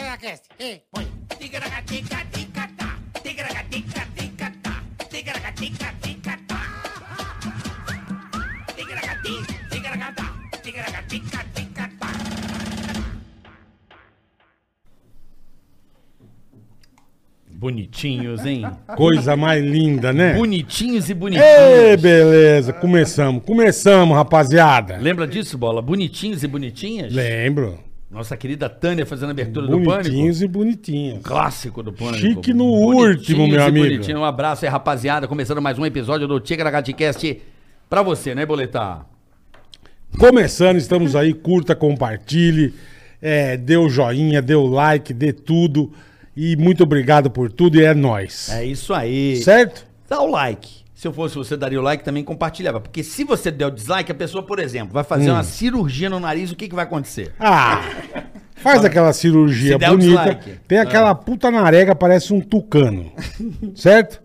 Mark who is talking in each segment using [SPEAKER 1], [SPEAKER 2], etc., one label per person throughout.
[SPEAKER 1] Tigracast, ei, põe. Tigracatica, ticatá. Tigracatica, ticatá. Tigracatica, ticatá. Tigracati, tigracatá. Tigracatica, ticatá.
[SPEAKER 2] Bonitinhos, hein?
[SPEAKER 3] Coisa mais linda, né?
[SPEAKER 2] Bonitinhos e
[SPEAKER 3] Ê,
[SPEAKER 2] bonitinhas.
[SPEAKER 3] beleza, começamos, começamos, rapaziada.
[SPEAKER 2] Lembra disso, Bola? Bonitinhos e bonitinhas?
[SPEAKER 3] Lembro.
[SPEAKER 2] Nossa querida Tânia fazendo a abertura do Pânico.
[SPEAKER 3] Bonitinhos e bonitinhas.
[SPEAKER 2] Clássico do Pânico.
[SPEAKER 3] Chique no
[SPEAKER 2] Bonitinhos
[SPEAKER 3] último,
[SPEAKER 2] e
[SPEAKER 3] meu amigo.
[SPEAKER 2] Bonitinho. Um abraço aí, rapaziada. Começando mais um episódio do Tigragatcast pra você, né, Boletar?
[SPEAKER 3] Começando, estamos aí, curta, compartilhe, é, dê o joinha, dê o like, dê tudo. E muito obrigado por tudo e é nóis.
[SPEAKER 2] É isso aí.
[SPEAKER 3] Certo?
[SPEAKER 2] Dá o like. Se eu fosse você, daria o like também compartilhava. Porque se você der o dislike, a pessoa, por exemplo, vai
[SPEAKER 3] Hum.
[SPEAKER 2] fazer uma cirurgia no nariz, o que, que vai acontecer?
[SPEAKER 3] Ah, faz aquela cirurgia
[SPEAKER 2] Se der o
[SPEAKER 3] bonita.
[SPEAKER 2] dislike. Ah.
[SPEAKER 3] Tem aquela puta narega, parece um tucano. certo?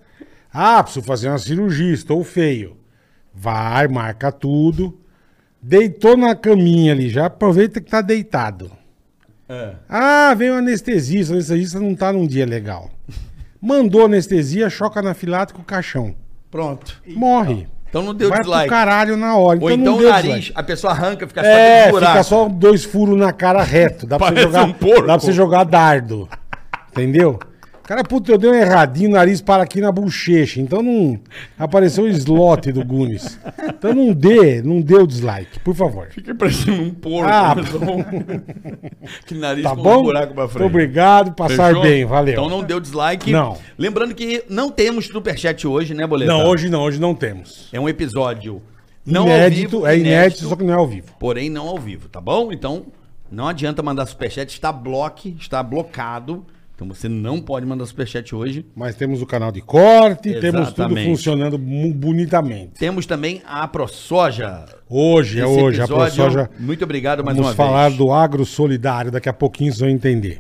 [SPEAKER 3] Ah, preciso fazer uma cirurgia, estou feio. Vai, marca tudo. Deitou na caminha ali já, aproveita que tá deitado. Ah, veio o anestesista, o anestesista não tá num dia legal. Mandou anestesia, choca anafilático, caixão.
[SPEAKER 2] Pronto.
[SPEAKER 3] Morre.
[SPEAKER 2] Então não deu
[SPEAKER 3] Vai
[SPEAKER 2] dislike.
[SPEAKER 3] pro caralho na hora.
[SPEAKER 2] Ou então,
[SPEAKER 3] não
[SPEAKER 2] o
[SPEAKER 3] deu
[SPEAKER 2] nariz,
[SPEAKER 3] dislike.
[SPEAKER 2] a pessoa arranca, fica só
[SPEAKER 3] É,
[SPEAKER 2] aquele buraco.
[SPEAKER 3] fica só dois furos na cara reto. Dá pra, você
[SPEAKER 2] Parece
[SPEAKER 3] jogar,
[SPEAKER 2] um porco.
[SPEAKER 3] dá pra você jogar dardo. Entendeu? Cara, puta, eu dei um erradinho, o nariz para aqui na bochecha. Então não. Apareceu o slot do Gunis. Então não dê, não dê o dislike, por favor.
[SPEAKER 2] Fica parecendo um porco.
[SPEAKER 3] Ah,
[SPEAKER 2] né? que nariz
[SPEAKER 3] Tá
[SPEAKER 2] com
[SPEAKER 3] bom?
[SPEAKER 2] um buraco pra frente.
[SPEAKER 3] Obrigado, passar
[SPEAKER 2] Fechou?
[SPEAKER 3] bem, valeu.
[SPEAKER 2] Então não deu dislike.
[SPEAKER 3] Não.
[SPEAKER 2] Lembrando que não temos superchat hoje, né, Boleta?
[SPEAKER 3] não, hoje não, hoje não temos.
[SPEAKER 2] É um episódio não
[SPEAKER 3] inédito,
[SPEAKER 2] ao vivo,
[SPEAKER 3] é inédito, só que não é ao vivo.
[SPEAKER 2] porém não ao vivo, tá bom? Então não adianta mandar superchat, está bloque, está blocado. Então você não pode mandar superchat hoje.
[SPEAKER 3] Mas temos o canal de corte, temos tudo
[SPEAKER 2] Exatamente.
[SPEAKER 3] funcionando mu- bonitamente.
[SPEAKER 2] Temos também a ProSoja.
[SPEAKER 3] Hoje, é
[SPEAKER 2] Esse
[SPEAKER 3] hoje, a
[SPEAKER 2] episódio,
[SPEAKER 3] ProSoja.
[SPEAKER 2] Muito obrigado mais
[SPEAKER 3] Vamos
[SPEAKER 2] uma
[SPEAKER 3] falar
[SPEAKER 2] vez.
[SPEAKER 3] do agro solidário, daqui a pouquinho vocês vão entender.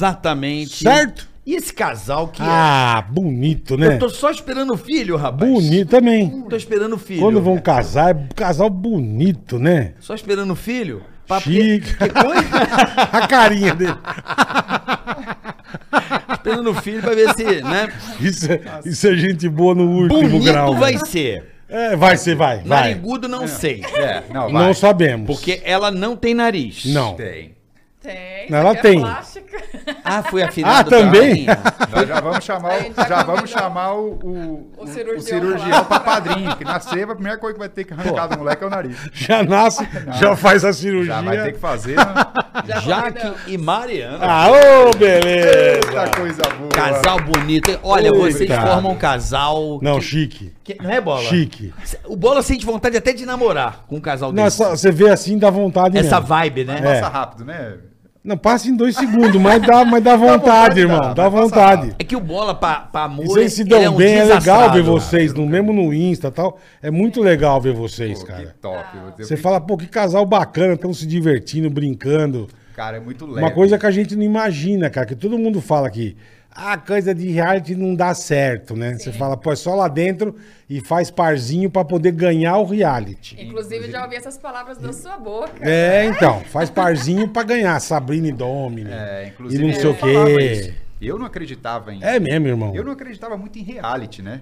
[SPEAKER 2] Exatamente.
[SPEAKER 3] Certo?
[SPEAKER 2] E esse casal que é-
[SPEAKER 3] Ah, bonito, né?
[SPEAKER 2] Eu tô só esperando o filho, rapaz.
[SPEAKER 3] Bonito também.
[SPEAKER 2] Tô esperando o filho.
[SPEAKER 3] Quando vão casar, é casal bonito, né?
[SPEAKER 2] Só esperando o filho. pra-
[SPEAKER 3] Chique.
[SPEAKER 2] Porque- porque quando-
[SPEAKER 3] A carinha dele.
[SPEAKER 2] esperando o filho pra ver se, né?
[SPEAKER 3] Isso, é- isso é gente boa no último
[SPEAKER 2] Bonito
[SPEAKER 3] grau.
[SPEAKER 2] vai
[SPEAKER 3] né?
[SPEAKER 2] ser.
[SPEAKER 3] É, vai ser, vai, vai.
[SPEAKER 2] Narigudo não sei.
[SPEAKER 4] É, não, vai.
[SPEAKER 3] Não sabemos.
[SPEAKER 2] Porque ela não tem nariz.
[SPEAKER 3] Não.
[SPEAKER 4] Tem.
[SPEAKER 5] Tem.
[SPEAKER 3] Ela
[SPEAKER 5] só que
[SPEAKER 3] tem.
[SPEAKER 5] É plástica.
[SPEAKER 2] Ah, foi afinado.
[SPEAKER 3] Ah,
[SPEAKER 2] da
[SPEAKER 3] também?
[SPEAKER 2] rainha.
[SPEAKER 4] Nós Tá, já vamos chamar,
[SPEAKER 5] Aí
[SPEAKER 4] o,
[SPEAKER 5] já
[SPEAKER 4] já vamos
[SPEAKER 5] combinou.
[SPEAKER 4] chamar o, o,
[SPEAKER 5] O
[SPEAKER 4] o
[SPEAKER 5] cirurgião
[SPEAKER 4] cirurgião pra padrinho, que na ceba a primeira coisa que vai ter que arrancar do moleque é o nariz.
[SPEAKER 3] Já nasce, já faz a cirurgia.
[SPEAKER 4] Já vai ter que fazer. Né?
[SPEAKER 5] Já combinamos.
[SPEAKER 2] Jaque e Mariana.
[SPEAKER 3] Ah, ô, beleza.
[SPEAKER 4] Eita coisa boa.
[SPEAKER 2] Casal bonito. hein? Olha,
[SPEAKER 3] Oi,
[SPEAKER 2] vocês
[SPEAKER 3] cara.
[SPEAKER 2] formam um casal.
[SPEAKER 3] Não, chique.
[SPEAKER 2] que- não é bola?
[SPEAKER 3] Chique.
[SPEAKER 2] O bola sente vontade até de namorar com um casal
[SPEAKER 3] Não,
[SPEAKER 2] desse.
[SPEAKER 3] essa- você vê assim, dá vontade
[SPEAKER 2] Essa
[SPEAKER 3] mesmo.
[SPEAKER 2] vibe, né?
[SPEAKER 3] É.
[SPEAKER 4] Passa rápido, né?
[SPEAKER 3] Não, passa em dois segundos, mas dá, mas dá vontade,
[SPEAKER 4] vontade,
[SPEAKER 3] irmão.
[SPEAKER 4] dá,
[SPEAKER 3] Dá
[SPEAKER 4] mas passa
[SPEAKER 3] vontade.
[SPEAKER 2] É que o bola pra, pra amor.
[SPEAKER 3] Vocês se
[SPEAKER 2] ele um
[SPEAKER 3] dão
[SPEAKER 4] um
[SPEAKER 3] bem, é legal
[SPEAKER 2] desastrado. né?
[SPEAKER 4] né?
[SPEAKER 3] ver vocês, no, mesmo no Insta e tal. É muito legal ver vocês,
[SPEAKER 4] Pô,
[SPEAKER 3] cara.
[SPEAKER 4] Que top. eu- eu-
[SPEAKER 3] Você fala, pô, que casal bacana, estão se divertindo, brincando.
[SPEAKER 4] Cara, é muito leve.
[SPEAKER 3] Uma coisa que a gente não imagina, cara, que todo mundo fala que a coisa de reality não dá certo, né? Você fala, pô, é só lá dentro e faz parzinho pra poder ganhar o reality.
[SPEAKER 5] Inclusive, já ouvi essas palavras da sua boca.
[SPEAKER 3] É, então, faz parzinho pra ganhar Sabrina e Domini.
[SPEAKER 4] É,
[SPEAKER 3] e
[SPEAKER 4] inclusive,
[SPEAKER 3] não
[SPEAKER 4] eu
[SPEAKER 3] sei o
[SPEAKER 4] falava
[SPEAKER 3] quê.
[SPEAKER 4] isso. Eu não acreditava em.
[SPEAKER 3] É mesmo, irmão.
[SPEAKER 4] Eu não acreditava muito em reality, né?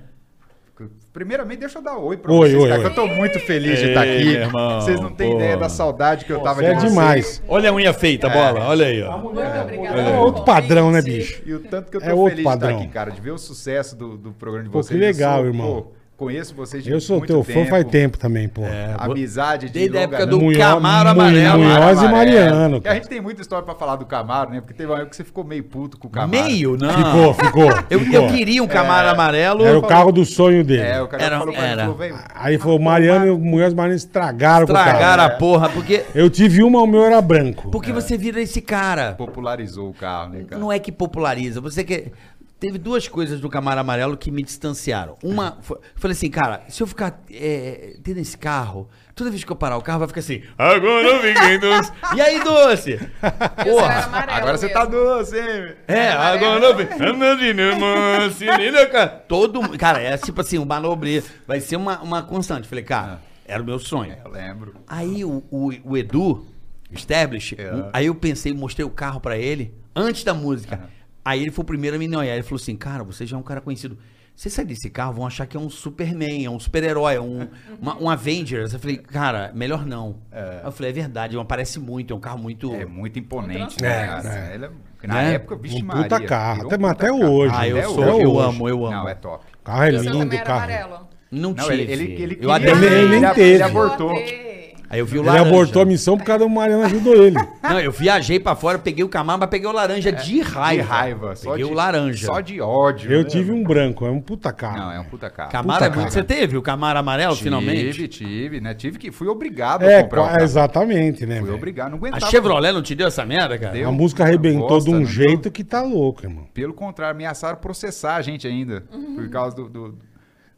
[SPEAKER 4] Primeiramente, deixa eu dar oi pra
[SPEAKER 3] Oi,
[SPEAKER 4] vocês,
[SPEAKER 3] oi,
[SPEAKER 4] tá?
[SPEAKER 3] oi.
[SPEAKER 4] Que eu tô muito feliz de
[SPEAKER 2] Ei,
[SPEAKER 4] estar aqui.
[SPEAKER 2] meu irmão,
[SPEAKER 4] vocês não têm
[SPEAKER 2] pô.
[SPEAKER 4] ideia da saudade que eu tava
[SPEAKER 3] Você é
[SPEAKER 4] vocês.
[SPEAKER 3] demais.
[SPEAKER 2] Olha a unha feita, bola. Olha aí, ó.
[SPEAKER 5] Muito obrigada.
[SPEAKER 3] É
[SPEAKER 5] pelo
[SPEAKER 3] outro
[SPEAKER 5] convite.
[SPEAKER 3] padrão, né, bicho?
[SPEAKER 4] E o tanto que eu tô
[SPEAKER 3] É outro
[SPEAKER 4] feliz de
[SPEAKER 3] padrão.
[SPEAKER 4] estar aqui, cara, de ver o sucesso do, do programa de
[SPEAKER 3] Pô, que
[SPEAKER 4] vocês.
[SPEAKER 3] legal,
[SPEAKER 4] Eu sou,
[SPEAKER 3] irmão.
[SPEAKER 4] pô, conheço vocês de
[SPEAKER 3] Eu sou
[SPEAKER 4] muito
[SPEAKER 3] teu
[SPEAKER 4] tempo. É.
[SPEAKER 3] fã faz tempo também, pô.
[SPEAKER 4] Amizade de
[SPEAKER 2] Desde a
[SPEAKER 4] longa
[SPEAKER 2] época do
[SPEAKER 4] data.
[SPEAKER 3] Munhoz-
[SPEAKER 2] Camaro
[SPEAKER 3] Mu-
[SPEAKER 2] Amarelo.
[SPEAKER 3] Munhoz e
[SPEAKER 4] Amarelo.
[SPEAKER 3] Mariano.
[SPEAKER 4] é. E a gente tem muita história pra falar do Camaro, né? Porque teve uma época que você ficou meio puto com o Camaro.
[SPEAKER 2] Meio, não.
[SPEAKER 3] Ficou, ficou.
[SPEAKER 2] Eu, eu
[SPEAKER 3] ficou.
[SPEAKER 2] queria um Camaro amarelo.
[SPEAKER 3] Era o carro do sonho dele.
[SPEAKER 4] É, o cara
[SPEAKER 2] Era-
[SPEAKER 4] falou pra mim,
[SPEAKER 2] era.
[SPEAKER 4] falou, velho,
[SPEAKER 3] Aí falou, Mariano e o Munhoz Mariano estragaram com o
[SPEAKER 2] Tragaram
[SPEAKER 3] carro.
[SPEAKER 2] a porra, porque.
[SPEAKER 3] Eu tive uma, o meu era branco.
[SPEAKER 2] Porque você vira esse cara.
[SPEAKER 4] popularizou o carro, né, cara?
[SPEAKER 2] Não é que populariza. Você que. Teve duas coisas do Camaro Amarelo que me distanciaram. Uma, foi, eu falei assim, cara, se eu ficar é, tendo esse carro, toda vez que eu parar o carro vai ficar assim. Agora eu fiquei doce. E aí, doce?
[SPEAKER 5] Eu só era
[SPEAKER 2] Porra.
[SPEAKER 5] amarelo
[SPEAKER 4] Agora você
[SPEAKER 5] mesmo.
[SPEAKER 4] tá doce, hein?
[SPEAKER 2] É, agora eu fiquei. Anda de novo, se liga, cara. Todo mundo. Cara, é tipo assim, um manobre. Vai ser uma, uma constante. Falei, cara, era o meu sonho.
[SPEAKER 4] Eu lembro.
[SPEAKER 2] Aí o, o, o Edu, o Stablish, o- aí eu pensei, mostrei o carro pra ele. Antes da música. Aí ele foi o primeiro a me noiar. Ele falou assim, cara, você já é um cara conhecido. Você sai desse carro, vão achar que é um Superman, é um super-herói, é um, uma- um Avengers. Eu falei, cara, melhor não. Aí eu falei, é verdade, aparece muito, é um carro muito.
[SPEAKER 4] É muito imponente,
[SPEAKER 5] Um
[SPEAKER 4] né,
[SPEAKER 5] transporte.
[SPEAKER 4] cara?
[SPEAKER 3] É,
[SPEAKER 4] Ele é- na
[SPEAKER 2] Né?
[SPEAKER 4] época, vixe,
[SPEAKER 3] Um puta
[SPEAKER 4] Maria,
[SPEAKER 3] carro.
[SPEAKER 4] virou
[SPEAKER 3] Até-
[SPEAKER 4] um
[SPEAKER 3] mas
[SPEAKER 4] puta
[SPEAKER 3] até
[SPEAKER 4] carro.
[SPEAKER 3] hoje.
[SPEAKER 2] Ah, eu
[SPEAKER 4] Até
[SPEAKER 2] sou,
[SPEAKER 4] hoje.
[SPEAKER 2] eu
[SPEAKER 3] hoje.
[SPEAKER 2] amo, eu amo.
[SPEAKER 4] Não, é top.
[SPEAKER 3] O carro é
[SPEAKER 5] o seu
[SPEAKER 3] lindo, É
[SPEAKER 5] também
[SPEAKER 3] o
[SPEAKER 5] era
[SPEAKER 3] carro.
[SPEAKER 5] amarelo.
[SPEAKER 2] Não,
[SPEAKER 4] Não,
[SPEAKER 2] tive.
[SPEAKER 4] ele- ele- ele
[SPEAKER 2] eu
[SPEAKER 4] queria-
[SPEAKER 2] adorei.
[SPEAKER 3] Ele- ele
[SPEAKER 5] Ah,
[SPEAKER 3] teve.
[SPEAKER 5] eu
[SPEAKER 4] abortou.
[SPEAKER 5] adotei.
[SPEAKER 2] Aí eu vi o
[SPEAKER 3] Ele
[SPEAKER 2] laranja.
[SPEAKER 3] abortou a missão por causa da Mariana ajudou ele.
[SPEAKER 2] Não, eu viajei pra fora, peguei o camargo, mas peguei o laranja de raiva.
[SPEAKER 4] É, de raiva. Só
[SPEAKER 2] peguei
[SPEAKER 4] de,
[SPEAKER 2] o laranja.
[SPEAKER 4] Só de ódio.
[SPEAKER 3] Eu
[SPEAKER 4] né?
[SPEAKER 3] tive um branco, é um puta carro.
[SPEAKER 4] Não, é um puta carro.
[SPEAKER 2] Camaro
[SPEAKER 3] Puta
[SPEAKER 2] é muito.
[SPEAKER 3] cara.
[SPEAKER 2] Você teve o camaro amarelo, finalmente?
[SPEAKER 4] Tive, tive, né? Tive que... Fui obrigado
[SPEAKER 3] É,
[SPEAKER 4] a comprar o
[SPEAKER 3] qua-
[SPEAKER 4] carro.
[SPEAKER 3] exatamente, né?
[SPEAKER 4] Fui
[SPEAKER 3] velho?
[SPEAKER 4] obrigado, não
[SPEAKER 2] A
[SPEAKER 4] aguentava.
[SPEAKER 2] Chevrolet não te deu essa merda, cara?
[SPEAKER 4] Deu.
[SPEAKER 3] A música arrebentou
[SPEAKER 4] Gosta,
[SPEAKER 3] de um
[SPEAKER 4] né?
[SPEAKER 3] jeito que tá louco, irmão.
[SPEAKER 4] Pelo contrário, ameaçaram processar a gente ainda. Por causa do... do...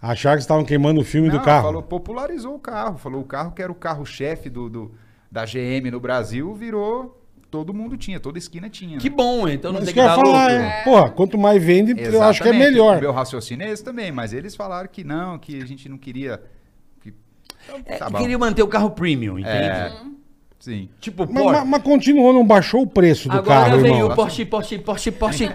[SPEAKER 3] Acharam que estavam queimando o filme do
[SPEAKER 4] Não,
[SPEAKER 3] carro.
[SPEAKER 4] Falou, popularizou o carro. Falou o carro que era o carro-chefe do, do- da GM no Brasil, virou... Todo mundo tinha, toda esquina tinha. né?
[SPEAKER 2] Que bom, então não
[SPEAKER 3] Isso
[SPEAKER 2] tem que
[SPEAKER 3] que eu
[SPEAKER 2] dar
[SPEAKER 3] ia falar,
[SPEAKER 2] lucro.
[SPEAKER 3] é. Porra, quanto mais vende, eu acho que é
[SPEAKER 4] Exatamente.
[SPEAKER 3] melhor.
[SPEAKER 4] O meu raciocínio é esse também, mas eles falaram que não, que a gente não queria. Que... Então,
[SPEAKER 2] É,
[SPEAKER 4] tá bom.
[SPEAKER 2] queria manter o carro premium, entende?
[SPEAKER 4] É, Sim.
[SPEAKER 2] Tipo,
[SPEAKER 3] Mas,
[SPEAKER 2] Porsche.
[SPEAKER 3] mas- mas continuou, não baixou o preço do
[SPEAKER 2] Agora
[SPEAKER 3] carro,
[SPEAKER 2] veio
[SPEAKER 3] irmão.
[SPEAKER 2] o Porsche, Porsche, Porsche, Porsche.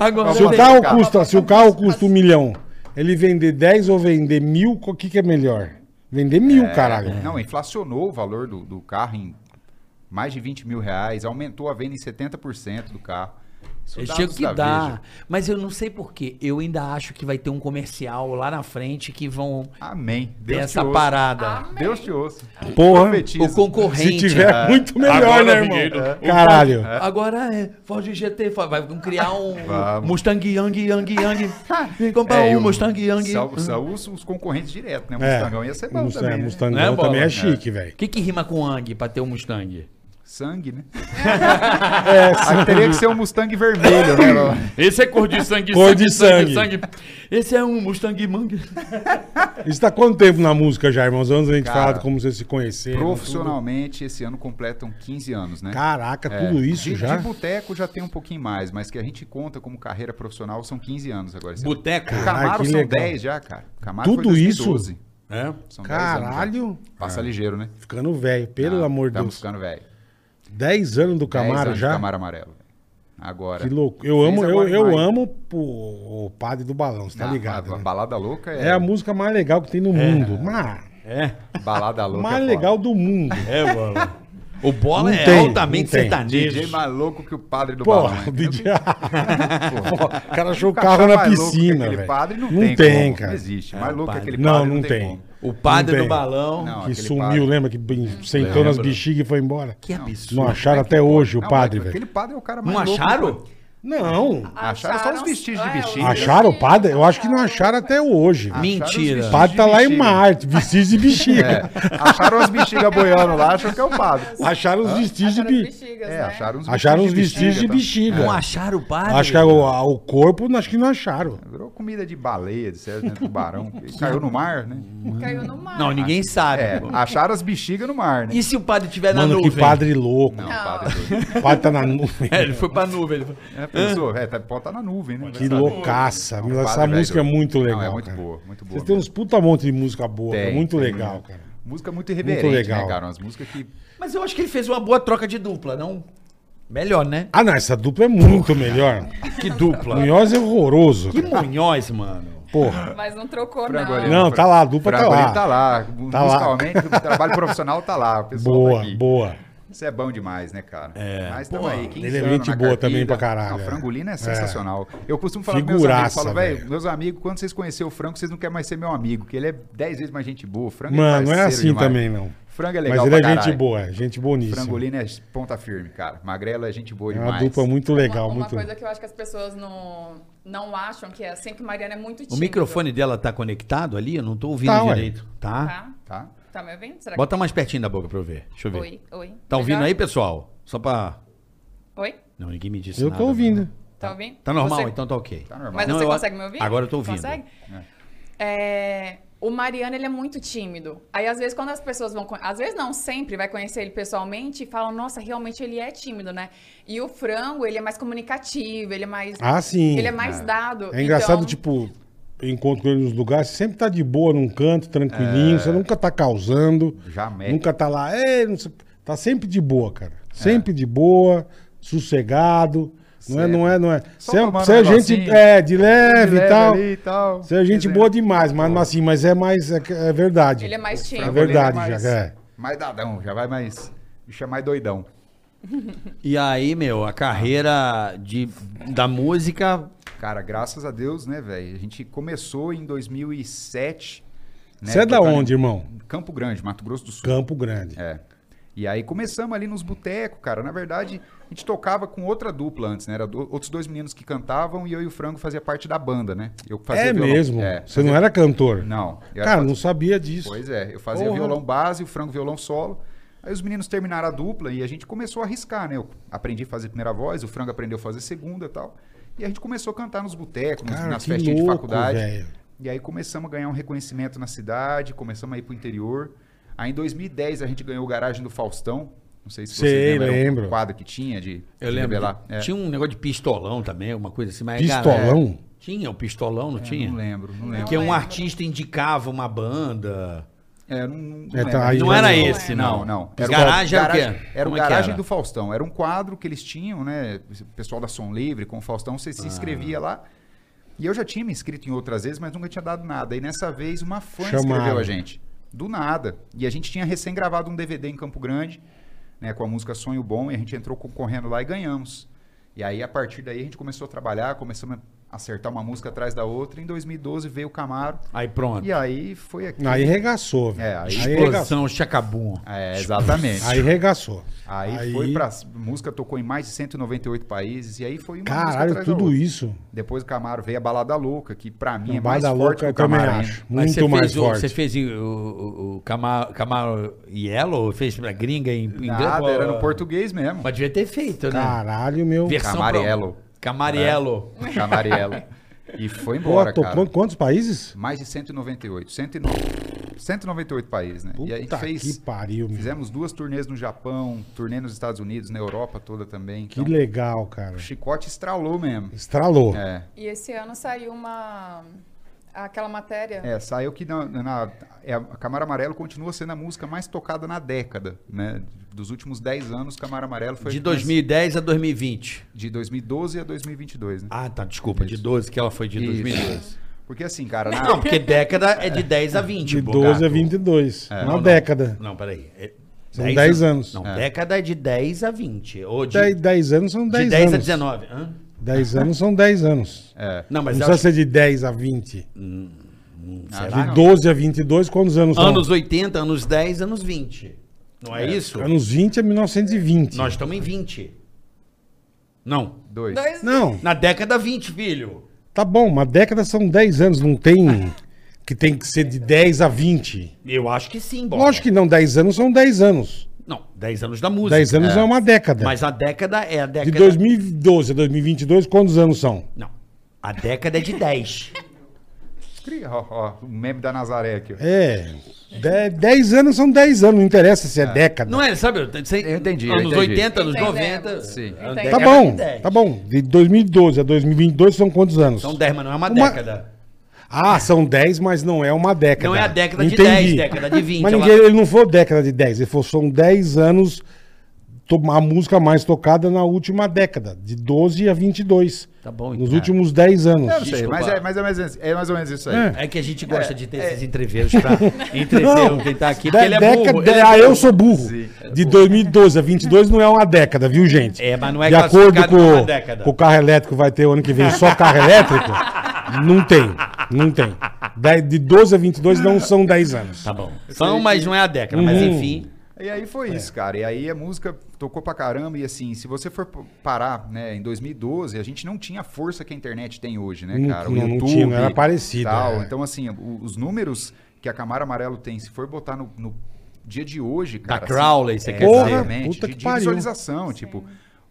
[SPEAKER 2] Agora
[SPEAKER 3] Se o
[SPEAKER 2] veio.
[SPEAKER 3] carro,
[SPEAKER 4] carro.
[SPEAKER 3] custa, se o carro custa um milhão, ele vender 10 ou vender mil, o que, que é melhor? Vender mil,
[SPEAKER 4] É,
[SPEAKER 3] caralho.
[SPEAKER 4] Não, inflacionou o valor do, do carro em mais de 20 mil reais, aumentou a venda em 70% do carro. Isso
[SPEAKER 2] Eu
[SPEAKER 4] dá
[SPEAKER 2] tinha
[SPEAKER 4] uns
[SPEAKER 2] que
[SPEAKER 4] davejos.
[SPEAKER 2] dar. Mas eu não sei porquê. Eu ainda acho que vai ter um comercial lá na frente que vão
[SPEAKER 4] Amém.
[SPEAKER 2] ter
[SPEAKER 4] Deus te
[SPEAKER 2] essa
[SPEAKER 4] ouça.
[SPEAKER 2] parada.
[SPEAKER 5] Amém.
[SPEAKER 4] Deus te ouça.
[SPEAKER 3] Porra,
[SPEAKER 4] Profetiza.
[SPEAKER 2] o concorrente.
[SPEAKER 3] Se tiver,
[SPEAKER 4] é.
[SPEAKER 3] muito melhor,
[SPEAKER 2] Agora,
[SPEAKER 3] né, irmão?
[SPEAKER 2] Figueiredo,
[SPEAKER 3] Caralho.
[SPEAKER 2] Agora é Ford GT, fa- vai vamos criar um
[SPEAKER 4] Vamos.
[SPEAKER 2] Mustang Yang Yang Yang. Vem comprar
[SPEAKER 4] É, e
[SPEAKER 2] um Mustang Yang.
[SPEAKER 4] Sal, sal, os, os concorrentes direto, né? O
[SPEAKER 3] É,
[SPEAKER 4] Mustangão ia ser bom
[SPEAKER 3] Mustang-
[SPEAKER 4] também. né?
[SPEAKER 3] Mustangão
[SPEAKER 2] Né, Bola?
[SPEAKER 3] também é
[SPEAKER 2] É.
[SPEAKER 3] chique,
[SPEAKER 2] O
[SPEAKER 3] velho.
[SPEAKER 2] que, que rima com Ang pra ter um Mustang?
[SPEAKER 4] Sangue, né?
[SPEAKER 3] É,
[SPEAKER 4] Aí teria que ser um Mustang vermelho, né? Ló?
[SPEAKER 2] Esse é cor de sangue,
[SPEAKER 3] Cor sangue, de sangue, sangue.
[SPEAKER 2] Esse é um Mustang Mangue.
[SPEAKER 3] Isso tá quanto tempo na música já, irmãos? Antes a gente
[SPEAKER 4] Cara, né?
[SPEAKER 3] falar de como vocês se conheceram.
[SPEAKER 4] Profissionalmente, esse ano completam 15 anos, né?
[SPEAKER 3] tudo. Caraca, tudo isso
[SPEAKER 4] de,
[SPEAKER 3] já?
[SPEAKER 4] de boteco já tem um pouquinho mais, mas que a gente conta como carreira profissional são 15 anos agora. esse ano.
[SPEAKER 2] Boteco.
[SPEAKER 4] O
[SPEAKER 3] Caralho,
[SPEAKER 4] Camaro
[SPEAKER 3] que
[SPEAKER 4] são
[SPEAKER 3] legal.
[SPEAKER 4] 10 já, cara. O Camaro
[SPEAKER 3] Tudo isso?
[SPEAKER 2] É?
[SPEAKER 4] São 10 anos já.
[SPEAKER 3] Caralho.
[SPEAKER 4] Passa ligeiro, né?
[SPEAKER 3] Ficando velho, pelo amor de
[SPEAKER 4] Estamos
[SPEAKER 3] Deus.
[SPEAKER 4] tá ficando velho.
[SPEAKER 3] 10 anos do
[SPEAKER 4] 10
[SPEAKER 3] Camaro
[SPEAKER 4] anos de
[SPEAKER 3] já?
[SPEAKER 4] Camaro amarelo. velho. Agora.
[SPEAKER 3] Que louco. Eu
[SPEAKER 4] Fez
[SPEAKER 3] amo, eu,
[SPEAKER 4] agora em
[SPEAKER 3] eu
[SPEAKER 4] maio.
[SPEAKER 3] amo pô, o padre do balão, você tá
[SPEAKER 4] Não,
[SPEAKER 3] ligado?
[SPEAKER 4] Ah, a- A,
[SPEAKER 3] né?
[SPEAKER 4] balada louca é,
[SPEAKER 3] É a música mais legal que tem no mundo. Mas,
[SPEAKER 4] balada louca.
[SPEAKER 3] mais
[SPEAKER 4] é foda.
[SPEAKER 3] legal do mundo.
[SPEAKER 2] É, bola. O bola
[SPEAKER 3] Não
[SPEAKER 2] é
[SPEAKER 3] tem,
[SPEAKER 2] altamente
[SPEAKER 3] não tem.
[SPEAKER 4] DJ
[SPEAKER 2] sertanejo.
[SPEAKER 4] mais louco que o padre do balão.
[SPEAKER 3] Porra,
[SPEAKER 4] né?
[SPEAKER 3] o DJ.
[SPEAKER 4] Pô,
[SPEAKER 3] O cara achou o
[SPEAKER 4] nunca
[SPEAKER 3] carro
[SPEAKER 4] achar
[SPEAKER 3] na
[SPEAKER 4] mais louco que
[SPEAKER 3] piscina,
[SPEAKER 4] aquele
[SPEAKER 3] velho.
[SPEAKER 4] padre não,
[SPEAKER 3] Não
[SPEAKER 4] tem,
[SPEAKER 3] tem,
[SPEAKER 4] como,
[SPEAKER 3] cara. É,
[SPEAKER 4] Não existe. Mais louco que aquele
[SPEAKER 3] Não,
[SPEAKER 4] padre
[SPEAKER 3] não tem.
[SPEAKER 4] como.
[SPEAKER 2] O padre
[SPEAKER 3] Não
[SPEAKER 2] do
[SPEAKER 3] tem.
[SPEAKER 2] balão.
[SPEAKER 4] Não,
[SPEAKER 3] Que
[SPEAKER 4] aquele
[SPEAKER 3] sumiu, né?
[SPEAKER 4] padre.
[SPEAKER 3] lembra? Que bem- sentou nas bexigas e foi embora.
[SPEAKER 2] Que absurdo.
[SPEAKER 3] Não acharam até hoje o
[SPEAKER 4] Não,
[SPEAKER 3] padre,
[SPEAKER 4] mas
[SPEAKER 3] velho.
[SPEAKER 4] Aquele padre é o cara mais
[SPEAKER 2] Não
[SPEAKER 4] louco
[SPEAKER 2] acharam?
[SPEAKER 4] do-
[SPEAKER 3] Não.
[SPEAKER 4] Acharam só os vestígios de
[SPEAKER 5] é,
[SPEAKER 4] bexiga.
[SPEAKER 5] os
[SPEAKER 3] Acharam o padre? Eu acho que não acharam
[SPEAKER 5] acharam.
[SPEAKER 3] até hoje. velho.
[SPEAKER 2] Mentira.
[SPEAKER 3] O padre tá lá em
[SPEAKER 4] Bexiga.
[SPEAKER 3] Marte, vestido de
[SPEAKER 4] É,
[SPEAKER 3] bexiga.
[SPEAKER 4] acharam os bexiga boiando lá, acham que é o padre.
[SPEAKER 3] Acharam os vestígios de
[SPEAKER 5] Acharam as
[SPEAKER 3] bexiga.
[SPEAKER 5] bexigas,
[SPEAKER 4] É,
[SPEAKER 5] né?
[SPEAKER 4] acharam os
[SPEAKER 3] Acharam os vestígios
[SPEAKER 4] tá?
[SPEAKER 3] de
[SPEAKER 2] Não
[SPEAKER 3] bexiga.
[SPEAKER 2] acharam o padre?
[SPEAKER 3] Acho que o, o corpo, acho que não acharam.
[SPEAKER 4] tá? Virou comida de baleia, de certo, né? Tubarão. que Caiu no mar, né?
[SPEAKER 5] Caiu no mar.
[SPEAKER 2] Não, ninguém
[SPEAKER 3] Ah,
[SPEAKER 2] sabe.
[SPEAKER 4] É, acharam as bexigas no mar, né?
[SPEAKER 2] E se o padre tiver na
[SPEAKER 3] Mano,
[SPEAKER 2] nuvem?
[SPEAKER 3] que padre louco.
[SPEAKER 4] Não,
[SPEAKER 5] Não.
[SPEAKER 4] padre doido.
[SPEAKER 3] O padre tá na nuvem.
[SPEAKER 2] É, ele foi pra nuvem. Ele foi...
[SPEAKER 4] É, pensou, é, tá, pode estar na nuvem, né?
[SPEAKER 3] Que loucaça.
[SPEAKER 4] Não,
[SPEAKER 3] meu,
[SPEAKER 4] padre,
[SPEAKER 3] essa
[SPEAKER 4] velho,
[SPEAKER 3] música é
[SPEAKER 4] doido.
[SPEAKER 3] muito
[SPEAKER 4] Não,
[SPEAKER 3] legal.
[SPEAKER 4] é muito
[SPEAKER 3] cara.
[SPEAKER 4] boa, muito boa
[SPEAKER 3] Vocês têm uns
[SPEAKER 4] mesmo.
[SPEAKER 3] puta monte de música boa. cara.
[SPEAKER 4] Tem,
[SPEAKER 3] muito
[SPEAKER 4] tem,
[SPEAKER 3] legal,
[SPEAKER 4] né?
[SPEAKER 3] cara.
[SPEAKER 4] Música muito irreverente,
[SPEAKER 3] Muito legal.
[SPEAKER 4] né, cara? Umas músicas que...
[SPEAKER 2] Mas eu acho que ele fez uma boa troca de dupla, não? Melhor, né?
[SPEAKER 3] Ah, não, essa dupla é muito melhor.
[SPEAKER 2] Que dupla.
[SPEAKER 3] Munhoz é horroroso.
[SPEAKER 2] Que
[SPEAKER 3] cara.
[SPEAKER 2] Munhoz, mano.
[SPEAKER 3] Porra.
[SPEAKER 5] Mas não trocou,
[SPEAKER 4] Frango
[SPEAKER 5] não.
[SPEAKER 4] ali,
[SPEAKER 3] Não, tá lá, a dupla tá
[SPEAKER 4] Fragolino
[SPEAKER 3] lá.
[SPEAKER 4] tá lá.
[SPEAKER 3] Tá lá.
[SPEAKER 4] Musicalmente, o trabalho profissional tá lá. O pessoal tá
[SPEAKER 3] Boa,
[SPEAKER 4] aqui.
[SPEAKER 3] boa.
[SPEAKER 4] Isso é bom demais, né, cara? É. Mas tamo
[SPEAKER 2] Pô,
[SPEAKER 4] aí. 15
[SPEAKER 3] ele é
[SPEAKER 4] anos
[SPEAKER 3] gente
[SPEAKER 4] na
[SPEAKER 3] boa
[SPEAKER 4] cartilha.
[SPEAKER 3] também pra caralho,
[SPEAKER 4] Não,
[SPEAKER 3] é.
[SPEAKER 4] o Frangolino é sensacional. Eu costumo falar pros
[SPEAKER 3] Figuraça,
[SPEAKER 4] meus amigos, falo,
[SPEAKER 3] velho.
[SPEAKER 4] velho, meus amigos, quando vocês conhecerem o Frango, vocês não querem mais ser meu amigo, que ele é 10 vezes mais gente boa. O Frango é
[SPEAKER 3] Mano, não é
[SPEAKER 4] parceiro
[SPEAKER 3] assim
[SPEAKER 4] demais.
[SPEAKER 3] também, não.
[SPEAKER 4] Frango é
[SPEAKER 3] Mas
[SPEAKER 4] legal
[SPEAKER 3] ele é
[SPEAKER 4] pra
[SPEAKER 3] gente
[SPEAKER 4] caralho.
[SPEAKER 3] boa, é gente boníssima.
[SPEAKER 4] Frangolino é ponta firme, cara. Magrela é gente boa
[SPEAKER 3] É
[SPEAKER 4] demais.
[SPEAKER 3] uma dupla muito legal,
[SPEAKER 5] uma, uma
[SPEAKER 3] muito
[SPEAKER 5] coisa que eu acho que as pessoas não, não acham que é assim que Mariana é muito tímida.
[SPEAKER 2] O microfone dela tá conectado ali? Eu não tô ouvindo
[SPEAKER 3] Tá, ué.
[SPEAKER 2] direito. Tá?
[SPEAKER 5] Tá?
[SPEAKER 4] Tá?
[SPEAKER 5] Tá me ouvindo? Será
[SPEAKER 2] Bota mais pertinho da boca pra eu ver. Deixa eu
[SPEAKER 5] que...
[SPEAKER 2] ver.
[SPEAKER 5] Oi, oi.
[SPEAKER 2] Tá ouvindo aí,
[SPEAKER 5] Melhor?
[SPEAKER 2] pessoal? Só pra...
[SPEAKER 5] Oi?
[SPEAKER 2] Não, ninguém me disse
[SPEAKER 3] Eu
[SPEAKER 2] nada.
[SPEAKER 3] tô ouvindo.
[SPEAKER 5] Tá ouvindo?
[SPEAKER 2] Tá normal?
[SPEAKER 5] Você-
[SPEAKER 2] Então tá ok.
[SPEAKER 4] Tá normal.
[SPEAKER 5] Mas
[SPEAKER 2] Não,
[SPEAKER 5] você
[SPEAKER 2] eu-
[SPEAKER 5] consegue me ouvir?
[SPEAKER 2] Agora eu tô ouvindo.
[SPEAKER 5] Consegue? É, O Mariano, ele é muito tímido. Aí, às vezes, quando as pessoas vão... con- Às vezes, não, sempre vai conhecer ele pessoalmente e falam, nossa, realmente ele é tímido, né? E o Frango, ele é mais comunicativo, ele é mais...
[SPEAKER 3] Ah, sim.
[SPEAKER 5] Ele é mais dado.
[SPEAKER 3] É engraçado,
[SPEAKER 5] Então,
[SPEAKER 3] tipo, eu encontro com ele nos lugares, você sempre tá de boa num canto, tranquilinho, você nunca tá causando.
[SPEAKER 4] É. Jamais.
[SPEAKER 3] Nunca tá lá, é, não sei- tá sempre de boa, cara. Sempre de boa, sossegado. Não é, não é, não é.
[SPEAKER 4] Só
[SPEAKER 3] Você é,
[SPEAKER 4] tomar um
[SPEAKER 3] você é gente
[SPEAKER 4] negocinho.
[SPEAKER 3] é, de leve
[SPEAKER 4] Leve
[SPEAKER 3] e tal.
[SPEAKER 4] ali e tal.
[SPEAKER 3] Você é gente
[SPEAKER 4] Resenha.
[SPEAKER 3] boa demais, mas mas assim, mas é mais. É, que- é verdade.
[SPEAKER 5] Ele é mais
[SPEAKER 3] É
[SPEAKER 5] tímido.
[SPEAKER 3] verdade,
[SPEAKER 4] Ele é mais-
[SPEAKER 3] já é.
[SPEAKER 4] Mais dadão, já vai mais. Bicho é mais doidão.
[SPEAKER 2] E aí, meu, a carreira de, da música.
[SPEAKER 4] Cara, graças a Deus, né, velho? A gente começou em 2007. né,
[SPEAKER 3] Você é da
[SPEAKER 4] tocando em
[SPEAKER 3] onde, irmão?
[SPEAKER 4] Campo Grande, Mato Grosso do Sul.
[SPEAKER 3] Campo Grande.
[SPEAKER 4] É. E aí começamos ali nos botecos, cara. Na verdade, a gente tocava com outra dupla antes, né? Era do- outros dois meninos que cantavam e eu e o Frango fazia parte da banda, né? Eu fazia
[SPEAKER 3] É,
[SPEAKER 4] violão-
[SPEAKER 3] mesmo.
[SPEAKER 4] É,
[SPEAKER 3] Você
[SPEAKER 4] fazia-
[SPEAKER 3] não era cantor?
[SPEAKER 4] Não. eu era
[SPEAKER 3] Cara,
[SPEAKER 4] faz-
[SPEAKER 3] não sabia disso.
[SPEAKER 4] Pois é, eu fazia
[SPEAKER 3] Porra.
[SPEAKER 4] violão base, o Frango violão solo. Aí os meninos terminaram a dupla e a gente começou a arriscar, né? Eu aprendi a fazer primeira voz, o Frango aprendeu a fazer segunda e tal. E a gente começou a cantar nos botecos, nos-
[SPEAKER 3] Cara,
[SPEAKER 4] nas
[SPEAKER 3] que
[SPEAKER 4] festinhas de
[SPEAKER 3] louco,
[SPEAKER 4] faculdade.
[SPEAKER 3] velho.
[SPEAKER 4] E aí começamos a ganhar um reconhecimento na cidade, começamos a ir pro interior. Aí em 2010 a gente ganhou o Garagem do Faustão. Não sei se você
[SPEAKER 3] Sei,
[SPEAKER 4] lembra. era
[SPEAKER 3] lembro.
[SPEAKER 4] Um quadro que tinha de
[SPEAKER 2] Eu
[SPEAKER 4] de
[SPEAKER 2] lembro.
[SPEAKER 4] revelar. É,
[SPEAKER 2] Tinha um negócio de pistolão também, alguma coisa assim. Mas
[SPEAKER 3] Pistolão?
[SPEAKER 2] É, tinha o pistolão, não tinha?
[SPEAKER 4] É, Não lembro, não é. lembro.
[SPEAKER 2] Porque um
[SPEAKER 5] lembro.
[SPEAKER 2] artista indicava uma banda.
[SPEAKER 4] É, não, não- não
[SPEAKER 3] É, tá,
[SPEAKER 4] lembro.
[SPEAKER 3] aí
[SPEAKER 2] Não
[SPEAKER 3] já
[SPEAKER 2] era
[SPEAKER 3] não.
[SPEAKER 2] esse, não.
[SPEAKER 4] Não, não.
[SPEAKER 2] Os
[SPEAKER 4] Era o
[SPEAKER 2] garagem era o quê?
[SPEAKER 4] Era o
[SPEAKER 2] Como é que
[SPEAKER 4] Garagem
[SPEAKER 2] era?
[SPEAKER 4] do Faustão. Era um quadro que eles tinham, né? O pessoal da Som Livre com o Faustão, você
[SPEAKER 3] Ah.
[SPEAKER 4] se inscrevia lá. E eu já tinha me inscrito em outras vezes, mas nunca tinha dado nada. E nessa vez uma fã
[SPEAKER 3] Chamaram.
[SPEAKER 4] escreveu a gente. Do nada. E a gente tinha recém gravado um DVD em Campo Grande, né? Com a música Sonho Bom, e a gente entrou concorrendo lá e ganhamos. E aí, a partir daí, a gente começou a trabalhar, começamos a acertar uma música atrás da outra. Em 2012 veio o Camaro.
[SPEAKER 2] Aí pronto.
[SPEAKER 4] E aí foi aqui.
[SPEAKER 3] Aí regaçou, velho.
[SPEAKER 4] É, aí-
[SPEAKER 3] aí, regaçou.
[SPEAKER 2] Explosão, chacabum.
[SPEAKER 4] É, exatamente.
[SPEAKER 3] Tipo, Aí regaçou.
[SPEAKER 4] Aí, foi pra. Música tocou em mais de 198 países. E aí foi uma música
[SPEAKER 3] Caralho,
[SPEAKER 4] atrás da
[SPEAKER 3] tudo
[SPEAKER 4] outra.
[SPEAKER 3] isso.
[SPEAKER 4] Depois o Camaro veio a Balada Louca, que pra mim é
[SPEAKER 3] Minha
[SPEAKER 4] mais
[SPEAKER 3] da
[SPEAKER 4] forte
[SPEAKER 3] louca, eu
[SPEAKER 4] que o
[SPEAKER 3] também
[SPEAKER 4] Camaro.
[SPEAKER 3] acho.
[SPEAKER 2] Mas
[SPEAKER 3] Muito mais
[SPEAKER 2] fez o,
[SPEAKER 3] forte.
[SPEAKER 2] Você fez o, o, o Camaro, Camaro Yellow? Fez pra gringa em, em
[SPEAKER 4] Nada, era no
[SPEAKER 2] Pô,
[SPEAKER 4] português mesmo.
[SPEAKER 2] Mas devia ter feito, né?
[SPEAKER 3] Caralho, meu.
[SPEAKER 2] Versão pro-
[SPEAKER 4] Camariello. É.
[SPEAKER 2] Camariello.
[SPEAKER 4] Camariello. E foi
[SPEAKER 3] Pô,
[SPEAKER 4] embora,
[SPEAKER 3] tocou
[SPEAKER 4] cara.
[SPEAKER 3] em quantos países?
[SPEAKER 4] Mais de 198. 109, 198 países, né? e a gente
[SPEAKER 3] Puta
[SPEAKER 4] fez.
[SPEAKER 3] que pariu, meu.
[SPEAKER 4] Fizemos duas turnês no Japão, turnê nos Estados Unidos, na Europa toda também.
[SPEAKER 3] Que
[SPEAKER 4] Então,
[SPEAKER 3] legal, cara.
[SPEAKER 4] o chicote estralou mesmo.
[SPEAKER 3] Estralou.
[SPEAKER 4] É.
[SPEAKER 5] E esse ano saiu uma. aquela matéria.
[SPEAKER 4] É, saiu que na, na- é, a Camaro Amarelo continua sendo a música mais tocada na década, né? Dos últimos 10 anos, Camaro Amarelo foi...
[SPEAKER 2] De 2010 a 2020.
[SPEAKER 4] De 2012 a 2022, né?
[SPEAKER 2] Ah, tá, desculpa, de 12, que ela foi de
[SPEAKER 4] Isso.
[SPEAKER 2] 2012.
[SPEAKER 4] Porque assim, cara, na-
[SPEAKER 2] Não, porque década é de 10 a 20.
[SPEAKER 4] tipo,
[SPEAKER 3] De
[SPEAKER 2] Bogato.
[SPEAKER 3] 12 a 22.
[SPEAKER 4] É,
[SPEAKER 2] Não,
[SPEAKER 3] Uma
[SPEAKER 2] não.
[SPEAKER 3] década.
[SPEAKER 2] Não, peraí. É
[SPEAKER 3] São 10 anos.
[SPEAKER 2] Não, década é de 10 a 20. Ou de,
[SPEAKER 3] Dez 10 anos são
[SPEAKER 2] de
[SPEAKER 3] 10
[SPEAKER 2] 10
[SPEAKER 3] anos.
[SPEAKER 2] a 19. Hã?
[SPEAKER 3] 10 anos são 10 anos.
[SPEAKER 4] é,
[SPEAKER 2] Não, mas
[SPEAKER 3] não
[SPEAKER 2] eu
[SPEAKER 3] precisa
[SPEAKER 2] acho
[SPEAKER 3] ser de 10 a 20.
[SPEAKER 4] Ah,
[SPEAKER 2] será?
[SPEAKER 4] não.
[SPEAKER 3] De 12 a 22, quantos anos,
[SPEAKER 2] Anos
[SPEAKER 3] são?
[SPEAKER 2] 80, anos 10, anos 20. Não é, isso?
[SPEAKER 3] Anos 20 a 1920.
[SPEAKER 2] Nós estamos em 20. Não.
[SPEAKER 4] dois.
[SPEAKER 5] Dois
[SPEAKER 3] Não,
[SPEAKER 2] Na década 20, filho.
[SPEAKER 3] tá bom, uma década são 10 anos, não tem que tem que ser de 10 a 20.
[SPEAKER 2] Eu acho que sim, Bob.
[SPEAKER 3] Lógico que não, 10 anos são 10 anos.
[SPEAKER 2] Não, 10 anos da música.
[SPEAKER 3] 10 anos é, uma década.
[SPEAKER 2] Mas a década é a
[SPEAKER 3] de
[SPEAKER 2] década.
[SPEAKER 3] 2012 a 2022, quantos anos são?
[SPEAKER 2] Não. A década é de 10.
[SPEAKER 4] Cri- Ó, ó, o meme da Nazaré aqui, ó.
[SPEAKER 3] É, 10 anos são 10 anos, não interessa se é década.
[SPEAKER 2] Não é, sabe? Eu
[SPEAKER 4] Eu entendi, eu
[SPEAKER 2] Anos
[SPEAKER 4] entendi.
[SPEAKER 2] 80, anos
[SPEAKER 5] Entendemos.
[SPEAKER 2] 90.
[SPEAKER 4] Sim.
[SPEAKER 2] a
[SPEAKER 5] Tá
[SPEAKER 3] Tá
[SPEAKER 2] década é de
[SPEAKER 3] bom,
[SPEAKER 2] 10.
[SPEAKER 3] tá bom. De 2012 a 2022 são quantos anos?
[SPEAKER 2] São 10, mas não é uma,
[SPEAKER 3] Uma-
[SPEAKER 2] década.
[SPEAKER 3] Ah, são 10, mas não é uma década.
[SPEAKER 2] Não é a década de 10, década de é 20,
[SPEAKER 3] Mas
[SPEAKER 2] ela-
[SPEAKER 3] ninguém, ele não foi década de 10, ele foi, são 10 anos to- a música mais tocada na última década, de 12 a 22.
[SPEAKER 2] Tá bom,
[SPEAKER 3] Nos
[SPEAKER 2] então.
[SPEAKER 3] últimos 10 anos.
[SPEAKER 4] Eu não sei,
[SPEAKER 2] Desculpa.
[SPEAKER 4] mas é, mas é, mais, é mais ou menos isso aí.
[SPEAKER 3] É.
[SPEAKER 2] É que a gente gosta de ter esses entreveiros pra entrever
[SPEAKER 3] Não,
[SPEAKER 2] quem tá aqui,
[SPEAKER 3] da
[SPEAKER 2] porque ele é
[SPEAKER 3] década-
[SPEAKER 2] burro. ele é
[SPEAKER 3] ah,
[SPEAKER 2] burro.
[SPEAKER 3] eu sou burro.
[SPEAKER 4] Sim.
[SPEAKER 3] De 2012 a 22 não é uma década, viu, gente?
[SPEAKER 2] É, mas não é
[SPEAKER 3] de acordo
[SPEAKER 2] classificado
[SPEAKER 3] com,
[SPEAKER 2] como
[SPEAKER 3] o-
[SPEAKER 2] uma década.
[SPEAKER 3] com o carro elétrico vai ter o ano que vem só carro elétrico, não tem, não tem. Da- De 12 a 22 não são 10 anos.
[SPEAKER 2] Tá bom. São, mas não é a década, mas
[SPEAKER 3] Uhum.
[SPEAKER 2] enfim.
[SPEAKER 4] E aí foi
[SPEAKER 3] É.
[SPEAKER 4] isso, cara. E aí a música tocou pra caramba. E assim, se você for p- parar, né, em 2012, a gente não tinha a força que a internet tem hoje, né,
[SPEAKER 3] Não-
[SPEAKER 4] cara? O
[SPEAKER 3] não- não
[SPEAKER 4] YouTube,
[SPEAKER 3] tinha, não era parecido,
[SPEAKER 4] Tal.
[SPEAKER 3] é.
[SPEAKER 4] Então, assim, o- os números que a Camaro Amarelo tem, se for botar no, no dia de hoje,
[SPEAKER 2] Da
[SPEAKER 4] cara. assim, é
[SPEAKER 2] Crowley, você quer
[SPEAKER 3] Porra,
[SPEAKER 2] dizer.
[SPEAKER 4] exatamente,
[SPEAKER 3] puta
[SPEAKER 4] de,
[SPEAKER 3] que
[SPEAKER 4] de
[SPEAKER 3] pariu.
[SPEAKER 4] visualização, tipo.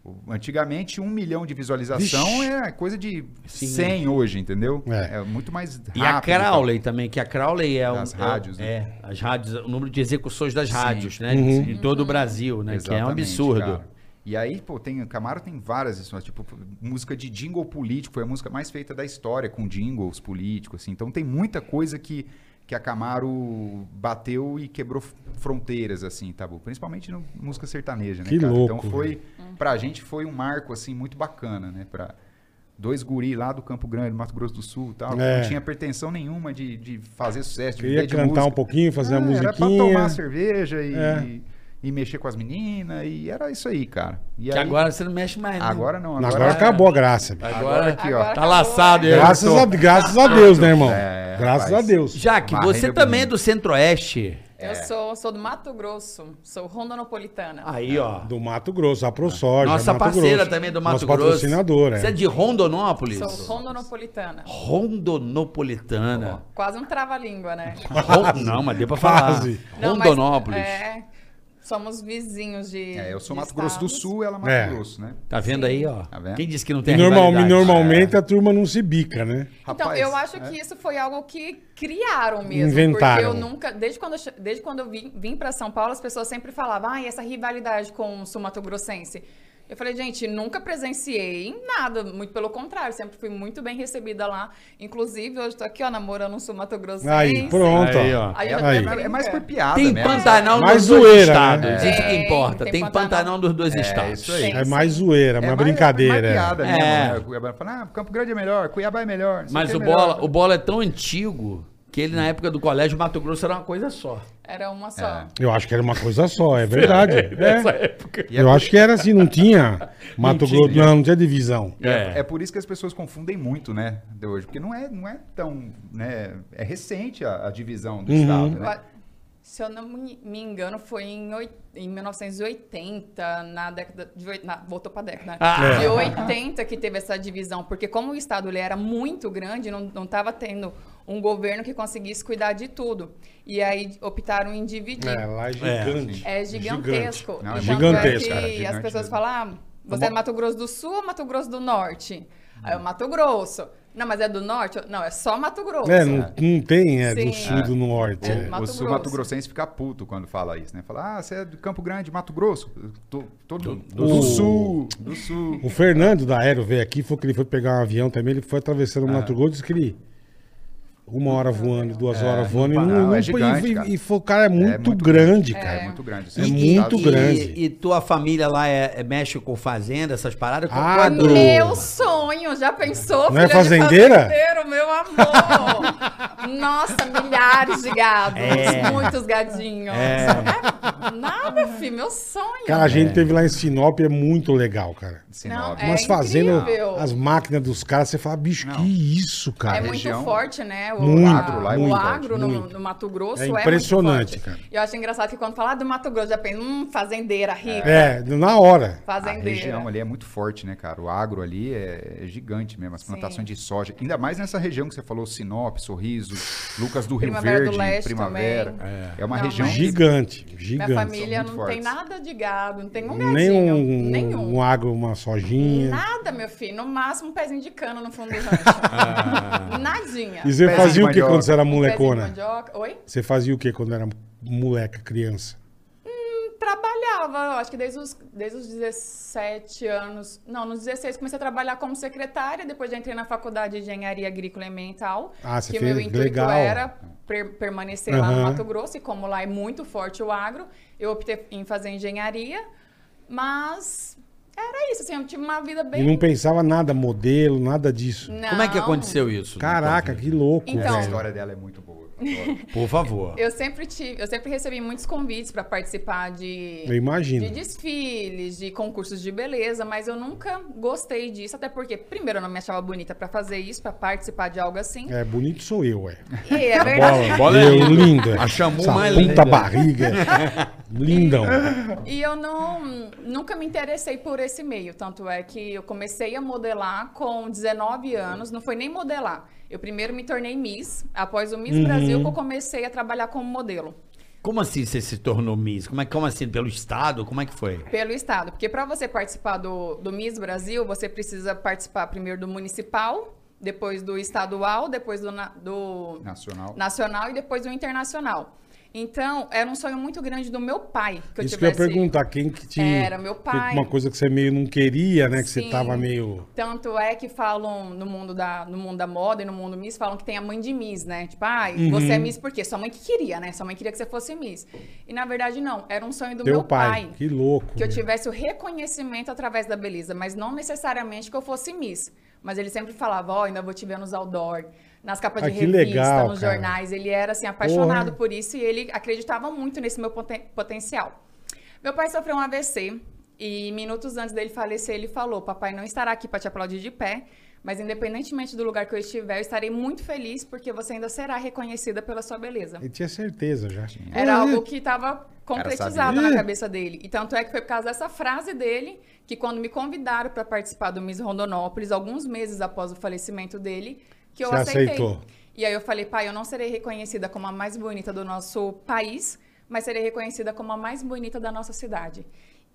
[SPEAKER 4] o- Antigamente, um milhão de visualização
[SPEAKER 3] Vixe.
[SPEAKER 4] é coisa de
[SPEAKER 2] Sim.
[SPEAKER 4] 100 hoje, entendeu?
[SPEAKER 3] É.
[SPEAKER 4] É, muito mais rápido. então.
[SPEAKER 2] E a Crowley também, que a Crowley é um-
[SPEAKER 4] Das rádios, né?
[SPEAKER 2] É, as rádios, o número de execuções das
[SPEAKER 4] Sim.
[SPEAKER 2] rádios, né?
[SPEAKER 3] Uhum.
[SPEAKER 2] De todo o Brasil, né? que é um
[SPEAKER 4] Exatamente,
[SPEAKER 2] absurdo.
[SPEAKER 4] cara. E aí, pô, tem, Camaro tem várias histórias, tipo, música de jingle político, foi a música mais feita da história, com jingles políticos, assim. Então tem muita coisa que, que a Camaro bateu e quebrou f- fronteiras, assim, tabu. Principalmente no música sertaneja, né,
[SPEAKER 3] Que
[SPEAKER 4] cara?
[SPEAKER 3] louco,
[SPEAKER 4] então foi, pra gente foi um marco, assim, muito bacana, né, pra... Dois guri lá do Campo Grande, Mato Grosso do Sul e tal.
[SPEAKER 3] É.
[SPEAKER 4] Não tinha pretensão nenhuma de, de fazer sucesso, de
[SPEAKER 3] Queria
[SPEAKER 4] viver de
[SPEAKER 3] cantar um
[SPEAKER 4] música.
[SPEAKER 3] pouquinho, fazer
[SPEAKER 4] É,
[SPEAKER 3] uma musiquinha.
[SPEAKER 4] Era pra tomar cerveja e,
[SPEAKER 3] É.
[SPEAKER 4] e mexer com as meninas. E era isso aí, cara. E
[SPEAKER 2] Que
[SPEAKER 4] aí-
[SPEAKER 2] agora você não mexe mais, né?
[SPEAKER 4] Agora é. não.
[SPEAKER 3] Agora, acabou a graça. bicho.
[SPEAKER 2] Agora
[SPEAKER 4] Aqui, ó.
[SPEAKER 5] Agora
[SPEAKER 2] Tá
[SPEAKER 5] acabou,
[SPEAKER 2] laçado,
[SPEAKER 5] né?
[SPEAKER 2] eu.
[SPEAKER 3] Graças a, graças a Deus, né, irmão?
[SPEAKER 4] É,
[SPEAKER 3] graças
[SPEAKER 4] rapaz.
[SPEAKER 3] a Deus.
[SPEAKER 2] Jaque,
[SPEAKER 4] Varrendo
[SPEAKER 2] você
[SPEAKER 4] o
[SPEAKER 2] também é
[SPEAKER 4] mundo.
[SPEAKER 2] do Centro-Oeste.
[SPEAKER 5] Eu sou, sou do Mato Grosso, sou rondonopolitana.
[SPEAKER 2] Aí, ó.
[SPEAKER 3] É, Do Mato Grosso, a ProSoja.
[SPEAKER 2] Nossa
[SPEAKER 3] Mato
[SPEAKER 2] parceira
[SPEAKER 3] Grosso.
[SPEAKER 2] também é do Mato
[SPEAKER 3] Nossa
[SPEAKER 2] Grosso.
[SPEAKER 3] patrocinadora.
[SPEAKER 2] Você é
[SPEAKER 3] é.
[SPEAKER 2] de Rondonópolis?
[SPEAKER 5] sou rondonopolitana.
[SPEAKER 2] Rondonopolitana.
[SPEAKER 5] Quase um trava-língua, né?
[SPEAKER 2] Ron- Não, mas deu pra falar.
[SPEAKER 3] Quase.
[SPEAKER 5] Não, mas,
[SPEAKER 2] Rondonópolis.
[SPEAKER 5] é, somos vizinhos de.
[SPEAKER 4] É, eu sou
[SPEAKER 5] de
[SPEAKER 4] Mato Grosso do
[SPEAKER 5] estados.
[SPEAKER 4] Sul, ela é Mato
[SPEAKER 3] É.
[SPEAKER 4] Grosso, né?
[SPEAKER 2] Tá vendo aí, ó?
[SPEAKER 4] Tá vendo?
[SPEAKER 2] Quem disse que não tem
[SPEAKER 3] E normal-
[SPEAKER 2] rivalidade?
[SPEAKER 3] normalmente a turma não se bica, né?
[SPEAKER 5] Então,
[SPEAKER 4] Rapaz, é
[SPEAKER 5] eu acho que isso foi algo que criaram mesmo.
[SPEAKER 3] Inventaram.
[SPEAKER 5] Porque eu nunca, desde quando eu, che- desde quando eu vim, vim para São Paulo, as pessoas sempre falavam, ai, essa rivalidade com o sul grossense. Eu falei, gente, nunca presenciei em nada, muito pelo contrário, sempre fui muito bem recebida lá. Inclusive, hoje tô aqui, ó, namorando um sul grossense.
[SPEAKER 3] Aí, pronto.
[SPEAKER 2] Aí,
[SPEAKER 3] ó.
[SPEAKER 2] ó.
[SPEAKER 5] Aí,
[SPEAKER 4] É,
[SPEAKER 5] eu
[SPEAKER 3] Aí.
[SPEAKER 5] até
[SPEAKER 4] é- é mais por
[SPEAKER 5] brinco.
[SPEAKER 4] piada
[SPEAKER 2] Tem
[SPEAKER 4] mesmo.
[SPEAKER 2] Pantanal
[SPEAKER 3] Mais
[SPEAKER 2] nos dois
[SPEAKER 3] zoeira,
[SPEAKER 2] estados.
[SPEAKER 3] né?
[SPEAKER 2] Isso que
[SPEAKER 5] Tem,
[SPEAKER 2] importa. Tem,
[SPEAKER 5] tem
[SPEAKER 2] Pantanal
[SPEAKER 5] Pantanal
[SPEAKER 2] nos dois estados.
[SPEAKER 4] isso aí.
[SPEAKER 3] É mais zoeira, mais brincadeira.
[SPEAKER 4] É
[SPEAKER 3] é.
[SPEAKER 4] mais piada mesmo,
[SPEAKER 2] É.
[SPEAKER 4] né? O Cuiabá fala, ah, Campo Grande é melhor, Cuiabá é melhor. não sei
[SPEAKER 2] Mas
[SPEAKER 4] que é
[SPEAKER 2] o
[SPEAKER 4] melhor.
[SPEAKER 2] bola, o bola é tão antigo que ele, na época do colégio, Mato Grosso era uma coisa só.
[SPEAKER 5] Era uma
[SPEAKER 4] É.
[SPEAKER 5] só.
[SPEAKER 3] Eu acho que era uma coisa só, é verdade.
[SPEAKER 2] Nessa
[SPEAKER 3] É.
[SPEAKER 2] época.
[SPEAKER 4] E é
[SPEAKER 3] Eu
[SPEAKER 4] por-
[SPEAKER 3] acho que era assim, não tinha Mato
[SPEAKER 2] tinha.
[SPEAKER 3] Grosso, não, não tinha divisão.
[SPEAKER 4] É por isso que as pessoas confundem muito, né, de hoje. Porque não é, não é tão, né, é recente a, a divisão do
[SPEAKER 3] Uhum.
[SPEAKER 4] estado, né?
[SPEAKER 5] Eu- Se eu não me me engano, foi em, oi- em 1980, na década de... oi- Na, voltou pra década, né?
[SPEAKER 2] Ah.
[SPEAKER 5] De 80 que teve essa divisão, porque como o Estado ele era muito grande, não, não tava tendo um governo que conseguisse cuidar de tudo. E aí optaram em dividir.
[SPEAKER 3] É,
[SPEAKER 5] É,
[SPEAKER 3] lá é gigante.
[SPEAKER 5] gigantesco. E
[SPEAKER 4] Não, é
[SPEAKER 5] tanto
[SPEAKER 3] gigantesco,
[SPEAKER 5] que
[SPEAKER 4] cara, é
[SPEAKER 5] as
[SPEAKER 4] gigante
[SPEAKER 5] pessoas
[SPEAKER 4] mesmo.
[SPEAKER 5] falam, ah, você é Mato Grosso do Sul ou Mato Grosso do Norte? Aí é Mato Grosso. Não, mas é do Norte? Não, é só Mato Grosso.
[SPEAKER 3] É, não, não tem, é do
[SPEAKER 5] Sim.
[SPEAKER 3] sul e do norte.
[SPEAKER 5] É.
[SPEAKER 3] é.
[SPEAKER 5] Mato
[SPEAKER 4] o sul
[SPEAKER 5] Grosso.
[SPEAKER 4] mato grossense fica puto quando fala isso, né? Fala, ah, você é do Campo Grande, Mato Grosso. Tô- todo mundo. Do,
[SPEAKER 3] do-
[SPEAKER 4] sul, do sul.
[SPEAKER 3] O Fernando da Aero veio aqui, foi que ele foi pegar um avião também, ele foi atravessando
[SPEAKER 4] Ah.
[SPEAKER 3] o Mato Grosso, disse que ele uma hora voando, duas horas voando, e,
[SPEAKER 4] para,
[SPEAKER 3] não-
[SPEAKER 4] não, é
[SPEAKER 3] e-
[SPEAKER 4] gigante,
[SPEAKER 3] e-
[SPEAKER 4] cara.
[SPEAKER 3] e foi- o cara é muito,
[SPEAKER 4] muito
[SPEAKER 3] grande,
[SPEAKER 4] grande.
[SPEAKER 3] cara.
[SPEAKER 4] É muito grande.
[SPEAKER 3] É muito
[SPEAKER 4] E-
[SPEAKER 3] grande.
[SPEAKER 2] E, e tua família lá é, é mexe com fazenda, essas paradas? Qual-
[SPEAKER 3] Ah,
[SPEAKER 2] qual é a tua-
[SPEAKER 3] Agro.
[SPEAKER 5] Meu sonho, já pensou?
[SPEAKER 3] Não é
[SPEAKER 5] filha de
[SPEAKER 3] fazendeira?
[SPEAKER 5] fazendeiro, meu amor. Nossa, milhares de gados,
[SPEAKER 2] É.
[SPEAKER 5] muitos gadinhos.
[SPEAKER 2] É.
[SPEAKER 5] É Nada, filho, meu sonho.
[SPEAKER 3] Cara, a gente teve lá em Sinop, é muito legal, cara.
[SPEAKER 4] Sinop.
[SPEAKER 5] É
[SPEAKER 3] Mas fazendo
[SPEAKER 5] incrível.
[SPEAKER 3] as máquinas dos caras, você fala, bicho,
[SPEAKER 4] Não.
[SPEAKER 3] que isso, cara.
[SPEAKER 5] é muito
[SPEAKER 4] região-
[SPEAKER 5] forte, né? O,
[SPEAKER 3] Muito,
[SPEAKER 5] a-
[SPEAKER 4] lá é
[SPEAKER 5] o
[SPEAKER 4] muito forte,
[SPEAKER 5] agro no-
[SPEAKER 3] muito.
[SPEAKER 5] No, Mato Grosso
[SPEAKER 3] É
[SPEAKER 5] é, muito
[SPEAKER 3] impressionante,
[SPEAKER 5] forte.
[SPEAKER 3] cara.
[SPEAKER 5] E eu acho engraçado que quando fala do Mato Grosso, já pensa, hum, fazendeira rica,
[SPEAKER 3] É, na hora.
[SPEAKER 4] A
[SPEAKER 5] fazendeira.
[SPEAKER 4] região ali é muito forte, né, cara? O agro ali é, é gigante mesmo, as
[SPEAKER 5] Sim.
[SPEAKER 4] plantações de soja. Ainda mais nessa região que você falou, Sinop, Sorriso, Lucas do Rio
[SPEAKER 5] Primavera do
[SPEAKER 4] Verde,
[SPEAKER 5] Leste
[SPEAKER 4] Primavera.
[SPEAKER 5] também.
[SPEAKER 4] É. uma
[SPEAKER 5] Não,
[SPEAKER 4] região
[SPEAKER 5] mas-
[SPEAKER 4] que-
[SPEAKER 3] Gigante,
[SPEAKER 5] Minha
[SPEAKER 3] gigante.
[SPEAKER 5] família não
[SPEAKER 4] são muito
[SPEAKER 5] tem
[SPEAKER 4] fortes.
[SPEAKER 5] nada de gado, não tem um gadinho,
[SPEAKER 3] Nem um,
[SPEAKER 5] nenhum.
[SPEAKER 3] um agro, uma sojinha.
[SPEAKER 5] Nada, meu filho. No máximo um pezinho de cana no fundo do
[SPEAKER 3] Ah.
[SPEAKER 5] rancho. Nadinha.
[SPEAKER 3] E você
[SPEAKER 4] Pezinho
[SPEAKER 3] fazia o
[SPEAKER 4] de
[SPEAKER 3] que quando
[SPEAKER 4] mandioca.
[SPEAKER 3] você era
[SPEAKER 5] Um pezinho de
[SPEAKER 3] molecona?
[SPEAKER 5] mandioca. Oi?
[SPEAKER 3] Você fazia o que quando era moleca, criança?
[SPEAKER 5] Trabalhava, eu acho que desde os, desde os 17 anos. Não, nos 16 comecei a trabalhar como secretária, depois já entrei na faculdade de engenharia agrícola e ambiental.
[SPEAKER 3] Ah, você
[SPEAKER 5] que
[SPEAKER 3] fez-
[SPEAKER 5] meu intuito
[SPEAKER 3] legal.
[SPEAKER 5] era per- permanecer lá
[SPEAKER 3] Aham.
[SPEAKER 5] no Mato Grosso, e como lá é muito forte o agro, eu optei em fazer engenharia, mas era isso, assim, eu tive uma vida
[SPEAKER 3] E
[SPEAKER 5] bem.
[SPEAKER 3] não pensava nada, modelo, nada disso.
[SPEAKER 2] Como é que
[SPEAKER 5] Não.
[SPEAKER 2] aconteceu isso?
[SPEAKER 3] Caraca, que louco,
[SPEAKER 5] Então,
[SPEAKER 4] A
[SPEAKER 5] Não.
[SPEAKER 3] velho.
[SPEAKER 4] história dela é muito boa. eu adoro.
[SPEAKER 2] Por favor.
[SPEAKER 5] Eu sempre tive, eu sempre recebi muitos convites para participar de
[SPEAKER 3] Eu imagino.
[SPEAKER 5] de desfiles, de concursos de beleza, mas eu nunca gostei disso, até porque primeiro eu não me achava bonita pra fazer isso, pra participar de algo assim.
[SPEAKER 3] É, bonito sou eu, é.
[SPEAKER 5] E é verdade.
[SPEAKER 2] Bola, bola é
[SPEAKER 3] eu,
[SPEAKER 2] lindo.
[SPEAKER 3] lindo. é.
[SPEAKER 2] A Xamu
[SPEAKER 3] Essa
[SPEAKER 2] mais
[SPEAKER 3] puta
[SPEAKER 2] linda.
[SPEAKER 3] barriga. Lindão.
[SPEAKER 5] E eu não nunca me interessei por esse meio, tanto é que eu comecei a modelar com 19 anos, não foi nem modelar. Eu primeiro me tornei Miss, após o Miss Brasil que eu comecei a trabalhar como modelo.
[SPEAKER 2] Como assim você se tornou Miss? Como, é, como assim? Pelo Estado? Como é que foi?
[SPEAKER 5] Pelo estado, porque para você participar do, do Miss Brasil, você precisa participar primeiro do municipal, depois do estadual, depois do, na- do
[SPEAKER 4] Nacional.
[SPEAKER 5] nacional e depois do internacional. Então, era um sonho muito grande do meu pai que eu
[SPEAKER 3] Isso que eu ia
[SPEAKER 5] tivesse.
[SPEAKER 3] perguntar, quem que te.
[SPEAKER 5] Era meu pai.
[SPEAKER 3] Uma coisa que você meio não queria, né? Que você
[SPEAKER 5] Sim.
[SPEAKER 3] tava meio.
[SPEAKER 5] Tanto é que falam no mundo, da, no mundo da moda e no mundo Miss, falam que tem a mãe de Miss, né? Tipo, ah,
[SPEAKER 3] Uhum.
[SPEAKER 5] você é Miss por quê? Sua mãe que queria, né? Sua mãe queria que você fosse Miss. E na verdade, não. Era um sonho do
[SPEAKER 3] Teu
[SPEAKER 5] meu
[SPEAKER 3] pai.
[SPEAKER 5] pai.
[SPEAKER 3] Que louco.
[SPEAKER 5] Que eu
[SPEAKER 3] meu.
[SPEAKER 5] tivesse o reconhecimento através da beleza, mas não necessariamente que eu fosse Miss. Mas ele sempre falava, ó, ainda vou te ver nos outdoor, nas capas de
[SPEAKER 3] Ah, que
[SPEAKER 5] revista,
[SPEAKER 3] legal,
[SPEAKER 5] nos
[SPEAKER 3] cara.
[SPEAKER 5] jornais. Ele era, assim, apaixonado
[SPEAKER 3] Porra.
[SPEAKER 5] por isso e ele acreditava muito nesse meu poten- potencial. Meu pai sofreu um AVC e minutos antes dele falecer, ele falou, papai não estará aqui para te aplaudir de pé, mas independentemente do lugar que eu estiver, eu estarei muito feliz porque você ainda será reconhecida pela sua beleza.
[SPEAKER 3] Ele tinha certeza já.
[SPEAKER 5] Era
[SPEAKER 3] Ah,
[SPEAKER 5] algo que estava concretizado
[SPEAKER 3] sabia.
[SPEAKER 5] na cabeça dele. E tanto é que foi por causa dessa frase dele que quando me convidaram para participar do Miss Rondonópolis, alguns meses após o falecimento dele, que eu
[SPEAKER 3] Você
[SPEAKER 5] aceitei.
[SPEAKER 3] aceitou.
[SPEAKER 5] E aí eu falei, pai, eu não serei reconhecida como a mais bonita do nosso país, mas serei reconhecida como a mais bonita da nossa cidade.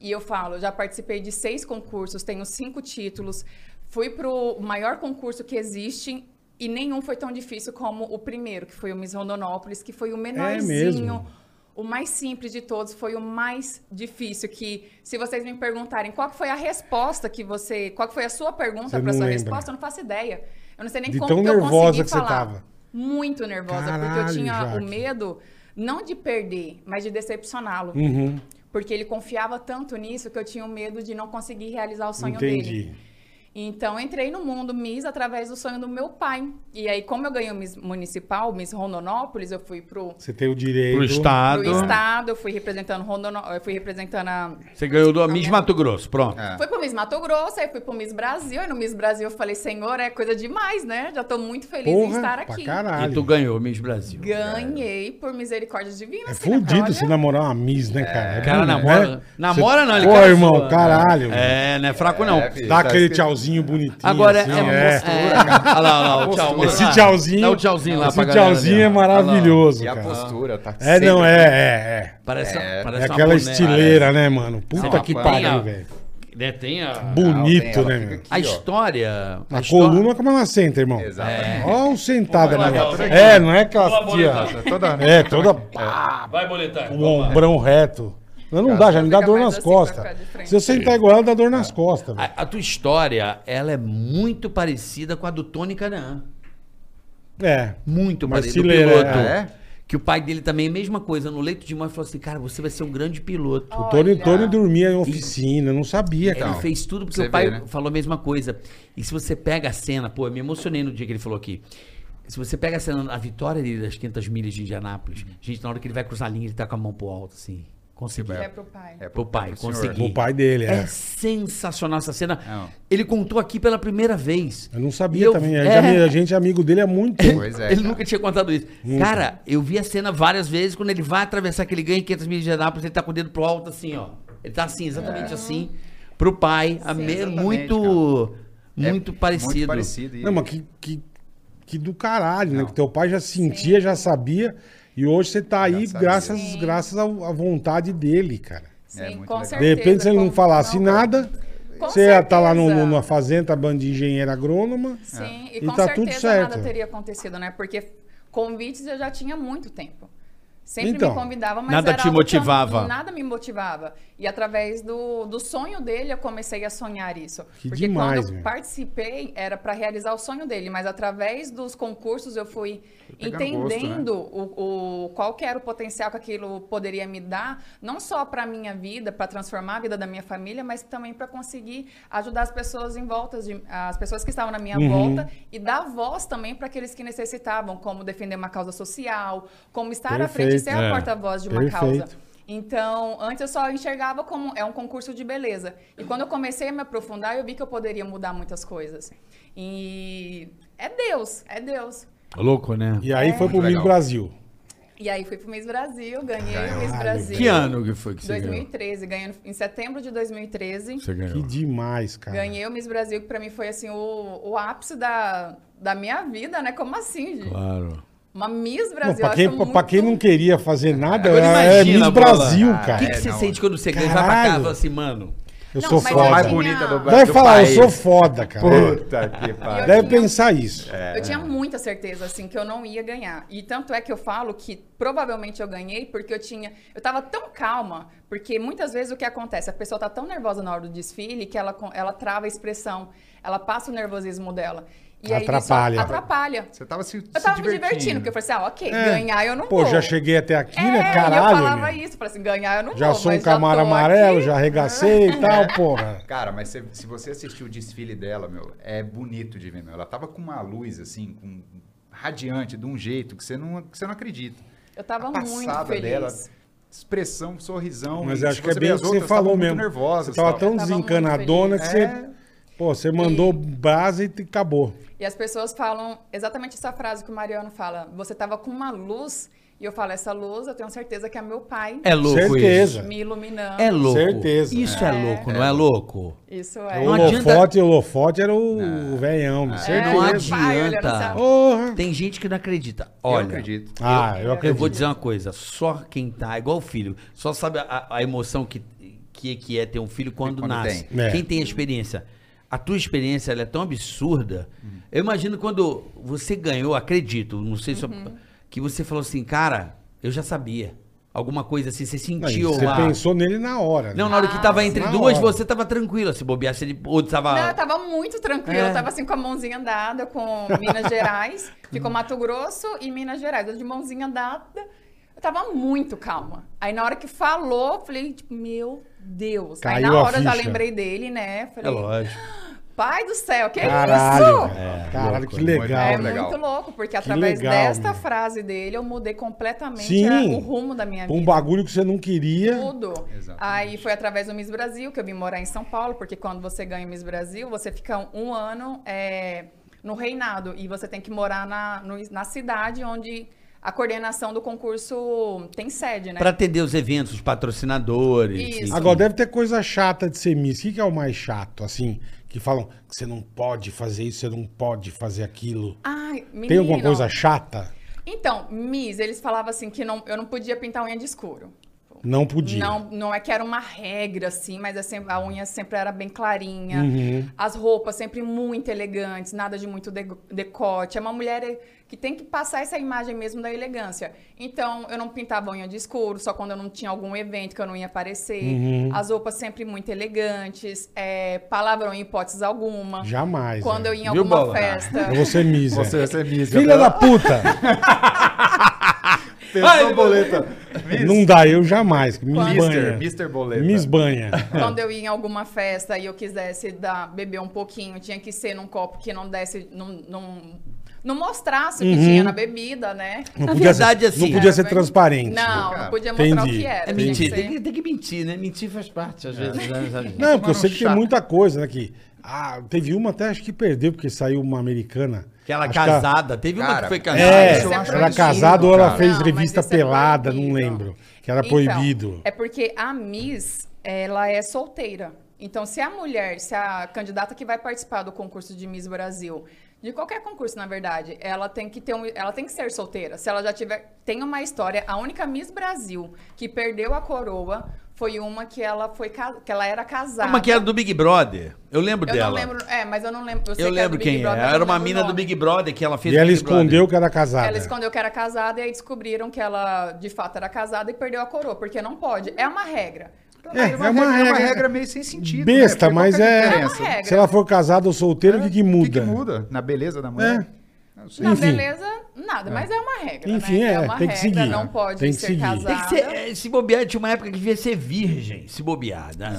[SPEAKER 5] E eu falo, já participei de seis concursos, tenho cinco títulos, fui pro maior concurso que existe e nenhum foi tão difícil como o primeiro, que foi o Miss Rondonópolis, que foi o menorzinho.
[SPEAKER 3] mesmo.
[SPEAKER 5] O mais simples de todos foi o mais difícil. Que se vocês me perguntarem qual que foi a resposta que você, qual que foi a sua
[SPEAKER 3] Você
[SPEAKER 5] pergunta
[SPEAKER 3] não
[SPEAKER 5] para sua
[SPEAKER 3] lembra.
[SPEAKER 5] resposta, eu não faço ideia. Eu não sei nem
[SPEAKER 3] De
[SPEAKER 5] como
[SPEAKER 3] tão
[SPEAKER 5] que eu
[SPEAKER 3] nervosa
[SPEAKER 5] consegui
[SPEAKER 3] que você
[SPEAKER 5] falar.
[SPEAKER 3] tava.
[SPEAKER 5] Muito nervosa, porque
[SPEAKER 3] Caralho,
[SPEAKER 5] eu tinha
[SPEAKER 3] Jaque.
[SPEAKER 5] o medo não de perder, mas de decepcioná-lo.
[SPEAKER 3] Uhum,
[SPEAKER 5] Porque ele confiava tanto nisso que eu tinha o medo de não conseguir realizar o sonho dele.
[SPEAKER 3] entendi.
[SPEAKER 5] Então, entrei no mundo Miss através do sonho do meu pai. E aí, como eu ganhei o Miss Municipal, Miss Rondonópolis, eu fui pro
[SPEAKER 3] Você tem o direito.
[SPEAKER 2] Pro Estado.
[SPEAKER 5] pro estado, eu fui representando Rondonó... eu fui representando a...
[SPEAKER 2] Você ganhou do Miss Mato Grosso, pronto.
[SPEAKER 4] É.
[SPEAKER 5] Fui pro Miss Mato Grosso, aí fui pro Miss Brasil, aí no Miss Brasil eu falei, senhor, é coisa demais, né? Já tô muito feliz em
[SPEAKER 3] Porra,
[SPEAKER 5] estar
[SPEAKER 3] pra
[SPEAKER 5] aqui.
[SPEAKER 3] caralho.
[SPEAKER 2] E tu ganhou Miss Brasil.
[SPEAKER 5] Ganhei por misericórdia divina.
[SPEAKER 3] É
[SPEAKER 5] assim, né? Porque,
[SPEAKER 3] fudido
[SPEAKER 5] olha,
[SPEAKER 3] se namorar uma Miss, né, cara? É
[SPEAKER 2] O cara
[SPEAKER 3] bom, né?
[SPEAKER 2] namora. Namora não, ele
[SPEAKER 3] Pô,
[SPEAKER 2] cara
[SPEAKER 3] irmão,
[SPEAKER 2] zoa.
[SPEAKER 3] caralho.
[SPEAKER 2] É, não é fraco não.
[SPEAKER 4] É, filho,
[SPEAKER 3] Dá
[SPEAKER 4] tá
[SPEAKER 3] aquele
[SPEAKER 4] escrito-
[SPEAKER 3] tchauzinho bonitinho.
[SPEAKER 2] Agora é.
[SPEAKER 3] assim,
[SPEAKER 2] é. Olha lá, olha lá, o tchau. manda
[SPEAKER 3] Esse
[SPEAKER 2] lá.
[SPEAKER 3] tchauzinho-
[SPEAKER 2] Dá o tchauzinho lá pra
[SPEAKER 3] Esse
[SPEAKER 2] galera
[SPEAKER 3] tchauzinho
[SPEAKER 2] ali,
[SPEAKER 3] é
[SPEAKER 2] ó. Olha lá, ó.
[SPEAKER 3] maravilhoso,
[SPEAKER 4] E a
[SPEAKER 3] cara.
[SPEAKER 4] postura, tá
[SPEAKER 3] É,
[SPEAKER 4] sempre-
[SPEAKER 3] não, é, é, é.
[SPEAKER 2] Parece,
[SPEAKER 4] É.
[SPEAKER 2] parece
[SPEAKER 3] É
[SPEAKER 2] uma
[SPEAKER 3] aquela
[SPEAKER 2] boneca.
[SPEAKER 3] estileira, né, mano?
[SPEAKER 2] Sim,
[SPEAKER 3] Puta que
[SPEAKER 2] rapaz.
[SPEAKER 3] pariu,
[SPEAKER 2] Tem a-
[SPEAKER 3] velho.
[SPEAKER 2] Né, tem a.
[SPEAKER 4] tem,
[SPEAKER 5] Ah,
[SPEAKER 3] Bonito,
[SPEAKER 4] ela
[SPEAKER 3] né,
[SPEAKER 4] fica
[SPEAKER 3] meu?
[SPEAKER 4] aqui, ó.
[SPEAKER 2] A história.
[SPEAKER 3] A
[SPEAKER 2] histó-
[SPEAKER 3] coluna como ela senta, irmão.
[SPEAKER 4] Exatamente.
[SPEAKER 3] Olha o sentada, né?
[SPEAKER 2] Boa,
[SPEAKER 3] É, não é aquela
[SPEAKER 6] Boa,
[SPEAKER 3] tia.
[SPEAKER 6] boa,
[SPEAKER 4] Toda... né?
[SPEAKER 3] É, toda pá,
[SPEAKER 6] Vai boletar.
[SPEAKER 3] o
[SPEAKER 2] então
[SPEAKER 3] ombrão reto. Não, não dá, já me dá
[SPEAKER 5] Fica
[SPEAKER 3] dor
[SPEAKER 5] mais
[SPEAKER 3] nas
[SPEAKER 5] assim pra
[SPEAKER 3] costas.
[SPEAKER 5] ficar de frente. É.
[SPEAKER 3] Se eu sentar igual ela, dá dor nas costas, velho.
[SPEAKER 2] A, a tua história, ela é muito parecida com a do Tony Canaan.
[SPEAKER 3] É.
[SPEAKER 2] Muito
[SPEAKER 3] Mas
[SPEAKER 2] parecida. do
[SPEAKER 3] Sileira,
[SPEAKER 2] piloto.
[SPEAKER 4] é?
[SPEAKER 2] Que o pai dele também, é mesma coisa, no leito de morte, falou assim: cara, você vai ser um grande piloto.
[SPEAKER 3] O Tony,
[SPEAKER 5] Olha.
[SPEAKER 3] Tony dormia em oficina, eu não sabia,
[SPEAKER 2] Ele
[SPEAKER 3] cara.
[SPEAKER 2] fez tudo porque
[SPEAKER 4] É, então. você
[SPEAKER 2] o pai
[SPEAKER 4] vê, né?
[SPEAKER 2] falou a mesma coisa. E se você pega a cena, pô, eu me emocionei no dia que ele falou aqui. Se você pega a cena, a vitória dele das 500 milhas de Indianápolis, gente, na hora que ele vai cruzar a linha, ele tá com a mão pro alto, assim. Conseguiu.
[SPEAKER 5] É pro pai.
[SPEAKER 4] É
[SPEAKER 2] Pro pai,
[SPEAKER 4] senhor.
[SPEAKER 2] consegui.
[SPEAKER 3] O pai dele,
[SPEAKER 2] É.
[SPEAKER 3] é.
[SPEAKER 2] sensacional essa cena.
[SPEAKER 4] Não.
[SPEAKER 2] Ele contou aqui pela primeira vez.
[SPEAKER 3] Eu não sabia
[SPEAKER 2] E eu-
[SPEAKER 3] também. A
[SPEAKER 2] é.
[SPEAKER 3] gente- A gente é amigo dele há muito tempo.
[SPEAKER 4] Pois é.
[SPEAKER 2] ele
[SPEAKER 4] cara.
[SPEAKER 2] nunca tinha contado isso. Cara, eu vi a cena várias vezes. Quando ele vai atravessar aquele ganho em 500 mil de Indianápolis, ele tá com o dedo pro alto, assim, ó. Ele tá assim, exatamente assim. Pro pai. a me-
[SPEAKER 4] É. exatamente,
[SPEAKER 2] muito.
[SPEAKER 4] É
[SPEAKER 2] Muito parecido.
[SPEAKER 4] Muito parecido. e-
[SPEAKER 3] Não, mas que, que, que do caralho, né? Que teu pai já sentia, já sabia. E hoje você tá aí
[SPEAKER 4] sabia.
[SPEAKER 3] graças, graças ao- à vontade dele, cara.
[SPEAKER 5] Sim,
[SPEAKER 4] É muito
[SPEAKER 5] com
[SPEAKER 4] legal.
[SPEAKER 3] De
[SPEAKER 5] certeza.
[SPEAKER 3] repente, se ele não
[SPEAKER 5] como-
[SPEAKER 3] falasse
[SPEAKER 5] não,
[SPEAKER 3] nada,
[SPEAKER 5] Com
[SPEAKER 3] você ia estar lá no,
[SPEAKER 5] certeza.
[SPEAKER 3] numa fazenda, bando de engenheiro agrônoma.
[SPEAKER 2] É.
[SPEAKER 5] Sim,
[SPEAKER 3] E
[SPEAKER 5] e com
[SPEAKER 3] tá tudo
[SPEAKER 5] certeza
[SPEAKER 3] certo.
[SPEAKER 5] nada teria acontecido, né? Porque convites eu já tinha há muito tempo. Sempre
[SPEAKER 3] Então,
[SPEAKER 5] me convidava, mas
[SPEAKER 2] nada
[SPEAKER 5] era
[SPEAKER 2] te
[SPEAKER 5] algo que eu-
[SPEAKER 2] motivava.
[SPEAKER 5] nada me motivava. E através do, do sonho dele eu comecei a sonhar isso.
[SPEAKER 3] Que
[SPEAKER 5] Porque
[SPEAKER 3] demais,
[SPEAKER 5] quando eu
[SPEAKER 3] meu.
[SPEAKER 5] participei era para realizar o sonho dele, mas através dos concursos eu fui
[SPEAKER 4] pegando gosto, né?
[SPEAKER 5] entendendo o, o- qual que era o potencial que aquilo poderia me dar, não só para minha vida, para transformar a vida da minha família, mas também para conseguir ajudar as pessoas em volta, de- as pessoas que estavam na minha
[SPEAKER 3] Uhum.
[SPEAKER 5] volta e dar voz também para aqueles que necessitavam, como defender uma causa social, como estar à frente e ser
[SPEAKER 3] Perfeito, é.
[SPEAKER 5] a porta-voz de uma
[SPEAKER 3] Perfeito.
[SPEAKER 5] causa. Então, antes eu só enxergava como é um concurso de beleza. E quando eu comecei a me aprofundar, eu vi que eu poderia mudar muitas coisas. E é Deus, é Deus.
[SPEAKER 2] Louco, né?
[SPEAKER 3] E
[SPEAKER 5] É.
[SPEAKER 3] aí foi pro Miss
[SPEAKER 4] Muito legal.
[SPEAKER 3] Brasil.
[SPEAKER 5] E aí fui pro Miss Brasil, ganhei
[SPEAKER 4] Caralho.
[SPEAKER 5] o
[SPEAKER 3] um
[SPEAKER 5] Miss Brasil.
[SPEAKER 2] Que ano que foi que você ganhou?
[SPEAKER 5] 2013, ganhei no- em setembro de 2013.
[SPEAKER 2] Você
[SPEAKER 3] Que
[SPEAKER 2] ganhou.
[SPEAKER 3] demais, cara.
[SPEAKER 5] Ganhei o Miss Brasil, que pra mim foi assim o, o ápice da, da minha vida, né? Como assim, gente?
[SPEAKER 2] Claro.
[SPEAKER 5] Uma Miss
[SPEAKER 3] Não,
[SPEAKER 5] Brasil. assim, um
[SPEAKER 3] pra,
[SPEAKER 5] eu
[SPEAKER 3] quem,
[SPEAKER 5] acho
[SPEAKER 3] pra-
[SPEAKER 5] muito-
[SPEAKER 3] pra quem não queria fazer nada,
[SPEAKER 2] Agora
[SPEAKER 3] é, é
[SPEAKER 2] imagina, Bola.
[SPEAKER 3] Miss
[SPEAKER 2] Ah,
[SPEAKER 3] Brasil,
[SPEAKER 2] O que,
[SPEAKER 3] cara.
[SPEAKER 2] que
[SPEAKER 4] É,
[SPEAKER 2] você
[SPEAKER 4] não.
[SPEAKER 2] sente quando você ganha? Vai pra
[SPEAKER 3] Caralho.
[SPEAKER 2] casa e fala assim, mano.
[SPEAKER 3] Eu sou
[SPEAKER 5] mas
[SPEAKER 3] foda.
[SPEAKER 5] eu
[SPEAKER 4] mais
[SPEAKER 5] tinha-
[SPEAKER 4] bonita do Brasil.
[SPEAKER 3] Deve falar, eu sou foda, cara.
[SPEAKER 4] Puta que
[SPEAKER 5] eu
[SPEAKER 4] pariu.
[SPEAKER 3] Deve
[SPEAKER 5] tinha-
[SPEAKER 3] pensar isso.
[SPEAKER 2] É.
[SPEAKER 5] Eu tinha muita certeza, assim, que eu não ia ganhar. E tanto é que eu falo que provavelmente eu ganhei porque eu tinha. Eu tava tão calma, porque muitas vezes o que acontece? A pessoa tá tão nervosa na hora do desfile que ela, con- ela trava a expressão, ela passa o nervosismo dela. E aí isso
[SPEAKER 3] Atrapalha.
[SPEAKER 5] atrapalha.
[SPEAKER 4] Você tava se,
[SPEAKER 5] Eu
[SPEAKER 4] se
[SPEAKER 5] tava me divertindo, porque eu falei assim, ah, ok,
[SPEAKER 3] É.
[SPEAKER 5] ganhar eu não
[SPEAKER 3] Pô,
[SPEAKER 5] vou.
[SPEAKER 3] já cheguei até aqui,
[SPEAKER 5] É,
[SPEAKER 3] né?
[SPEAKER 5] e eu
[SPEAKER 3] Caralho.
[SPEAKER 5] falava
[SPEAKER 3] meu.
[SPEAKER 5] isso, falei assim, ganhar eu não
[SPEAKER 3] Já
[SPEAKER 5] vou.
[SPEAKER 3] sou um
[SPEAKER 5] mas já
[SPEAKER 3] camaro
[SPEAKER 5] tô aqui. É.
[SPEAKER 3] amarelo, já arregacei e tal, porra.
[SPEAKER 4] Cara, mas se, se você assistir o desfile dela, meu, é bonito de ver, meu. Ela tava com uma luz, assim, com radiante, de um jeito que você não, que você não acredita.
[SPEAKER 5] Eu tava
[SPEAKER 4] A
[SPEAKER 5] muito
[SPEAKER 4] passada
[SPEAKER 5] feliz.
[SPEAKER 4] dela, Expressão, sorrisão.
[SPEAKER 3] Mas
[SPEAKER 4] e
[SPEAKER 3] acho
[SPEAKER 4] se
[SPEAKER 3] que é
[SPEAKER 4] você
[SPEAKER 3] bem
[SPEAKER 4] vê
[SPEAKER 3] o
[SPEAKER 4] as
[SPEAKER 3] que você
[SPEAKER 4] outras,
[SPEAKER 3] falou
[SPEAKER 4] estavam
[SPEAKER 3] mesmo.
[SPEAKER 4] Muito nervosa,
[SPEAKER 3] você tava
[SPEAKER 4] tal.
[SPEAKER 3] tão
[SPEAKER 5] Eu tava muito
[SPEAKER 3] desencanadona que
[SPEAKER 5] feliz.
[SPEAKER 3] você.
[SPEAKER 4] É.
[SPEAKER 3] Pô, você mandou brasa e te- acabou.
[SPEAKER 5] E as pessoas falam exatamente essa frase que o Mariano fala. Você tava com uma luz, e eu falo, essa luz, eu tenho certeza que é meu pai
[SPEAKER 2] É louco isso.
[SPEAKER 3] Certeza.
[SPEAKER 5] me iluminando.
[SPEAKER 2] É louco.
[SPEAKER 3] Certeza.
[SPEAKER 2] Isso é,
[SPEAKER 5] É.
[SPEAKER 2] louco, não é louco?
[SPEAKER 5] Isso
[SPEAKER 3] O
[SPEAKER 5] é.
[SPEAKER 2] Não adianta-
[SPEAKER 3] holofote, o holofote era o velhão, meu,
[SPEAKER 4] É.
[SPEAKER 3] certeza.
[SPEAKER 2] É, Não
[SPEAKER 5] Meu pai olhando,
[SPEAKER 2] adianta.
[SPEAKER 5] sabe?
[SPEAKER 3] Porra.
[SPEAKER 2] Tem gente que não acredita.
[SPEAKER 4] eu
[SPEAKER 2] Olha, eu,
[SPEAKER 4] acredito.
[SPEAKER 3] Ah, eu acredito.
[SPEAKER 2] vou dizer uma coisa. Só quem tá, igual o filho, só sabe a, a emoção que, que, que é ter um filho quando,
[SPEAKER 4] Quando
[SPEAKER 2] nasce.
[SPEAKER 3] tem. É.
[SPEAKER 2] Quem tem a experiência. A tua experiência ela é tão absurda. Eu imagino quando você ganhou, acredito, não sei se eu-
[SPEAKER 5] Uhum.
[SPEAKER 2] que você falou assim, cara, eu já sabia. Alguma coisa assim, você
[SPEAKER 3] Não, e
[SPEAKER 2] sentiu
[SPEAKER 3] você
[SPEAKER 2] lá.
[SPEAKER 3] pensou nele na hora. né?
[SPEAKER 2] Não, na hora que tava entre
[SPEAKER 3] na
[SPEAKER 2] duas,
[SPEAKER 3] hora.
[SPEAKER 2] você tava tranquila. Se bobeasse, ele ou tava.
[SPEAKER 3] Ah.
[SPEAKER 5] Não, tá eu tava muito tranquila.
[SPEAKER 3] É.
[SPEAKER 5] Eu tava assim com a mãozinha andada com Minas Gerais. Ficou Mato Grosso e Minas Gerais. Eu de mãozinha andada. Eu tava muito calma. Aí na hora que falou, eu falei, tipo, meu Deus. Aí
[SPEAKER 3] Caiu
[SPEAKER 5] na
[SPEAKER 3] a
[SPEAKER 5] hora eu já
[SPEAKER 3] ficha.
[SPEAKER 5] lembrei dele, né?
[SPEAKER 2] É
[SPEAKER 5] Falei,
[SPEAKER 2] lógico.
[SPEAKER 5] pai do céu, que É isso?
[SPEAKER 3] Caralho, velho. Caralho,
[SPEAKER 2] louco,
[SPEAKER 3] que
[SPEAKER 4] né?
[SPEAKER 5] É
[SPEAKER 3] legal.
[SPEAKER 4] Muito legal.
[SPEAKER 5] muito louco, porque
[SPEAKER 3] Que
[SPEAKER 5] através
[SPEAKER 3] legal,
[SPEAKER 5] desta
[SPEAKER 3] meu.
[SPEAKER 5] frase dele, eu mudei completamente
[SPEAKER 3] Sim.
[SPEAKER 5] a- o rumo da minha vida.
[SPEAKER 3] Um bagulho que você não queria.
[SPEAKER 5] Tudo.
[SPEAKER 4] Exatamente.
[SPEAKER 5] Aí foi através do Miss Brasil que eu vim morar em São Paulo, porque quando você ganha o Miss Brasil, você fica um, um ano é, no reinado e você tem que morar na, no- na cidade onde a coordenação do concurso tem sede, né?
[SPEAKER 2] Pra atender os eventos, os patrocinadores.
[SPEAKER 5] Isso.
[SPEAKER 3] Agora, deve ter coisa chata de ser miss. O que que é o mais chato, assim? Que falam que você não pode fazer isso, você não pode fazer aquilo.
[SPEAKER 5] Ai, menino.
[SPEAKER 3] Tem alguma coisa chata?
[SPEAKER 5] Então, Miss, eles falavam assim que não, eu não podia pintar unha de escuro.
[SPEAKER 3] Não podia.
[SPEAKER 5] Não, não é que era uma regra, assim, mas é sempre- a unha sempre era bem clarinha.
[SPEAKER 3] Uhum.
[SPEAKER 5] As roupas sempre muito elegantes, nada de muito de- decote. É uma mulher que tem que passar essa imagem mesmo da elegância. Então, eu não pintava unha de escuro, só quando eu não tinha algum evento que eu não ia aparecer.
[SPEAKER 3] Uhum.
[SPEAKER 5] As roupas sempre muito elegantes, é, palavrão em hipótese alguma.
[SPEAKER 3] Jamais.
[SPEAKER 5] Quando
[SPEAKER 3] é.
[SPEAKER 5] eu ia em
[SPEAKER 2] Viu,
[SPEAKER 5] alguma
[SPEAKER 2] Bola?
[SPEAKER 5] festa.
[SPEAKER 3] Eu vou ser miss.
[SPEAKER 4] Você,
[SPEAKER 3] é.
[SPEAKER 4] você é mísera.
[SPEAKER 3] Filha da puta!
[SPEAKER 4] Pensou
[SPEAKER 2] Ai,
[SPEAKER 4] boleta.
[SPEAKER 3] não dá, eu jamais. Me
[SPEAKER 5] Quando-
[SPEAKER 3] banha.
[SPEAKER 4] Mister, né? Mister Boleta.
[SPEAKER 3] Me esbanha.
[SPEAKER 5] Quando eu ia em alguma festa e eu quisesse dar, beber um pouquinho, tinha que ser num copo que não desse. Não, não, não mostrasse o que tinha na bebida, né?
[SPEAKER 3] Não
[SPEAKER 2] Na
[SPEAKER 3] podia ser-
[SPEAKER 2] verdade, assim,
[SPEAKER 3] Não podia ser
[SPEAKER 5] Era bem-
[SPEAKER 3] transparente.
[SPEAKER 5] né? Não,
[SPEAKER 4] cara.
[SPEAKER 5] não podia mostrar o
[SPEAKER 3] Entendi.
[SPEAKER 5] que era.
[SPEAKER 2] É
[SPEAKER 5] tinha
[SPEAKER 2] mentira,
[SPEAKER 5] que
[SPEAKER 2] tem
[SPEAKER 5] ser-
[SPEAKER 2] que, tem que mentir, né? Mentir faz parte, às vezes. né? Sabe?
[SPEAKER 3] É. Não, porque eu
[SPEAKER 4] Mano,
[SPEAKER 5] um
[SPEAKER 3] sei que tem
[SPEAKER 4] chato.
[SPEAKER 3] muita coisa, né? Que, ah, teve uma até acho que perdeu, porque saiu uma americana.
[SPEAKER 2] Aquela
[SPEAKER 3] Acho que ela-
[SPEAKER 2] casada. Teve uma que
[SPEAKER 4] Cara,
[SPEAKER 2] foi casada.
[SPEAKER 3] É,
[SPEAKER 4] isso eu acho
[SPEAKER 3] ela
[SPEAKER 4] absurdo,
[SPEAKER 3] casada ou ela
[SPEAKER 4] cara.
[SPEAKER 3] fez
[SPEAKER 5] Não, mas
[SPEAKER 3] revista
[SPEAKER 5] isso é
[SPEAKER 3] pelada, não
[SPEAKER 5] proibido.
[SPEAKER 3] lembro. Que era
[SPEAKER 5] Então,
[SPEAKER 3] proibido.
[SPEAKER 5] É porque a Miss, ela é solteira. Então, se a mulher, se a candidata que vai participar do concurso de Miss Brasil, de qualquer concurso, na verdade, ela tem que ter um, ela tem que ser solteira. Se ela já tiver, tem uma história, a única Miss Brasil que perdeu a coroa foi uma que ela foi ca- que ela era casada.
[SPEAKER 2] Uma Ah, que era do Big Brother. Eu lembro
[SPEAKER 5] eu
[SPEAKER 2] dela.
[SPEAKER 5] não lembro, é, mas eu não lembro. sei
[SPEAKER 2] Eu
[SPEAKER 5] que era
[SPEAKER 2] lembro
[SPEAKER 5] do Big
[SPEAKER 2] quem
[SPEAKER 5] Brother,
[SPEAKER 2] é.
[SPEAKER 5] mas eu
[SPEAKER 2] Era
[SPEAKER 5] não
[SPEAKER 2] uma
[SPEAKER 5] lembro o
[SPEAKER 2] mina do
[SPEAKER 5] nome.
[SPEAKER 2] Big Brother que ela fez
[SPEAKER 3] E
[SPEAKER 2] no
[SPEAKER 3] ela
[SPEAKER 2] Big Brother.
[SPEAKER 3] escondeu que era casada.
[SPEAKER 5] Ela escondeu que era casada e aí descobriram que ela de fato era casada e perdeu a coroa, porque não pode. É uma regra.
[SPEAKER 3] É, é uma
[SPEAKER 4] É uma
[SPEAKER 3] regra.
[SPEAKER 4] regra meio sem sentido. né?
[SPEAKER 3] Besta,
[SPEAKER 4] Porque qual
[SPEAKER 3] mas
[SPEAKER 4] que a
[SPEAKER 3] é.
[SPEAKER 4] diferença?
[SPEAKER 5] É uma regra.
[SPEAKER 3] Se ela for casada ou solteira, o que, que
[SPEAKER 4] O
[SPEAKER 3] muda? É.
[SPEAKER 4] que, que muda na beleza da mulher? Não sei.
[SPEAKER 5] Na
[SPEAKER 3] Enfim.
[SPEAKER 5] beleza, nada, mas é uma regra.
[SPEAKER 3] Enfim,
[SPEAKER 5] né?
[SPEAKER 3] é,
[SPEAKER 5] uma
[SPEAKER 3] tem que
[SPEAKER 5] regra,
[SPEAKER 3] seguir.
[SPEAKER 5] não pode
[SPEAKER 3] Tem que
[SPEAKER 5] ser
[SPEAKER 3] seguir.
[SPEAKER 5] casada.
[SPEAKER 2] Tem que ser, é, se bobear, tinha uma época que devia ser virgem, se bobear. né?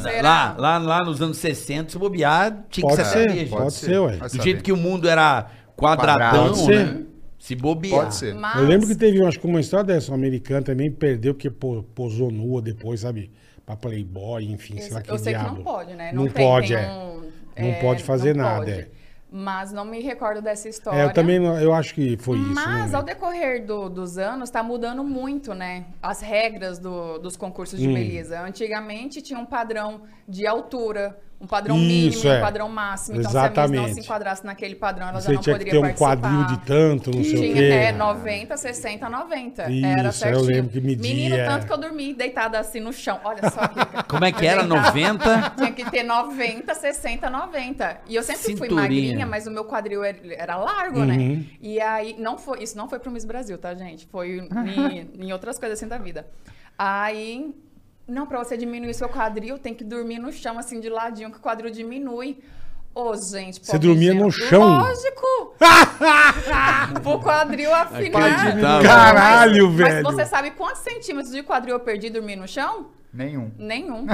[SPEAKER 2] Lá,
[SPEAKER 5] Será?
[SPEAKER 2] lá, lá nos anos 60, se bobear, tinha
[SPEAKER 3] Pode
[SPEAKER 2] que ser,
[SPEAKER 3] ser,
[SPEAKER 2] virgem.
[SPEAKER 3] pode ser, ué.
[SPEAKER 4] Vai
[SPEAKER 2] Do
[SPEAKER 4] saber.
[SPEAKER 2] jeito que o mundo era quadradão,
[SPEAKER 4] Quadrado.
[SPEAKER 3] Pode ser.
[SPEAKER 2] né? Se bobear.
[SPEAKER 4] Pode ser.
[SPEAKER 5] Mas
[SPEAKER 3] Eu lembro que teve acho que uma história dessa, uma americana também perdeu porque po- posou nua depois, sabe? Pra Playboy, enfim, sei lá
[SPEAKER 5] eu,
[SPEAKER 3] que
[SPEAKER 5] eu sei
[SPEAKER 3] diabo.
[SPEAKER 5] que não pode, né?
[SPEAKER 3] Não,
[SPEAKER 5] tem,
[SPEAKER 3] pode,
[SPEAKER 5] tem
[SPEAKER 3] é.
[SPEAKER 5] um-
[SPEAKER 3] Não
[SPEAKER 5] é,
[SPEAKER 3] pode fazer
[SPEAKER 5] não
[SPEAKER 3] nada,
[SPEAKER 5] pode.
[SPEAKER 3] é.
[SPEAKER 5] Mas não me recordo dessa história.
[SPEAKER 3] É, eu também não- eu acho que foi isso.
[SPEAKER 5] Mas
[SPEAKER 3] né?
[SPEAKER 5] ao decorrer do- dos anos está mudando muito, né? As
[SPEAKER 3] Hum.
[SPEAKER 5] regras do- dos concursos de beleza. Antigamente tinha um padrão de altura, um padrão
[SPEAKER 3] Isso,
[SPEAKER 5] mínimo e
[SPEAKER 3] é.
[SPEAKER 5] um padrão máximo. Então, se a Miss
[SPEAKER 3] Exatamente.
[SPEAKER 5] não se enquadrasse naquele padrão, ela já
[SPEAKER 3] Você
[SPEAKER 5] não
[SPEAKER 3] tinha que
[SPEAKER 5] poderia
[SPEAKER 3] ter um
[SPEAKER 5] participar.
[SPEAKER 3] quadril de tanto, não sei o
[SPEAKER 5] Tinha,
[SPEAKER 3] quê.
[SPEAKER 5] é, 90, 60, 90. era
[SPEAKER 3] Isso, eu
[SPEAKER 5] certinho.
[SPEAKER 3] lembro que media,
[SPEAKER 5] Menino,
[SPEAKER 3] é.
[SPEAKER 5] tanto que eu dormi deitada assim no chão. Olha só. Kika.
[SPEAKER 2] Como é que era? 90?
[SPEAKER 5] Tinha que ter 90, 60, 90. E eu sempre fui
[SPEAKER 2] Cinturinha.
[SPEAKER 5] magrinha, mas o meu quadril era- era largo, né? E aí, não foi, isso não foi pro Miss Brasil, tá, gente? Foi em, em outras coisas assim da vida. Aí, não, pra você diminuir seu quadril, tem que dormir no chão, assim, de ladinho, que o quadril diminui. Ô, gente,
[SPEAKER 3] Você
[SPEAKER 5] pobre
[SPEAKER 3] dormia
[SPEAKER 5] gente.
[SPEAKER 3] no chão?
[SPEAKER 5] Lógico! Pro quadril afinar.
[SPEAKER 2] Acreditava.
[SPEAKER 3] Caralho,
[SPEAKER 5] Mas-
[SPEAKER 3] velho.
[SPEAKER 5] Mas você sabe quantos centímetros de quadril eu perdi dormir no chão?
[SPEAKER 4] Nenhum.
[SPEAKER 5] Nenhum.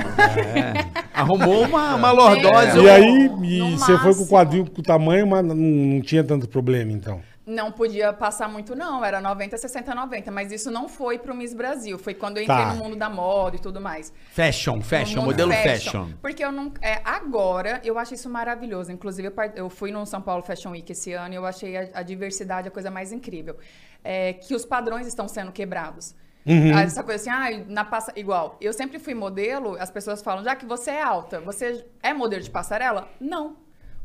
[SPEAKER 2] Arrumou uma, uma lordose.
[SPEAKER 5] É.
[SPEAKER 3] E
[SPEAKER 2] ou-
[SPEAKER 3] aí,
[SPEAKER 5] No
[SPEAKER 3] e você foi com o
[SPEAKER 5] máximo.
[SPEAKER 3] quadril com o tamanho, mas não, não tinha tanto problema, então.
[SPEAKER 5] Não podia passar muito, não. Era 90, 60, 90. Mas isso não foi pro Miss Brasil. Foi quando eu entrei
[SPEAKER 3] Tá.
[SPEAKER 5] no mundo da moda e tudo mais.
[SPEAKER 2] Fashion, fashion,
[SPEAKER 5] No mundo
[SPEAKER 2] modelo fashion.
[SPEAKER 5] Porque eu não. É, agora, eu acho isso maravilhoso. Inclusive, eu, par- eu fui no São Paulo Fashion Week esse ano e eu achei a, a diversidade a coisa mais incrível. É, que os padrões estão sendo quebrados.
[SPEAKER 3] Uhum.
[SPEAKER 5] Essa coisa assim, ah, na passa igual. Eu sempre fui modelo, as pessoas falam, já que você é alta, você é modelo de passarela? Não.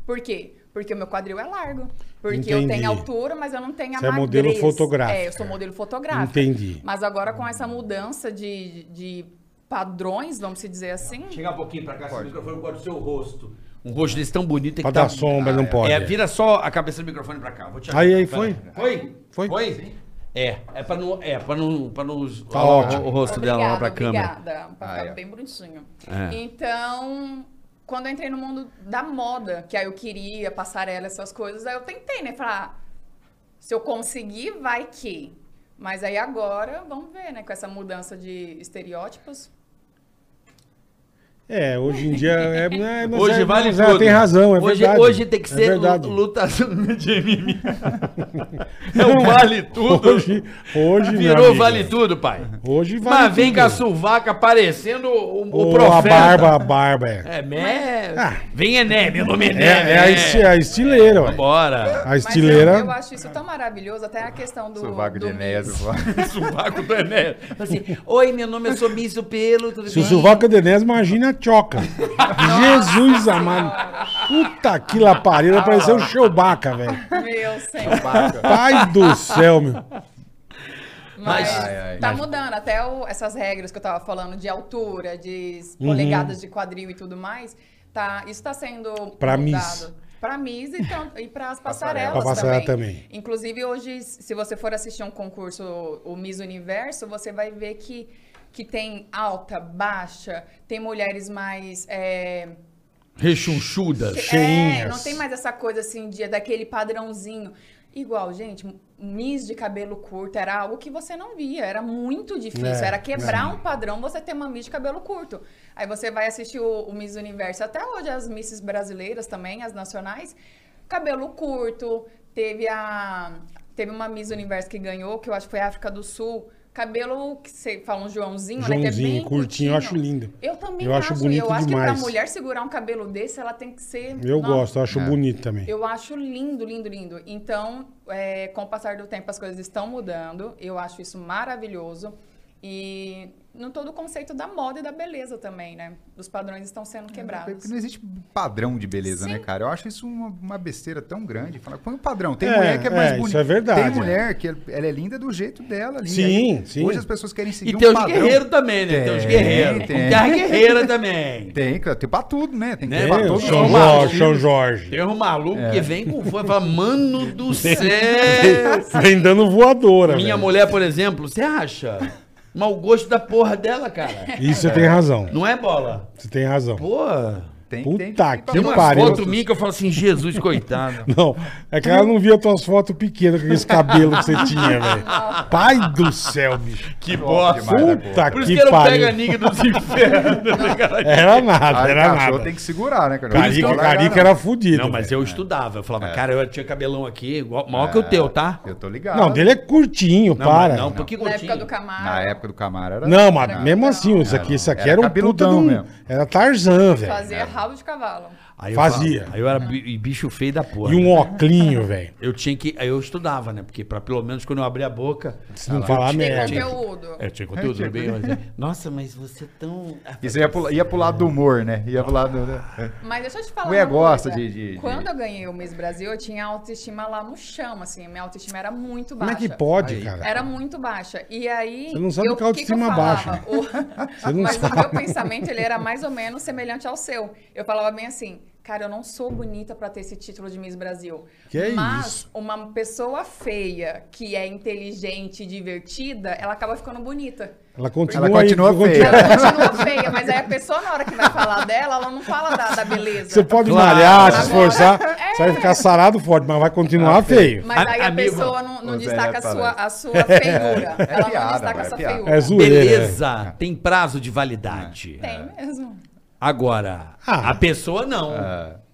[SPEAKER 5] Por quê? Porque o meu quadril é largo. Porque eu
[SPEAKER 3] Entendi.
[SPEAKER 5] tenho altura, mas eu não tenho a
[SPEAKER 3] Você é modelo
[SPEAKER 5] magreza.
[SPEAKER 3] fotográfica.
[SPEAKER 5] É, eu sou modelo fotográfico.
[SPEAKER 3] Entendi.
[SPEAKER 5] Mas agora com essa mudança de, de padrões, vamos se dizer assim.
[SPEAKER 2] Chegar um pouquinho pra cá, esse microfone pode ser o rosto. Um rosto desse tão bonito tem
[SPEAKER 3] Pra
[SPEAKER 2] que tá-
[SPEAKER 3] dar sombra, não pode.
[SPEAKER 2] É, vira só a cabeça do microfone pra cá. Vou te
[SPEAKER 3] Aí, aí,
[SPEAKER 2] ajudar,
[SPEAKER 3] foi?
[SPEAKER 2] peraí. Foi?
[SPEAKER 3] Foi?
[SPEAKER 2] É, é pra não. É, pra não. Pra não olha
[SPEAKER 3] Tá
[SPEAKER 2] lá,
[SPEAKER 3] ótimo.
[SPEAKER 2] o rosto dela lá pra câmera.
[SPEAKER 5] Obrigada, pra
[SPEAKER 4] Ah,
[SPEAKER 5] ficar
[SPEAKER 4] é.
[SPEAKER 5] bem bonitinho.
[SPEAKER 2] É.
[SPEAKER 5] Então, quando eu entrei no mundo da moda, que aí eu queria passarela, essas coisas, aí eu tentei, né? Falar, ah, se eu conseguir, vai que. Mas aí agora, vamos ver, né? Com essa mudança de estereótipos.
[SPEAKER 3] É, hoje em dia. É, é, mas
[SPEAKER 2] Hoje
[SPEAKER 3] é-
[SPEAKER 2] vale
[SPEAKER 3] mas
[SPEAKER 2] tudo.
[SPEAKER 3] ela tem razão, é
[SPEAKER 2] hoje,
[SPEAKER 3] verdade.
[SPEAKER 2] Hoje tem que
[SPEAKER 3] É
[SPEAKER 2] ser
[SPEAKER 3] verdade.
[SPEAKER 2] luta de MMA. É o vale tudo.
[SPEAKER 3] Hoje, hoje meu
[SPEAKER 2] Virou
[SPEAKER 3] amigo,
[SPEAKER 2] vale tudo, pai.
[SPEAKER 3] Hoje vale
[SPEAKER 2] Mas vem
[SPEAKER 3] tudo.
[SPEAKER 2] com a suvaca parecendo o, o
[SPEAKER 3] Ou
[SPEAKER 2] profeta.
[SPEAKER 3] a barba, a barba, é.
[SPEAKER 2] É, né?
[SPEAKER 3] Ah.
[SPEAKER 2] Vem Ené, meu nome é
[SPEAKER 3] É,
[SPEAKER 2] Ené.
[SPEAKER 3] é a, esti- a estileira, ué.
[SPEAKER 2] Bora.
[SPEAKER 3] A
[SPEAKER 5] Mas eu, eu
[SPEAKER 3] estileira.
[SPEAKER 5] acho isso tão maravilhoso, até a questão do.
[SPEAKER 4] Sovaco de
[SPEAKER 5] do
[SPEAKER 4] Enéas.
[SPEAKER 5] Miss.
[SPEAKER 2] Suvaco do Ené. Assim, Oi, meu nome é Sobiso Pelo. Tudo
[SPEAKER 3] Se o
[SPEAKER 2] bem?
[SPEAKER 3] Silvaca Denés, imagina a choca. Jesus amado. Puta que lapareira, pareceu o Chewbacca, velho.
[SPEAKER 5] Meu senhor.
[SPEAKER 3] Pai do céu, meu.
[SPEAKER 5] Mas
[SPEAKER 4] Ai, ai.
[SPEAKER 5] tá
[SPEAKER 4] Mas-
[SPEAKER 5] mudando até o- essas regras que eu tava falando de altura, de
[SPEAKER 3] Uhum.
[SPEAKER 5] polegadas de quadril e tudo mais. Tá, isso tá sendo
[SPEAKER 3] Pra
[SPEAKER 5] mudado.
[SPEAKER 3] Miss.
[SPEAKER 5] Pra Miss e, tam- e para as passarelas
[SPEAKER 4] Passarela.
[SPEAKER 3] Pra passarela também.
[SPEAKER 5] Inclusive, hoje, se você for assistir um concurso, o Miss Universo, você vai ver que, que tem alta, baixa, tem mulheres mais... é,
[SPEAKER 2] Rechonchudas.
[SPEAKER 5] é,
[SPEAKER 3] Cheinhas.
[SPEAKER 5] não tem mais essa coisa assim de daquele padrãozinho. Igual, gente, um Miss de cabelo curto era algo que você não via, era muito difícil,
[SPEAKER 3] É,
[SPEAKER 5] era quebrar um padrão você ter uma Miss de cabelo curto. Aí você vai assistir o, o Miss Universo, até hoje as Misses brasileiras também, as nacionais, cabelo curto, teve a teve uma Miss Universo que ganhou, que eu acho que foi a África do Sul, cabelo que você fala um Joãozinho, né, que é
[SPEAKER 3] Joãozinho,
[SPEAKER 5] bem
[SPEAKER 3] curtinho, eu acho lindo.
[SPEAKER 5] eu também
[SPEAKER 3] Eu acho
[SPEAKER 5] acho,
[SPEAKER 3] bonito
[SPEAKER 5] eu acho que
[SPEAKER 3] demais.
[SPEAKER 5] pra mulher segurar um cabelo desse, ela tem que ser.
[SPEAKER 3] Eu
[SPEAKER 5] Nossa,
[SPEAKER 3] gosto, eu acho bonito também.
[SPEAKER 5] Eu acho lindo, lindo, lindo. Então, é, com o passar do tempo, as coisas estão mudando. Eu acho isso maravilhoso. E no todo o conceito da moda e da beleza também, né? Os padrões estão
[SPEAKER 3] É,
[SPEAKER 5] sendo quebrados.
[SPEAKER 4] Porque não existe padrão de beleza, né, cara? Eu acho isso uma, uma besteira tão grande. Fala, põe o padrão. Tem
[SPEAKER 3] É,
[SPEAKER 4] mulher que é mais
[SPEAKER 3] é, isso
[SPEAKER 4] bonita.
[SPEAKER 3] é verdade,
[SPEAKER 4] Tem mulher que ela ela é linda do jeito dela. Ali.
[SPEAKER 3] Sim,
[SPEAKER 4] Aí,
[SPEAKER 3] sim.
[SPEAKER 4] Hoje as pessoas querem seguir
[SPEAKER 2] E tem
[SPEAKER 4] um
[SPEAKER 2] os
[SPEAKER 4] padrão.
[SPEAKER 2] guerreiros também, né? Tem, os
[SPEAKER 4] Tem,
[SPEAKER 2] guerreiros. Tem,
[SPEAKER 4] tem.
[SPEAKER 2] as guerreiras também.
[SPEAKER 4] Tem, cara, tem pra tudo, né? Tem que
[SPEAKER 2] Né?
[SPEAKER 4] ter
[SPEAKER 3] É,
[SPEAKER 4] pra
[SPEAKER 2] Tem
[SPEAKER 4] todo
[SPEAKER 3] o
[SPEAKER 2] São
[SPEAKER 3] São
[SPEAKER 4] mundo.
[SPEAKER 2] João.
[SPEAKER 3] Jorge, São Jorge.
[SPEAKER 2] Tem um maluco que vem com fã e fala, mano do céu.
[SPEAKER 3] Vem dando voadora,
[SPEAKER 2] Minha
[SPEAKER 3] velho.
[SPEAKER 2] mulher, por exemplo, você acha? Mau gosto da porra dela, cara.
[SPEAKER 3] Isso você tem razão.
[SPEAKER 2] Não é bola?
[SPEAKER 3] Você tem razão.
[SPEAKER 2] Pô,
[SPEAKER 4] Tem,
[SPEAKER 3] Puta
[SPEAKER 4] tem
[SPEAKER 3] que
[SPEAKER 4] pra
[SPEAKER 2] tem
[SPEAKER 4] todo
[SPEAKER 2] umas
[SPEAKER 4] mundo.
[SPEAKER 3] pariu.
[SPEAKER 2] fotos minhas que eu falo assim, Jesus, coitado.
[SPEAKER 3] Não, é que ela não via tuas fotos pequenas com esse cabelo que você tinha, velho. Pai do céu, bicho.
[SPEAKER 2] Que
[SPEAKER 4] bosta.
[SPEAKER 3] Puta
[SPEAKER 2] Por isso que
[SPEAKER 3] que
[SPEAKER 2] era o
[SPEAKER 3] pariu. É
[SPEAKER 2] pega-niga dos infernos. né, cara?
[SPEAKER 3] Era nada,
[SPEAKER 4] Cara,
[SPEAKER 3] era
[SPEAKER 4] cachorro
[SPEAKER 3] nada.
[SPEAKER 4] tem que segurar, né, cara? Não pode
[SPEAKER 3] Carica,
[SPEAKER 4] largar,
[SPEAKER 3] Carica
[SPEAKER 4] não.
[SPEAKER 3] era fudido.
[SPEAKER 2] Não, mas
[SPEAKER 3] velho.
[SPEAKER 2] eu estudava. Eu falava, cara, eu tinha cabelão aqui, igual, maior que o teu, tá?
[SPEAKER 4] Eu tô ligado.
[SPEAKER 3] Não, dele é curtinho,
[SPEAKER 2] Não,
[SPEAKER 3] para.
[SPEAKER 2] mas Não,
[SPEAKER 3] Não,
[SPEAKER 2] porque
[SPEAKER 5] Na época do
[SPEAKER 2] curtinho.
[SPEAKER 5] Camaro.
[SPEAKER 4] Na época do Camaro era.
[SPEAKER 3] mas mesmo assim, isso aqui, isso aqui era,
[SPEAKER 4] Era
[SPEAKER 3] um puta de
[SPEAKER 4] cabeludão
[SPEAKER 3] um-
[SPEAKER 4] mesmo. né?
[SPEAKER 3] Era Tarzan, velho.
[SPEAKER 5] Fazia rabo de cavalo.
[SPEAKER 2] Aí eu
[SPEAKER 3] Fazia.
[SPEAKER 2] falava- aí eu era bi- bicho feio da porra.
[SPEAKER 3] E um
[SPEAKER 2] né?
[SPEAKER 3] oclinho, velho.
[SPEAKER 2] Eu tinha que. Aí eu estudava, né? Porque pra pelo menos quando eu abria a boca.
[SPEAKER 3] Se não falar
[SPEAKER 5] Tem
[SPEAKER 3] merda.
[SPEAKER 4] tipo,
[SPEAKER 5] conteúdo.
[SPEAKER 2] É, tinha conteúdo, tudo bem? Mas, é, Nossa, mas você é tão.
[SPEAKER 4] E você ia pro, ia pro lado do humor, né? Ia pro lado. Né?
[SPEAKER 5] Mas deixa eu te falar.
[SPEAKER 4] Mulher
[SPEAKER 5] uma
[SPEAKER 4] gosta
[SPEAKER 5] coisa.
[SPEAKER 4] de- de- de-
[SPEAKER 5] Quando eu ganhei o Miss Brasil, eu tinha autoestima lá no chão, assim. Minha autoestima era muito
[SPEAKER 3] Como
[SPEAKER 5] baixa.
[SPEAKER 3] é que pode,
[SPEAKER 4] Aí.
[SPEAKER 3] cara?
[SPEAKER 5] Era muito baixa. E aí.
[SPEAKER 3] Você não sabe
[SPEAKER 5] eu-
[SPEAKER 3] que a
[SPEAKER 5] que que eu
[SPEAKER 3] autoestima
[SPEAKER 5] falava?
[SPEAKER 3] baixa, né?
[SPEAKER 5] O-
[SPEAKER 3] Você não
[SPEAKER 5] Mas
[SPEAKER 3] sabe.
[SPEAKER 5] o meu pensamento ele era mais ou menos semelhante ao seu. Eu falava bem assim. Cara, eu não sou bonita pra ter esse título de Miss Brasil.
[SPEAKER 3] Que é
[SPEAKER 5] Mas
[SPEAKER 3] isso?
[SPEAKER 5] uma pessoa feia que é inteligente e divertida, ela acaba ficando bonita.
[SPEAKER 3] Ela continua,
[SPEAKER 4] Ela continua
[SPEAKER 3] aí,
[SPEAKER 4] feia.
[SPEAKER 5] Ela continua feia, mas aí a pessoa, na hora que vai falar dela, ela não fala da, da beleza.
[SPEAKER 3] Você pode
[SPEAKER 2] Claro.
[SPEAKER 3] malhar, se
[SPEAKER 5] Agora-
[SPEAKER 3] esforçar,
[SPEAKER 5] É.
[SPEAKER 3] você vai ficar sarado forte, mas vai
[SPEAKER 2] Ah,
[SPEAKER 3] continuar feio.
[SPEAKER 5] Mas
[SPEAKER 2] A-
[SPEAKER 5] aí a,
[SPEAKER 2] amigo,
[SPEAKER 5] pessoa não, não
[SPEAKER 4] Ô, Zé,
[SPEAKER 5] destaca a
[SPEAKER 4] fala
[SPEAKER 5] sua,
[SPEAKER 4] isso.
[SPEAKER 5] a sua feiura.
[SPEAKER 4] É
[SPEAKER 5] Ela não
[SPEAKER 4] piada,
[SPEAKER 5] destaca
[SPEAKER 4] vai,
[SPEAKER 5] essa
[SPEAKER 4] é piada.
[SPEAKER 5] feiura.
[SPEAKER 3] É zoeira. né?
[SPEAKER 2] Beleza, tem prazo de validade.
[SPEAKER 5] Tem mesmo.
[SPEAKER 2] Agora,
[SPEAKER 3] Ah.
[SPEAKER 2] a pessoa não,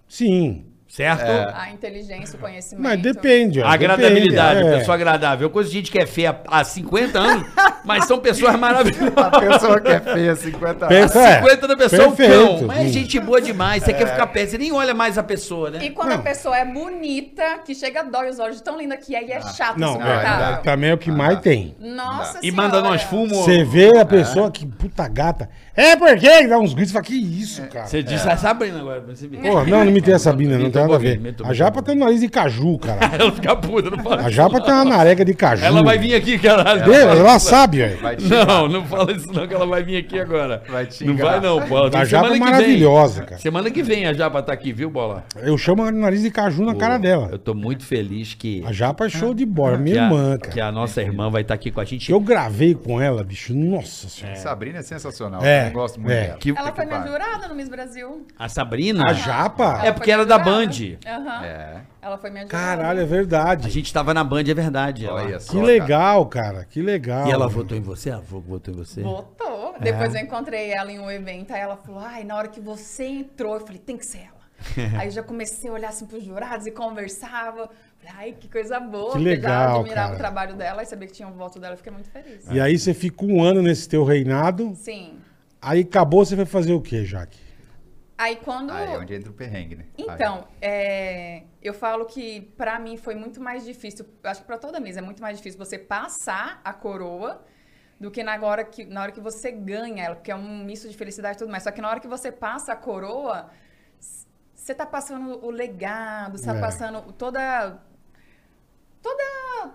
[SPEAKER 3] Sim.
[SPEAKER 2] certo?
[SPEAKER 5] A inteligência, o conhecimento.
[SPEAKER 3] Mas depende. ó,
[SPEAKER 2] A agradabilidade,
[SPEAKER 3] depende, é.
[SPEAKER 2] pessoa agradável. Coisa de gente que é feia há 50 anos, mas são pessoas maravilhosas.
[SPEAKER 4] A pessoa que é feia 50
[SPEAKER 3] Pensa-
[SPEAKER 4] anos.
[SPEAKER 3] É,
[SPEAKER 2] 50 da pessoa é um
[SPEAKER 3] perfeito.
[SPEAKER 2] cão. Mas é gente boa demais, você quer ficar perto, você nem olha mais a pessoa, né?
[SPEAKER 5] E quando
[SPEAKER 3] Não.
[SPEAKER 5] a pessoa é bonita, que chega, dói os olhos de tão linda que aí é chato,
[SPEAKER 3] Não,
[SPEAKER 2] Ah, tá.
[SPEAKER 3] é,
[SPEAKER 5] insuportável.
[SPEAKER 3] também é o que mais tem.
[SPEAKER 5] Nossa
[SPEAKER 2] E manda nós fumo.
[SPEAKER 3] Você vê
[SPEAKER 2] É.
[SPEAKER 3] a pessoa que puta gata. É porque dá uns gritos e fala, que isso, cara.
[SPEAKER 2] É. Você diz a Sabrina agora, pra você ver.
[SPEAKER 3] Porra, não, não me tem a Sabina, não tem nada a ver.
[SPEAKER 2] Muito
[SPEAKER 3] A
[SPEAKER 2] bom.
[SPEAKER 3] Japa tem um nariz de caju, cara.
[SPEAKER 2] Ela fica puta, não fala.
[SPEAKER 3] A Japa tem uma narega de caju.
[SPEAKER 2] Ela vai vir aqui, caralho.
[SPEAKER 3] Ela, ela sabe, velho.
[SPEAKER 4] Vai te xingar.
[SPEAKER 2] Não, não fala isso não, que ela vai vir aqui agora.
[SPEAKER 4] Vai te
[SPEAKER 2] não
[SPEAKER 4] xingar.
[SPEAKER 2] vai não, Bola. Tem
[SPEAKER 3] A Japa é
[SPEAKER 2] semana que
[SPEAKER 3] maravilhosa,
[SPEAKER 2] vem.
[SPEAKER 3] cara.
[SPEAKER 2] Semana que vem a Japa tá aqui, viu, Bola?
[SPEAKER 3] Eu chamo ela de nariz de caju na cara
[SPEAKER 2] Eu
[SPEAKER 3] dela.
[SPEAKER 2] tô Ah, muito feliz que...
[SPEAKER 3] Ah. A Japa é show de bola, minha
[SPEAKER 2] que a-
[SPEAKER 3] irmã,
[SPEAKER 2] Que
[SPEAKER 3] cara.
[SPEAKER 2] a nossa irmã vai estar aqui com a gente.
[SPEAKER 3] Eu gravei com ela, bicho, nossa senhora.
[SPEAKER 4] Sabrina é sensacional.
[SPEAKER 3] É,
[SPEAKER 4] eu gosto muito
[SPEAKER 3] é.
[SPEAKER 4] dela.
[SPEAKER 2] Que-
[SPEAKER 5] Ela foi
[SPEAKER 4] Vai.
[SPEAKER 5] minha jurada no Miss Brasil.
[SPEAKER 2] A Sabrina.
[SPEAKER 3] A Japa?
[SPEAKER 2] É
[SPEAKER 5] Ela
[SPEAKER 2] porque
[SPEAKER 5] foi
[SPEAKER 2] era da
[SPEAKER 5] minha jurada.
[SPEAKER 2] Band.
[SPEAKER 5] Aham.
[SPEAKER 4] É.
[SPEAKER 5] Ela foi minha jurada.
[SPEAKER 3] Caralho, é
[SPEAKER 2] A
[SPEAKER 3] verdade.
[SPEAKER 2] gente tava na Band, é verdade. ela.
[SPEAKER 4] Olha só,
[SPEAKER 3] Que
[SPEAKER 4] cara.
[SPEAKER 3] legal, cara, que legal.
[SPEAKER 2] E ela votou em você? Ela votou em você?
[SPEAKER 5] Botou. Depois eu encontrei ela em um evento, aí ela falou, ai, na hora que você entrou, eu falei, tem que ser ela. aí eu já comecei a olhar assim pros jurados e conversava. Falei, ai, que coisa boa.
[SPEAKER 3] Que
[SPEAKER 5] porque
[SPEAKER 3] legal,
[SPEAKER 5] já admirava
[SPEAKER 3] cara.
[SPEAKER 5] o trabalho dela e sabia que tinha um voto dela, eu fiquei muito feliz.
[SPEAKER 3] E aí você fica um ano nesse teu reinado,
[SPEAKER 5] Sim.
[SPEAKER 3] aí acabou, você vai fazer o quê, Jaque?
[SPEAKER 5] Aí quando...
[SPEAKER 4] Aí é onde entra o perrengue, né?
[SPEAKER 5] Então, é, eu falo que pra mim foi muito mais difícil, acho que pra toda mesa é muito mais difícil você passar a coroa do que na hora que, na hora que você ganha ela, porque é um misto de felicidade e tudo mais. Só que na hora que você passa a coroa, s- você tá passando o legado, você tá
[SPEAKER 3] É.
[SPEAKER 5] passando toda toda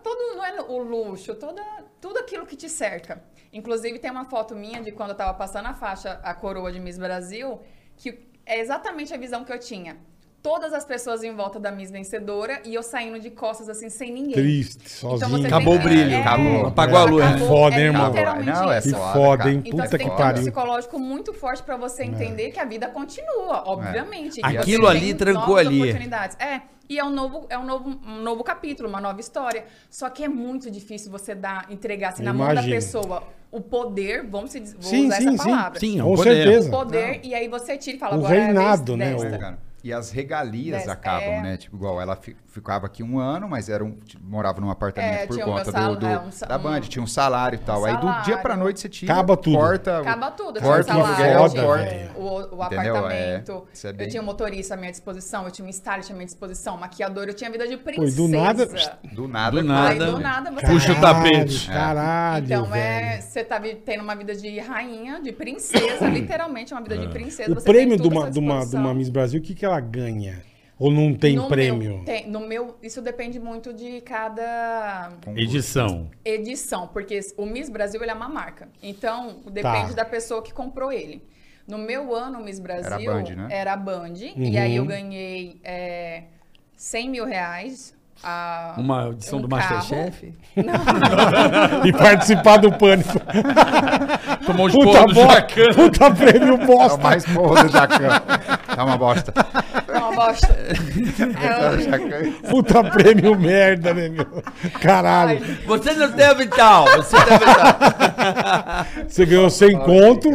[SPEAKER 5] todo não é o luxo, toda tudo aquilo que te cerca. Inclusive tem uma foto minha de quando eu tava passando a faixa a coroa de Miss Brasil, que é exatamente a visão que eu tinha. Todas as pessoas em volta da Miss vencedora e eu saindo de costas assim sem ninguém.
[SPEAKER 3] Triste,
[SPEAKER 5] Então você
[SPEAKER 3] sozinho.
[SPEAKER 5] tem
[SPEAKER 2] Acabou
[SPEAKER 5] que-
[SPEAKER 2] o brilho.
[SPEAKER 5] é,
[SPEAKER 4] Acabou.
[SPEAKER 2] Apagou a luz.
[SPEAKER 5] acabou,
[SPEAKER 3] É foda,
[SPEAKER 5] é
[SPEAKER 3] hein, irmão?
[SPEAKER 5] literalmente
[SPEAKER 4] Não, é
[SPEAKER 5] isso.
[SPEAKER 3] Que
[SPEAKER 4] Foda,
[SPEAKER 3] foda,
[SPEAKER 4] cara.
[SPEAKER 3] hein?
[SPEAKER 5] Então
[SPEAKER 3] Puta
[SPEAKER 5] você
[SPEAKER 3] que
[SPEAKER 5] tem que ter um
[SPEAKER 3] pariu. É.
[SPEAKER 5] psicológico muito forte pra você entender que a vida continua, obviamente. que
[SPEAKER 2] Aquilo
[SPEAKER 5] você
[SPEAKER 2] ali
[SPEAKER 5] tem
[SPEAKER 2] trancou
[SPEAKER 5] novas
[SPEAKER 2] ali.
[SPEAKER 5] oportunidades. É. E é um novo, é um novo, um novo capítulo, uma nova história. Só que é muito difícil você dar, entregar assim, na mão da
[SPEAKER 3] Imagino.
[SPEAKER 5] pessoa o poder, vamos se diz- vou
[SPEAKER 3] Sim,
[SPEAKER 5] usar
[SPEAKER 3] sim,
[SPEAKER 5] essa
[SPEAKER 3] sim.
[SPEAKER 5] palavra.
[SPEAKER 2] Sim,
[SPEAKER 3] Com
[SPEAKER 2] o poder.
[SPEAKER 5] O
[SPEAKER 3] certeza.
[SPEAKER 5] poder, e aí você tira e fala,
[SPEAKER 3] O
[SPEAKER 5] agora
[SPEAKER 3] reinado,
[SPEAKER 5] é a
[SPEAKER 3] né,
[SPEAKER 5] vez
[SPEAKER 3] o-
[SPEAKER 5] desta.
[SPEAKER 4] Cara, E as regalias
[SPEAKER 5] Dessa-
[SPEAKER 4] acabam,
[SPEAKER 5] é.
[SPEAKER 4] né? Tipo, igual ela fi- ficava aqui um ano, mas era um, tipo, morava num apartamento
[SPEAKER 5] É,
[SPEAKER 4] por
[SPEAKER 5] tinha um
[SPEAKER 4] conta
[SPEAKER 5] sal-
[SPEAKER 4] do, do-
[SPEAKER 5] é, um sa-
[SPEAKER 4] da
[SPEAKER 5] um-
[SPEAKER 4] Band, tinha um salário e tal. Aí do dia
[SPEAKER 5] salário.
[SPEAKER 4] pra noite você tira.
[SPEAKER 3] Acaba tudo.
[SPEAKER 4] Corta, o-
[SPEAKER 5] Acaba tudo. Eu tinha um
[SPEAKER 4] Corta o
[SPEAKER 5] salário,
[SPEAKER 4] aluguel,
[SPEAKER 5] eu
[SPEAKER 3] foda,
[SPEAKER 5] tinha
[SPEAKER 4] corta.
[SPEAKER 3] velho.
[SPEAKER 5] o, o
[SPEAKER 4] Entendeu?
[SPEAKER 5] apartamento,
[SPEAKER 4] É, isso é
[SPEAKER 5] eu
[SPEAKER 4] bem-
[SPEAKER 5] tinha um motorista à minha disposição, eu tinha um stylist à minha disposição, maquiador, eu tinha vida de
[SPEAKER 3] e
[SPEAKER 5] princesa.
[SPEAKER 3] do nada-
[SPEAKER 4] Do nada.
[SPEAKER 2] Do
[SPEAKER 5] Aí
[SPEAKER 2] nada. né?
[SPEAKER 5] do nada você
[SPEAKER 2] Puxa o
[SPEAKER 5] vai-
[SPEAKER 2] tapete. É.
[SPEAKER 3] Caralho,
[SPEAKER 5] Então é,
[SPEAKER 3] velho.
[SPEAKER 5] você tá vi- tendo uma vida de rainha, de princesa, literalmente uma vida de princesa.
[SPEAKER 3] Ah. O
[SPEAKER 5] você
[SPEAKER 3] prêmio
[SPEAKER 5] tem
[SPEAKER 3] de
[SPEAKER 5] tudo à
[SPEAKER 3] uma,
[SPEAKER 5] sua
[SPEAKER 3] de, uma, de
[SPEAKER 5] disposição.
[SPEAKER 3] uma Miss Brasil, o que, que ela ganha? Ou não tem
[SPEAKER 5] No
[SPEAKER 3] prêmio?
[SPEAKER 5] meu- tem- no meu, isso depende muito de cada
[SPEAKER 2] Edição.
[SPEAKER 5] edição, porque o Miss Brasil ele é uma marca. Então, depende
[SPEAKER 3] Tá.
[SPEAKER 5] da pessoa que comprou ele. No meu ano, o Miss Brasil
[SPEAKER 4] Era Band, né?
[SPEAKER 5] era a Band, e aí eu
[SPEAKER 3] Uhum.
[SPEAKER 5] ganhei é, 100 mil reais. a-
[SPEAKER 2] Uma edição
[SPEAKER 5] um
[SPEAKER 2] do
[SPEAKER 5] carro.
[SPEAKER 2] Masterchef.
[SPEAKER 3] E participar do pânico.
[SPEAKER 2] Tomou os
[SPEAKER 3] Puta,
[SPEAKER 2] porros do
[SPEAKER 3] bo...
[SPEAKER 2] Jacan.
[SPEAKER 3] Puta prêmio
[SPEAKER 4] É o
[SPEAKER 3] bosta.
[SPEAKER 4] mais porra do Jacan. Tá uma bosta. Tá
[SPEAKER 5] Não, uma bosta.
[SPEAKER 4] O
[SPEAKER 5] É,
[SPEAKER 4] Jacan-
[SPEAKER 3] Puta prêmio merda, né, meu? Caralho.
[SPEAKER 2] Você não teve tal. Você teve tal.
[SPEAKER 3] Você ganhou sem conto,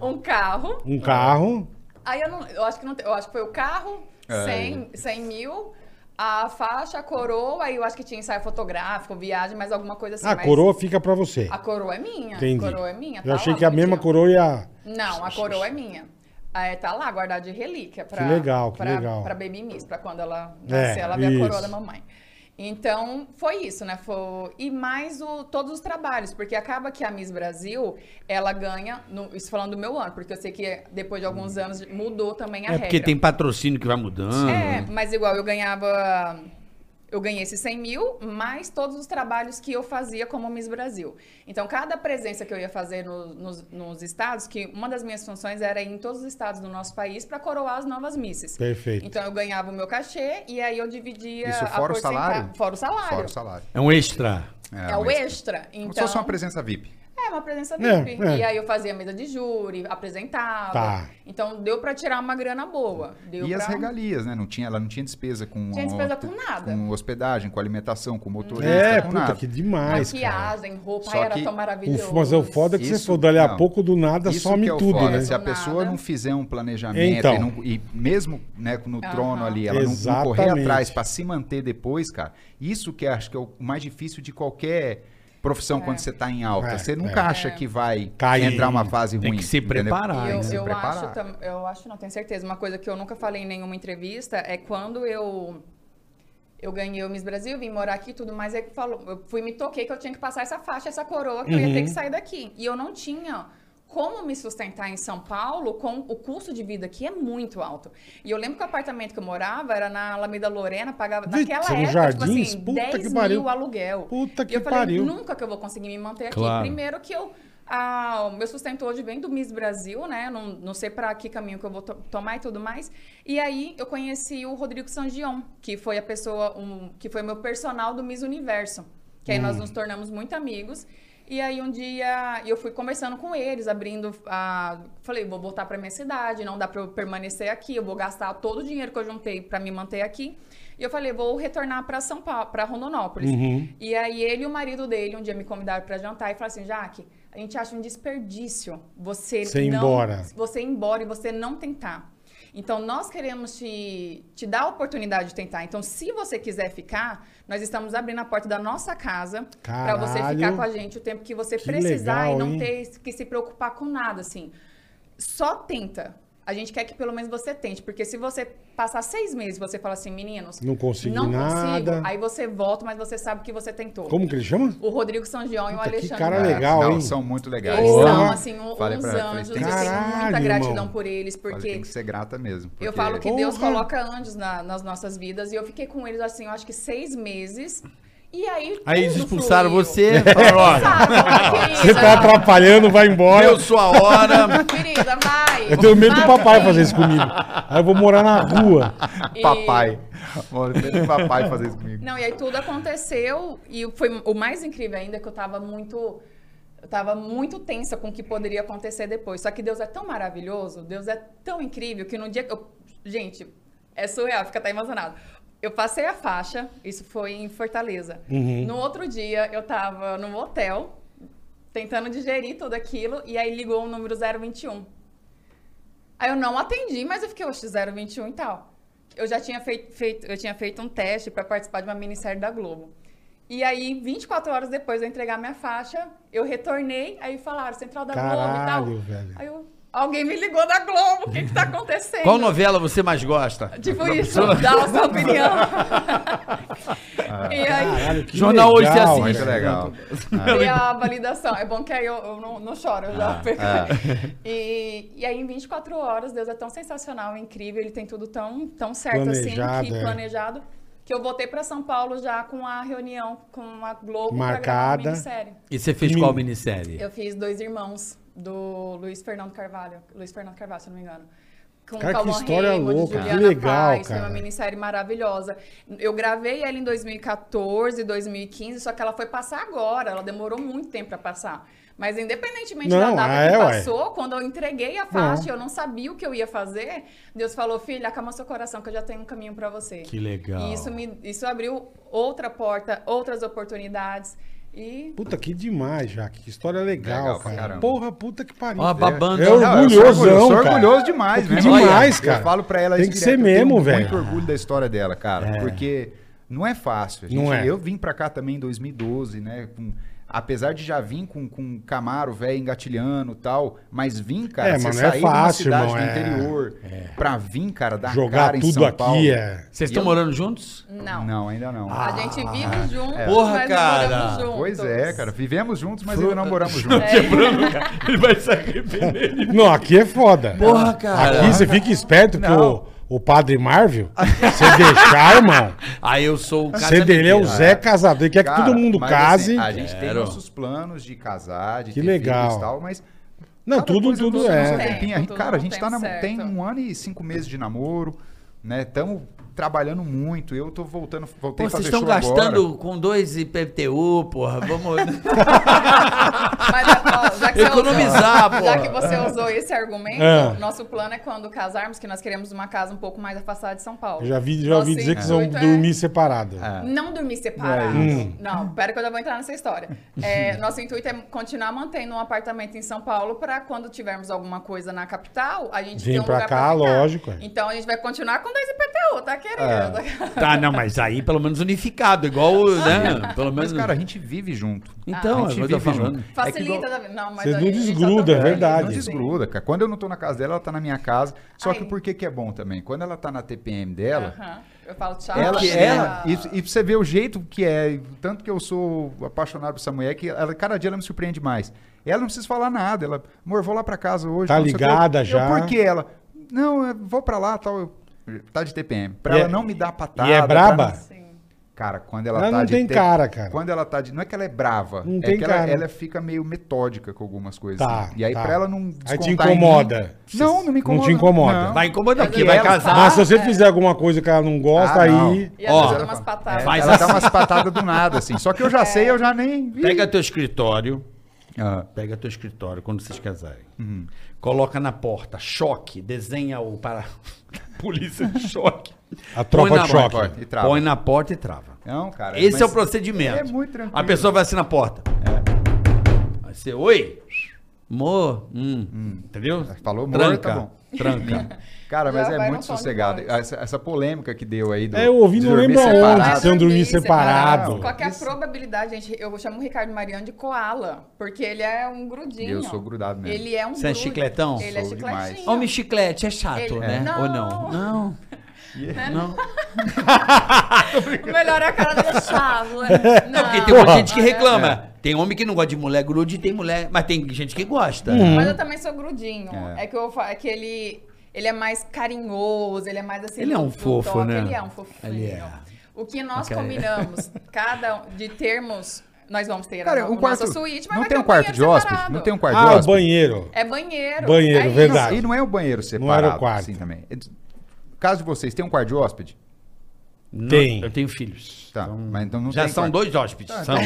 [SPEAKER 5] um carro.
[SPEAKER 3] um carro.
[SPEAKER 5] Aí eu não. Eu acho que não tem- Eu acho que foi o carro,
[SPEAKER 3] É.
[SPEAKER 5] 100, 100 mil. A faixa, a coroa, aí eu acho que tinha ensaio fotográfico, viagem, mas alguma coisa assim.
[SPEAKER 3] Ah, a
[SPEAKER 5] mas
[SPEAKER 3] coroa fica pra você.
[SPEAKER 5] A coroa é minha.
[SPEAKER 3] Entendi.
[SPEAKER 5] A coroa é minha.
[SPEAKER 3] Eu
[SPEAKER 5] tá
[SPEAKER 3] achei
[SPEAKER 5] lá
[SPEAKER 3] que a
[SPEAKER 5] bonitinho.
[SPEAKER 3] mesma coroa ia.
[SPEAKER 5] Não, a coroa é minha. É, tá lá, guardado de relíquia. Pra,
[SPEAKER 3] Que legal, que
[SPEAKER 5] pra,
[SPEAKER 3] legal.
[SPEAKER 5] Pra Baby Miss, pra quando ela
[SPEAKER 3] É,
[SPEAKER 5] nascer, ela ver a
[SPEAKER 3] isso.
[SPEAKER 5] coroa da mamãe. Então, foi isso, né? Foi... E mais o, todos os trabalhos, porque acaba que a Miss Brasil, ela ganha, no- isso falando do meu ano, porque eu sei que depois de alguns anos mudou também a
[SPEAKER 2] É
[SPEAKER 5] regra.
[SPEAKER 2] porque tem patrocínio que vai
[SPEAKER 3] Uhum.
[SPEAKER 2] mudando.
[SPEAKER 5] É, mas igual eu ganhava. Eu ganhei esses 100 mil, mais todos os trabalhos que eu fazia como Miss Brasil. Então, cada presença que eu ia fazer no- nos, nos estados, que uma das minhas funções era ir em todos os estados do nosso país para coroar as novas misses.
[SPEAKER 3] Perfeito.
[SPEAKER 5] Então, eu ganhava o meu cachê e aí eu dividia
[SPEAKER 4] Isso
[SPEAKER 5] a
[SPEAKER 4] fora o
[SPEAKER 5] porcenta-
[SPEAKER 4] salário?
[SPEAKER 5] Fora o salário.
[SPEAKER 4] Fora o salário.
[SPEAKER 2] É um extra.
[SPEAKER 5] É, o extra.
[SPEAKER 4] Como
[SPEAKER 5] Então,
[SPEAKER 4] se fosse uma presença VIP.
[SPEAKER 5] é uma presença
[SPEAKER 3] É,
[SPEAKER 5] VIP.
[SPEAKER 3] é.
[SPEAKER 5] E aí eu fazia mesa de júri, apresentava.
[SPEAKER 3] Tá.
[SPEAKER 5] Então, deu para tirar uma grana boa. Deu
[SPEAKER 4] E as
[SPEAKER 5] pra-
[SPEAKER 4] regalias, né? Não tinha, ela não tinha despesa com...
[SPEAKER 5] Tinha despesa com nada.
[SPEAKER 4] Com hospedagem, com alimentação, com motorista,
[SPEAKER 3] É,
[SPEAKER 4] com
[SPEAKER 3] puta,
[SPEAKER 4] nada.
[SPEAKER 3] que demais, cara.
[SPEAKER 5] Maquiagem, roupa,
[SPEAKER 4] Só
[SPEAKER 5] ai, era
[SPEAKER 4] que
[SPEAKER 5] tão
[SPEAKER 4] o-
[SPEAKER 5] maravilhoso.
[SPEAKER 3] O, mas é o foda que você
[SPEAKER 4] Isso,
[SPEAKER 3] for dali a
[SPEAKER 4] não.
[SPEAKER 3] pouco do nada
[SPEAKER 4] Isso
[SPEAKER 3] some
[SPEAKER 4] que é o
[SPEAKER 3] tudo,
[SPEAKER 4] foda.
[SPEAKER 3] né?
[SPEAKER 4] Se a
[SPEAKER 5] Do nada.
[SPEAKER 4] pessoa não fizer um planejamento
[SPEAKER 3] Então.
[SPEAKER 4] e, não- e mesmo né, no
[SPEAKER 5] Aham.
[SPEAKER 4] trono ali, ela não, não correr
[SPEAKER 3] Exatamente.
[SPEAKER 4] atrás para se manter depois, cara, isso que eu acho que é o mais difícil de qualquer profissão quando você tá em alta.
[SPEAKER 3] É,
[SPEAKER 4] você nunca
[SPEAKER 3] é.
[SPEAKER 4] acha que vai
[SPEAKER 3] Cair.
[SPEAKER 4] entrar uma fase
[SPEAKER 2] Tem
[SPEAKER 4] ruim.
[SPEAKER 2] que se
[SPEAKER 4] entendeu?
[SPEAKER 3] é
[SPEAKER 2] preparar,
[SPEAKER 5] E
[SPEAKER 2] né?
[SPEAKER 5] eu,
[SPEAKER 4] Se
[SPEAKER 5] eu
[SPEAKER 4] preparar.
[SPEAKER 5] acho, tam- eu acho, não tenho certeza. Uma coisa que eu nunca falei em nenhuma entrevista é quando eu eu ganhei o Miss Brasil, vim morar aqui e tudo mais. Aí falou, eu fui me toquei que eu tinha que passar essa faixa, essa coroa, que eu ia ter
[SPEAKER 3] Uhum.
[SPEAKER 5] que sair daqui. E eu não tinha como me sustentar em São Paulo com o custo de vida que é muito alto. E eu lembro que o apartamento que eu morava era na Alameda Lorena, pagava
[SPEAKER 3] Vixe,
[SPEAKER 5] naquela
[SPEAKER 3] no
[SPEAKER 5] época,
[SPEAKER 3] Jardins?
[SPEAKER 5] tipo assim,
[SPEAKER 3] Puta que
[SPEAKER 5] 10
[SPEAKER 3] pariu.
[SPEAKER 5] mil aluguel.
[SPEAKER 3] Puta que
[SPEAKER 5] e eu falei,
[SPEAKER 3] pariu.
[SPEAKER 5] nunca que eu vou conseguir me manter aqui.
[SPEAKER 2] Claro.
[SPEAKER 5] Primeiro que eu. Ah, o meu sustento hoje vem do Miss Brasil, né? Não, não sei para que caminho que eu vou to- tomar e tudo mais. E aí eu conheci o Rodrigo Sangion, que foi a pessoa, um, que foi meu personal do Miss Universo. Que aí
[SPEAKER 3] Hum.
[SPEAKER 5] nós nos tornamos muito amigos. E aí um dia eu fui conversando com eles, abrindo. A... Falei, vou voltar para minha cidade, não dá para eu permanecer aqui, eu vou gastar todo o dinheiro que eu juntei para me manter aqui. E eu falei, vou retornar para São Paulo, para Rondonópolis.
[SPEAKER 3] Uhum.
[SPEAKER 5] E aí ele e o marido dele um dia me convidaram para jantar e falaram assim, Jaque, a gente acha um desperdício você
[SPEAKER 3] Você ir
[SPEAKER 5] não
[SPEAKER 3] embora.
[SPEAKER 5] você ir embora e você não tentar. Então, nós queremos te, te dar a oportunidade de tentar. Então, se você quiser ficar, nós estamos abrindo a porta da nossa casa para você ficar
[SPEAKER 3] Caralho.
[SPEAKER 5] com a gente o tempo que você
[SPEAKER 3] Que
[SPEAKER 5] precisar
[SPEAKER 3] legal,
[SPEAKER 5] e não
[SPEAKER 3] hein?
[SPEAKER 5] ter que se preocupar com nada, assim. Só tenta. A gente quer que pelo menos você tente, porque se você passar seis meses e você fala assim, meninos,
[SPEAKER 3] Não consegui
[SPEAKER 5] não
[SPEAKER 3] nada.
[SPEAKER 5] consigo, aí você volta, mas você sabe que você tentou.
[SPEAKER 3] Como que ele chama?
[SPEAKER 5] O Rodrigo Sangion e o
[SPEAKER 3] Puta, que
[SPEAKER 5] Alexandre.
[SPEAKER 3] cara
[SPEAKER 5] Matos.
[SPEAKER 4] É,
[SPEAKER 3] legal,
[SPEAKER 4] não,
[SPEAKER 3] hein?
[SPEAKER 4] são muito legais.
[SPEAKER 5] Eles são,
[SPEAKER 3] Porra.
[SPEAKER 5] assim, um-
[SPEAKER 4] Falei
[SPEAKER 5] uns
[SPEAKER 4] pra ela, falei,
[SPEAKER 5] anjos.
[SPEAKER 4] tem
[SPEAKER 5] eu
[SPEAKER 4] que-
[SPEAKER 5] tenho muita
[SPEAKER 3] Caralho,
[SPEAKER 5] gratidão
[SPEAKER 3] irmão.
[SPEAKER 5] por eles,
[SPEAKER 4] Olha, tem
[SPEAKER 5] porque
[SPEAKER 4] que ser grata mesmo. porque-
[SPEAKER 5] eu falo que Deus
[SPEAKER 3] Porra.
[SPEAKER 5] coloca anjos na- nas nossas vidas. E eu fiquei com eles, assim, eu acho que seis meses. E aí.
[SPEAKER 2] Aí eles
[SPEAKER 5] tudo
[SPEAKER 2] expulsaram
[SPEAKER 5] fluiu.
[SPEAKER 2] você. falaram, olha,
[SPEAKER 5] Expulsaram,
[SPEAKER 3] Você
[SPEAKER 5] querida.
[SPEAKER 3] tá atrapalhando, vai embora.
[SPEAKER 2] deu sua hora.
[SPEAKER 5] Querida, vai.
[SPEAKER 3] Eu tenho medo do
[SPEAKER 5] Vai,
[SPEAKER 3] papai
[SPEAKER 5] vai.
[SPEAKER 3] fazer isso comigo. Aí eu vou morar na rua.
[SPEAKER 5] E-
[SPEAKER 4] Papai. Mano, deixa o papai fazer isso comigo.
[SPEAKER 5] Não, e aí tudo aconteceu e foi o mais incrível ainda é que eu tava muito eu tava muito tensa com o que poderia acontecer depois. Só que Deus é tão maravilhoso, Deus é tão incrível que no dia que eu, gente, é surreal, fica até emocionado. Eu passei a faixa, isso foi em Fortaleza.
[SPEAKER 3] Uhum.
[SPEAKER 5] No outro dia eu tava num hotel tentando digerir tudo aquilo e aí ligou o número 021. Aí eu não atendi, mas eu fiquei, oxe, 021 e tal. Eu já tinha feito, feito- eu tinha feito um teste para participar de uma minissérie da Globo. E aí, 24 horas depois de eu entregar minha faixa, eu retornei, aí falaram, Central da
[SPEAKER 3] Caralho,
[SPEAKER 5] Globo e tal.
[SPEAKER 3] velho.
[SPEAKER 5] Aí eu, alguém me ligou da Globo, o que que tá acontecendo?
[SPEAKER 2] Qual novela você mais gosta?
[SPEAKER 5] Tipo isso, dá a sua opinião. e aí,
[SPEAKER 3] Caralho, que
[SPEAKER 2] Jornal Hoje Assim. você
[SPEAKER 3] legal,
[SPEAKER 2] assiste.
[SPEAKER 4] Muito
[SPEAKER 3] velho.
[SPEAKER 4] legal.
[SPEAKER 3] Ah.
[SPEAKER 5] e a validação. É bom que aí eu, eu não, não choro. eu já perco.
[SPEAKER 3] ah.
[SPEAKER 5] E, e aí, em 24 horas, Deus é tão sensacional, incrível. Ele tem tudo tão, tão certo
[SPEAKER 3] Planejado,
[SPEAKER 5] assim, que
[SPEAKER 3] é.
[SPEAKER 5] planejado, que eu voltei para São Paulo já com a reunião com a Globo pra
[SPEAKER 3] Marcada.
[SPEAKER 5] gravar uma minissérie.
[SPEAKER 2] E você fez
[SPEAKER 3] Hum.
[SPEAKER 2] qual minissérie?
[SPEAKER 5] Eu fiz Dois Irmãos, do Luiz Fernando Carvalho. Luiz Fernando Carvalho, se eu não me engano. Com
[SPEAKER 3] Cara, que
[SPEAKER 5] Calmon
[SPEAKER 3] história
[SPEAKER 5] Raymond,
[SPEAKER 3] louca, que
[SPEAKER 5] Juliana
[SPEAKER 3] legal,
[SPEAKER 5] Paes, Foi
[SPEAKER 3] cara.
[SPEAKER 5] uma minissérie maravilhosa. Eu gravei ela em 2014, 2015, só que ela foi passar agora. Ela demorou muito tempo pra passar. Mas independentemente
[SPEAKER 3] Não,
[SPEAKER 5] da data
[SPEAKER 3] ah,
[SPEAKER 5] que
[SPEAKER 3] é, ué.
[SPEAKER 5] passou, quando eu entreguei a faixa, eu não sabia o que eu ia fazer. Deus falou, filha, acalma seu coração que eu já tenho um caminho pra você.
[SPEAKER 2] Que legal.
[SPEAKER 5] E isso, me, isso abriu outra porta, outras oportunidades. E
[SPEAKER 3] Puta, que demais, Jaque. Que história legal,
[SPEAKER 4] Legal pra
[SPEAKER 3] cara.
[SPEAKER 4] caramba.
[SPEAKER 3] Porra, puta que pariu.
[SPEAKER 2] Ó, babando.
[SPEAKER 3] É
[SPEAKER 2] ó.
[SPEAKER 4] Não, eu
[SPEAKER 3] orgulhosão,
[SPEAKER 4] sou orgulhoso, sou
[SPEAKER 3] cara.
[SPEAKER 4] orgulhoso demais,
[SPEAKER 3] Pô, que
[SPEAKER 4] né?
[SPEAKER 3] demais,
[SPEAKER 4] Olha,
[SPEAKER 3] cara.
[SPEAKER 4] Eu falo pra ela
[SPEAKER 3] Tem
[SPEAKER 4] isso
[SPEAKER 3] que ser
[SPEAKER 4] direto, eu tenho
[SPEAKER 3] mesmo, velho.
[SPEAKER 4] muito orgulho da história dela, cara. Porque não é fácil. a gente-
[SPEAKER 3] Não é.
[SPEAKER 4] Eu vim pra cá também em 2012, né? com- Apesar de já vir com, com Camaro, velho, engatilhando e tal, mas vim, cara,
[SPEAKER 3] É,
[SPEAKER 4] você
[SPEAKER 3] mas não é
[SPEAKER 4] sair de uma
[SPEAKER 3] fácil,
[SPEAKER 4] cidade
[SPEAKER 3] irmão,
[SPEAKER 4] do
[SPEAKER 3] é-
[SPEAKER 4] interior pra vir, cara, dar
[SPEAKER 3] Jogar
[SPEAKER 4] cara em
[SPEAKER 3] tudo
[SPEAKER 4] São
[SPEAKER 3] aqui
[SPEAKER 4] Paulo.
[SPEAKER 3] é. Ah.
[SPEAKER 2] Vocês estão
[SPEAKER 4] Eu-
[SPEAKER 2] morando juntos?
[SPEAKER 5] Não.
[SPEAKER 4] Não, ainda não.
[SPEAKER 5] A gente vive junto,
[SPEAKER 2] Porra,
[SPEAKER 5] mas não
[SPEAKER 2] cara.
[SPEAKER 5] moramos juntos.
[SPEAKER 4] Ah, é. Pois é, cara. Vivemos juntos, mas ainda não moramos juntos.
[SPEAKER 5] É.
[SPEAKER 2] Ele vai se arrepender.
[SPEAKER 3] Não, aqui é foda.
[SPEAKER 2] Porra, cara.
[SPEAKER 3] Aqui você fica esperto que o,
[SPEAKER 4] Não.
[SPEAKER 3] o padre Marvel, você deixar, irmão,
[SPEAKER 2] Aí eu sou o cara.
[SPEAKER 3] você dele é o Zé Casador. Ele quer que
[SPEAKER 4] Cara,
[SPEAKER 3] todo mundo
[SPEAKER 4] mas,
[SPEAKER 3] case.
[SPEAKER 4] assim, a gente tem
[SPEAKER 2] Quero.
[SPEAKER 4] nossos planos de casar, de
[SPEAKER 3] Que
[SPEAKER 4] ter
[SPEAKER 3] legal.
[SPEAKER 4] filhos e tal, mas.
[SPEAKER 3] não,
[SPEAKER 4] cada
[SPEAKER 3] tudo,
[SPEAKER 4] coisa um
[SPEAKER 3] tudo
[SPEAKER 4] no- no seu
[SPEAKER 3] é.
[SPEAKER 4] tempinho.
[SPEAKER 5] Tempo, tudo
[SPEAKER 4] Cara,
[SPEAKER 5] no
[SPEAKER 4] a gente tá
[SPEAKER 5] tempo
[SPEAKER 4] na, tem
[SPEAKER 5] certo.
[SPEAKER 4] um ano e cinco meses de namoro, né? Estamos trabalhando muito. Eu tô voltando. Voltei
[SPEAKER 2] Pô,
[SPEAKER 4] a fazer
[SPEAKER 2] vocês estão
[SPEAKER 4] show agora.
[SPEAKER 2] gastando com dois IPTU, porra. Vamos.
[SPEAKER 5] Mas, ó, já que você
[SPEAKER 2] Economizar,
[SPEAKER 5] usou,
[SPEAKER 2] pô.
[SPEAKER 5] Já que você usou esse argumento,
[SPEAKER 3] Ah.
[SPEAKER 5] nosso plano é quando casarmos, que nós queremos uma casa um pouco mais afastada de São Paulo.
[SPEAKER 3] Eu já vi, já
[SPEAKER 5] Então,
[SPEAKER 3] ouvi
[SPEAKER 5] assim,
[SPEAKER 3] dizer que vão
[SPEAKER 5] muito é-
[SPEAKER 3] dormir separado.
[SPEAKER 4] É.
[SPEAKER 5] Não dormir separado.
[SPEAKER 3] É
[SPEAKER 4] Hum.
[SPEAKER 5] Não, pera que eu já vou entrar nessa história. É, nosso intuito é continuar mantendo um apartamento em São Paulo para quando tivermos alguma coisa na capital, a gente
[SPEAKER 3] Vem
[SPEAKER 5] ter um
[SPEAKER 3] pra
[SPEAKER 5] lugar
[SPEAKER 3] cá,
[SPEAKER 5] pra ficar.
[SPEAKER 3] lógico, é.
[SPEAKER 5] Então a gente vai continuar com dois IPTU, tá querendo?
[SPEAKER 2] tá, não, mas aí pelo menos unificado, igual, o- né? Pelo menos.
[SPEAKER 4] Mas, cara, a gente vive junto.
[SPEAKER 2] então,
[SPEAKER 4] a
[SPEAKER 2] é o
[SPEAKER 4] gente
[SPEAKER 2] que eu tô
[SPEAKER 4] vive
[SPEAKER 2] falando.
[SPEAKER 4] junto. É que
[SPEAKER 5] Facilita
[SPEAKER 4] igual-
[SPEAKER 5] da vida. Não, mas
[SPEAKER 3] Vocês
[SPEAKER 5] a
[SPEAKER 3] não
[SPEAKER 5] gente tá
[SPEAKER 3] desgrudam,
[SPEAKER 5] tocando.
[SPEAKER 3] é verdade.
[SPEAKER 4] Não desgruda, cara. Quando eu não tô na casa dela, ela tá na minha casa. Só
[SPEAKER 5] Ai.
[SPEAKER 4] que por que que é bom também? Quando ela tá na TPM dela,
[SPEAKER 5] Aham. Eu falo
[SPEAKER 2] Tá.
[SPEAKER 5] tchau.
[SPEAKER 4] Ela,
[SPEAKER 5] tchau.
[SPEAKER 3] é
[SPEAKER 4] ela- e, e pra você ver o jeito que é, e o tanto que eu sou apaixonado por essa mulher, que ela, cada dia ela me surpreende mais. Ela não precisa falar nada, ela, amor, vou lá pra casa hoje.
[SPEAKER 3] Tá
[SPEAKER 4] não sei o quê."
[SPEAKER 3] ligada
[SPEAKER 4] Eu,
[SPEAKER 3] já.
[SPEAKER 4] Por que ela? Não, eu vou pra lá, tal. eu- tá de TPM. Pra
[SPEAKER 3] E
[SPEAKER 4] ela
[SPEAKER 3] é-
[SPEAKER 4] não me dar patada.
[SPEAKER 3] e é
[SPEAKER 4] pra
[SPEAKER 3] braba?
[SPEAKER 4] não-
[SPEAKER 5] Sim.
[SPEAKER 4] Cara, quando ela,
[SPEAKER 3] Ela
[SPEAKER 4] tá
[SPEAKER 3] não
[SPEAKER 4] de
[SPEAKER 3] tem cara, cara.
[SPEAKER 4] Quando ela tá de. Não é que ela é brava.
[SPEAKER 3] Não
[SPEAKER 4] é
[SPEAKER 3] tem
[SPEAKER 4] que ela,
[SPEAKER 3] cara.
[SPEAKER 4] ela fica meio metódica com algumas coisas.
[SPEAKER 3] Tá,
[SPEAKER 4] assim. E aí
[SPEAKER 3] tá.
[SPEAKER 4] pra ela não
[SPEAKER 3] Aí te
[SPEAKER 4] descontar em mim-
[SPEAKER 3] incomoda.
[SPEAKER 4] não, não me
[SPEAKER 3] Não
[SPEAKER 4] incomoda.
[SPEAKER 3] te incomoda.
[SPEAKER 4] não.
[SPEAKER 2] Vai incomodar porque
[SPEAKER 4] E
[SPEAKER 2] vai
[SPEAKER 4] ela
[SPEAKER 2] casar.
[SPEAKER 3] Mas se você fizer alguma coisa que ela não gosta,
[SPEAKER 4] é. Ah, não.
[SPEAKER 3] aí.
[SPEAKER 5] E às vezes
[SPEAKER 2] Ó,
[SPEAKER 5] eu dou umas patadas.
[SPEAKER 2] Faz
[SPEAKER 4] ela dá
[SPEAKER 2] assim. É.
[SPEAKER 4] umas patadas do nada, assim. Só que eu já sei, eu já nem.
[SPEAKER 2] Pega teu escritório.
[SPEAKER 4] Ah,
[SPEAKER 2] Pega teu escritório quando vocês casarem.
[SPEAKER 4] Uhum.
[SPEAKER 2] Coloca na porta, choque, desenha o para polícia de choque.
[SPEAKER 3] A tropa
[SPEAKER 2] Põe na
[SPEAKER 3] de choque.
[SPEAKER 2] porta e trava. Põe na porta e trava.
[SPEAKER 4] Não, cara.
[SPEAKER 2] Esse
[SPEAKER 4] mas
[SPEAKER 2] é o procedimento.
[SPEAKER 4] É muito tranquilo. É.
[SPEAKER 2] A pessoa vai assim na porta. Vai ser, oi, amor, hum. entendeu?
[SPEAKER 4] Falou amor,
[SPEAKER 2] tranca,
[SPEAKER 4] tá bom.
[SPEAKER 2] tranca.
[SPEAKER 4] Cara, mas
[SPEAKER 5] Já
[SPEAKER 4] é
[SPEAKER 5] vai
[SPEAKER 4] muito
[SPEAKER 5] no tom de
[SPEAKER 4] sossegado.
[SPEAKER 5] voz.
[SPEAKER 4] Essa, essa polêmica que deu aí do.
[SPEAKER 3] É, eu ouvi,
[SPEAKER 4] de
[SPEAKER 3] não
[SPEAKER 4] dormir
[SPEAKER 3] lembro
[SPEAKER 2] um
[SPEAKER 4] separado.
[SPEAKER 3] aonde. Você não dormir separado.
[SPEAKER 5] Qual que é a
[SPEAKER 4] Isso.
[SPEAKER 5] probabilidade, gente? Eu chamo o Ricardo Mariano de koala, porque ele é um grudinho.
[SPEAKER 4] Eu sou grudado mesmo.
[SPEAKER 5] Ele é um
[SPEAKER 2] Você é
[SPEAKER 5] grude.
[SPEAKER 2] chicletão?
[SPEAKER 5] Ele é
[SPEAKER 4] Sou demais.
[SPEAKER 5] chicletinho.
[SPEAKER 2] Homem chiclete, é chato,
[SPEAKER 5] Ele-
[SPEAKER 2] né?
[SPEAKER 5] Não.
[SPEAKER 2] Ou não? Não. Não.
[SPEAKER 5] O melhor é a cara dele chavo.
[SPEAKER 2] Não,
[SPEAKER 5] Não,
[SPEAKER 2] É porque tem
[SPEAKER 3] Porra.
[SPEAKER 2] muita gente que reclama.
[SPEAKER 4] É.
[SPEAKER 2] Tem homem que não gosta de mulher grude, tem mulher. Mas tem gente que gosta.
[SPEAKER 3] Uhum.
[SPEAKER 5] Mas eu também sou grudinho. É,
[SPEAKER 4] Uhum. É.
[SPEAKER 5] que, eu, fa- é que ele, ele é mais carinhoso, ele é mais assim.
[SPEAKER 2] Ele é um
[SPEAKER 5] do- do
[SPEAKER 2] fofo,
[SPEAKER 5] toque,
[SPEAKER 2] né?
[SPEAKER 5] Ele é um fofinho.
[SPEAKER 2] Ele é.
[SPEAKER 5] O que nós
[SPEAKER 2] Aquela-
[SPEAKER 5] combinamos, cada um, de termos, nós vamos ter
[SPEAKER 4] Cara,
[SPEAKER 5] a,
[SPEAKER 4] um
[SPEAKER 5] o
[SPEAKER 4] quarto.
[SPEAKER 5] nosso suíte, mas
[SPEAKER 4] não
[SPEAKER 5] vai
[SPEAKER 4] tem
[SPEAKER 5] ter
[SPEAKER 4] um quarto de
[SPEAKER 5] banheiro
[SPEAKER 4] hóspede?
[SPEAKER 5] separado.
[SPEAKER 4] Não tem um quarto de
[SPEAKER 3] Ah, o
[SPEAKER 4] hóspede?
[SPEAKER 3] banheiro.
[SPEAKER 5] É banheiro.
[SPEAKER 3] Banheiro,
[SPEAKER 5] é isso.
[SPEAKER 3] verdade.
[SPEAKER 4] E não é o banheiro separado.
[SPEAKER 3] quarto.
[SPEAKER 4] Assim também. É- Caso de vocês, tem um quarto de hóspede?
[SPEAKER 2] Não,
[SPEAKER 3] Tem.
[SPEAKER 2] Eu tenho filhos.
[SPEAKER 4] Tá. mas então não
[SPEAKER 2] Já
[SPEAKER 4] tem Tá,
[SPEAKER 2] são
[SPEAKER 4] quarto.
[SPEAKER 2] dois hóspedes. são.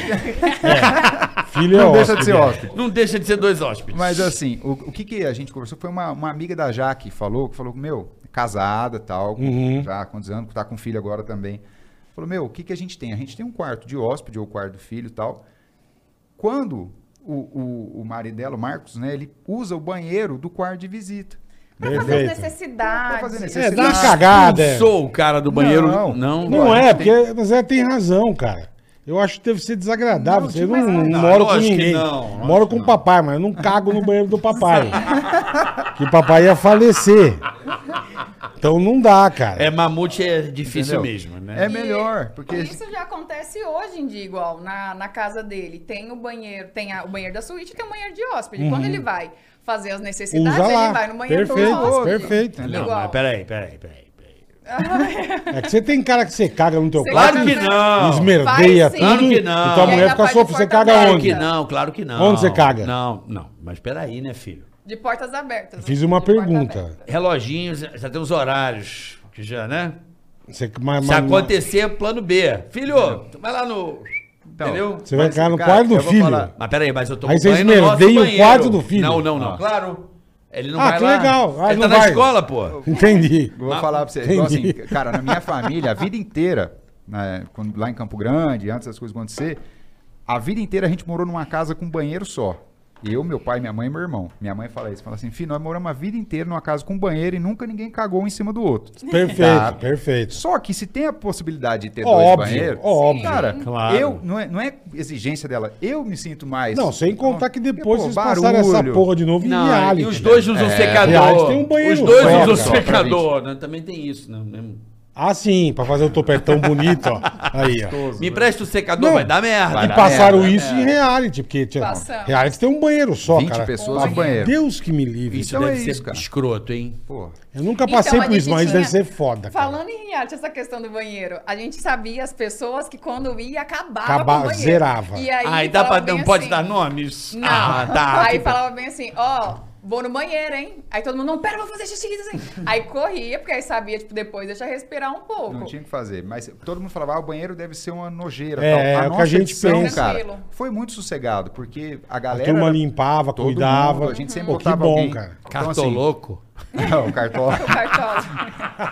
[SPEAKER 3] Filho é
[SPEAKER 4] Não deixa de ser
[SPEAKER 3] hóspede.
[SPEAKER 4] hóspede.
[SPEAKER 2] Não deixa de ser dois hóspedes.
[SPEAKER 4] Mas assim, o, o que, que a gente conversou foi uma, uma amiga da Jaque falou, que falou, meu, casada tal,
[SPEAKER 3] Uhum.
[SPEAKER 4] já há quantos anos, tá com filho agora também. Falou, meu, o que, que a gente tem? A gente tem um quarto de hóspede ou quarto do filho e tal. Quando o, o, o marido dela, o Marcos, né, ele usa o banheiro do quarto de visita.
[SPEAKER 5] Pra fazer as
[SPEAKER 3] Perfeito.
[SPEAKER 5] necessidades.
[SPEAKER 4] Pra fazer
[SPEAKER 3] É,
[SPEAKER 4] necessidade.
[SPEAKER 3] dá uma
[SPEAKER 4] Ah,
[SPEAKER 3] cagada. é.
[SPEAKER 2] Sou o cara do banheiro. Não.
[SPEAKER 4] Não.
[SPEAKER 3] Não
[SPEAKER 4] A
[SPEAKER 3] é,
[SPEAKER 4] gente
[SPEAKER 3] porque mas ela tem razão, cara. Eu acho que deve ser desagradável.
[SPEAKER 4] Não,
[SPEAKER 3] você não,
[SPEAKER 4] mas
[SPEAKER 3] não,
[SPEAKER 2] não,
[SPEAKER 3] moro com
[SPEAKER 2] lógico que
[SPEAKER 3] ninguém.
[SPEAKER 2] não, lógico
[SPEAKER 3] moro com o papai, mas eu não cago no banheiro do papai. que o papai ia falecer. Então não dá, cara.
[SPEAKER 2] É mamute é difícil
[SPEAKER 4] Entendeu?
[SPEAKER 2] mesmo, né?
[SPEAKER 4] É melhor, porque...
[SPEAKER 5] Isso já acontece hoje em dia, igual, na, na casa dele. Tem o banheiro, tem a- o banheiro da suíte e tem o banheiro de hóspede. Quando ele vai fazer as necessidades,
[SPEAKER 3] Uhum. Usa
[SPEAKER 5] ele
[SPEAKER 3] lá.
[SPEAKER 5] vai no banheiro
[SPEAKER 3] Perfeito,
[SPEAKER 5] do hóspede.
[SPEAKER 3] perfeito.
[SPEAKER 2] Não,
[SPEAKER 5] Igual.
[SPEAKER 2] mas peraí, peraí, peraí. peraí.
[SPEAKER 3] É que você tem cara que você caga no teu
[SPEAKER 5] Você
[SPEAKER 3] quarto.
[SPEAKER 2] Claro que não.
[SPEAKER 3] Esmerdeia
[SPEAKER 5] Vai sim.
[SPEAKER 3] tudo.
[SPEAKER 5] Claro
[SPEAKER 2] que não.
[SPEAKER 3] E tua
[SPEAKER 2] E
[SPEAKER 5] ainda
[SPEAKER 3] mulher fica
[SPEAKER 5] faz de
[SPEAKER 3] sofrendo. Você
[SPEAKER 5] porta
[SPEAKER 3] caga
[SPEAKER 5] aberta.
[SPEAKER 2] Claro que
[SPEAKER 3] onde?
[SPEAKER 2] não, claro que não.
[SPEAKER 3] Onde você caga?
[SPEAKER 2] Não, não. Mas peraí, né, filho?
[SPEAKER 5] De portas abertas.
[SPEAKER 3] Fiz
[SPEAKER 5] né?
[SPEAKER 3] uma
[SPEAKER 5] De porta
[SPEAKER 3] pergunta.
[SPEAKER 5] aberta.
[SPEAKER 2] Reloginhos, já tem os horários. Que já, né?
[SPEAKER 3] Você, mas-
[SPEAKER 2] Se
[SPEAKER 3] mas-
[SPEAKER 2] acontecer, é plano B. Filho, vai lá no. Entendeu?
[SPEAKER 3] Então, você vai
[SPEAKER 4] Então, Mas,
[SPEAKER 3] cagar no
[SPEAKER 4] cara,
[SPEAKER 3] quarto do
[SPEAKER 4] eu vou
[SPEAKER 3] filho.
[SPEAKER 4] falar.
[SPEAKER 2] Mas peraí, mas eu tô
[SPEAKER 3] Aí
[SPEAKER 2] com
[SPEAKER 3] vocês
[SPEAKER 2] banho no nosso
[SPEAKER 3] merdeiam o
[SPEAKER 2] banheiro.
[SPEAKER 3] quarto do filho?
[SPEAKER 2] Não, não, não.
[SPEAKER 4] Ah.
[SPEAKER 2] Claro. Ele não
[SPEAKER 3] Ah,
[SPEAKER 2] vai
[SPEAKER 3] que
[SPEAKER 2] lá.
[SPEAKER 3] legal. Ah,
[SPEAKER 2] ele tá
[SPEAKER 3] não
[SPEAKER 2] na
[SPEAKER 3] vai.
[SPEAKER 2] escola, pô.
[SPEAKER 3] Entendi.
[SPEAKER 4] Eu Vou falar pra você. Igual assim, cara, na minha família, a vida inteira, né, quando- lá em Campo Grande, antes das coisas acontecer, a vida inteira a gente morou numa casa com um banheiro só. Eu, meu pai, minha mãe e meu irmão. Minha mãe fala isso. Fala assim, filho, nós moramos a vida inteira numa casa com um banheiro e nunca ninguém cagou um em cima do outro.
[SPEAKER 3] Perfeito,
[SPEAKER 4] Tá.
[SPEAKER 3] perfeito.
[SPEAKER 4] Só que se tem a possibilidade de ter
[SPEAKER 3] Óbvio,
[SPEAKER 4] dois banheiros,
[SPEAKER 3] óbvio.
[SPEAKER 4] cara,
[SPEAKER 2] Claro.
[SPEAKER 4] eu não é, não é exigência dela, eu me sinto mais.
[SPEAKER 3] Não, sem contar que depois
[SPEAKER 4] Pô,
[SPEAKER 3] vocês passaram essa
[SPEAKER 4] barulho.
[SPEAKER 3] porra de novo em
[SPEAKER 2] Não,
[SPEAKER 3] reality.
[SPEAKER 2] e os dois
[SPEAKER 3] né?
[SPEAKER 2] usam
[SPEAKER 4] É.
[SPEAKER 2] secador.
[SPEAKER 3] Reality tem um banheiro
[SPEAKER 2] os dois
[SPEAKER 3] só,
[SPEAKER 2] usam
[SPEAKER 4] só pra
[SPEAKER 2] secador, né? Também tem isso, né? Mesmo-
[SPEAKER 3] Ah, sim, pra fazer o topetão bonito, ó. Aí, ó.
[SPEAKER 2] Me presta o secador,
[SPEAKER 3] Não.
[SPEAKER 2] vai dar merda. É.
[SPEAKER 4] Vai
[SPEAKER 3] E
[SPEAKER 4] dar
[SPEAKER 3] passaram
[SPEAKER 4] merda, né?
[SPEAKER 3] isso em reality, porque tinha,
[SPEAKER 5] Passamos.
[SPEAKER 3] reality tem um banheiro só,
[SPEAKER 4] 20
[SPEAKER 3] cara.
[SPEAKER 4] pessoas
[SPEAKER 3] Ah,
[SPEAKER 4] no banheiro.
[SPEAKER 3] Deus que me livre.
[SPEAKER 2] Isso
[SPEAKER 4] Então
[SPEAKER 2] deve
[SPEAKER 4] é
[SPEAKER 2] ser
[SPEAKER 4] isso, cara.
[SPEAKER 2] escroto, hein?
[SPEAKER 4] Pô,
[SPEAKER 3] Eu nunca
[SPEAKER 5] Então,
[SPEAKER 3] passei
[SPEAKER 5] a
[SPEAKER 3] por isso,
[SPEAKER 5] gente
[SPEAKER 3] mas
[SPEAKER 5] tinha-
[SPEAKER 3] deve ser foda, cara.
[SPEAKER 5] Falando em reality, essa questão do banheiro, a gente sabia as pessoas que quando ia, acabava
[SPEAKER 3] Acabava,
[SPEAKER 5] com o banheiro.
[SPEAKER 3] zerava.
[SPEAKER 5] E aí,
[SPEAKER 2] Ah, e dá pra,
[SPEAKER 5] falava bem
[SPEAKER 2] não pode
[SPEAKER 5] assim,
[SPEAKER 2] dar nomes?
[SPEAKER 5] Não.
[SPEAKER 2] Ah, tá.
[SPEAKER 5] Aí
[SPEAKER 2] Que-
[SPEAKER 5] falava bem assim, ó, vou no banheiro, hein? Aí todo mundo, não, pera, eu vou fazer xixi, assim. aí corria, porque aí sabia, tipo, depois deixa respirar um pouco.
[SPEAKER 4] não tinha o que fazer. Mas todo mundo falava, ah, o banheiro deve ser uma nojeira.
[SPEAKER 3] É,
[SPEAKER 4] tal.
[SPEAKER 3] é o que a gente pensa.
[SPEAKER 4] cara,
[SPEAKER 5] Tranquilo.
[SPEAKER 4] foi muito sossegado, porque a
[SPEAKER 3] A
[SPEAKER 4] galera.
[SPEAKER 3] turma limpava,
[SPEAKER 4] todo mundo,
[SPEAKER 3] cuidava.
[SPEAKER 4] a gente sempre
[SPEAKER 3] Pô, que
[SPEAKER 4] botava
[SPEAKER 3] bom,
[SPEAKER 4] alguém.
[SPEAKER 3] cara.
[SPEAKER 4] Então, assim,
[SPEAKER 2] Cartoloco.
[SPEAKER 4] não, cartola.
[SPEAKER 5] O cartão.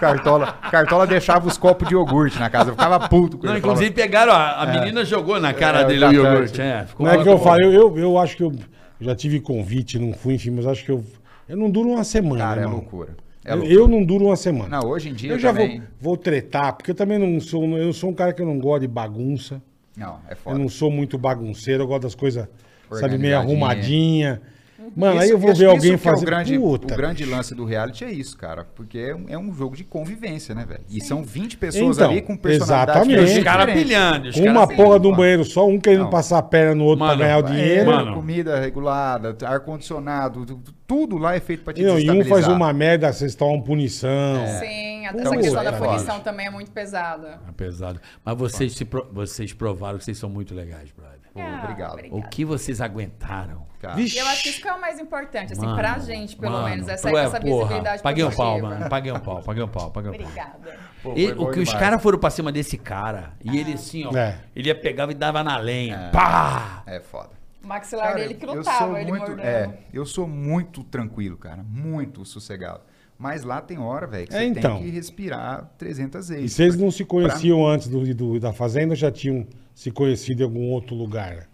[SPEAKER 4] Cartola, Cartola deixava os copos de iogurte na casa, eu ficava puto com
[SPEAKER 2] Não,
[SPEAKER 4] ele.
[SPEAKER 2] inclusive pegaram, a, a menina jogou na cara
[SPEAKER 4] É,
[SPEAKER 2] dele o
[SPEAKER 4] exatamente.
[SPEAKER 2] iogurte. É, ficou
[SPEAKER 3] Não é que eu
[SPEAKER 2] maluco.
[SPEAKER 3] falei, eu, eu, eu acho que eu já tive convite, não fui, enfim, mas acho que eu. Eu não duro uma semana.
[SPEAKER 4] Cara, é
[SPEAKER 3] irmão.
[SPEAKER 4] loucura. É
[SPEAKER 3] Eu-
[SPEAKER 4] loucura.
[SPEAKER 3] eu, não duro uma semana.
[SPEAKER 4] Não, hoje em dia
[SPEAKER 3] eu já
[SPEAKER 4] também-
[SPEAKER 3] vou, vou tretar, porque eu também não sou. Eu sou um cara que eu não gosto de bagunça.
[SPEAKER 4] Não, é
[SPEAKER 3] Eu
[SPEAKER 4] foda.
[SPEAKER 3] não sou muito bagunceiro, eu gosto das coisas, sabe, meio
[SPEAKER 4] Organizadinha.
[SPEAKER 3] arrumadinha.
[SPEAKER 5] Uhum.
[SPEAKER 3] Mano, aí
[SPEAKER 4] Isso-
[SPEAKER 3] eu vou
[SPEAKER 4] acho
[SPEAKER 3] ver
[SPEAKER 4] que
[SPEAKER 3] alguém
[SPEAKER 4] isso que é
[SPEAKER 3] fazer.
[SPEAKER 4] O grande,
[SPEAKER 3] Puta,
[SPEAKER 4] o grande lance do reality é isso, cara. Porque é um, é um jogo de convivência, né, velho? E são 20 pessoas
[SPEAKER 3] Então,
[SPEAKER 4] ali com personalidade
[SPEAKER 3] exatamente.
[SPEAKER 2] Os caras
[SPEAKER 4] diferente.
[SPEAKER 2] pilhando. os
[SPEAKER 3] com uma
[SPEAKER 2] caras
[SPEAKER 3] porra de um
[SPEAKER 4] mano.
[SPEAKER 3] banheiro só, um querendo
[SPEAKER 4] é Não.
[SPEAKER 3] passar a perna no outro
[SPEAKER 2] Mano,
[SPEAKER 3] pra ganhar o
[SPEAKER 2] é,
[SPEAKER 3] dinheiro.
[SPEAKER 2] mano.
[SPEAKER 4] comida regulada, ar-condicionado, tu- tu- tudo lá é feito pra te
[SPEAKER 3] E não, e um faz
[SPEAKER 4] desestabilizar. É.
[SPEAKER 3] uma merda, vocês tomam punição.
[SPEAKER 5] Sim, até
[SPEAKER 2] Então,
[SPEAKER 3] Puta,
[SPEAKER 5] essa questão da
[SPEAKER 4] cara.
[SPEAKER 5] punição também é muito pesada.
[SPEAKER 2] É pesado. Mas vocês, se pro- vocês provaram que vocês são muito legais, brother.
[SPEAKER 5] Ah,
[SPEAKER 4] obrigado.
[SPEAKER 2] O que vocês aguentaram?
[SPEAKER 4] Cara,
[SPEAKER 5] E
[SPEAKER 3] Vixe,
[SPEAKER 5] Eu acho que isso que é o mais importante, assim, pra gente, pelo
[SPEAKER 2] mano,
[SPEAKER 5] menos, essa,
[SPEAKER 2] tu é
[SPEAKER 5] essa
[SPEAKER 2] porra.
[SPEAKER 5] visibilidade
[SPEAKER 2] Paguei um pau,
[SPEAKER 5] positiva.
[SPEAKER 2] mano. Paguei um pau, paguei um pau, paguei um pau.
[SPEAKER 5] Obrigada.
[SPEAKER 4] pô,
[SPEAKER 2] E
[SPEAKER 4] foi
[SPEAKER 2] o
[SPEAKER 4] bom
[SPEAKER 2] que os
[SPEAKER 4] demais.
[SPEAKER 2] caras foram pra cima desse cara, e ele assim, ó,
[SPEAKER 3] É.
[SPEAKER 2] ele ia pegava e dava na lenha. Pá!
[SPEAKER 4] É foda.
[SPEAKER 5] O maxilar
[SPEAKER 4] Cara,
[SPEAKER 5] dele que
[SPEAKER 4] eu
[SPEAKER 5] lutava,
[SPEAKER 4] sou
[SPEAKER 5] ele
[SPEAKER 4] muito,
[SPEAKER 5] mordendo.
[SPEAKER 4] É, eu sou muito tranquilo, cara. Muito sossegado. Mas lá tem hora, velho, que
[SPEAKER 3] É,
[SPEAKER 4] você
[SPEAKER 3] então.
[SPEAKER 4] tem que respirar 300 vezes.
[SPEAKER 3] E vocês não se conheciam antes do, do- da Fazenda ou já tinham se conhecido em algum outro lugar?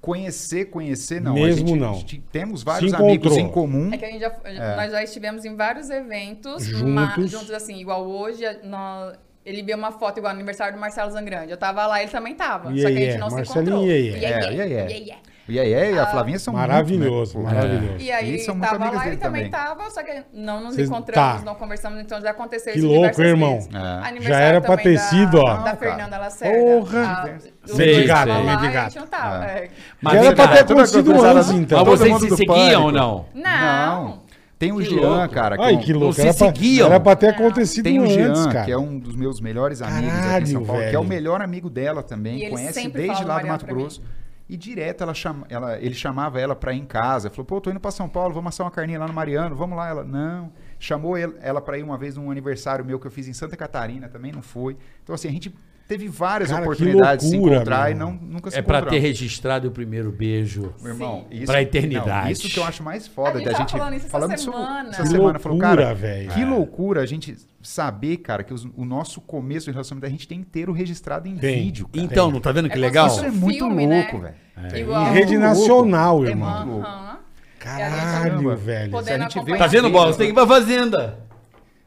[SPEAKER 4] Conhecer, conhecer, não.
[SPEAKER 3] Mesmo
[SPEAKER 4] a gente,
[SPEAKER 3] não.
[SPEAKER 4] a gente- temos vários
[SPEAKER 3] Se
[SPEAKER 4] amigos
[SPEAKER 3] encontrou.
[SPEAKER 4] em comum.
[SPEAKER 5] É que a gente já, nós já estivemos em vários eventos,
[SPEAKER 3] Juntos.
[SPEAKER 5] mas juntos assim, igual hoje, a- nó- ele viu uma foto igual no aniversário do Marcelo Zangrande. Eu tava lá, ele também tava.
[SPEAKER 3] Iê,
[SPEAKER 5] só que a
[SPEAKER 3] iê,
[SPEAKER 5] gente não
[SPEAKER 3] Marcelinho,
[SPEAKER 5] se encontrou.
[SPEAKER 3] iê, iê.
[SPEAKER 5] Iê,
[SPEAKER 4] É,
[SPEAKER 5] iê,
[SPEAKER 4] iê, iê.
[SPEAKER 5] iê, iê.
[SPEAKER 4] E aí, é, e a Flavinha são
[SPEAKER 3] Maravilhoso,
[SPEAKER 4] muito, né? Pô,
[SPEAKER 3] maravilhoso.
[SPEAKER 5] Ah, E aí
[SPEAKER 4] Eles são muito
[SPEAKER 5] tava
[SPEAKER 4] amigos
[SPEAKER 5] lá,
[SPEAKER 4] dele
[SPEAKER 5] ele também tá-
[SPEAKER 4] também.
[SPEAKER 5] tava, só que não nos
[SPEAKER 3] Vocês-
[SPEAKER 5] encontramos,
[SPEAKER 3] tá.
[SPEAKER 5] não conversamos, então já aconteceu
[SPEAKER 3] Que
[SPEAKER 5] isso
[SPEAKER 3] louco,
[SPEAKER 5] diversas
[SPEAKER 3] hein, irmão?
[SPEAKER 5] vezes.
[SPEAKER 4] É.
[SPEAKER 5] Aniversário
[SPEAKER 3] Já era pra
[SPEAKER 5] também
[SPEAKER 3] ter sido, ó.
[SPEAKER 5] Da
[SPEAKER 4] Não,
[SPEAKER 5] Fernanda
[SPEAKER 4] cara.
[SPEAKER 5] Lacerda. Ah,
[SPEAKER 3] Porra!
[SPEAKER 2] Meio de gato,
[SPEAKER 3] meio
[SPEAKER 5] meio
[SPEAKER 3] de
[SPEAKER 5] de
[SPEAKER 3] gato.
[SPEAKER 5] A gente não tava. é.
[SPEAKER 2] Mas
[SPEAKER 3] Já
[SPEAKER 2] vem
[SPEAKER 3] era pra
[SPEAKER 2] cá.
[SPEAKER 3] ter acontecido
[SPEAKER 4] Toda-
[SPEAKER 3] antes, então.
[SPEAKER 2] Mas
[SPEAKER 4] todo
[SPEAKER 2] vocês
[SPEAKER 4] mundo
[SPEAKER 2] se
[SPEAKER 4] do
[SPEAKER 2] seguiam ou
[SPEAKER 4] Pânico.
[SPEAKER 2] não?
[SPEAKER 5] Não.
[SPEAKER 4] Tem o
[SPEAKER 2] Que
[SPEAKER 4] Jean,
[SPEAKER 2] louco.
[SPEAKER 4] cara.
[SPEAKER 3] Ai,
[SPEAKER 4] um-
[SPEAKER 3] que
[SPEAKER 2] não
[SPEAKER 3] louco.
[SPEAKER 2] se
[SPEAKER 3] Era pra,
[SPEAKER 2] seguiam.
[SPEAKER 3] era pra ter acontecido
[SPEAKER 4] Tem o
[SPEAKER 3] antes,
[SPEAKER 4] Jean,
[SPEAKER 3] cara.
[SPEAKER 4] que é um dos meus melhores amigos aqui em São
[SPEAKER 3] Caralho,
[SPEAKER 4] Paulo, que é o
[SPEAKER 3] velho.
[SPEAKER 4] melhor amigo dela também,
[SPEAKER 5] E ele
[SPEAKER 4] conhece
[SPEAKER 5] sempre
[SPEAKER 4] desde
[SPEAKER 5] fala do
[SPEAKER 4] lá do
[SPEAKER 5] Mariano
[SPEAKER 4] Mato
[SPEAKER 5] pra mim.
[SPEAKER 4] Grosso. E direto ela chama, ela, ele chamava ela pra ir em casa, falou: "Pô, tô indo pra São Paulo, vamos assar uma carninha lá no Mariano, vamos lá". Ela: "Não". Chamou el- ela pra ir uma vez num aniversário meu que eu fiz em Santa Catarina, também não foi. Então assim, a gente teve várias
[SPEAKER 3] Cara, que
[SPEAKER 4] oportunidades de se
[SPEAKER 3] loucura,
[SPEAKER 4] encontrar
[SPEAKER 3] meu.
[SPEAKER 4] e não nunca se
[SPEAKER 2] É pra ter
[SPEAKER 4] encontramos.
[SPEAKER 2] registrado o primeiro beijo.
[SPEAKER 4] Meu irmão,
[SPEAKER 2] Sim. Pra eternidade.
[SPEAKER 4] não, isso que eu acho mais foda
[SPEAKER 5] A gente
[SPEAKER 4] da
[SPEAKER 5] tava
[SPEAKER 4] gente.
[SPEAKER 5] falando isso essa semana.
[SPEAKER 4] essa
[SPEAKER 3] Que
[SPEAKER 4] semana. Falou,
[SPEAKER 3] loucura,
[SPEAKER 4] cara,
[SPEAKER 3] velho.
[SPEAKER 4] que
[SPEAKER 3] É.
[SPEAKER 4] loucura a gente saber, cara, que os- o nosso começo de relacionamento a gente tem inteiro registrado em
[SPEAKER 3] Tem.
[SPEAKER 4] vídeo. Cara.
[SPEAKER 2] Então, não tá vendo que legal?
[SPEAKER 4] Isso é muito louco,
[SPEAKER 5] velho.
[SPEAKER 3] Em
[SPEAKER 5] um né? Igual.
[SPEAKER 3] rede nacional,
[SPEAKER 4] É
[SPEAKER 3] irmão.
[SPEAKER 4] muito louco.
[SPEAKER 5] Aham.
[SPEAKER 3] Caralho,
[SPEAKER 4] Caramba.
[SPEAKER 3] velho.
[SPEAKER 5] Poder-
[SPEAKER 4] Se a gente vê
[SPEAKER 5] acompanhar.
[SPEAKER 2] Tá vendo,
[SPEAKER 4] isso,
[SPEAKER 2] bola? Você tem que ir pra fazenda.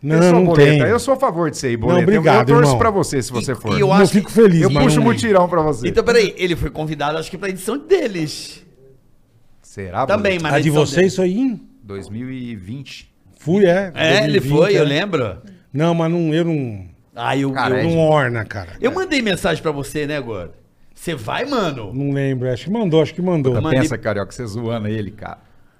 [SPEAKER 3] Não,
[SPEAKER 4] Pessoal,
[SPEAKER 3] não
[SPEAKER 4] Boleta,
[SPEAKER 3] tem.
[SPEAKER 4] Eu sou a favor de ser boleta. Eu-
[SPEAKER 3] obrigado,
[SPEAKER 4] eu torço
[SPEAKER 3] irmão.
[SPEAKER 4] pra você se você for.
[SPEAKER 2] e eu
[SPEAKER 3] Não,
[SPEAKER 2] acho
[SPEAKER 3] eu
[SPEAKER 2] que-
[SPEAKER 3] fico feliz,
[SPEAKER 4] Eu
[SPEAKER 3] mas
[SPEAKER 4] puxo
[SPEAKER 3] não
[SPEAKER 4] o
[SPEAKER 3] tem.
[SPEAKER 4] mutirão pra você.
[SPEAKER 2] Então, peraí, ele foi convidado, acho que pra edição deles.
[SPEAKER 4] Será,
[SPEAKER 2] Também,
[SPEAKER 4] Boleta?
[SPEAKER 2] mas.
[SPEAKER 3] A
[SPEAKER 2] na
[SPEAKER 3] de
[SPEAKER 2] edição
[SPEAKER 3] vocês foi em?
[SPEAKER 4] 2020.
[SPEAKER 3] Fui, é.
[SPEAKER 2] deles. É, ele
[SPEAKER 3] 2020,
[SPEAKER 2] foi,
[SPEAKER 3] é.
[SPEAKER 2] eu lembro.
[SPEAKER 3] Não, mas não, eu não.
[SPEAKER 2] Ah, eu,
[SPEAKER 4] Cara,
[SPEAKER 2] eu,
[SPEAKER 4] é
[SPEAKER 3] Não
[SPEAKER 4] de-
[SPEAKER 3] orna, cara.
[SPEAKER 2] eu mandei mensagem pra você, né, Gordo? Você vai, mano?
[SPEAKER 3] Não lembro. Acho que mandou, acho que mandou.
[SPEAKER 2] Puta, Mandei-
[SPEAKER 4] Pensa, Carioca, você zoando ele, cara.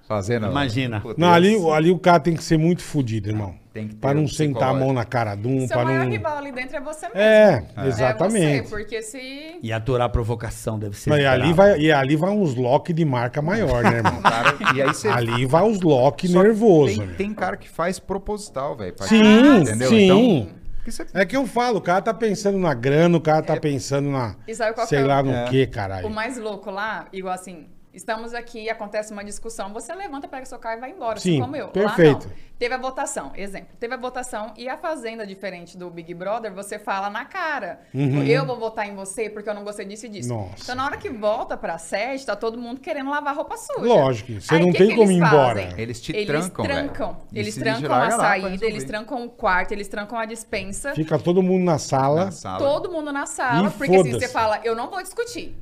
[SPEAKER 4] Fazendo...
[SPEAKER 2] Imagina.
[SPEAKER 4] Puta,
[SPEAKER 3] Não, ali, ali o cara tem que ser muito fodido, irmão.
[SPEAKER 4] Tem que ter
[SPEAKER 3] pra não
[SPEAKER 4] um
[SPEAKER 3] sentar a mão
[SPEAKER 4] psicológico.
[SPEAKER 3] na cara de um,
[SPEAKER 5] Seu
[SPEAKER 3] pra
[SPEAKER 5] é maior
[SPEAKER 3] não.
[SPEAKER 5] rival ali dentro é você mesmo.
[SPEAKER 3] É,
[SPEAKER 5] É
[SPEAKER 3] exatamente.
[SPEAKER 5] você, porque se...
[SPEAKER 2] E aturar a provocação deve ser.
[SPEAKER 3] Não, e, ali
[SPEAKER 2] brabo.
[SPEAKER 3] vai, e ali vai uns lock de marca maior, né, irmão?
[SPEAKER 4] Cara, e aí você
[SPEAKER 3] ali vai uns lock
[SPEAKER 4] Só que
[SPEAKER 3] nervoso.
[SPEAKER 4] Tem,
[SPEAKER 3] né?
[SPEAKER 4] tem cara que faz proposital, velho. pra- Então,
[SPEAKER 3] Sim, sim.
[SPEAKER 4] porque você-
[SPEAKER 3] É que eu falo, o cara tá pensando na grana, o cara tá pensando na.
[SPEAKER 5] É. E sabe qual
[SPEAKER 3] sei
[SPEAKER 5] que é o-
[SPEAKER 3] lá no
[SPEAKER 4] É.
[SPEAKER 3] que, caralho.
[SPEAKER 5] O mais louco lá, igual assim, Estamos aqui, acontece uma discussão, você levanta, pega seu carro e vai embora,
[SPEAKER 3] Sim,
[SPEAKER 5] assim como eu. Lá
[SPEAKER 3] perfeito.
[SPEAKER 5] não. Teve a votação, exemplo. Teve a votação e a Fazenda, diferente do Big Brother, você fala na cara. Eu vou votar em você porque eu não gostei disso e disso.
[SPEAKER 3] Uhum. Nossa.
[SPEAKER 5] Então, na hora que volta pra sede, tá todo mundo querendo lavar roupa suja.
[SPEAKER 3] Lógico, você
[SPEAKER 5] Aí,
[SPEAKER 3] não
[SPEAKER 5] que
[SPEAKER 3] tem
[SPEAKER 5] que
[SPEAKER 3] como
[SPEAKER 5] eles
[SPEAKER 3] ir embora.
[SPEAKER 5] fazem?
[SPEAKER 4] Eles te
[SPEAKER 5] eles
[SPEAKER 4] trancam, velho.
[SPEAKER 5] trancam.
[SPEAKER 4] E
[SPEAKER 5] Eles
[SPEAKER 4] se
[SPEAKER 5] trancam
[SPEAKER 4] larga
[SPEAKER 5] a
[SPEAKER 4] lá pra
[SPEAKER 5] saída, eles
[SPEAKER 4] resolver.
[SPEAKER 5] trancam o quarto, eles trancam a dispensa.
[SPEAKER 3] Fica todo mundo na sala.
[SPEAKER 4] Na sala.
[SPEAKER 5] Todo mundo na sala,
[SPEAKER 3] Ah, E
[SPEAKER 5] porque assim,
[SPEAKER 3] foda-se.
[SPEAKER 5] você fala, eu não vou discutir.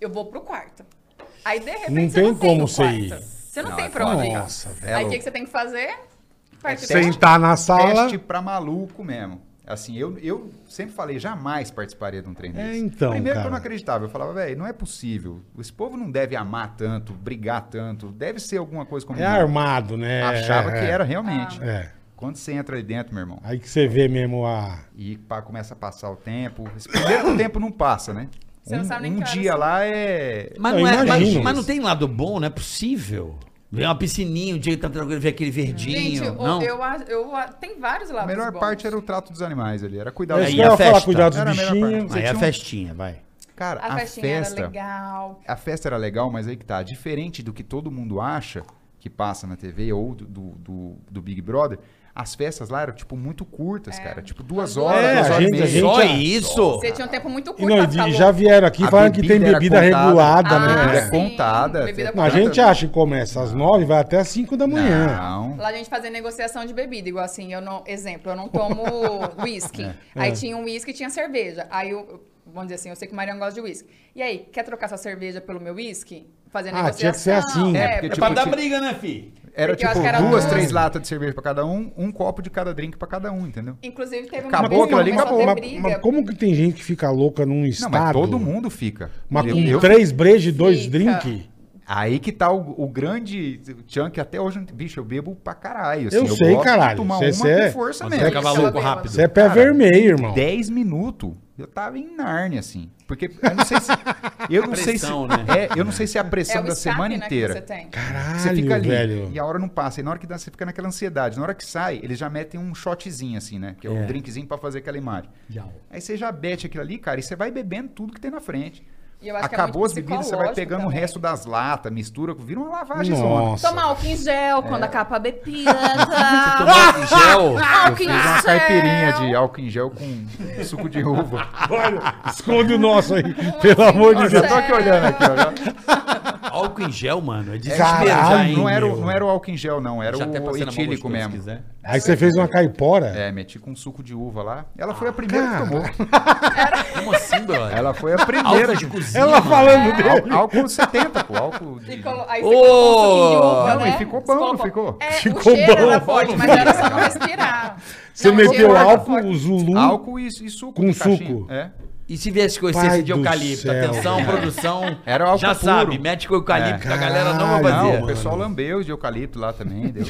[SPEAKER 5] Eu vou pro quarto. Aí, de repente,
[SPEAKER 3] Não
[SPEAKER 5] você
[SPEAKER 3] tem
[SPEAKER 5] não tem
[SPEAKER 3] como
[SPEAKER 5] o
[SPEAKER 3] você ir.
[SPEAKER 5] quarto. Você não,
[SPEAKER 4] Não, é
[SPEAKER 5] tem pra onde ir.
[SPEAKER 3] Nossa, velho.
[SPEAKER 5] Aí,
[SPEAKER 4] É
[SPEAKER 5] o que, que você tem que fazer? Partir pra onde?
[SPEAKER 3] Sentar na sala.
[SPEAKER 4] Teste pra maluco mesmo. Assim, eu, eu sempre falei, jamais participaria de um treino
[SPEAKER 3] É,
[SPEAKER 4] desse.
[SPEAKER 3] então,
[SPEAKER 4] Primeiro que
[SPEAKER 3] cara.
[SPEAKER 4] eu não acreditava. Eu falava, velho, não é possível. Esse povo não deve amar tanto, brigar tanto. Deve ser alguma coisa como...
[SPEAKER 3] É armado, né?
[SPEAKER 4] Achava
[SPEAKER 3] É,
[SPEAKER 4] que
[SPEAKER 3] é.
[SPEAKER 4] era realmente.
[SPEAKER 3] É.
[SPEAKER 4] Quando você entra ali dentro, meu irmão,
[SPEAKER 3] Aí que você vê mesmo a.
[SPEAKER 4] e pá, começa a passar o tempo. Esse primeiro tempo não passa, né?
[SPEAKER 5] Você não
[SPEAKER 4] um
[SPEAKER 5] sabe nem
[SPEAKER 4] um
[SPEAKER 5] que horas
[SPEAKER 4] dia
[SPEAKER 5] são.
[SPEAKER 4] lá é...
[SPEAKER 2] Mas
[SPEAKER 3] Eu
[SPEAKER 2] não, é, mas,
[SPEAKER 3] imagino.
[SPEAKER 2] mas não tem lado bom, não é possível. Vem uma piscininha, o dia que tá tranquilo, vê aquele verdinho.
[SPEAKER 5] Gente, eu,
[SPEAKER 2] não?
[SPEAKER 5] eu, acho- eu a- tem vários
[SPEAKER 4] A
[SPEAKER 5] lados
[SPEAKER 4] melhor
[SPEAKER 5] bons.
[SPEAKER 4] parte era o trato dos animais ali. Era cuidar
[SPEAKER 3] É
[SPEAKER 4] dos
[SPEAKER 2] aí
[SPEAKER 3] isso que eu
[SPEAKER 2] a
[SPEAKER 3] ia falar,
[SPEAKER 2] festa.
[SPEAKER 3] cuidar dos
[SPEAKER 4] Era a melhor parte.
[SPEAKER 3] bichinhos.
[SPEAKER 4] você
[SPEAKER 2] Aí é
[SPEAKER 4] tinha um-
[SPEAKER 2] festinha, vai.
[SPEAKER 4] Cara,
[SPEAKER 5] A,
[SPEAKER 4] a,
[SPEAKER 5] festinha era
[SPEAKER 4] festa...
[SPEAKER 5] legal.
[SPEAKER 4] A festa era legal, mas aí que tá. Diferente do que todo mundo acha que passa na TV ou do, do, do- do Big Brother, as festas lá eram, tipo, muito
[SPEAKER 5] É.
[SPEAKER 4] curtas, cara. Tipo, duas horas,
[SPEAKER 3] É,
[SPEAKER 4] duas
[SPEAKER 3] a
[SPEAKER 4] horas
[SPEAKER 3] gente-
[SPEAKER 4] e meia.
[SPEAKER 3] a gente-
[SPEAKER 2] Só
[SPEAKER 3] ah,
[SPEAKER 2] isso? É
[SPEAKER 5] Você tinha um tempo muito
[SPEAKER 3] E
[SPEAKER 5] curto
[SPEAKER 3] não,
[SPEAKER 5] pra
[SPEAKER 3] e
[SPEAKER 5] ficar
[SPEAKER 3] já
[SPEAKER 5] louco.
[SPEAKER 3] vieram aqui
[SPEAKER 4] A
[SPEAKER 3] falando que tem
[SPEAKER 4] bebida era
[SPEAKER 3] bebida
[SPEAKER 4] contada.
[SPEAKER 3] regulada,
[SPEAKER 4] A
[SPEAKER 3] né?
[SPEAKER 4] bebida
[SPEAKER 3] É.
[SPEAKER 4] é contada.
[SPEAKER 5] Ah, Bebida
[SPEAKER 4] é
[SPEAKER 3] Não, a gente acha que começa às nove, vai até às cinco da manhã.
[SPEAKER 4] Não.
[SPEAKER 5] Lá a gente fazia negociação de bebida, igual assim, eu não, exemplo, eu não tomo uísque.
[SPEAKER 4] É,
[SPEAKER 5] Aí tinha um uísque e tinha cerveja. Aí eu, vamos dizer assim, eu sei que o Mariano gosta de uísque. E aí, quer trocar sua cerveja pelo meu uísque? Fazer
[SPEAKER 3] Ah,
[SPEAKER 5] negociação.
[SPEAKER 3] tinha que ser assim.
[SPEAKER 5] É,
[SPEAKER 4] É, porque,
[SPEAKER 5] porque,
[SPEAKER 4] tipo, tinha-
[SPEAKER 2] briga, né, fi?
[SPEAKER 4] Era
[SPEAKER 5] Porque eu
[SPEAKER 4] tipo
[SPEAKER 5] acho que era
[SPEAKER 4] duas,
[SPEAKER 5] duas.
[SPEAKER 4] três latas de cerveja pra cada um, um copo de cada drink pra cada um, entendeu?
[SPEAKER 5] inclusive teve
[SPEAKER 4] Acabou
[SPEAKER 5] uma vez que
[SPEAKER 4] aquilo ali,
[SPEAKER 5] começou
[SPEAKER 4] acabou.
[SPEAKER 5] a ter
[SPEAKER 3] Mas,
[SPEAKER 5] briga.
[SPEAKER 3] mas como que tem gente que fica louca num
[SPEAKER 4] Não,
[SPEAKER 3] estado?
[SPEAKER 4] mas todo mundo fica.
[SPEAKER 3] Mas
[SPEAKER 4] Eu-
[SPEAKER 3] com
[SPEAKER 4] eu-
[SPEAKER 3] três brejas e dois
[SPEAKER 5] Fica.
[SPEAKER 3] drinks?
[SPEAKER 4] Aí que tá o, o grande chunk, até hoje, bicho, eu bebo pra caralho. assim,
[SPEAKER 3] Eu sei,
[SPEAKER 4] gosto de
[SPEAKER 3] caralho.
[SPEAKER 4] tomar
[SPEAKER 3] Cê-
[SPEAKER 4] uma
[SPEAKER 3] cê é-
[SPEAKER 4] com força
[SPEAKER 2] Você
[SPEAKER 4] mesmo.
[SPEAKER 2] fica maluco rápido.
[SPEAKER 3] Você é pé
[SPEAKER 4] Cara,
[SPEAKER 3] vermelho, irmão.
[SPEAKER 4] 10 minutos, eu tava em Narnia, assim. Porque eu não sei se. Eu não sei se.
[SPEAKER 2] Pressão, né?
[SPEAKER 4] É, eu não sei se é a
[SPEAKER 5] é
[SPEAKER 4] pressão
[SPEAKER 5] o
[SPEAKER 4] da
[SPEAKER 5] escape,
[SPEAKER 4] semana
[SPEAKER 5] né, que
[SPEAKER 4] inteira.
[SPEAKER 5] você tem.
[SPEAKER 3] Caralho,
[SPEAKER 4] Você fica ali
[SPEAKER 3] velho.
[SPEAKER 4] e a hora não passa. E na hora que dá, você fica naquela ansiedade. Na hora que sai, eles já metem um shotzinho, assim, né? Que é, um drinkzinho pra fazer aquela imagem. Aí você já bete aquilo ali, cara, e você vai bebendo tudo que tem na frente.
[SPEAKER 5] E eu acho que é
[SPEAKER 4] Acabou
[SPEAKER 5] muito
[SPEAKER 4] as bebidas, você vai
[SPEAKER 5] psicológico então.
[SPEAKER 4] pegando o
[SPEAKER 5] também.
[SPEAKER 4] resto das latas, mistura, vira uma lavagem zona.
[SPEAKER 3] Nossa.
[SPEAKER 5] Tomar álcool em gel quando acaba a bebida. Ah,
[SPEAKER 2] Tomou gel?
[SPEAKER 5] álcool em
[SPEAKER 4] Fiz É. uma
[SPEAKER 5] gel.
[SPEAKER 4] caipirinha de álcool em gel com suco de uva.
[SPEAKER 3] Olha, esconde o nosso aí,
[SPEAKER 5] Como
[SPEAKER 3] pelo
[SPEAKER 5] assim?
[SPEAKER 3] amor
[SPEAKER 4] Ó,
[SPEAKER 3] de
[SPEAKER 5] Olha,
[SPEAKER 4] já
[SPEAKER 3] Deus.
[SPEAKER 4] tô aqui olhando aqui, ó. já.
[SPEAKER 2] Álcool em gel, mano. É desespero
[SPEAKER 3] Caralho,
[SPEAKER 2] já, hein?
[SPEAKER 4] Não era, o-
[SPEAKER 3] meu.
[SPEAKER 4] não era o álcool em gel, não. Era
[SPEAKER 2] Deixa até
[SPEAKER 4] o
[SPEAKER 2] passei na mão
[SPEAKER 4] etílico
[SPEAKER 2] gostoso, se
[SPEAKER 4] mesmo.
[SPEAKER 2] quiser.
[SPEAKER 3] Aí você fez uma caipora?
[SPEAKER 4] É, meti com suco de uva lá. Ela foi a primeira
[SPEAKER 3] Ah, cara.
[SPEAKER 4] que tomou.
[SPEAKER 2] Como assim, brother?
[SPEAKER 4] Ela foi a primeira.
[SPEAKER 2] Álcool
[SPEAKER 4] de
[SPEAKER 2] de cozinha.
[SPEAKER 3] é Ela
[SPEAKER 2] mano.
[SPEAKER 3] falando dele.
[SPEAKER 4] Ál- Álcool 70, pô. Álcool de...
[SPEAKER 5] E colo- Aí
[SPEAKER 2] Ô!
[SPEAKER 5] você colocou um suquinho de uva,
[SPEAKER 4] Não,
[SPEAKER 5] né?
[SPEAKER 4] e ficou
[SPEAKER 5] Você
[SPEAKER 4] bom, não
[SPEAKER 5] colocou-
[SPEAKER 4] ficou?
[SPEAKER 5] É,
[SPEAKER 3] Ficou
[SPEAKER 5] o cheiro
[SPEAKER 3] bom.
[SPEAKER 5] era forte, mas era só não respirar.
[SPEAKER 3] Você
[SPEAKER 5] Não, o cheiro
[SPEAKER 3] meteu
[SPEAKER 5] era
[SPEAKER 3] álcool,
[SPEAKER 5] forte.
[SPEAKER 3] Zulu.
[SPEAKER 4] Álcool e, e suco.
[SPEAKER 3] Com
[SPEAKER 4] de caixinha.
[SPEAKER 3] suco.
[SPEAKER 4] É.
[SPEAKER 2] E se viesse com
[SPEAKER 3] Pai
[SPEAKER 2] essência de
[SPEAKER 3] do
[SPEAKER 2] eucalipto?
[SPEAKER 3] céu,
[SPEAKER 2] Atenção,
[SPEAKER 3] cara.
[SPEAKER 2] produção.
[SPEAKER 4] Era álcool
[SPEAKER 2] Já
[SPEAKER 4] puro.
[SPEAKER 2] sabe, mete com eucalipto,
[SPEAKER 4] É.
[SPEAKER 2] que a galera não vai
[SPEAKER 3] Caralho,
[SPEAKER 4] Não,
[SPEAKER 2] fazer.
[SPEAKER 4] o
[SPEAKER 3] mano.
[SPEAKER 4] pessoal lambeu de eucalipto lá também. Deu.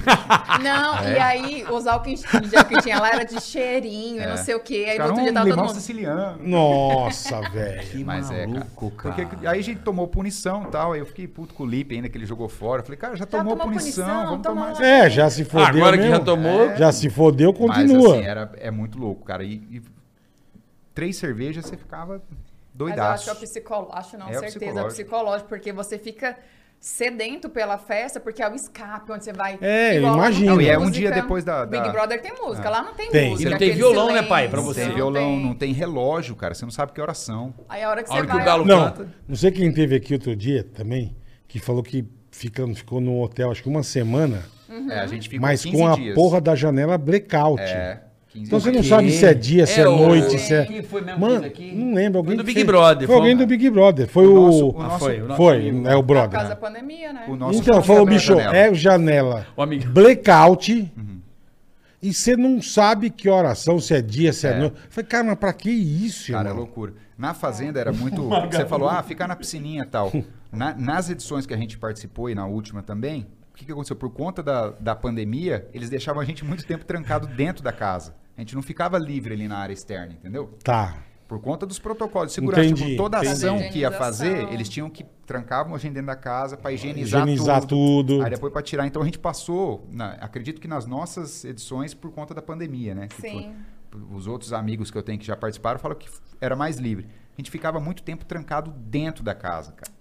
[SPEAKER 5] Não,
[SPEAKER 4] É.
[SPEAKER 5] e aí os álcool em gel que tinha lá era de cheirinho e não sei o quê. Aí no
[SPEAKER 4] É. Ficaram
[SPEAKER 5] outro dia
[SPEAKER 4] um
[SPEAKER 5] tava todo
[SPEAKER 4] limão
[SPEAKER 5] mundo.
[SPEAKER 4] siciliano.
[SPEAKER 3] Nossa, velho.
[SPEAKER 2] Que
[SPEAKER 4] Mas é, cara.
[SPEAKER 2] maluco, cara.
[SPEAKER 4] Porque que- aí a gente tomou punição e tal. Aí eu fiquei puto com o Lipe ainda, que ele jogou fora. Eu Falei, cara, já tomou,
[SPEAKER 5] tomou
[SPEAKER 4] punição,
[SPEAKER 5] punição,
[SPEAKER 4] vamos
[SPEAKER 5] toma um-"
[SPEAKER 4] tomar
[SPEAKER 5] lá.
[SPEAKER 3] É, já se fodeu
[SPEAKER 2] Agora que
[SPEAKER 3] mesmo. É.
[SPEAKER 2] já tomou.
[SPEAKER 3] Já se fodeu,
[SPEAKER 4] Mas
[SPEAKER 3] continua.
[SPEAKER 4] assim, era, é muito louco, cara. E, e três cervejas você ficava
[SPEAKER 5] Mas eu acho
[SPEAKER 4] doidaço.
[SPEAKER 5] que é o psicológico. Acho não,
[SPEAKER 4] É o
[SPEAKER 5] certeza. É o
[SPEAKER 4] psicológico.
[SPEAKER 5] psicológico, porque você fica sedento pela festa, porque é o escape onde você vai.
[SPEAKER 3] É, eu
[SPEAKER 5] Igual
[SPEAKER 3] imagino.
[SPEAKER 5] música.
[SPEAKER 3] Não, e é
[SPEAKER 4] um dia depois da- da-
[SPEAKER 5] Big Brother tem música, lá não tem,
[SPEAKER 3] Tem.
[SPEAKER 5] música.
[SPEAKER 3] E
[SPEAKER 2] não tem
[SPEAKER 5] aquele
[SPEAKER 2] violão, né, pai, pra
[SPEAKER 4] Não
[SPEAKER 2] você?
[SPEAKER 4] tem
[SPEAKER 5] não
[SPEAKER 4] Ah. violão,
[SPEAKER 5] tem.
[SPEAKER 4] não tem relógio, cara. Você não sabe que é horas são.
[SPEAKER 5] Aí a hora que
[SPEAKER 2] A
[SPEAKER 5] você
[SPEAKER 2] hora que
[SPEAKER 5] vai.
[SPEAKER 2] o galo-
[SPEAKER 3] Não,
[SPEAKER 2] Canta.
[SPEAKER 3] não sei quem teve aqui outro dia também, que falou que ficando, ficou no hotel acho que uma semana,
[SPEAKER 5] Uhum.
[SPEAKER 4] É, a gente fica
[SPEAKER 3] mas
[SPEAKER 4] 15
[SPEAKER 3] com a
[SPEAKER 4] dias.
[SPEAKER 3] porra da janela blackout.
[SPEAKER 4] É, 15
[SPEAKER 3] Então você não
[SPEAKER 4] dias.
[SPEAKER 3] sabe se é dia, se é,
[SPEAKER 2] É, o-
[SPEAKER 3] noite, se é.
[SPEAKER 2] quem foi mesmo que
[SPEAKER 3] Mano,
[SPEAKER 2] fez aqui?
[SPEAKER 3] não lembro. Alguém
[SPEAKER 2] do
[SPEAKER 3] que
[SPEAKER 2] Big
[SPEAKER 3] fez.
[SPEAKER 2] Brother,
[SPEAKER 3] Foi alguém
[SPEAKER 2] foi.
[SPEAKER 3] do Big Brother. Foi o.
[SPEAKER 4] nosso- o
[SPEAKER 2] Ah,
[SPEAKER 4] nosso-
[SPEAKER 2] foi, o nosso
[SPEAKER 3] foi,
[SPEAKER 2] amigo.
[SPEAKER 3] é o
[SPEAKER 5] Por
[SPEAKER 3] brother.
[SPEAKER 5] causa da pandemia, né?
[SPEAKER 4] O nosso
[SPEAKER 3] Então,
[SPEAKER 4] foi
[SPEAKER 3] falou,
[SPEAKER 4] aberto a
[SPEAKER 3] bicho,
[SPEAKER 4] janela.
[SPEAKER 3] é janela.
[SPEAKER 2] O amigo-
[SPEAKER 3] Blackout.
[SPEAKER 4] Uhum.
[SPEAKER 3] E você não sabe que horas são, se é dia, se é,
[SPEAKER 4] É.
[SPEAKER 3] noite. Eu Falei, cara, mas pra que isso,
[SPEAKER 4] Cara, é
[SPEAKER 3] irmão?
[SPEAKER 4] loucura. Na Fazenda era muito. Você falou, ah, ficar na piscininha e tal. Na- nas edições que a gente participou e na última também, o que, que aconteceu? Por conta da, da pandemia, eles deixavam a gente muito tempo trancado dentro da casa. A gente não ficava livre ali na área externa, entendeu?
[SPEAKER 3] Tá.
[SPEAKER 4] Por conta dos protocolos de segurança.
[SPEAKER 3] Entendi,
[SPEAKER 4] tipo, toda
[SPEAKER 3] entendi.
[SPEAKER 4] ação que ia fazer,
[SPEAKER 5] Higienização.
[SPEAKER 4] eles tinham que trancavam a gente dentro da casa para higienizar,
[SPEAKER 3] Higienizar tudo.
[SPEAKER 4] Aí depois para tirar. Então a gente passou, na- acredito que nas nossas edições, por conta da pandemia, né? Que
[SPEAKER 5] Sim.
[SPEAKER 4] foi- os outros amigos que eu tenho que já participaram falam que f- era mais livre. A gente ficava muito tempo trancado dentro da casa, cara.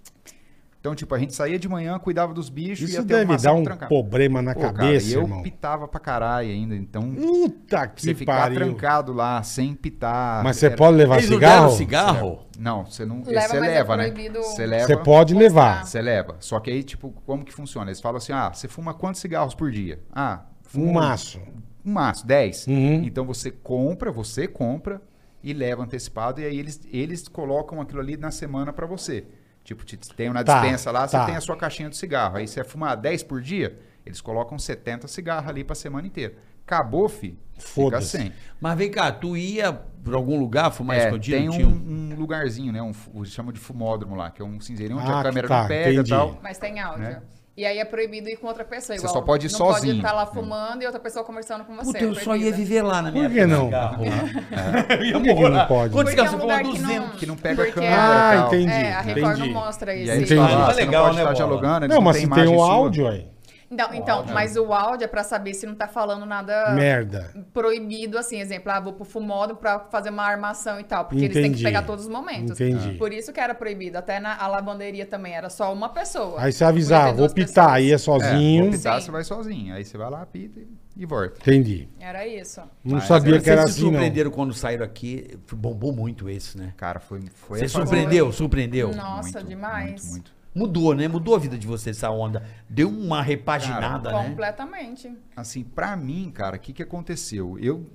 [SPEAKER 4] Então, tipo, a gente saía de manhã, cuidava dos bichos
[SPEAKER 3] Isso
[SPEAKER 4] ia ter
[SPEAKER 3] deve
[SPEAKER 4] uma
[SPEAKER 3] dar
[SPEAKER 4] ação
[SPEAKER 3] um
[SPEAKER 4] trancada.
[SPEAKER 3] problema na
[SPEAKER 4] Pô, cara,
[SPEAKER 3] cabeça,
[SPEAKER 4] e eu
[SPEAKER 3] irmão.
[SPEAKER 4] pitava pra caralho ainda, então
[SPEAKER 3] Puta que
[SPEAKER 4] você ficar
[SPEAKER 3] pariu.
[SPEAKER 4] trancado lá sem pitar.
[SPEAKER 3] Mas você
[SPEAKER 4] era-
[SPEAKER 3] pode levar
[SPEAKER 2] Eles não
[SPEAKER 3] cigarro?
[SPEAKER 2] deram cigarro?
[SPEAKER 4] Não, você não.
[SPEAKER 5] Leva,
[SPEAKER 4] você
[SPEAKER 5] mas é
[SPEAKER 4] leva, né?
[SPEAKER 5] proibido-
[SPEAKER 4] Você
[SPEAKER 3] Você
[SPEAKER 4] leva.
[SPEAKER 3] pode levar.
[SPEAKER 4] Você leva. Só que aí, tipo, como que funciona? Eles falam assim: ah, você fuma quantos cigarros por dia? Ah, fumo
[SPEAKER 3] Um maço.
[SPEAKER 4] um maço, 10.
[SPEAKER 3] Uhum.
[SPEAKER 4] Então você compra, você compra e leva antecipado e aí eles, eles colocam aquilo ali na semana pra você. Tipo, te, tem na
[SPEAKER 3] Tá,
[SPEAKER 4] dispensa lá,
[SPEAKER 3] tá.
[SPEAKER 4] você tem a sua caixinha de cigarro. Aí você vai fumar 10 por dia, eles colocam 70 cigarros ali pra semana inteira. Acabou, fi. Fica
[SPEAKER 3] Foda-se.
[SPEAKER 4] sem.
[SPEAKER 2] Mas vem cá, tu ia pra algum lugar fumar
[SPEAKER 4] É,
[SPEAKER 2] escondido?
[SPEAKER 4] tem
[SPEAKER 2] Tinha
[SPEAKER 4] um, um lugarzinho, né? Um, fu- eles chamam de fumódromo lá, que é um cinzeirinho onde
[SPEAKER 3] Ah,
[SPEAKER 4] a
[SPEAKER 3] que
[SPEAKER 4] câmera
[SPEAKER 3] tá,
[SPEAKER 4] não pega
[SPEAKER 3] entendi.
[SPEAKER 4] e tal.
[SPEAKER 5] Mas tem áudio.
[SPEAKER 4] Né?
[SPEAKER 5] E aí é proibido ir com outra pessoa.
[SPEAKER 4] Você
[SPEAKER 5] igual,
[SPEAKER 4] só pode ir
[SPEAKER 5] não
[SPEAKER 4] sozinho.
[SPEAKER 5] Pode
[SPEAKER 4] Hum.
[SPEAKER 5] estar lá fumando e outra pessoa conversando com você.
[SPEAKER 2] Puta,
[SPEAKER 5] é
[SPEAKER 2] eu só
[SPEAKER 5] proibido.
[SPEAKER 2] ia viver lá na minha
[SPEAKER 3] Por que
[SPEAKER 2] época,
[SPEAKER 3] não?
[SPEAKER 4] né?
[SPEAKER 3] É.
[SPEAKER 2] cigarro. Eu ia
[SPEAKER 3] Por que que
[SPEAKER 2] morar.
[SPEAKER 3] não pode? né?
[SPEAKER 2] Quantos
[SPEAKER 5] Porque é um
[SPEAKER 2] cigarros você
[SPEAKER 5] lugar
[SPEAKER 2] fumou?
[SPEAKER 5] que
[SPEAKER 2] 200.
[SPEAKER 5] não...
[SPEAKER 4] que não pega
[SPEAKER 5] porque
[SPEAKER 4] câmera.
[SPEAKER 3] Ah,
[SPEAKER 4] e tal.
[SPEAKER 3] entendi.
[SPEAKER 5] É, a Record
[SPEAKER 3] entendi.
[SPEAKER 5] não mostra
[SPEAKER 4] E
[SPEAKER 5] esse...
[SPEAKER 4] aí eles
[SPEAKER 3] Entendi.
[SPEAKER 4] falam,
[SPEAKER 3] Tá
[SPEAKER 4] ah, você não
[SPEAKER 2] legal,
[SPEAKER 4] pode
[SPEAKER 2] né,
[SPEAKER 4] estar
[SPEAKER 2] Bola?
[SPEAKER 4] dialogando, eles
[SPEAKER 3] Não, mas se tem um
[SPEAKER 4] imagem
[SPEAKER 3] o
[SPEAKER 4] sua.
[SPEAKER 3] áudio aí.
[SPEAKER 5] Então, então mas o áudio é pra saber se não tá falando nada
[SPEAKER 3] Merda.
[SPEAKER 5] proibido, assim, exemplo, ah, vou pro fumodo pra fazer uma armação e tal, porque eles têm
[SPEAKER 3] Entendi.
[SPEAKER 5] que pegar todos os momentos.
[SPEAKER 4] Ah.
[SPEAKER 3] Entendi.
[SPEAKER 5] Por isso que era proibido, até na a lavanderia também, era só uma pessoa.
[SPEAKER 3] Aí você avisar,
[SPEAKER 5] Podia ter
[SPEAKER 3] vou
[SPEAKER 5] duas
[SPEAKER 3] pitar,
[SPEAKER 5] pessoas.
[SPEAKER 3] ia
[SPEAKER 4] É,
[SPEAKER 3] sozinho.
[SPEAKER 4] vou pitar,
[SPEAKER 5] Sim.
[SPEAKER 4] você vai sozinho. Aí você vai lá, pita e, e volta.
[SPEAKER 3] Entendi.
[SPEAKER 5] Era isso.
[SPEAKER 3] Não
[SPEAKER 4] Mas
[SPEAKER 3] sabia
[SPEAKER 2] Vocês
[SPEAKER 3] que era
[SPEAKER 2] se
[SPEAKER 3] assim, não.
[SPEAKER 2] surpreenderam quando saíram aqui. Foi- Bombou muito esse, né?
[SPEAKER 4] Cara, foi... foi
[SPEAKER 2] Você
[SPEAKER 4] a fase-
[SPEAKER 2] surpreendeu, surpreendeu.
[SPEAKER 5] Não. Nossa, demais.
[SPEAKER 4] Muito, muito.
[SPEAKER 2] Mudou, né? Mudou a vida de você essa onda. Deu uma repaginada, né?
[SPEAKER 5] Completamente.
[SPEAKER 4] Assim, pra mim, cara, o que, que aconteceu? Eu...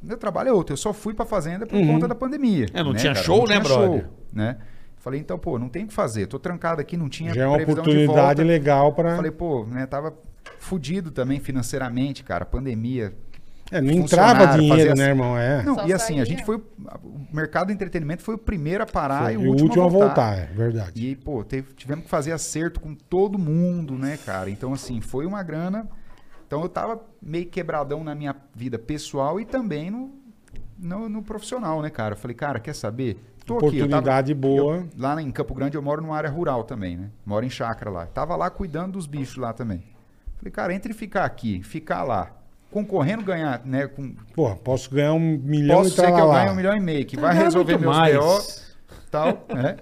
[SPEAKER 4] Meu trabalho é outro. Eu só fui pra fazenda por conta da pandemia.
[SPEAKER 2] É, não tinha show, né, brother?
[SPEAKER 4] né? Falei, então, pô, não tem o que fazer. Tô trancado aqui, não tinha
[SPEAKER 3] Já é uma
[SPEAKER 4] previsão de
[SPEAKER 3] oportunidade
[SPEAKER 4] volta.
[SPEAKER 3] legal pra.
[SPEAKER 4] Falei, pô, né, tava fudido também financeiramente, cara, pandemia.
[SPEAKER 3] É, não entrava
[SPEAKER 4] funcionário, assim."
[SPEAKER 3] dinheiro,
[SPEAKER 4] fazia-
[SPEAKER 3] né, irmão? É.
[SPEAKER 4] Não,
[SPEAKER 5] Só
[SPEAKER 4] e assim, a
[SPEAKER 5] saía.
[SPEAKER 4] gente foi. O mercado do entretenimento foi o primeiro a parar
[SPEAKER 3] Foi
[SPEAKER 4] Ah, e o,
[SPEAKER 3] o
[SPEAKER 4] último, a voltar.
[SPEAKER 3] é verdade.
[SPEAKER 4] E, pô, teve- tivemos que fazer acerto com todo mundo, né, cara? Então, assim, foi uma grana. Então, eu tava meio quebradão na minha vida pessoal e também no, no, no profissional, né, cara? Eu falei, cara, quer saber? Tô aqui, eu tava-
[SPEAKER 3] Oportunidade boa.
[SPEAKER 4] eu- lá em Campo Grande eu moro numa área rural também, né? Moro em chácara lá. Tava lá cuidando dos bichos lá também. Falei, cara, entre ficar aqui, ficar lá, concorrendo ganhar, né? Com,
[SPEAKER 3] Pô, posso ganhar um milhão
[SPEAKER 4] posso
[SPEAKER 3] e
[SPEAKER 4] ser que
[SPEAKER 3] tal
[SPEAKER 4] eu
[SPEAKER 3] lá.
[SPEAKER 4] ganhe um milhão e meio, que vai
[SPEAKER 2] Ganhar
[SPEAKER 4] resolver
[SPEAKER 2] Tá muito
[SPEAKER 4] meus
[SPEAKER 2] mais.
[SPEAKER 4] BO tal, né?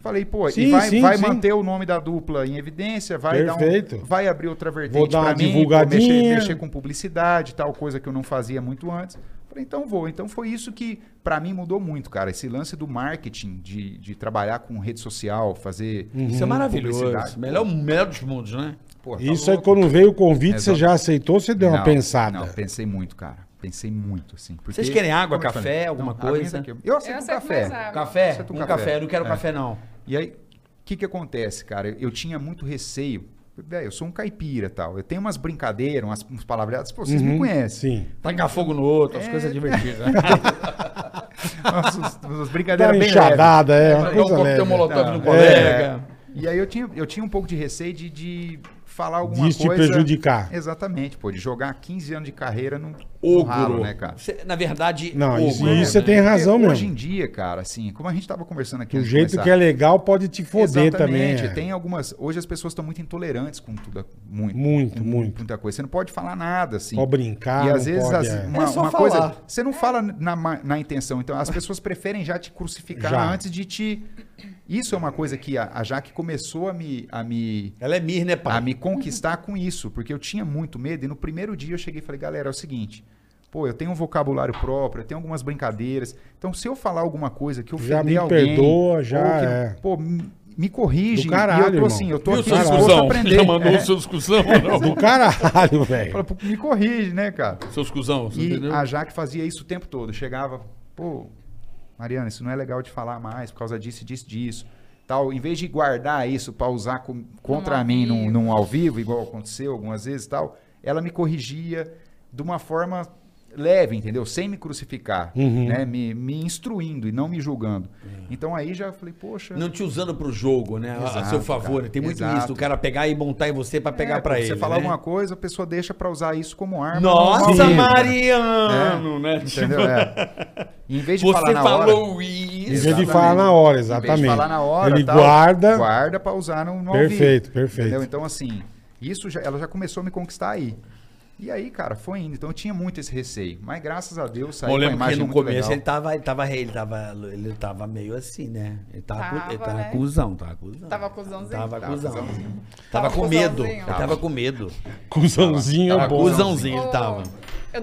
[SPEAKER 4] Falei, pô,
[SPEAKER 3] Sim,
[SPEAKER 4] e vai,
[SPEAKER 3] sim,
[SPEAKER 4] vai
[SPEAKER 3] sim.
[SPEAKER 4] manter o nome da dupla em evidência, vai dar
[SPEAKER 3] Perfeito.
[SPEAKER 4] um, vai abrir outra vertente
[SPEAKER 3] Vou dar uma
[SPEAKER 4] pra mim, vou
[SPEAKER 3] divulgadinha.
[SPEAKER 4] mexer, mexer com publicidade, tal coisa que eu não fazia muito antes. Falei, então vou. Então foi isso que pra mim mudou muito, cara. Esse lance do marketing, de, de trabalhar com rede social, fazer
[SPEAKER 3] Uhum.
[SPEAKER 2] Isso é maravilhoso.
[SPEAKER 4] publicidade.
[SPEAKER 2] Melhor, melhor dos mundos, né?
[SPEAKER 4] Pô, tá
[SPEAKER 3] Isso aí,
[SPEAKER 4] louco.
[SPEAKER 3] quando veio o convite, você
[SPEAKER 4] Exato.
[SPEAKER 3] já aceitou você deu uma
[SPEAKER 4] Não,
[SPEAKER 3] pensada?
[SPEAKER 4] Não, pensei muito, cara. Pensei muito, assim. porque-
[SPEAKER 2] Vocês querem água,
[SPEAKER 4] como eu
[SPEAKER 2] café,
[SPEAKER 4] falei,
[SPEAKER 2] alguma
[SPEAKER 4] a minha
[SPEAKER 2] coisa?
[SPEAKER 4] tá aqui. Eu aceito,
[SPEAKER 5] Eu
[SPEAKER 4] um
[SPEAKER 5] aceito mais
[SPEAKER 4] café.
[SPEAKER 5] água.
[SPEAKER 2] Café?
[SPEAKER 4] Aceita
[SPEAKER 2] Um
[SPEAKER 4] um
[SPEAKER 2] café.
[SPEAKER 4] café.
[SPEAKER 2] Eu não quero
[SPEAKER 4] É.
[SPEAKER 2] café, não.
[SPEAKER 4] E aí, o que que acontece, cara? Eu tinha muito receio. Velho, eu sou um caipira tal. Eu tenho umas brincadeiras, umas, uns palavreados. Pô, vocês me
[SPEAKER 3] Uhum,
[SPEAKER 4] conhecem.
[SPEAKER 3] Sim.
[SPEAKER 2] Tacar fogo no outro, as coisas divertidas. né?
[SPEAKER 4] Umas, uns- umas
[SPEAKER 3] Dá
[SPEAKER 4] brincadeiras
[SPEAKER 3] uma
[SPEAKER 4] bem
[SPEAKER 3] enxadada, é, uma
[SPEAKER 2] Jogar um
[SPEAKER 3] coisa
[SPEAKER 2] coquetel
[SPEAKER 3] leve.
[SPEAKER 2] molotov no
[SPEAKER 4] Tá. leves.
[SPEAKER 2] colega.
[SPEAKER 4] É. E aí eu tinha, eu tinha um pouco de receio de, de falar alguma
[SPEAKER 3] De te
[SPEAKER 4] coisa...
[SPEAKER 3] prejudicar.
[SPEAKER 4] Exatamente, pô. De jogar 15 anos de carreira num num
[SPEAKER 2] Ogro.
[SPEAKER 4] ralo, né, cara?
[SPEAKER 2] Cê- Na verdade,
[SPEAKER 3] Não, isso,
[SPEAKER 2] ogro,
[SPEAKER 3] isso você
[SPEAKER 2] né?
[SPEAKER 3] tem razão
[SPEAKER 4] Porque
[SPEAKER 3] mesmo.
[SPEAKER 4] Hoje em dia, cara, assim, como a gente tava conversando aqui...
[SPEAKER 3] Do
[SPEAKER 4] antes de
[SPEAKER 3] jeito
[SPEAKER 4] começar,
[SPEAKER 3] que é legal, pode te foder
[SPEAKER 4] Exatamente,
[SPEAKER 3] também. é.
[SPEAKER 4] Tem algumas. Hoje as pessoas estão muito intolerantes com tudo. Muito.
[SPEAKER 3] Muito,
[SPEAKER 4] com
[SPEAKER 3] muito.
[SPEAKER 4] Muita coisa. Você não pode falar nada, assim.
[SPEAKER 3] Pode brincar,
[SPEAKER 4] E às
[SPEAKER 3] não
[SPEAKER 4] vezes
[SPEAKER 3] pode,
[SPEAKER 4] as-
[SPEAKER 3] é.
[SPEAKER 4] uma,
[SPEAKER 2] É só
[SPEAKER 4] uma
[SPEAKER 2] falar.
[SPEAKER 4] coisa. Você não fala na, ma- na intenção. Então as pessoas preferem já te crucificar
[SPEAKER 3] Já.
[SPEAKER 4] antes de te. Isso é uma coisa que a, a Jaque começou a me. A me
[SPEAKER 2] Ela é mir, né, pai?
[SPEAKER 4] a me conquistar com isso, porque eu tinha muito medo e no primeiro dia eu cheguei e falei, galera, é o seguinte, pô, eu tenho um vocabulário próprio, eu tenho algumas brincadeiras, então se eu falar alguma coisa que eu
[SPEAKER 3] Já me
[SPEAKER 4] alguém,
[SPEAKER 3] perdoa,
[SPEAKER 4] ou
[SPEAKER 3] já
[SPEAKER 4] que-
[SPEAKER 3] é.
[SPEAKER 4] Pô, me, me corrige,
[SPEAKER 3] Do caralho,
[SPEAKER 4] e eu
[SPEAKER 3] irmão.
[SPEAKER 4] tô assim, eu tô
[SPEAKER 2] Viu,
[SPEAKER 4] aqui
[SPEAKER 2] seu
[SPEAKER 3] caralho.
[SPEAKER 4] disposto a
[SPEAKER 2] discussão?
[SPEAKER 4] aprender.
[SPEAKER 2] Já mandou um
[SPEAKER 4] É,
[SPEAKER 2] o seu discussão?
[SPEAKER 3] Do caralho, velho.
[SPEAKER 4] fala, "Pô, me corrige, né, cara?
[SPEAKER 2] Seu discussão, você
[SPEAKER 4] E
[SPEAKER 2] entendeu?
[SPEAKER 4] a Jaque fazia isso o tempo todo. Chegava, pô, Mariana, isso não é legal de falar mais por causa disso, disso, disso. Tal, em vez de guardar isso pra usar com- contra
[SPEAKER 5] ao
[SPEAKER 4] mim num,
[SPEAKER 5] vivo.
[SPEAKER 4] num ao vivo, igual aconteceu algumas vezes e tal, ela me corrigia de uma forma leve, entendeu? Sem me crucificar,
[SPEAKER 3] Uhum.
[SPEAKER 4] né? Me, me instruindo e não me julgando. Então aí já falei, poxa...
[SPEAKER 2] Não te usando pro jogo, né? A- a
[SPEAKER 4] Exato,
[SPEAKER 2] seu favor.
[SPEAKER 4] cara.
[SPEAKER 2] Tem muito
[SPEAKER 4] Exato.
[SPEAKER 2] isso, do cara pegar e montar em você pra pegar
[SPEAKER 4] é,
[SPEAKER 2] pra
[SPEAKER 4] pô,
[SPEAKER 2] ele.
[SPEAKER 4] Você falar
[SPEAKER 2] né?
[SPEAKER 4] alguma coisa, a pessoa deixa pra usar isso como arma.
[SPEAKER 2] Nossa,
[SPEAKER 4] Sim.
[SPEAKER 2] Mariano, né?
[SPEAKER 4] Entendeu? É. E Em vez de
[SPEAKER 2] Você
[SPEAKER 4] falar na hora...
[SPEAKER 2] falou
[SPEAKER 3] Em vez de
[SPEAKER 2] isso.
[SPEAKER 4] Exatamente.
[SPEAKER 3] falar na hora,
[SPEAKER 4] Em vez
[SPEAKER 3] exatamente.
[SPEAKER 4] de falar na hora,
[SPEAKER 3] Ele
[SPEAKER 4] tal,
[SPEAKER 3] guarda.
[SPEAKER 4] Guarda pra usar no, no ao
[SPEAKER 3] Perfeito,
[SPEAKER 4] vivo,
[SPEAKER 3] perfeito.
[SPEAKER 4] Entendeu? Então, assim, isso já- ela já começou a me conquistar aí. E aí, cara, foi indo. Então eu tinha muito esse receio. Mas graças a Deus saiu
[SPEAKER 2] Eu
[SPEAKER 4] uma
[SPEAKER 2] lembro que
[SPEAKER 4] imagem
[SPEAKER 2] no
[SPEAKER 4] muito
[SPEAKER 2] começo
[SPEAKER 4] legal.
[SPEAKER 2] ele tava, ele tava, ele tava, ele tava meio assim, né? Ele tava, com, ele
[SPEAKER 5] Tava,
[SPEAKER 2] tava
[SPEAKER 5] né?
[SPEAKER 2] cuzão, tava cuzão.
[SPEAKER 5] Tava cuzãozinho.
[SPEAKER 2] Tava
[SPEAKER 4] Tava
[SPEAKER 2] cuzão.
[SPEAKER 4] cuzãozinho.
[SPEAKER 2] Tava
[SPEAKER 5] Tava
[SPEAKER 2] com medo.
[SPEAKER 5] cuzãozinho.
[SPEAKER 2] Ele tava com medo.
[SPEAKER 3] Cusãozinho é
[SPEAKER 2] Tava
[SPEAKER 3] bom.
[SPEAKER 2] cuzãozinho, ele
[SPEAKER 5] Ô,
[SPEAKER 2] tava.
[SPEAKER 5] eu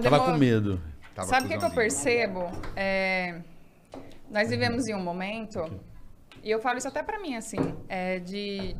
[SPEAKER 2] Tava
[SPEAKER 5] demoro-
[SPEAKER 2] com medo.
[SPEAKER 4] Tava
[SPEAKER 5] Sabe o que, que eu
[SPEAKER 4] cuzãozinho.
[SPEAKER 5] percebo? É,
[SPEAKER 3] Uhum.
[SPEAKER 5] nós vivemos em um momento, e eu falo isso até pra mim, assim, é de.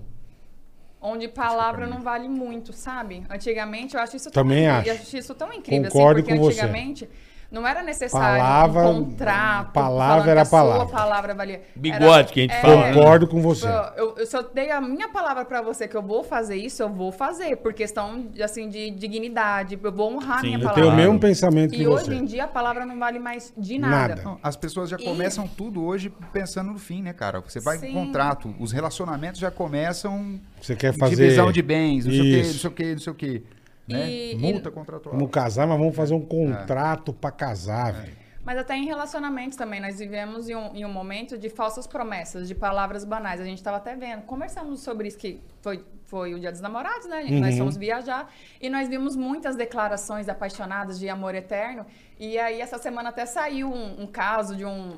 [SPEAKER 5] Onde palavra não vale muito, sabe? Antigamente eu acho isso
[SPEAKER 3] né? Também
[SPEAKER 5] tão,
[SPEAKER 3] acho.
[SPEAKER 5] Eu acho isso tão incrível,
[SPEAKER 3] Concordo
[SPEAKER 5] assim, porque
[SPEAKER 3] com você.
[SPEAKER 5] antigamente não era necessário
[SPEAKER 3] Palavra-
[SPEAKER 5] um contrato.
[SPEAKER 3] palavra
[SPEAKER 5] falando
[SPEAKER 3] era
[SPEAKER 5] que a sua
[SPEAKER 3] palavra.
[SPEAKER 5] palavra valia. Era-
[SPEAKER 2] Bigode que a gente
[SPEAKER 5] é,
[SPEAKER 2] fala, né?
[SPEAKER 3] Concordo com você.
[SPEAKER 5] eu, eu, se eu dei a minha palavra pra você que eu vou fazer isso, eu vou fazer, por questão assim, de dignidade. Eu vou honrar a
[SPEAKER 2] Sim,
[SPEAKER 5] minha
[SPEAKER 2] eu
[SPEAKER 3] Eu
[SPEAKER 5] palavra.
[SPEAKER 3] tenho o mesmo pensamento que
[SPEAKER 5] E hoje
[SPEAKER 3] você.
[SPEAKER 5] em dia a palavra não vale mais de
[SPEAKER 3] Nada.
[SPEAKER 5] nada.
[SPEAKER 4] Não, Então, as pessoas já
[SPEAKER 5] E-
[SPEAKER 4] começam tudo hoje pensando no fim, né, cara? Você vai em
[SPEAKER 5] Sim.
[SPEAKER 4] contrato, os relacionamentos já começam
[SPEAKER 3] Você quer
[SPEAKER 4] divisão
[SPEAKER 3] É fazer.
[SPEAKER 4] de bens, não sei o quê, não
[SPEAKER 3] Isso.
[SPEAKER 4] sei o quê, não sei o quê. Né?
[SPEAKER 5] E-
[SPEAKER 4] Multa
[SPEAKER 5] e-
[SPEAKER 4] contratual.
[SPEAKER 3] Vamos casar, mas vamos
[SPEAKER 4] É.
[SPEAKER 3] fazer um contrato pra casar, velho.
[SPEAKER 5] Mas até em relacionamentos também, nós vivemos em um, em um momento de falsas promessas, de palavras banais. A gente estava até vendo, conversamos sobre isso que foi, foi o Dia dos Namorados, né? Nós fomos viajar e nós vimos muitas declarações apaixonadas de amor eterno. E aí essa semana até saiu um, um caso de um...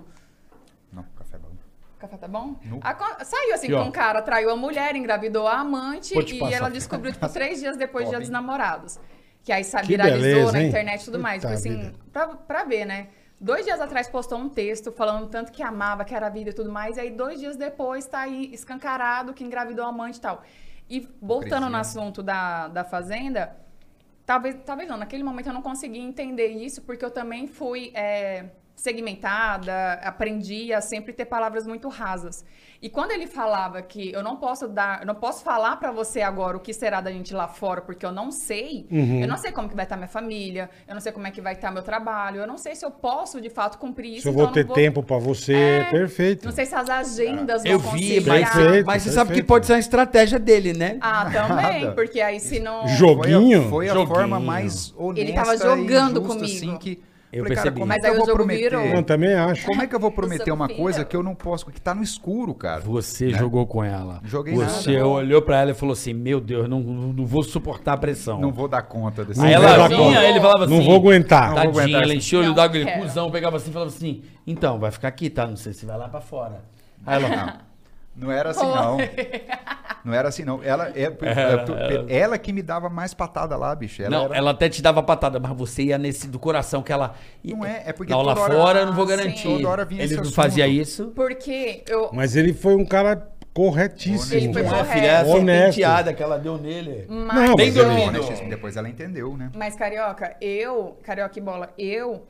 [SPEAKER 4] Não, café é bom.
[SPEAKER 5] Café tá bom?
[SPEAKER 4] Não.
[SPEAKER 5] Aco- Saiu assim,
[SPEAKER 2] Aqui,
[SPEAKER 5] que
[SPEAKER 2] ó.
[SPEAKER 5] um cara traiu a mulher, engravidou a amante
[SPEAKER 2] Vou te
[SPEAKER 5] e
[SPEAKER 2] passar.
[SPEAKER 5] ela descobriu, tipo, três dias depois do dia
[SPEAKER 4] Ó,
[SPEAKER 5] dos
[SPEAKER 4] hein?
[SPEAKER 5] namorados. Que aí sabe,
[SPEAKER 3] Que
[SPEAKER 5] viralizou
[SPEAKER 3] beleza,
[SPEAKER 5] na
[SPEAKER 3] hein?
[SPEAKER 5] internet e tudo mais.
[SPEAKER 3] Puta
[SPEAKER 5] Tipo assim,
[SPEAKER 3] vida.
[SPEAKER 5] pra, pra ver, né? Dois dias atrás postou um texto falando tanto que amava, que era vida e tudo mais. E aí, dois dias depois, tá aí escancarado que engravidou a amante e tal. E voltando no
[SPEAKER 4] Hipocrisia.
[SPEAKER 5] assunto da, da Fazenda, Talvez, talvez não, naquele momento eu não consegui entender isso, porque eu também fui é, segmentada, aprendi a sempre ter palavras muito rasas. E quando ele falava que eu não posso dar, eu não posso falar pra você agora o que será da gente lá fora, porque eu não sei,
[SPEAKER 3] Uhum.
[SPEAKER 5] eu não sei como que vai estar minha família, eu não sei como é que vai estar meu trabalho, eu não sei se eu posso de fato cumprir isso.
[SPEAKER 3] Se eu
[SPEAKER 5] então
[SPEAKER 3] vou
[SPEAKER 5] não
[SPEAKER 3] ter tempo pra você,
[SPEAKER 5] É,
[SPEAKER 3] perfeito.
[SPEAKER 5] Não sei se as agendas
[SPEAKER 2] Ah, Eu
[SPEAKER 5] vão
[SPEAKER 2] vi,
[SPEAKER 5] conciliar.
[SPEAKER 2] mas,
[SPEAKER 3] Perfeito,
[SPEAKER 2] mas você é sabe que
[SPEAKER 3] perfeito.
[SPEAKER 2] pode ser uma estratégia dele, né?
[SPEAKER 5] Ah, também,
[SPEAKER 4] Nada.
[SPEAKER 5] porque aí se não
[SPEAKER 3] Joguinho?
[SPEAKER 4] Foi a, foi a
[SPEAKER 2] Joguinho.
[SPEAKER 4] forma mais honesta
[SPEAKER 5] Ele tava
[SPEAKER 4] e
[SPEAKER 5] jogando
[SPEAKER 4] justa,
[SPEAKER 5] comigo.
[SPEAKER 4] Assim, que...
[SPEAKER 2] Eu
[SPEAKER 4] Falei, cara,
[SPEAKER 2] percebi.
[SPEAKER 4] como
[SPEAKER 5] Mas
[SPEAKER 4] é que
[SPEAKER 5] aí
[SPEAKER 4] eu
[SPEAKER 5] o
[SPEAKER 4] vou
[SPEAKER 5] jogo
[SPEAKER 4] prometer?
[SPEAKER 5] virou.
[SPEAKER 3] Não, também acho.
[SPEAKER 4] Como é que eu vou prometer uma
[SPEAKER 5] Sofia.
[SPEAKER 4] coisa que eu não posso, que tá no escuro, cara?
[SPEAKER 2] Você jogou com ela.
[SPEAKER 4] Né? Joguei
[SPEAKER 2] Você
[SPEAKER 4] nada.
[SPEAKER 2] olhou pra ela e falou assim: Meu Deus, não, não não vou suportar a pressão.
[SPEAKER 4] Não vou dar conta desse
[SPEAKER 3] Não
[SPEAKER 2] Aí
[SPEAKER 3] vou
[SPEAKER 2] ela
[SPEAKER 3] dar
[SPEAKER 2] vinha,
[SPEAKER 3] conta.
[SPEAKER 2] ele falava assim.
[SPEAKER 3] Não vou aguentar.
[SPEAKER 4] Não vou
[SPEAKER 2] Tadinha,
[SPEAKER 4] aguentar
[SPEAKER 2] ela
[SPEAKER 4] essa-
[SPEAKER 2] encheu o olho
[SPEAKER 5] Não
[SPEAKER 2] d'água, ele
[SPEAKER 5] quero.
[SPEAKER 2] cuzão, pegava assim e falava assim: Então, vai ficar aqui, tá? Não sei se vai lá pra fora. Aí ela.
[SPEAKER 4] Não era assim, não. Não era assim, não. Ela, é,
[SPEAKER 2] Era,
[SPEAKER 4] eu tô-
[SPEAKER 2] era.
[SPEAKER 4] ela que me dava mais patada lá, bicho. Ela
[SPEAKER 2] não,
[SPEAKER 4] era-
[SPEAKER 2] ela até te dava patada, mas você ia nesse do coração que ela.
[SPEAKER 4] Não é, é porque
[SPEAKER 2] Não, lá
[SPEAKER 4] toda hora-
[SPEAKER 2] fora eu não vou
[SPEAKER 5] Ah, sim.
[SPEAKER 2] garantir.
[SPEAKER 4] Toda hora vinha
[SPEAKER 2] ele
[SPEAKER 4] esse
[SPEAKER 2] não fazia
[SPEAKER 4] assunto.
[SPEAKER 2] isso.
[SPEAKER 5] Porque eu,
[SPEAKER 3] Mas ele foi um cara corretíssimo.
[SPEAKER 5] Ele foi
[SPEAKER 3] cara.
[SPEAKER 2] Não é,
[SPEAKER 5] correto. Hum.
[SPEAKER 2] filha, é a
[SPEAKER 3] Honesto.
[SPEAKER 2] serpenteada que ela deu nele. Bem
[SPEAKER 3] Não, mas
[SPEAKER 4] Ela
[SPEAKER 3] ele...
[SPEAKER 2] dormido.
[SPEAKER 4] honestíssima. Depois ela entendeu, né?
[SPEAKER 5] Mas, Carioca, eu, Carioca e Bola, eu,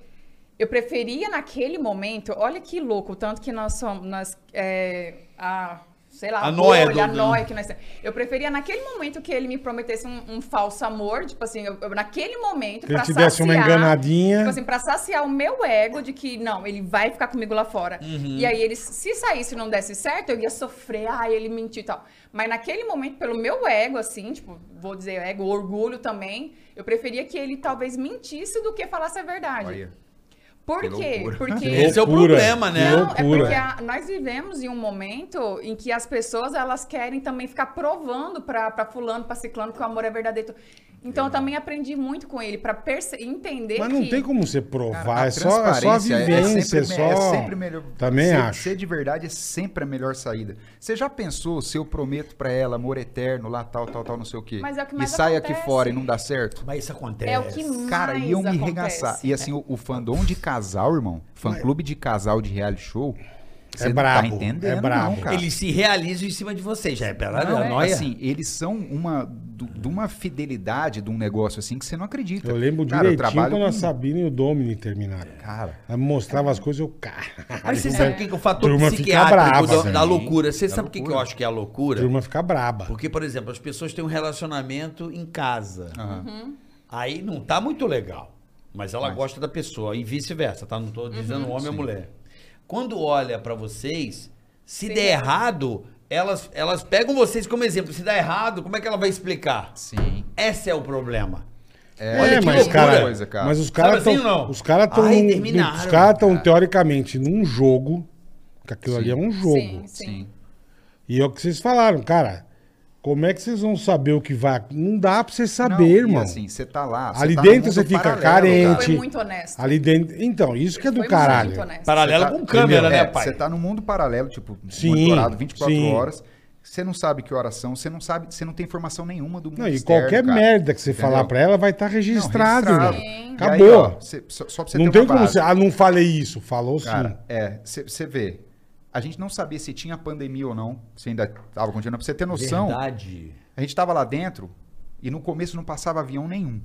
[SPEAKER 5] eu preferia naquele momento, olha que louco, o tanto que nós somos, nós, é, a, sei lá,
[SPEAKER 2] A noia
[SPEAKER 5] bolha, a
[SPEAKER 2] do- do-
[SPEAKER 5] noia que nós temos. Eu preferia naquele momento que ele me prometesse um, um falso amor, tipo assim, eu- eu- naquele
[SPEAKER 3] Que
[SPEAKER 5] momento,
[SPEAKER 3] ele
[SPEAKER 5] pra
[SPEAKER 3] te desse uma
[SPEAKER 5] saciar,
[SPEAKER 3] enganadinha.
[SPEAKER 5] Tipo assim, pra saciar o meu ego de que, não, ele vai ficar comigo lá fora.
[SPEAKER 4] Uhum.
[SPEAKER 5] E aí, ele, se saísse e não desse certo, eu ia sofrer, ah, ele mentiu e tal. Mas naquele momento, pelo meu ego, assim, tipo, vou dizer ego, orgulho também, eu preferia que ele talvez mentisse do que falasse a verdade.
[SPEAKER 4] Olha.
[SPEAKER 5] Por
[SPEAKER 4] que
[SPEAKER 5] quê?
[SPEAKER 4] loucura.
[SPEAKER 5] Porque...
[SPEAKER 2] Esse é o
[SPEAKER 3] Loucura.
[SPEAKER 2] problema, né?
[SPEAKER 5] Não, é
[SPEAKER 3] loucura.
[SPEAKER 5] porque a- nós vivemos em um momento em que as pessoas elas querem também ficar provando pra pra fulano, pra ciclano que o amor é verdadeiro. Então eu também aprendi muito com ele pra perce- entender
[SPEAKER 3] Mas
[SPEAKER 5] que
[SPEAKER 3] não tem como você provar,
[SPEAKER 4] Cara, a
[SPEAKER 3] é, só, é só a
[SPEAKER 4] transparência
[SPEAKER 3] vivência, é,
[SPEAKER 4] me-
[SPEAKER 3] só...
[SPEAKER 4] melhor.
[SPEAKER 3] Também
[SPEAKER 4] ser,
[SPEAKER 3] acho.
[SPEAKER 4] Ser de verdade é sempre a melhor saída. Você já pensou se eu prometo pra ela amor eterno, lá tal, tal, tal, não sei o quê?
[SPEAKER 5] Mas é o que
[SPEAKER 4] e
[SPEAKER 5] mais
[SPEAKER 4] sai aqui
[SPEAKER 5] acontece.
[SPEAKER 4] fora e não dá certo?
[SPEAKER 2] Mas isso acontece.
[SPEAKER 5] é o que mais
[SPEAKER 4] Cara, iam me
[SPEAKER 5] acontece.
[SPEAKER 4] regaçar. E assim, o, o fandom de casal, irmão, fã clube de casal de reality show, você não
[SPEAKER 3] brabo,
[SPEAKER 4] tá entendendo,
[SPEAKER 3] é brabo.
[SPEAKER 4] não, cara.
[SPEAKER 2] Eles se realizam em cima de vocês. Já é pelada,
[SPEAKER 4] Não,
[SPEAKER 2] é nóia.
[SPEAKER 4] assim, eles são uma do- de uma fidelidade de um negócio assim que você não acredita.
[SPEAKER 3] Eu lembro
[SPEAKER 4] Cara, eu
[SPEAKER 3] direitinho
[SPEAKER 4] trabalho
[SPEAKER 3] quando a
[SPEAKER 4] com-
[SPEAKER 3] Sabina e o Domini terminaram.
[SPEAKER 4] Cara,
[SPEAKER 3] Ela me mostrava as coisas, eu... Caralho,
[SPEAKER 2] Aí você sabe o que, que é o fator
[SPEAKER 3] Turma fica
[SPEAKER 2] psiquiátrico
[SPEAKER 3] brava,
[SPEAKER 2] da- da,
[SPEAKER 3] velho.
[SPEAKER 2] loucura? Você sabe o que, que eu acho que é a
[SPEAKER 3] a
[SPEAKER 2] loucura?
[SPEAKER 3] turma fica braba.
[SPEAKER 2] Porque, por exemplo, as pessoas têm um relacionamento em casa.
[SPEAKER 3] Ah.
[SPEAKER 4] Aham.
[SPEAKER 2] Aí não tá muito legal. Mas ela gosta da pessoa e vice-versa, tá? Não
[SPEAKER 5] Uhum.
[SPEAKER 2] tô dizendo homem ou mulher. Quando olha pra vocês, se
[SPEAKER 5] Sim.
[SPEAKER 2] der errado, elas, elas pegam vocês como exemplo. Se der errado, como é que ela vai explicar?
[SPEAKER 4] sim.
[SPEAKER 2] Esse é o problema.
[SPEAKER 3] É,
[SPEAKER 2] Olha que
[SPEAKER 3] mas,
[SPEAKER 2] loucura.
[SPEAKER 3] cara,
[SPEAKER 4] Coisa, cara.
[SPEAKER 3] mas os caras
[SPEAKER 2] Sabe assim ou
[SPEAKER 3] estão,
[SPEAKER 2] não?
[SPEAKER 3] os caras estão,
[SPEAKER 2] Ai,
[SPEAKER 3] os
[SPEAKER 2] terminaram.
[SPEAKER 3] caras estão teoricamente num jogo, que aquilo ali é um jogo.
[SPEAKER 5] Sim, sim.
[SPEAKER 4] Sim.
[SPEAKER 3] E é o que vocês falaram, cara. Como é que vocês vão saber o que vai. Não dá pra vocês saber,
[SPEAKER 4] Não, e
[SPEAKER 3] irmão.
[SPEAKER 4] assim, você tá lá.
[SPEAKER 3] Ali
[SPEAKER 4] tá
[SPEAKER 3] dentro
[SPEAKER 4] no mundo
[SPEAKER 3] você fica
[SPEAKER 4] paralelo,
[SPEAKER 3] carente.
[SPEAKER 5] Foi muito honesto.
[SPEAKER 3] Ali dentro. Então, isso que é do
[SPEAKER 5] Foi
[SPEAKER 3] caralho.
[SPEAKER 5] muito tipo, né? honesto.
[SPEAKER 2] Paralelo
[SPEAKER 4] Você tá-
[SPEAKER 2] com câmera,
[SPEAKER 4] entendeu?
[SPEAKER 2] né,
[SPEAKER 4] É,
[SPEAKER 2] pai?
[SPEAKER 4] Você tá num mundo paralelo, tipo,
[SPEAKER 3] Sim,
[SPEAKER 4] monitorado 24
[SPEAKER 3] sim.
[SPEAKER 4] horas. Você não sabe que horas são, você não sabe, você não tem informação nenhuma do mundo
[SPEAKER 3] Não, e
[SPEAKER 4] externo,
[SPEAKER 3] qualquer
[SPEAKER 4] cara.
[SPEAKER 3] merda que você
[SPEAKER 4] Entendeu?
[SPEAKER 3] falar pra ela vai estar
[SPEAKER 4] Não,
[SPEAKER 3] registrado,
[SPEAKER 4] registrado.
[SPEAKER 3] velho.
[SPEAKER 4] E aí,
[SPEAKER 3] Acabou.
[SPEAKER 4] ó, cê- só, só pra você
[SPEAKER 3] não
[SPEAKER 4] ter
[SPEAKER 3] tem
[SPEAKER 4] uma
[SPEAKER 3] como
[SPEAKER 4] base.
[SPEAKER 3] você. assim. Ah, não falei isso. Falou sim.
[SPEAKER 4] Cara, é, você vê. A gente não sabia se tinha pandemia ou não, se ainda tava continuando. Pra você ter noção,
[SPEAKER 2] Verdade.
[SPEAKER 4] a gente tava lá dentro e no começo não passava avião nenhum.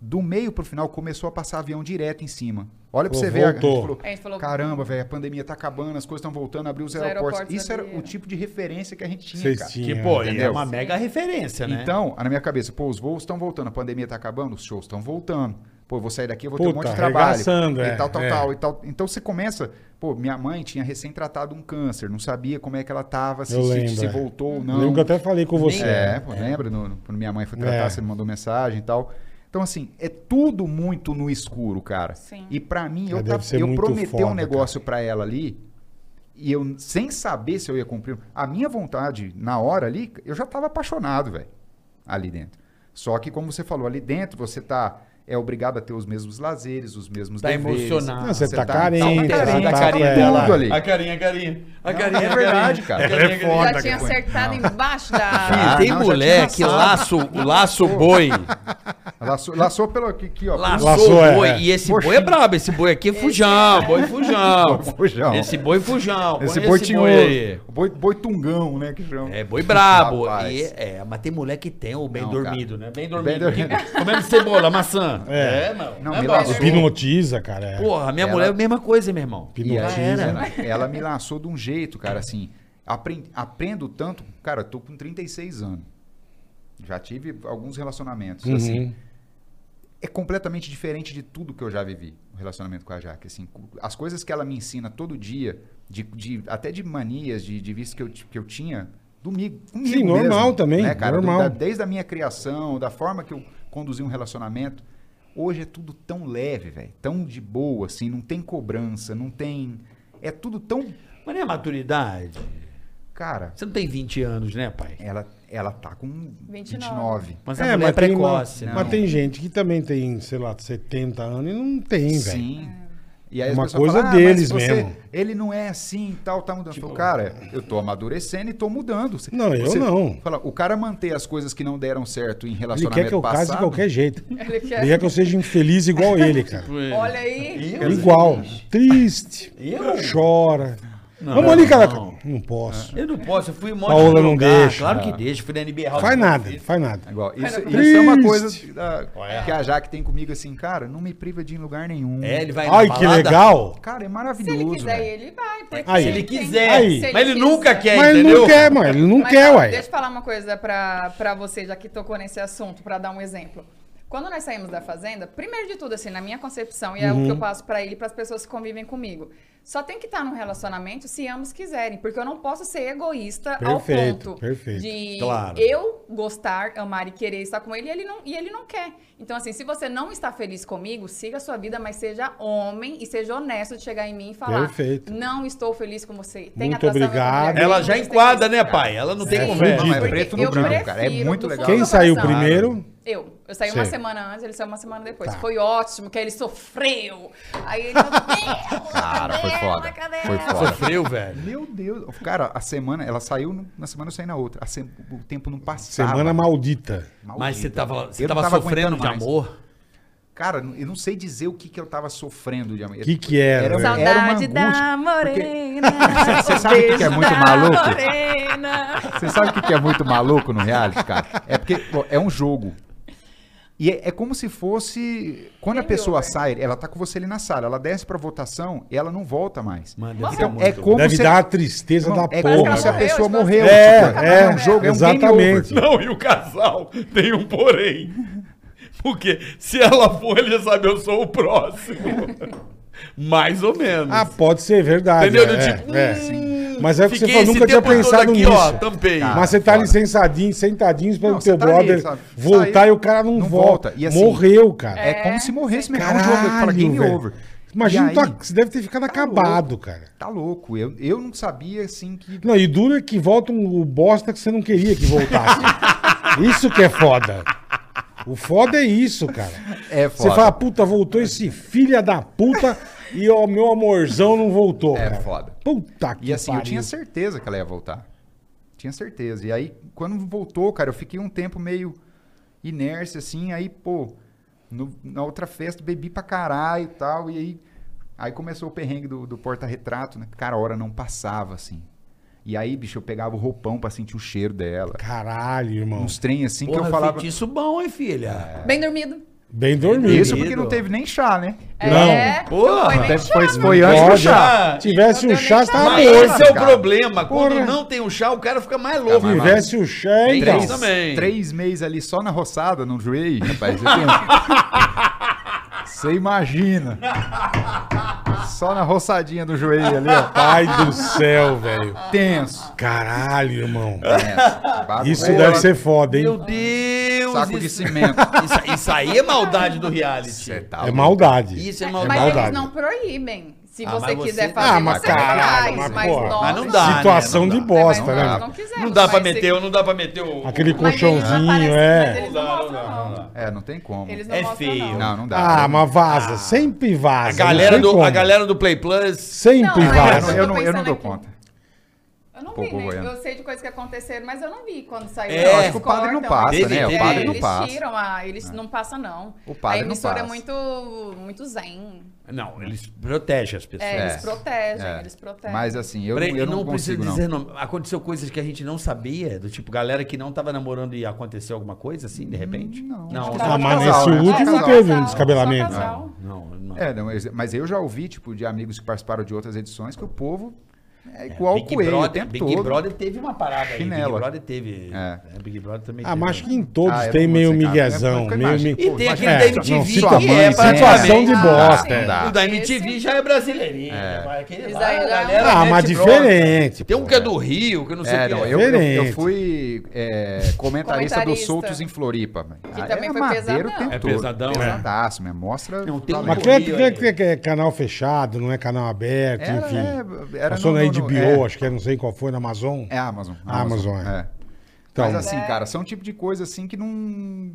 [SPEAKER 4] Do meio pro final começou a passar avião direto em cima. Olha pra
[SPEAKER 3] Pô,
[SPEAKER 4] você ver. a- a gente
[SPEAKER 3] voltou.
[SPEAKER 4] falou,
[SPEAKER 5] A gente falou,
[SPEAKER 4] Caramba, velho, a pandemia tá acabando, as coisas estão voltando, abriu É, os,
[SPEAKER 5] Os
[SPEAKER 4] aeroportos.
[SPEAKER 5] aeroportos
[SPEAKER 4] Isso era
[SPEAKER 5] abriram.
[SPEAKER 4] o tipo de referência que a gente tinha,
[SPEAKER 3] Vocês
[SPEAKER 4] cara.
[SPEAKER 3] tinham.
[SPEAKER 2] que, pô, é
[SPEAKER 4] entendeu?
[SPEAKER 2] uma mega referência, né?
[SPEAKER 4] Então, na minha cabeça, pô, os voos estão voltando, a pandemia tá acabando, os shows estão voltando. Pô, eu vou sair daqui, eu vou ter um
[SPEAKER 3] Puta,
[SPEAKER 4] monte de trabalho.
[SPEAKER 3] arregaçando,
[SPEAKER 4] e
[SPEAKER 3] é,
[SPEAKER 4] tal, tal,
[SPEAKER 3] é.
[SPEAKER 4] tal, e tal. Então você começa, pô, minha mãe tinha recém-tratado um câncer, não sabia como é que ela tava, se,
[SPEAKER 3] Eu
[SPEAKER 4] se-
[SPEAKER 3] lembro,
[SPEAKER 4] se
[SPEAKER 3] é.
[SPEAKER 4] voltou ou não.
[SPEAKER 3] Lembro que eu até falei com você.
[SPEAKER 4] É, pô, lembra? No, no- quando minha mãe foi tratar,
[SPEAKER 3] É.
[SPEAKER 4] você me mandou mensagem e tal. Então, assim, é tudo muito no escuro, cara.
[SPEAKER 5] Sim.
[SPEAKER 4] E pra mim, eu,
[SPEAKER 3] Mas É, deve
[SPEAKER 4] tava-
[SPEAKER 3] ser
[SPEAKER 4] eu
[SPEAKER 3] muito
[SPEAKER 4] prometi
[SPEAKER 3] foda,
[SPEAKER 4] um negócio pra ela ali, e eu, sem saber se eu ia cumprir, a minha vontade, na hora ali, eu já tava apaixonado, velho, ali dentro. Só que, como você falou, ali dentro você tá... É obrigado a ter os mesmos lazeres, os mesmos
[SPEAKER 2] Tá
[SPEAKER 4] deveres.
[SPEAKER 2] emocionado.
[SPEAKER 3] Não, você
[SPEAKER 4] Você
[SPEAKER 3] tá,
[SPEAKER 4] tá-
[SPEAKER 3] carente,
[SPEAKER 4] tá
[SPEAKER 3] você
[SPEAKER 4] carente,
[SPEAKER 3] tá
[SPEAKER 4] tá
[SPEAKER 3] com
[SPEAKER 4] carente.
[SPEAKER 3] ela.
[SPEAKER 4] Tudo ali.
[SPEAKER 2] A carinha, a carinha. A
[SPEAKER 4] Não,
[SPEAKER 2] carinha,
[SPEAKER 4] é
[SPEAKER 2] a
[SPEAKER 4] verdade,
[SPEAKER 2] carinha.
[SPEAKER 4] cara.
[SPEAKER 2] A
[SPEAKER 4] Ela
[SPEAKER 2] carinha, a carinha.
[SPEAKER 5] já tinha
[SPEAKER 4] foi.
[SPEAKER 5] acertado
[SPEAKER 4] Não.
[SPEAKER 5] embaixo
[SPEAKER 2] Filho,
[SPEAKER 5] da.
[SPEAKER 4] Ah,
[SPEAKER 2] tem
[SPEAKER 4] não, já
[SPEAKER 2] mulher
[SPEAKER 4] tinha
[SPEAKER 2] que laço,
[SPEAKER 4] laçado.
[SPEAKER 2] o laço boi.
[SPEAKER 4] Laçou, laçou pelo aqui, aqui, ó.
[SPEAKER 2] Laçou,
[SPEAKER 3] Laçou, é,
[SPEAKER 2] o boi.
[SPEAKER 3] é.
[SPEAKER 2] E esse boi
[SPEAKER 4] Poxa.
[SPEAKER 2] é brabo. Esse boi aqui é fujão, boi fujão.
[SPEAKER 4] Boi é fujão.
[SPEAKER 2] Esse boi é fujão.
[SPEAKER 4] Esse
[SPEAKER 2] põe
[SPEAKER 4] boi
[SPEAKER 2] aí.
[SPEAKER 4] tinha um- o boi, boi tungão, né? Que chama.
[SPEAKER 2] É boi brabo.
[SPEAKER 4] Rapaz.
[SPEAKER 2] E é, mas tem mulher que tem o bem
[SPEAKER 4] Não,
[SPEAKER 2] dormido, né? Bem dormido.
[SPEAKER 4] Bem dormido.
[SPEAKER 2] Que- Comendo cebola, maçã.
[SPEAKER 3] É.
[SPEAKER 2] mano.
[SPEAKER 4] Não,
[SPEAKER 2] É
[SPEAKER 4] me
[SPEAKER 2] bom.
[SPEAKER 4] lascou.
[SPEAKER 3] Hipnotiza, cara. é.
[SPEAKER 2] Porra, minha
[SPEAKER 4] Ela-
[SPEAKER 2] mulher é a mesma coisa, meu irmão.
[SPEAKER 3] Pino-
[SPEAKER 4] E
[SPEAKER 2] Já
[SPEAKER 4] aí,
[SPEAKER 2] era.
[SPEAKER 4] ela, né? ela me laçou de um jeito, cara, assim. apren- aprendo tanto. Cara, eu tô com 36 anos. Já tive alguns relacionamentos.
[SPEAKER 3] Uhum.
[SPEAKER 4] Assim, é completamente diferente de tudo que eu já vivi, o relacionamento com a Jaque. Assim, cu- as coisas que ela me ensina todo dia, de, de- até de manias, de, de vícios que eu, ti- que eu tinha, domingo, comigo
[SPEAKER 3] Sim, normal
[SPEAKER 4] mesmo,
[SPEAKER 3] também,
[SPEAKER 4] né, cara? Do-
[SPEAKER 3] normal.
[SPEAKER 4] da- desde a minha criação, da forma que eu conduzi um relacionamento, hoje é tudo tão leve, velho, tão de boa, assim, não tem cobrança, não tem... É tudo tão...
[SPEAKER 2] Mas não é maturidade.
[SPEAKER 4] Cara,
[SPEAKER 2] Você não tem 20 anos, né, pai?
[SPEAKER 4] ela, ela tá com
[SPEAKER 5] 29.
[SPEAKER 4] 29.
[SPEAKER 2] Mas a
[SPEAKER 3] É,
[SPEAKER 2] mulher
[SPEAKER 3] mas,
[SPEAKER 2] é precoce.
[SPEAKER 3] tem,
[SPEAKER 2] né?
[SPEAKER 3] uma- mas tem gente que também tem, sei lá, 70 anos e não tem, velho. É
[SPEAKER 4] Sim. E aí as
[SPEAKER 3] Uma
[SPEAKER 4] pessoas "Ah,
[SPEAKER 3] coisa
[SPEAKER 4] mas
[SPEAKER 3] deles mesmo.
[SPEAKER 4] Ele não é assim e tal, tá mudando. Eu
[SPEAKER 2] Tipo-
[SPEAKER 4] falo, cara, eu tô amadurecendo e tô mudando. Você-
[SPEAKER 3] Não, eu não.
[SPEAKER 4] Fala, o cara manter as coisas que não deram certo em
[SPEAKER 3] Ele
[SPEAKER 4] relacionamento
[SPEAKER 3] quer que eu case de
[SPEAKER 4] passado,
[SPEAKER 3] qualquer jeito.
[SPEAKER 5] Ele quer-
[SPEAKER 3] Ele é quer que eu seja infeliz igual ele, cara.
[SPEAKER 5] Olha aí.
[SPEAKER 2] é.
[SPEAKER 3] Igual. Triste. Chora. Vamos ali, cara. Não, posso.
[SPEAKER 2] Eu não posso, eu fui um mó
[SPEAKER 3] Paola não deixa.
[SPEAKER 2] Claro que deixa, fui na NBA. House,
[SPEAKER 3] Faz nada,
[SPEAKER 2] fiz.
[SPEAKER 3] faz nada.
[SPEAKER 4] Igual. Isso,
[SPEAKER 3] Cara,
[SPEAKER 4] isso é uma
[SPEAKER 3] triste.
[SPEAKER 4] coisa da- que a Jaque tem comigo assim, cara, não me priva de ir em lugar nenhum.
[SPEAKER 2] É, ele vai na
[SPEAKER 3] Ai, que
[SPEAKER 2] balada.
[SPEAKER 3] legal.
[SPEAKER 4] Cara, é
[SPEAKER 5] Se
[SPEAKER 4] maravilhoso.
[SPEAKER 5] ele quiser,
[SPEAKER 4] velho.
[SPEAKER 5] ele vai. porque
[SPEAKER 3] Aí.
[SPEAKER 2] Se ele
[SPEAKER 5] tem-
[SPEAKER 2] quiser.
[SPEAKER 3] Aí.
[SPEAKER 5] Se
[SPEAKER 2] Mas ele nunca
[SPEAKER 5] quiser.
[SPEAKER 2] quer,
[SPEAKER 3] Mas ele
[SPEAKER 2] entendeu?
[SPEAKER 3] não quer, mano. Ele não
[SPEAKER 5] Mas,
[SPEAKER 3] quer,
[SPEAKER 5] ó,
[SPEAKER 3] ué.
[SPEAKER 5] Deixa eu falar uma coisa pra, pra você, já que tocou nesse assunto, pra dar um exemplo. Quando nós saímos da fazenda, primeiro de tudo, assim, na minha concepção, e é o que eu
[SPEAKER 3] Uhum.
[SPEAKER 5] passo pra ele e pras pessoas que convivem comigo, só tem que estar num relacionamento se ambos quiserem, porque eu não posso ser egoísta
[SPEAKER 3] Perfeito,
[SPEAKER 5] ao ponto
[SPEAKER 3] perfeito.
[SPEAKER 5] de
[SPEAKER 2] Claro.
[SPEAKER 5] eu gostar, amar e querer estar com ele e ele, não, e ele não quer. Então, assim, se você não está feliz comigo, siga a sua vida, mas seja homem e seja honesto de chegar em mim e falar:
[SPEAKER 3] Perfeito.
[SPEAKER 5] Não estou feliz com você.
[SPEAKER 3] Muito
[SPEAKER 5] atração
[SPEAKER 3] obrigado.
[SPEAKER 5] entre
[SPEAKER 2] Ela já
[SPEAKER 5] amigos, tem
[SPEAKER 2] enquadra,
[SPEAKER 5] esse
[SPEAKER 2] né,
[SPEAKER 5] cara.
[SPEAKER 2] pai? Ela não tem
[SPEAKER 3] É,
[SPEAKER 2] conversa.
[SPEAKER 4] Não, é
[SPEAKER 3] Porque
[SPEAKER 4] preto no
[SPEAKER 5] eu
[SPEAKER 4] branco, cara. É
[SPEAKER 5] prefiro,
[SPEAKER 4] muito
[SPEAKER 5] do
[SPEAKER 4] legal.
[SPEAKER 5] fundo
[SPEAKER 3] Quem
[SPEAKER 5] do
[SPEAKER 3] saiu
[SPEAKER 5] coração.
[SPEAKER 3] primeiro?
[SPEAKER 5] Eu. Eu saí
[SPEAKER 3] Sei.
[SPEAKER 5] uma semana antes, ele saiu uma semana depois.
[SPEAKER 3] Tá.
[SPEAKER 5] Foi ótimo, que ele sofreu. Aí ele. Meu
[SPEAKER 4] Cara, foi
[SPEAKER 5] cadê
[SPEAKER 4] foda.
[SPEAKER 5] ela? Cadê
[SPEAKER 4] Foi
[SPEAKER 5] ela?
[SPEAKER 4] foda.
[SPEAKER 2] Sofreu, velho.
[SPEAKER 4] Meu Deus. Cara, a semana, ela saiu no- na semana, eu saí na outra. A se- o tempo não passava.
[SPEAKER 3] Semana maldita.
[SPEAKER 2] Mas você tava, você
[SPEAKER 4] Eu não
[SPEAKER 2] tava, sofrendo
[SPEAKER 4] aguentando
[SPEAKER 2] de
[SPEAKER 4] mais.
[SPEAKER 2] amor?
[SPEAKER 4] Cara, eu não sei dizer o que, que eu tava sofrendo de amor.
[SPEAKER 3] Que que era,
[SPEAKER 4] Era,
[SPEAKER 3] velho?
[SPEAKER 4] era uma
[SPEAKER 5] Saudade
[SPEAKER 4] angústia.
[SPEAKER 5] da
[SPEAKER 4] porque
[SPEAKER 5] morena.
[SPEAKER 4] Você sabe o que que é muito
[SPEAKER 5] da
[SPEAKER 4] maluco?
[SPEAKER 5] Morena.
[SPEAKER 4] Você sabe o que que é muito maluco no reality, cara? É porque pô, é um jogo. E é, é como se fosse. Quando a
[SPEAKER 5] Game
[SPEAKER 4] pessoa
[SPEAKER 5] over.
[SPEAKER 4] sai, ela tá com você ali na sala, ela desce pra votação e ela não volta mais.
[SPEAKER 2] Mano,
[SPEAKER 5] Nossa,
[SPEAKER 2] fica
[SPEAKER 5] é
[SPEAKER 2] muito-
[SPEAKER 4] como
[SPEAKER 3] Deve
[SPEAKER 4] se-
[SPEAKER 3] dar uma tristeza
[SPEAKER 4] Irmão,
[SPEAKER 3] da
[SPEAKER 4] é como
[SPEAKER 3] porra.
[SPEAKER 4] se a
[SPEAKER 5] cara. Ela
[SPEAKER 4] pessoa morreu.
[SPEAKER 5] morreu,
[SPEAKER 3] É,
[SPEAKER 4] tipo,
[SPEAKER 3] é,
[SPEAKER 4] um jogo, é um game
[SPEAKER 3] exatamente.
[SPEAKER 4] over.
[SPEAKER 2] Não, e o casal tem um porém. Porque se ela for, ele já sabe, eu sou o próximo. Mais ou menos.
[SPEAKER 3] Ah, pode ser, verdade.
[SPEAKER 2] Entendeu? Do
[SPEAKER 3] É,
[SPEAKER 2] tipo,
[SPEAKER 3] é.
[SPEAKER 2] hum,
[SPEAKER 3] Mas é o que você
[SPEAKER 2] fiquei
[SPEAKER 3] falou,
[SPEAKER 2] esse
[SPEAKER 3] nunca tinha
[SPEAKER 2] tempo todo
[SPEAKER 3] pensado
[SPEAKER 2] aqui,
[SPEAKER 3] nisso.
[SPEAKER 2] ó, tampei.
[SPEAKER 4] Cara,
[SPEAKER 3] Mas você tá ali
[SPEAKER 4] foda.
[SPEAKER 3] sentadinho, sentadinho, esperando
[SPEAKER 4] Não,
[SPEAKER 3] o teu
[SPEAKER 4] você tá ali,
[SPEAKER 3] brother
[SPEAKER 4] sabe?
[SPEAKER 3] voltar
[SPEAKER 4] Saiu,
[SPEAKER 3] e o cara não,
[SPEAKER 4] não
[SPEAKER 3] volta.
[SPEAKER 4] volta. E assim-
[SPEAKER 3] Morreu, cara.
[SPEAKER 4] É como se morresse mesmo. É um
[SPEAKER 3] Caralho,
[SPEAKER 4] jogo. Fala game
[SPEAKER 3] velho.
[SPEAKER 4] over.
[SPEAKER 3] Imagina,
[SPEAKER 4] E
[SPEAKER 3] tá-
[SPEAKER 4] aí?
[SPEAKER 3] você deve ter ficado acabado, cara.
[SPEAKER 4] Tá louco. Eu, eu não sabia, assim, que.
[SPEAKER 3] Não, e duro é que volta um, o bosta que você não queria que voltasse. isso que é foda. O foda é isso, cara.
[SPEAKER 4] É
[SPEAKER 3] Você fala, puta, voltou esse filha da puta e o meu amorzão não voltou.
[SPEAKER 4] É
[SPEAKER 3] cara.
[SPEAKER 4] foda.
[SPEAKER 3] Puta que
[SPEAKER 4] E assim, eu
[SPEAKER 3] pariu.
[SPEAKER 4] tinha certeza que ela ia voltar. Tinha certeza. E aí, quando voltou, cara, eu fiquei um tempo meio inércia, assim. Aí, pô, no- na outra festa, bebi pra caralho e tal. E aí, aí começou o perrengue do, do porta-retrato, né? Cara, a hora não passava, assim. E aí, bicho, eu pegava o roupão pra sentir o cheiro dela.
[SPEAKER 3] Caralho, irmão.
[SPEAKER 4] Uns trem assim
[SPEAKER 2] Porra,
[SPEAKER 4] que eu falava.
[SPEAKER 2] feitiço bom, hein, filha?
[SPEAKER 5] Bem dormido.
[SPEAKER 3] Bem dormido.
[SPEAKER 4] Isso
[SPEAKER 2] Querido.
[SPEAKER 4] porque não teve nem chá, né?
[SPEAKER 3] Não.
[SPEAKER 5] É,
[SPEAKER 2] Porra,
[SPEAKER 5] não foi nem
[SPEAKER 4] Até
[SPEAKER 5] chá,
[SPEAKER 4] foi,
[SPEAKER 5] não.
[SPEAKER 4] foi antes do
[SPEAKER 3] Pode.
[SPEAKER 4] chá.
[SPEAKER 2] Ah,
[SPEAKER 3] tivesse
[SPEAKER 5] Não
[SPEAKER 3] um
[SPEAKER 5] deu
[SPEAKER 3] chá,
[SPEAKER 5] nem
[SPEAKER 3] você
[SPEAKER 5] chá.
[SPEAKER 3] tava
[SPEAKER 2] Mas
[SPEAKER 4] Porra,
[SPEAKER 3] morto.
[SPEAKER 2] esse é o
[SPEAKER 4] cara.
[SPEAKER 2] problema. Quando
[SPEAKER 3] Porra.
[SPEAKER 2] não tem o chá, o cara fica mais louco.
[SPEAKER 4] mas-
[SPEAKER 3] tivesse o chá,
[SPEAKER 2] Tem
[SPEAKER 3] então.
[SPEAKER 2] isso também.
[SPEAKER 4] Três meses ali só na roçada, no joelho, rapaz. eu tenho- Você imagina. Só na roçadinha do joelho ali, ó. tá
[SPEAKER 3] Pai do céu, velho.
[SPEAKER 4] Tenso.
[SPEAKER 3] Caralho, irmão.
[SPEAKER 4] Bagunça.
[SPEAKER 3] Isso deve ser foda, hein?
[SPEAKER 2] Meu Deus.
[SPEAKER 4] Saco de
[SPEAKER 2] isso-
[SPEAKER 4] cimento.
[SPEAKER 2] Isso, isso aí é maldade do reality.
[SPEAKER 4] Cê tá
[SPEAKER 3] É
[SPEAKER 4] louco.
[SPEAKER 3] maldade.
[SPEAKER 2] Isso é
[SPEAKER 5] Mas
[SPEAKER 2] maldade.
[SPEAKER 3] maldade.
[SPEAKER 5] eles não proíbem. Se
[SPEAKER 2] Ah,
[SPEAKER 5] você
[SPEAKER 2] mas
[SPEAKER 5] quiser
[SPEAKER 2] você-
[SPEAKER 5] fazer,
[SPEAKER 3] Ah, mas
[SPEAKER 5] você
[SPEAKER 3] caralho,
[SPEAKER 5] faz.
[SPEAKER 3] mas,
[SPEAKER 5] Mas,
[SPEAKER 3] porra.
[SPEAKER 5] nós-
[SPEAKER 2] Mas não dá.
[SPEAKER 3] Situação
[SPEAKER 2] né?
[SPEAKER 3] de
[SPEAKER 2] Não dá.
[SPEAKER 5] Mas
[SPEAKER 3] bosta,
[SPEAKER 5] nós
[SPEAKER 3] né?
[SPEAKER 5] não quisemos,
[SPEAKER 2] Não dá pra
[SPEAKER 5] mas se-
[SPEAKER 2] meter, não dá pra meter o.
[SPEAKER 3] Aquele
[SPEAKER 5] Mas eles não
[SPEAKER 3] colchãozinho,
[SPEAKER 5] aparecem, mas
[SPEAKER 3] é.
[SPEAKER 5] eles não
[SPEAKER 2] Não dá, não
[SPEAKER 5] mostram,
[SPEAKER 2] dá, não
[SPEAKER 5] não.
[SPEAKER 4] É, não tem como.
[SPEAKER 5] Eles não
[SPEAKER 2] É
[SPEAKER 5] mostram,
[SPEAKER 2] feio.
[SPEAKER 5] não.
[SPEAKER 4] Não, não dá.
[SPEAKER 3] Ah, mas vaza. Sempre vaza.
[SPEAKER 2] A galera,
[SPEAKER 3] não sei
[SPEAKER 2] do, a
[SPEAKER 3] como.
[SPEAKER 2] galera do Play Plus.
[SPEAKER 3] Sempre
[SPEAKER 5] Não,
[SPEAKER 4] Eu
[SPEAKER 3] vaza.
[SPEAKER 4] não- eu, não, eu não dou
[SPEAKER 5] Tô pensando aqui.
[SPEAKER 4] conta.
[SPEAKER 5] Eu não
[SPEAKER 4] Pô,
[SPEAKER 5] vi, né?
[SPEAKER 4] Goiânia.
[SPEAKER 5] Eu sei de coisas que aconteceram, mas eu não vi quando saiu.
[SPEAKER 2] É.
[SPEAKER 5] Eles
[SPEAKER 2] Eu acho que
[SPEAKER 4] o padre não
[SPEAKER 5] cortam.
[SPEAKER 4] passa,
[SPEAKER 2] né? O
[SPEAKER 5] É,
[SPEAKER 2] padre não
[SPEAKER 5] eles
[SPEAKER 4] passa. É.
[SPEAKER 5] tiram a... Eles não passam, não.
[SPEAKER 4] O padre
[SPEAKER 5] A
[SPEAKER 4] não
[SPEAKER 5] emissora
[SPEAKER 4] passa.
[SPEAKER 5] é muito, muito zen.
[SPEAKER 2] Não, eles protegem as pessoas.
[SPEAKER 5] É,
[SPEAKER 4] É.
[SPEAKER 5] eles protegem,
[SPEAKER 4] É.
[SPEAKER 5] eles protegem.
[SPEAKER 4] Mas assim, eu,
[SPEAKER 2] Peraí,
[SPEAKER 4] eu não,
[SPEAKER 2] preciso
[SPEAKER 4] consigo, não.
[SPEAKER 2] dizer nome. Aconteceu coisas que a gente não sabia, do tipo, galera que não tava namorando e aconteceu alguma coisa assim, de repente? Não,
[SPEAKER 4] não.
[SPEAKER 5] Não, tá
[SPEAKER 2] não.
[SPEAKER 3] Ah,
[SPEAKER 5] Só
[SPEAKER 3] mas
[SPEAKER 4] casal,
[SPEAKER 3] nesse
[SPEAKER 4] né?
[SPEAKER 3] último
[SPEAKER 4] Só
[SPEAKER 3] teve
[SPEAKER 5] casal,
[SPEAKER 3] um descabelamento.
[SPEAKER 5] só casal.
[SPEAKER 2] não, não.
[SPEAKER 4] É, não, mas- mas eu já ouvi, tipo, de amigos que participaram de outras edições que o povo é igual o
[SPEAKER 2] Big
[SPEAKER 4] coelho
[SPEAKER 2] Brother,
[SPEAKER 4] o tempo
[SPEAKER 2] Big
[SPEAKER 4] todo.
[SPEAKER 2] Brother teve uma parada aí. Big
[SPEAKER 4] Chinela.
[SPEAKER 2] Brother teve.
[SPEAKER 4] É.
[SPEAKER 2] É, Big Brother também
[SPEAKER 3] Ah,
[SPEAKER 2] teve.
[SPEAKER 3] mas acho que em todos
[SPEAKER 4] Ah, eu
[SPEAKER 3] tem
[SPEAKER 4] não
[SPEAKER 3] meio
[SPEAKER 4] vou aceitar.
[SPEAKER 3] miguezão.
[SPEAKER 4] Porque
[SPEAKER 3] Meio,
[SPEAKER 4] imagina,
[SPEAKER 2] E
[SPEAKER 4] pô,
[SPEAKER 2] tem aquele da
[SPEAKER 4] imagina-
[SPEAKER 3] É, não,
[SPEAKER 2] MTV
[SPEAKER 3] sua
[SPEAKER 2] que
[SPEAKER 3] mãe,
[SPEAKER 2] é pra
[SPEAKER 3] sim.
[SPEAKER 2] tua
[SPEAKER 3] Situação
[SPEAKER 2] vez.
[SPEAKER 3] de bosta, é.
[SPEAKER 5] sim.
[SPEAKER 2] O da MTV
[SPEAKER 5] Esse-
[SPEAKER 2] já é brasileirinho. vai, Aquele
[SPEAKER 5] Isso
[SPEAKER 2] lá,
[SPEAKER 5] daí
[SPEAKER 2] a
[SPEAKER 5] já-
[SPEAKER 2] galera
[SPEAKER 3] Ah,
[SPEAKER 2] mete
[SPEAKER 3] mas
[SPEAKER 2] bronca.
[SPEAKER 3] diferente.
[SPEAKER 2] Tem um
[SPEAKER 3] pô.
[SPEAKER 2] que é do Rio, que eu não sei o
[SPEAKER 4] É,
[SPEAKER 2] que
[SPEAKER 4] não,
[SPEAKER 2] é.
[SPEAKER 4] eu, eu- eu
[SPEAKER 3] Diferente.
[SPEAKER 4] fui é, comentarista dos
[SPEAKER 5] Comentarista.
[SPEAKER 4] Soltos em Floripa. mano.
[SPEAKER 5] Que
[SPEAKER 4] Ah,
[SPEAKER 5] também
[SPEAKER 4] era
[SPEAKER 5] foi
[SPEAKER 4] madeiro o
[SPEAKER 5] pesadão.
[SPEAKER 4] tempo
[SPEAKER 2] É
[SPEAKER 4] todo.
[SPEAKER 2] pesadão, né?
[SPEAKER 4] Pesadaço, né? Mostra...
[SPEAKER 2] Não, tem uma
[SPEAKER 3] Mas
[SPEAKER 4] talento.
[SPEAKER 3] que é,
[SPEAKER 2] Corria,
[SPEAKER 3] que é-
[SPEAKER 2] né?
[SPEAKER 3] que é- que é canal fechado, não é canal aberto,
[SPEAKER 4] Era,
[SPEAKER 3] enfim.
[SPEAKER 4] é, era
[SPEAKER 3] Passou
[SPEAKER 4] no-
[SPEAKER 3] na
[SPEAKER 4] no- no-
[SPEAKER 3] HBO,
[SPEAKER 4] é.
[SPEAKER 3] acho que é, não sei qual foi, na Amazon.
[SPEAKER 4] É Amazon.
[SPEAKER 3] Amazon, é. Então,
[SPEAKER 4] Mas assim,
[SPEAKER 5] É.
[SPEAKER 4] cara, são um tipo de coisa assim que não...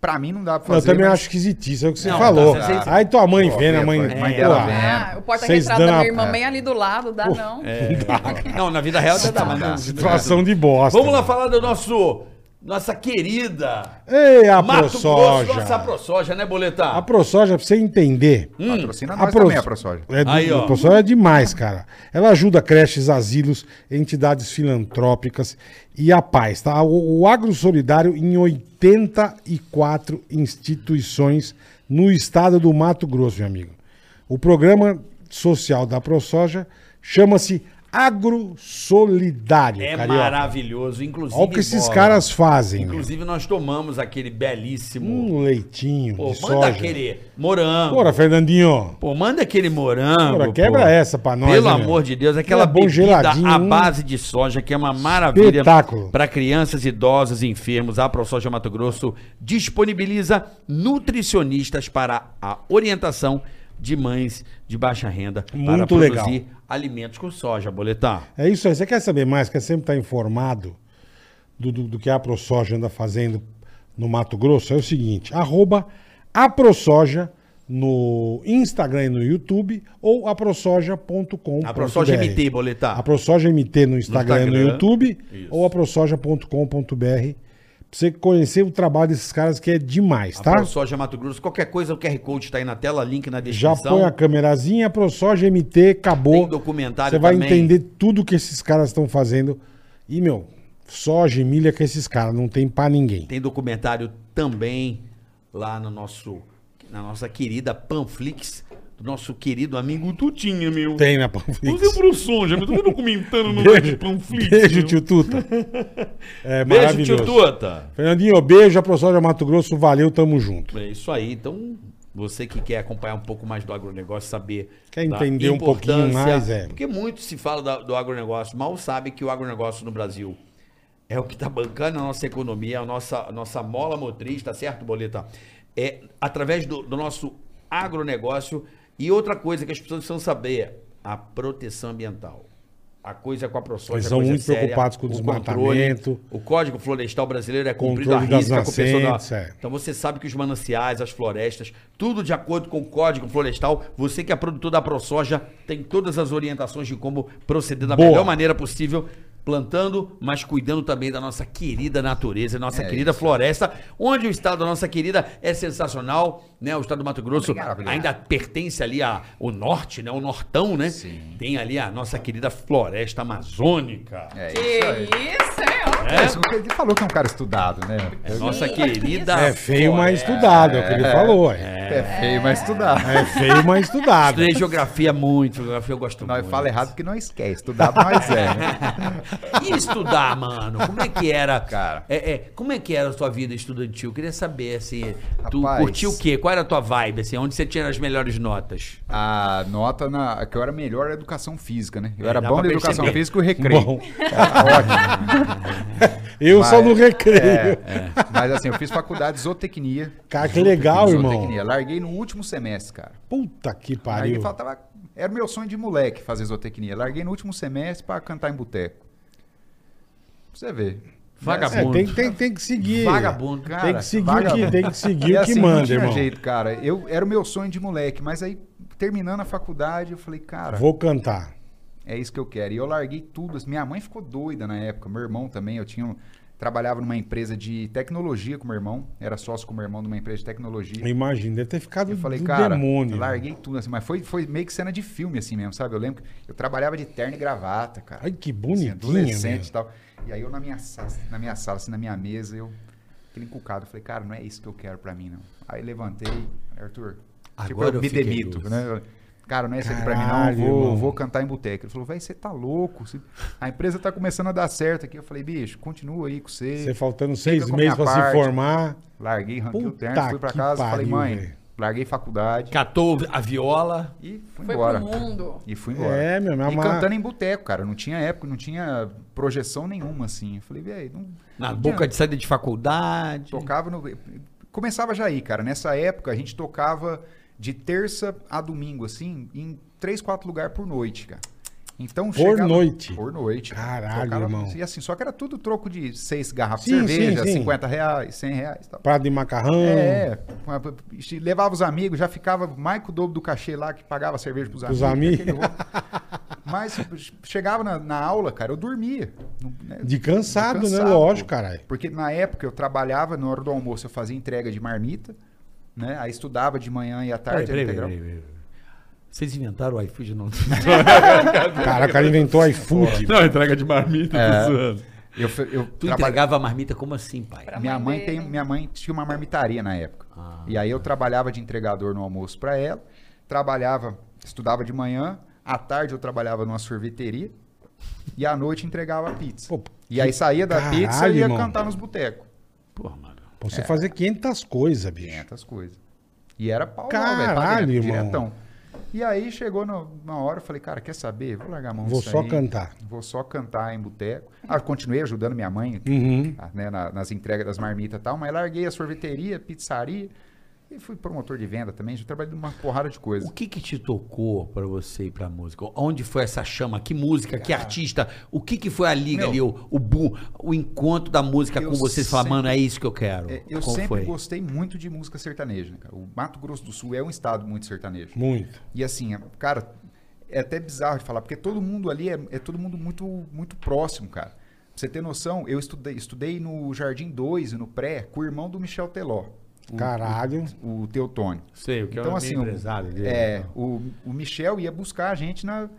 [SPEAKER 4] Pra mim não dá pra
[SPEAKER 3] eu
[SPEAKER 4] fazer.
[SPEAKER 3] também
[SPEAKER 4] mas-
[SPEAKER 3] acho esquisitice, é o que você
[SPEAKER 2] Não,
[SPEAKER 3] falou.
[SPEAKER 2] tá, você-
[SPEAKER 3] Aí tua mãe
[SPEAKER 4] Pô,
[SPEAKER 3] vendo, a mãe...
[SPEAKER 4] minha mãe
[SPEAKER 3] pô,
[SPEAKER 4] dela
[SPEAKER 3] ah,
[SPEAKER 4] vendo.
[SPEAKER 5] Ah, o
[SPEAKER 3] Vocês
[SPEAKER 5] porta-retrato
[SPEAKER 3] dando a-
[SPEAKER 5] da
[SPEAKER 3] É.
[SPEAKER 5] minha
[SPEAKER 4] É.
[SPEAKER 5] irmã bem ali do lado, dá não.
[SPEAKER 2] Não, na vida real até dá,
[SPEAKER 4] tá,
[SPEAKER 2] mas não.
[SPEAKER 3] Situação de bosta.
[SPEAKER 2] Vamos lá falar do nosso. Nossa querida.
[SPEAKER 3] Ei, a
[SPEAKER 2] Mato Grosso, nossa
[SPEAKER 3] ProSoja.
[SPEAKER 2] ProSoja, né, Boletar?
[SPEAKER 3] A ProSoja, pra você entender...
[SPEAKER 4] Patrocina
[SPEAKER 3] A
[SPEAKER 4] nós
[SPEAKER 3] Pro-
[SPEAKER 4] também, a ProSoja.
[SPEAKER 3] É, do,
[SPEAKER 2] Aí, ó.
[SPEAKER 3] do professor é demais, cara. Ela ajuda creches, asilos, entidades filantrópicas e a paz, tá? O, o Agro Solidário em 84 instituições no estado do Mato Grosso, meu amigo. O programa social da ProSoja chama-se Agro Solidário,
[SPEAKER 2] É
[SPEAKER 3] carioca.
[SPEAKER 2] maravilhoso, inclusive.
[SPEAKER 3] Olha o que esses
[SPEAKER 2] bola.
[SPEAKER 3] caras fazem, meu.
[SPEAKER 2] Inclusive, nós tomamos aquele belíssimo.
[SPEAKER 3] Um leitinho
[SPEAKER 2] pô,
[SPEAKER 3] de
[SPEAKER 2] manda
[SPEAKER 3] soja.
[SPEAKER 2] aquele morango.
[SPEAKER 3] Bora, Fernandinho.
[SPEAKER 2] Pô, manda aquele morango.
[SPEAKER 3] Ora, quebra
[SPEAKER 2] pô.
[SPEAKER 3] essa pra nós,
[SPEAKER 2] Pelo
[SPEAKER 3] né, meu?
[SPEAKER 2] amor de Deus, aquela
[SPEAKER 3] É bom
[SPEAKER 2] bebida
[SPEAKER 3] geladinho,
[SPEAKER 2] à
[SPEAKER 3] hum.
[SPEAKER 2] base de soja, que é uma maravilha
[SPEAKER 3] Espetáculo.
[SPEAKER 2] para crianças, idosos e enfermos. A ProSoja Mato Grosso disponibiliza nutricionistas para a orientação de mães de baixa renda para
[SPEAKER 3] Muito legal.
[SPEAKER 2] alimentos com soja, boletar.
[SPEAKER 3] É isso aí. Você quer saber mais? Quer sempre estar informado do, do, do que a ProSoja anda fazendo no Mato Grosso? É o seguinte: arroba a ProSoja no Instagram e no YouTube ou aprosoja.com.br.
[SPEAKER 2] A ProSoja MT, boletar.
[SPEAKER 3] A ProSoja MT no Instagram, e no
[SPEAKER 2] Instagram.
[SPEAKER 3] YouTube
[SPEAKER 2] Isso.
[SPEAKER 3] ou aprosoja.com.br. Pra você conhecer o trabalho desses caras que é demais,
[SPEAKER 2] A
[SPEAKER 3] tá?
[SPEAKER 2] ProSoja Mato Grosso, qualquer coisa, o QR Code está aí na tela, link na
[SPEAKER 3] Já
[SPEAKER 2] descrição.
[SPEAKER 3] põe a câmerazinha, ProSoja MT, acabou.
[SPEAKER 2] Tem documentário
[SPEAKER 3] Você vai
[SPEAKER 2] também.
[SPEAKER 3] entender tudo que esses caras estão fazendo. E, meu, soja e milha que esses caras não tem pra ninguém.
[SPEAKER 2] Tem documentário também lá no nosso, na nossa querida Panflix, do nosso querido amigo Tutinha, meu.
[SPEAKER 3] Tem na
[SPEAKER 2] Você é
[SPEAKER 3] Panflix.
[SPEAKER 2] pro Sonja, meu. Tô documentando no
[SPEAKER 3] Beijo,
[SPEAKER 2] beijo, Panflix.
[SPEAKER 3] beijo,
[SPEAKER 2] meu.
[SPEAKER 3] tio Tuta. É
[SPEAKER 2] Beijo,
[SPEAKER 3] maravilhoso.
[SPEAKER 2] tio Tuta.
[SPEAKER 3] Fernandinho, beijo, a ProSoja Mato Grosso, valeu, tamo junto.
[SPEAKER 2] É isso aí. Então, você que quer acompanhar um pouco mais do agronegócio, saber.
[SPEAKER 3] Quer
[SPEAKER 2] da
[SPEAKER 3] entender um
[SPEAKER 2] importância,
[SPEAKER 3] pouquinho mais, é.
[SPEAKER 2] Porque muito se fala da- do agronegócio, mal sabe que o agronegócio no Brasil é o que está bancando a nossa economia, a nossa, a nossa mola motriz, tá certo, Boleta? É, através do, do nosso agronegócio E outra coisa que as pessoas precisam saber, a proteção ambiental. A coisa com a ProSoja,
[SPEAKER 3] Eles
[SPEAKER 2] a
[SPEAKER 3] são
[SPEAKER 2] coisa
[SPEAKER 3] muito
[SPEAKER 2] séria,
[SPEAKER 3] preocupados com o
[SPEAKER 2] controle.
[SPEAKER 3] desmatamento.
[SPEAKER 2] o Código Florestal Brasileiro é cumprido a
[SPEAKER 3] Controle das
[SPEAKER 2] risca com o pessoal da-
[SPEAKER 3] nascentes, é.
[SPEAKER 2] Então você sabe que os mananciais, as florestas, tudo de acordo com o Código Florestal, você que é produtor da ProSoja tem todas as orientações de como proceder da
[SPEAKER 3] Boa.
[SPEAKER 2] melhor maneira possível, plantando, mas cuidando também da nossa querida natureza, nossa
[SPEAKER 4] É
[SPEAKER 2] querida floresta, onde o estado da nossa querida é sensacional, né? O estado do Mato Grosso
[SPEAKER 4] Obrigado, obrigado.
[SPEAKER 2] ainda pertence ali ao norte, né? O nortão, né?
[SPEAKER 4] Sim.
[SPEAKER 2] Tem ali a nossa querida floresta amazônica.
[SPEAKER 4] É
[SPEAKER 5] Que
[SPEAKER 4] isso aí.
[SPEAKER 5] isso, hein?
[SPEAKER 4] É, isso que Ele falou que é um cara estudado, né?
[SPEAKER 2] É nossa
[SPEAKER 5] Sim.
[SPEAKER 2] querida.
[SPEAKER 3] É feio, mas
[SPEAKER 2] floresta.
[SPEAKER 3] estudado, é o que ele falou. É,
[SPEAKER 4] É, feio, mas estudado.
[SPEAKER 3] é feio, mas estudado.
[SPEAKER 2] Estudei geografia muito, geografia eu gosto
[SPEAKER 4] Nós
[SPEAKER 2] muito.
[SPEAKER 4] fala errado porque nós quer estudar, mas é. né?
[SPEAKER 2] É. E estudar, mano? Como é que era?
[SPEAKER 4] Cara.
[SPEAKER 2] É, é, como é que era a sua vida estudantil? Eu queria saber, assim, tu
[SPEAKER 4] Rapaz.
[SPEAKER 2] curtiu o quê? Qual era a tua vibe, assim? Onde você tinha as melhores notas?
[SPEAKER 4] A nota na, que eu era melhor era educação física, né? Eu
[SPEAKER 2] É,
[SPEAKER 4] era
[SPEAKER 2] dá
[SPEAKER 4] bom
[SPEAKER 2] pra
[SPEAKER 4] na educação
[SPEAKER 2] perceber.
[SPEAKER 4] física e o recreio.
[SPEAKER 3] Bom.
[SPEAKER 4] Era ótimo.
[SPEAKER 3] Eu só
[SPEAKER 4] Mas-
[SPEAKER 3] no recreio.
[SPEAKER 4] Mas assim, eu fiz faculdade de zootecnia.
[SPEAKER 3] Cara, É. que legal, irmão.
[SPEAKER 4] Zootecnia. Larguei no último semestre, cara.
[SPEAKER 3] Puta que
[SPEAKER 4] Larguei,
[SPEAKER 3] pariu.
[SPEAKER 4] faltava... Era meu sonho de moleque fazer zootecnia. Larguei no último semestre pra cantar em boteco. Pra você ver.
[SPEAKER 2] Vagabundo.
[SPEAKER 3] É, tem, tem, tem que seguir.
[SPEAKER 2] Vagabundo, cara.
[SPEAKER 3] Tem que seguir, O,
[SPEAKER 4] vagabundo.
[SPEAKER 3] que, tem que, seguir
[SPEAKER 4] E
[SPEAKER 3] o
[SPEAKER 4] assim,
[SPEAKER 3] que
[SPEAKER 4] não
[SPEAKER 3] manda,
[SPEAKER 4] tinha
[SPEAKER 3] irmão.
[SPEAKER 4] jeito, cara. Eu, era o meu sonho de moleque, mas aí, terminando a faculdade, eu falei, cara,
[SPEAKER 3] Vou cantar.
[SPEAKER 4] é isso que eu quero. E eu larguei tudo. assim, Minha mãe ficou doida na época, meu irmão também. Eu tinha um- trabalhava numa empresa de tecnologia com meu irmão, era sócio com meu irmão numa empresa de tecnologia.
[SPEAKER 3] Imagina, deve ter ficado
[SPEAKER 4] Eu falei,
[SPEAKER 3] do
[SPEAKER 4] cara,
[SPEAKER 3] demônio.
[SPEAKER 4] eu larguei tudo, assim, mas foi, foi meio que cena de filme, assim mesmo, sabe? Eu lembro que eu trabalhava de terno e gravata, cara.
[SPEAKER 3] Ai, que
[SPEAKER 4] Assim,
[SPEAKER 3] bonitinha,
[SPEAKER 4] adolescente
[SPEAKER 3] meu.
[SPEAKER 4] e tal. E aí eu na minha, sa- na minha sala, assim, na minha mesa, eu, aquele encucado, eu falei, cara, não é isso que eu quero pra mim, não. Aí levantei, Arthur, tipo,
[SPEAKER 2] Agora eu
[SPEAKER 4] me
[SPEAKER 2] fiquei
[SPEAKER 4] demito,
[SPEAKER 2] doce.
[SPEAKER 4] né? Eu, Cara, não é isso aqui pra mim, não. Eu
[SPEAKER 3] Caralho,
[SPEAKER 4] Vou,
[SPEAKER 3] irmão.
[SPEAKER 4] vou cantar em boteca. Ele falou, vai, você tá louco. você- A empresa tá começando a dar certo aqui. Eu falei, bicho, continua aí com você.
[SPEAKER 3] Você faltando seis
[SPEAKER 4] Fica com a
[SPEAKER 3] meses pra
[SPEAKER 4] minha
[SPEAKER 3] se
[SPEAKER 4] parte.
[SPEAKER 3] formar.
[SPEAKER 4] Larguei, ranquei o
[SPEAKER 3] Puta
[SPEAKER 4] terno, fui pra
[SPEAKER 3] que
[SPEAKER 4] casa. falei,
[SPEAKER 3] pariu,
[SPEAKER 4] mãe,
[SPEAKER 3] velho.
[SPEAKER 4] larguei faculdade.
[SPEAKER 2] Catou a viola.
[SPEAKER 4] E fui
[SPEAKER 5] Foi
[SPEAKER 4] embora.
[SPEAKER 5] pro mundo.
[SPEAKER 4] E fui embora.
[SPEAKER 3] É, meu, minha
[SPEAKER 4] E
[SPEAKER 3] ma-
[SPEAKER 4] cantando em boteco, cara. Não tinha época, não tinha projeção nenhuma, assim. Eu falei, velho, não.
[SPEAKER 2] Na
[SPEAKER 4] não
[SPEAKER 2] boca
[SPEAKER 4] adianta.
[SPEAKER 2] de saída de faculdade.
[SPEAKER 4] Tocava no. Começava já aí, cara. Nessa época, a gente tocava de terça a domingo, assim, em três, quatro lugares por noite, cara. Então
[SPEAKER 3] Por noite?
[SPEAKER 4] Por noite. cara.
[SPEAKER 3] Caralho, irmão.
[SPEAKER 4] E assim, só que era tudo troco de seis garrafas de
[SPEAKER 3] Sim,
[SPEAKER 4] cerveja,
[SPEAKER 3] sim, sim.
[SPEAKER 4] 50 reais, 100 reais e tal.
[SPEAKER 3] Prado de macarrão.
[SPEAKER 4] É, uma- se levava os amigos, já ficava mais que o dobro do cachê lá, que pagava cerveja pros
[SPEAKER 3] Pros
[SPEAKER 4] amigos. né,
[SPEAKER 3] amigos.
[SPEAKER 4] aquele rolo. Mas chegava na, na aula, cara, eu dormia. Não- né?
[SPEAKER 3] De cansado,
[SPEAKER 4] De
[SPEAKER 3] né?
[SPEAKER 4] cansado,
[SPEAKER 3] Lógico,
[SPEAKER 4] pô.
[SPEAKER 3] caralho.
[SPEAKER 4] Porque na época eu trabalhava, na hora do almoço eu fazia entrega de marmita, né? Aí estudava de manhã e à tarde.
[SPEAKER 2] Peraí, peraí,
[SPEAKER 4] era integral.
[SPEAKER 2] peraí, peraí, peraí. Vocês inventaram o iFood? Não,
[SPEAKER 3] Cara, o cara inventou iFood.
[SPEAKER 2] não entrega de marmita,
[SPEAKER 4] É.
[SPEAKER 2] tô zoando.
[SPEAKER 4] Eu, fe- eu
[SPEAKER 2] Tu
[SPEAKER 4] trabalhava-
[SPEAKER 2] entregava a marmita como assim, pai?
[SPEAKER 5] Pra
[SPEAKER 4] Minha
[SPEAKER 5] mãe
[SPEAKER 4] mãe, tem,
[SPEAKER 5] dele.
[SPEAKER 4] minha mãe tinha uma marmitaria na época.
[SPEAKER 3] Ah.
[SPEAKER 4] e aí eu trabalhava de entregador no almoço para ela, trabalhava, estudava de manhã, à tarde eu trabalhava numa sorveteria e à noite entregava pizza.
[SPEAKER 3] Pô,
[SPEAKER 4] e aí saía da
[SPEAKER 3] caralho,
[SPEAKER 4] pizza e ia
[SPEAKER 3] irmão.
[SPEAKER 4] cantar nos botecos.
[SPEAKER 2] Porra, mano.
[SPEAKER 3] Pô,
[SPEAKER 4] é.
[SPEAKER 3] Você fazer 500 coisas, bicho.
[SPEAKER 4] 500 coisas. E era pau,
[SPEAKER 3] Caralho, irmão.
[SPEAKER 4] diretão. E aí chegou no- na hora, eu falei, cara, quer saber? Vou largar a mão
[SPEAKER 3] Vou
[SPEAKER 4] disso
[SPEAKER 3] só
[SPEAKER 4] aí.
[SPEAKER 3] cantar.
[SPEAKER 4] Vou só cantar em boteco. Ah, eu continuei ajudando minha mãe
[SPEAKER 3] Uhum.
[SPEAKER 4] ah, né, na- nas entregas das marmitas e tal, mas larguei a sorveteria, pizzaria e fui promotor de venda também. Já trabalhei numa porrada de coisa.
[SPEAKER 2] O que que te tocou pra você e pra música? Onde foi essa chama? Que música? Que artista? O que que foi a liga
[SPEAKER 4] Meu.
[SPEAKER 2] ali? O, o boom, o encontro da música
[SPEAKER 4] Eu
[SPEAKER 2] com você e falar,
[SPEAKER 4] sempre-
[SPEAKER 2] mano, é isso que eu quero.
[SPEAKER 4] É, eu
[SPEAKER 2] Qual
[SPEAKER 4] sempre
[SPEAKER 2] foi?
[SPEAKER 4] gostei muito de música sertaneja. né, cara? O Mato Grosso do Sul é um estado muito sertanejo.
[SPEAKER 3] Muito.
[SPEAKER 4] E assim, é- cara, é até bizarro de falar, porque todo mundo ali é, é todo mundo muito, muito próximo, cara. Pra você ter noção, eu estudei, estudei no Jardim 2 e no Pré com o irmão do Michel Teló, o-
[SPEAKER 3] Caralho.
[SPEAKER 4] o, o Teotônio.
[SPEAKER 2] Sei, o que
[SPEAKER 4] Então, assim, o,
[SPEAKER 2] empresário dele.
[SPEAKER 4] é, o, o Michel ia buscar a gente na,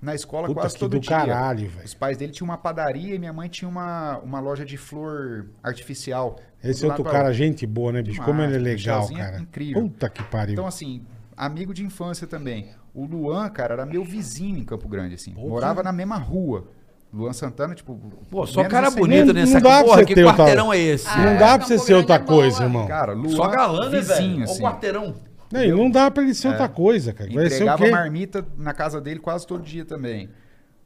[SPEAKER 4] na escola
[SPEAKER 3] Puta
[SPEAKER 4] quase
[SPEAKER 3] que
[SPEAKER 4] todo
[SPEAKER 3] do
[SPEAKER 4] dia.
[SPEAKER 3] caralho, velho.
[SPEAKER 4] Os pais dele tinham uma padaria e minha mãe tinha uma, uma loja de flor artificial.
[SPEAKER 3] Esse é
[SPEAKER 4] Do lado
[SPEAKER 3] outro
[SPEAKER 4] pra-
[SPEAKER 3] cara, gente boa, né, bicho? Como ele é
[SPEAKER 4] Demais,
[SPEAKER 3] legal,
[SPEAKER 4] Michelzinho é
[SPEAKER 3] cara.
[SPEAKER 4] incrível.
[SPEAKER 3] Puta que pariu.
[SPEAKER 4] Então, assim, amigo de infância também. O Luan, cara, era meu vizinho em Campo Grande, assim.
[SPEAKER 2] Porra.
[SPEAKER 4] Morava na mesma rua. Luan Santana, tipo.
[SPEAKER 2] Pô, só
[SPEAKER 4] menos
[SPEAKER 2] cara
[SPEAKER 4] de cem
[SPEAKER 2] bonito
[SPEAKER 3] Não-
[SPEAKER 2] nessa
[SPEAKER 3] não dá pra
[SPEAKER 2] porra.
[SPEAKER 3] você
[SPEAKER 2] Que
[SPEAKER 3] ter o tal-
[SPEAKER 2] quarteirão é esse?
[SPEAKER 5] Ah,
[SPEAKER 3] Não
[SPEAKER 5] É,
[SPEAKER 3] dá pra
[SPEAKER 5] Campo
[SPEAKER 3] você ser outra
[SPEAKER 5] Grande é boa.
[SPEAKER 3] coisa, irmão.
[SPEAKER 4] Cara, Luan.
[SPEAKER 2] Só galã, né,
[SPEAKER 4] vizinho,
[SPEAKER 2] velho? Ó O
[SPEAKER 4] assim.
[SPEAKER 2] quarteirão.
[SPEAKER 3] Não, e não dá pra ele ser outra coisa, cara. Vai ser o
[SPEAKER 4] É. Entregava
[SPEAKER 3] quê?
[SPEAKER 4] marmita na casa dele quase todo dia também.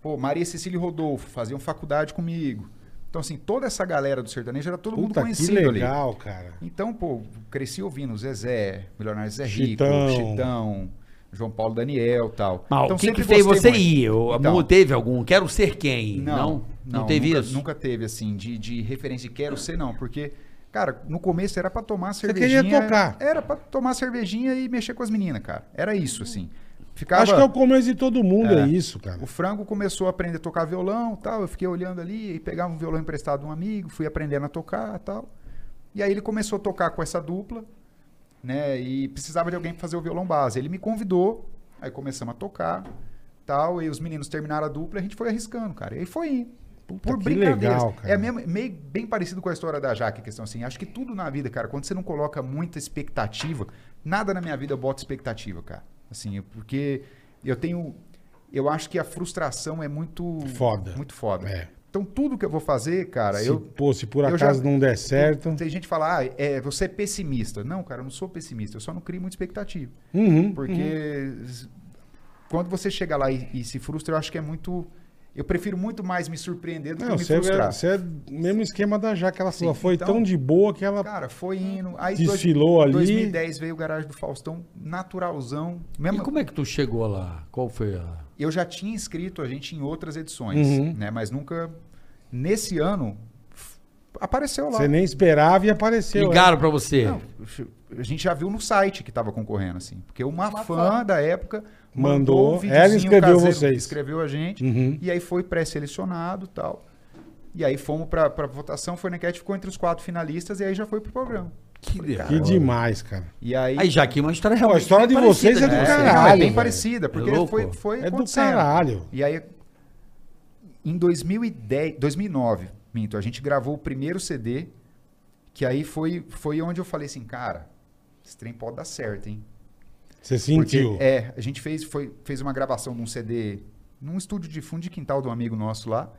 [SPEAKER 4] Pô, Maria Cecília e Rodolfo faziam faculdade comigo. Então, assim, toda essa galera do sertanejo era todo mundo
[SPEAKER 3] Puta que
[SPEAKER 4] conhecido ali.
[SPEAKER 3] legal, cara.
[SPEAKER 4] Então, pô, cresci ouvindo Zezé, Milionário Zé Rico,
[SPEAKER 3] Chitão.
[SPEAKER 4] Chitão, João Paulo Daniel tal. Então,
[SPEAKER 2] Mas o que,
[SPEAKER 4] sempre
[SPEAKER 2] que fez você
[SPEAKER 4] gostei muito.
[SPEAKER 2] ir? Eu-
[SPEAKER 4] Então,
[SPEAKER 2] mu- teve algum? Quero ser quem? Não?
[SPEAKER 4] não,
[SPEAKER 2] Não, teve
[SPEAKER 4] nunca,
[SPEAKER 2] isso?
[SPEAKER 4] Nunca teve, assim, de, de referência de quero ser, não. Porque, cara, no começo era pra tomar cervejinha.
[SPEAKER 3] queria tocar.
[SPEAKER 4] Era pra tomar cervejinha e mexer com as meninas, cara. Era isso, assim. Ficava...
[SPEAKER 3] Acho que é o começo de todo mundo, é,
[SPEAKER 4] É.
[SPEAKER 3] isso, cara.
[SPEAKER 4] O frango começou a aprender a tocar violão tal. Eu fiquei olhando ali e pegava um violão emprestado de um amigo, fui aprendendo a tocar tal. E aí ele começou a tocar com essa dupla, né? E precisava de alguém pra fazer o violão base. Ele me convidou, aí começamos a tocar tal. E os meninos terminaram a dupla e a gente foi arriscando, cara. E aí foi indo. Por, por
[SPEAKER 3] que
[SPEAKER 4] brincadeiras.
[SPEAKER 3] legal, cara.
[SPEAKER 4] É mesmo, meio, bem parecido com a história da Jaque, a questão assim. Acho que tudo na vida, cara, quando você não coloca muita expectativa, nada na minha vida eu boto expectativa, cara. Assim, eu- porque eu tenho. Eu acho que a frustração é muito.
[SPEAKER 3] Foda.
[SPEAKER 4] Muito foda.
[SPEAKER 3] É.
[SPEAKER 4] Então tudo que eu vou fazer, cara,
[SPEAKER 3] se,
[SPEAKER 4] eu.
[SPEAKER 3] pô, se por
[SPEAKER 4] eu
[SPEAKER 3] acaso
[SPEAKER 4] já-
[SPEAKER 3] não der certo.
[SPEAKER 4] Tem gente que fala, ah, é, você é pessimista. Não, cara, eu não sou pessimista, eu só não crio muita expectativa.
[SPEAKER 3] Uhum,
[SPEAKER 4] Porque s- quando você chega lá e, e se frustra, eu acho que é muito. Eu prefiro muito mais me surpreender do que
[SPEAKER 3] Não,
[SPEAKER 4] me
[SPEAKER 3] você
[SPEAKER 4] frustrar.
[SPEAKER 3] é, você é do mesmo esquema da Jaque. Ela falou,
[SPEAKER 4] Sim,
[SPEAKER 3] foi
[SPEAKER 4] então-
[SPEAKER 3] tão de boa que ela.
[SPEAKER 4] Cara, foi indo. Aí
[SPEAKER 3] Desfilou ali.
[SPEAKER 4] 2010 veio o Garagem do Faustão, naturalzão.
[SPEAKER 2] E
[SPEAKER 4] Mesmo,
[SPEAKER 2] como é que tu chegou lá? Qual foi a...
[SPEAKER 4] Eu já tinha inscrito a gente em outras edições,
[SPEAKER 3] Uhum.
[SPEAKER 4] né? Mas nunca. Nesse ano, f- apareceu lá.
[SPEAKER 3] Você nem esperava e apareceu. é."
[SPEAKER 2] Ligaram pra você?
[SPEAKER 4] Não, a gente já viu no site que estava concorrendo, assim. Porque uma,
[SPEAKER 5] Uma
[SPEAKER 4] fã,
[SPEAKER 5] fã.
[SPEAKER 4] da época
[SPEAKER 3] Mandou,
[SPEAKER 4] um
[SPEAKER 3] ela
[SPEAKER 4] videozinho
[SPEAKER 3] inscreveu vocês.
[SPEAKER 4] Escreveu a gente.
[SPEAKER 3] Uhum.
[SPEAKER 4] E aí foi pré-selecionado e tal. E aí fomos pra, pra votação, foi na enquete, ficou entre os quatro finalistas e aí já foi pro programa.
[SPEAKER 2] Que
[SPEAKER 3] é.
[SPEAKER 2] legal.
[SPEAKER 3] Que demais, cara.
[SPEAKER 4] E aí.
[SPEAKER 2] Aí, já que é uma história
[SPEAKER 3] Ó,
[SPEAKER 2] realmente
[SPEAKER 3] a história de
[SPEAKER 2] bem
[SPEAKER 3] vocês é
[SPEAKER 2] parecida,
[SPEAKER 3] do
[SPEAKER 4] É,
[SPEAKER 2] né?
[SPEAKER 3] caralho.
[SPEAKER 4] não, é bem
[SPEAKER 3] velho.
[SPEAKER 4] parecida, porque
[SPEAKER 2] É louco?
[SPEAKER 4] foi, foi
[SPEAKER 3] É do
[SPEAKER 4] acontecendo.
[SPEAKER 3] caralho.
[SPEAKER 4] E aí, em 2010, 2009, minto, a gente gravou o primeiro CD, que aí foi, foi onde eu falei assim, cara, esse trem pode dar certo, hein?
[SPEAKER 3] Você
[SPEAKER 4] Porque,
[SPEAKER 3] sentiu.
[SPEAKER 4] é, a gente fez, foi, fez uma gravação de um CD num estúdio de fundo de quintal de um amigo nosso lá.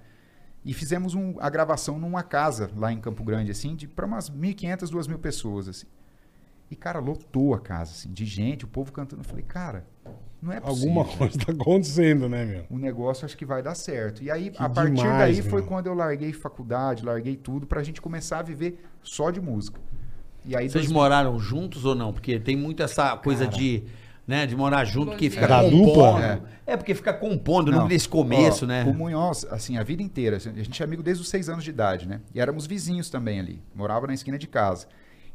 [SPEAKER 4] E fizemos um- a gravação numa casa lá em Campo Grande, assim, de para umas 1.500, 2.000 pessoas, assim. E, cara, lotou a casa, assim, de gente, o povo cantando. Eu falei, cara, não é possível.
[SPEAKER 3] Alguma coisa tá acontecendo, né, meu?
[SPEAKER 4] O negócio acho que vai dar certo. E aí, a partir
[SPEAKER 3] demais,
[SPEAKER 4] daí,
[SPEAKER 3] meu.
[SPEAKER 4] foi quando eu larguei faculdade, larguei tudo, pra gente começar a viver só de música. E aí,
[SPEAKER 2] Vocês
[SPEAKER 4] dois-
[SPEAKER 2] moraram juntos ou não? Porque tem muito essa coisa de... Né, de morar junto, que fica
[SPEAKER 3] Da
[SPEAKER 2] compondo.
[SPEAKER 3] dupla?
[SPEAKER 2] É. porque fica compondo, não,
[SPEAKER 4] Não.
[SPEAKER 2] desse começo,
[SPEAKER 4] Ó,
[SPEAKER 2] né?
[SPEAKER 4] O Munhoz, assim, a vida inteira. assim, A gente é amigo desde os seis anos de idade, né? E éramos vizinhos também ali. Morava na esquina de casa.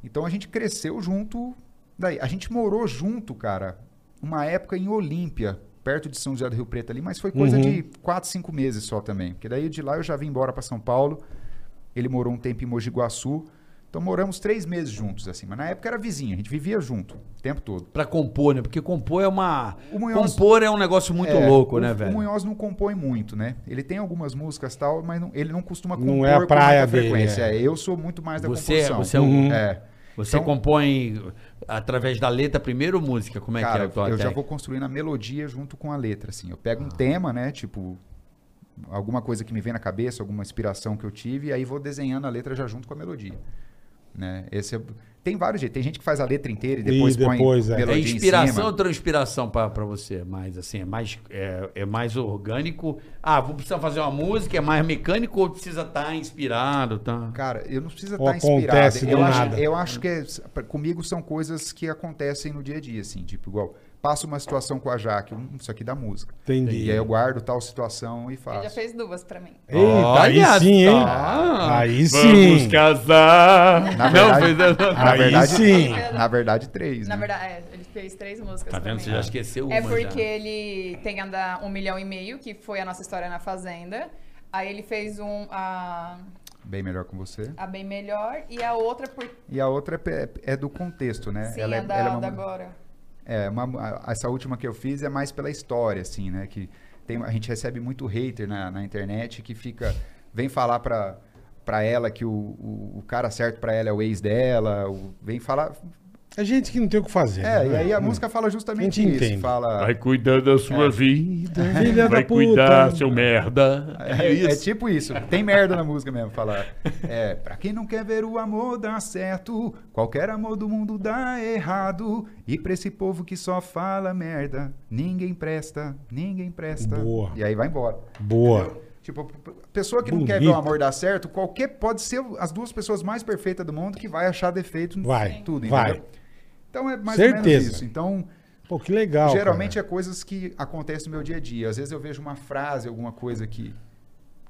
[SPEAKER 4] Então a gente cresceu junto. Daí, a gente morou junto, cara, uma época em Olímpia, perto de São José do Rio Preto ali, mas foi coisa
[SPEAKER 3] Uhum.
[SPEAKER 4] de quatro, cinco meses só também. Porque daí de lá eu já vim embora pra São Paulo. Ele morou um tempo em Mogi Guaçu. Então moramos três meses juntos, assim. Mas na época era vizinho, a gente vivia junto o tempo todo.
[SPEAKER 2] Pra compor, né? Porque compor é uma...
[SPEAKER 4] O Munhoz-
[SPEAKER 2] Compor é um negócio muito
[SPEAKER 4] É,
[SPEAKER 2] louco,
[SPEAKER 4] o-
[SPEAKER 2] né, velho?
[SPEAKER 4] O Munhoz não compõe muito, né? Ele tem algumas músicas e tal, mas não- ele não costuma
[SPEAKER 3] Não
[SPEAKER 4] compor
[SPEAKER 3] é a praia
[SPEAKER 4] com muita
[SPEAKER 3] dele,
[SPEAKER 4] frequência.
[SPEAKER 3] é.
[SPEAKER 4] É, eu sou muito mais da
[SPEAKER 2] Você,
[SPEAKER 4] composição.
[SPEAKER 2] você é o-
[SPEAKER 4] É.
[SPEAKER 2] Você
[SPEAKER 4] Então-
[SPEAKER 2] compõe através da letra primeiro ou música? Como é que é
[SPEAKER 4] Cara,
[SPEAKER 2] a tua
[SPEAKER 4] eu já
[SPEAKER 2] técnica?
[SPEAKER 4] vou construindo a melodia junto com a letra, assim. Eu pego um tema, né? Tipo, alguma coisa que me vem na cabeça, alguma inspiração que eu tive, e aí vou desenhando a letra já junto com a melodia. Né? Esse é- Tem vários jeitos. Tem gente que faz a letra inteira e
[SPEAKER 3] E
[SPEAKER 4] depois,
[SPEAKER 3] depois, é.
[SPEAKER 4] põe
[SPEAKER 3] É
[SPEAKER 2] É
[SPEAKER 4] melodia em
[SPEAKER 2] inspiração
[SPEAKER 4] cima.
[SPEAKER 2] ou transpiração pra pra você? Mais assim, é mais, é, é mais orgânico. Ah, vou precisar fazer uma música, é mais mecânico ou precisa estar inspirado? Tá?
[SPEAKER 4] Cara, eu não precisa
[SPEAKER 3] Ou
[SPEAKER 4] estar inspirado.
[SPEAKER 3] acontece do
[SPEAKER 4] Eu acho,
[SPEAKER 3] nada.
[SPEAKER 4] eu acho que é- pra- comigo são coisas que acontecem no dia a dia, assim, tipo, igual, passa uma situação com a Jaque, hum, isso aqui dá música.
[SPEAKER 3] Entendi.
[SPEAKER 4] E aí eu guardo tal situação e
[SPEAKER 5] Ele já
[SPEAKER 4] faço.
[SPEAKER 5] fez duas pra mim.
[SPEAKER 3] Eita, aí sim, hein?
[SPEAKER 2] só.
[SPEAKER 3] Aí sim.
[SPEAKER 2] casar.
[SPEAKER 4] Na verdade,
[SPEAKER 2] Não, foi-
[SPEAKER 4] na
[SPEAKER 3] Aí
[SPEAKER 4] verdade,
[SPEAKER 3] sim.
[SPEAKER 4] Na verdade, três.
[SPEAKER 5] Na
[SPEAKER 4] né?
[SPEAKER 5] verdade, é, ele fez três músicas
[SPEAKER 2] Tá
[SPEAKER 5] pra
[SPEAKER 2] vendo?
[SPEAKER 5] mim.
[SPEAKER 2] Você já esqueceu uma
[SPEAKER 5] É porque
[SPEAKER 2] já.
[SPEAKER 5] ele tem ainda um milhão e meio, que foi a nossa história na Fazenda. Aí ele fez um, a,
[SPEAKER 4] Bem melhor com você.
[SPEAKER 5] a Bem Melhor, e a outra por
[SPEAKER 4] E a outra é pe- é, do contexto, né?
[SPEAKER 5] Sim,
[SPEAKER 4] Ela é-
[SPEAKER 5] a da,
[SPEAKER 4] ela é uma-
[SPEAKER 5] da agora.
[SPEAKER 4] É, uma- a- essa última que eu fiz é mais pela história, assim, né? Que tem, a gente recebe muito hater na, na internet que fica. Vem falar pra, pra ela que o, o, o cara certo pra ela é o ex dela. o- vem falar.
[SPEAKER 3] É gente que não tem o que fazer.
[SPEAKER 4] É, e
[SPEAKER 3] né?
[SPEAKER 4] aí a música fala justamente
[SPEAKER 3] A gente
[SPEAKER 4] isso.
[SPEAKER 3] entende.
[SPEAKER 4] Fala.
[SPEAKER 6] Vai cuidar da sua vida.
[SPEAKER 3] É. Filha
[SPEAKER 6] vai
[SPEAKER 3] da puta.
[SPEAKER 6] cuidar, seu merda.
[SPEAKER 4] É, é tipo isso. Tem merda na música mesmo, falar. É, pra quem não quer ver o amor dar certo, qualquer amor do mundo dá errado. E pra esse povo que só fala merda, ninguém presta, ninguém presta.
[SPEAKER 3] Boa.
[SPEAKER 4] E aí vai embora.
[SPEAKER 3] Boa.
[SPEAKER 4] Tipo, p- p- pessoa que não quer ver o
[SPEAKER 3] Bonito.
[SPEAKER 4] amor dar certo, qualquer pode ser as duas pessoas mais perfeitas do mundo que vai achar defeito em
[SPEAKER 3] Vai,
[SPEAKER 4] tudo,
[SPEAKER 3] vai.
[SPEAKER 4] entendeu? Então é mais ou
[SPEAKER 3] Certeza.
[SPEAKER 4] menos isso. Então,
[SPEAKER 3] Pô, que legal.
[SPEAKER 4] Geralmente
[SPEAKER 3] cara.
[SPEAKER 4] é coisas que acontecem no meu dia a dia. Às vezes eu vejo uma frase, alguma coisa que,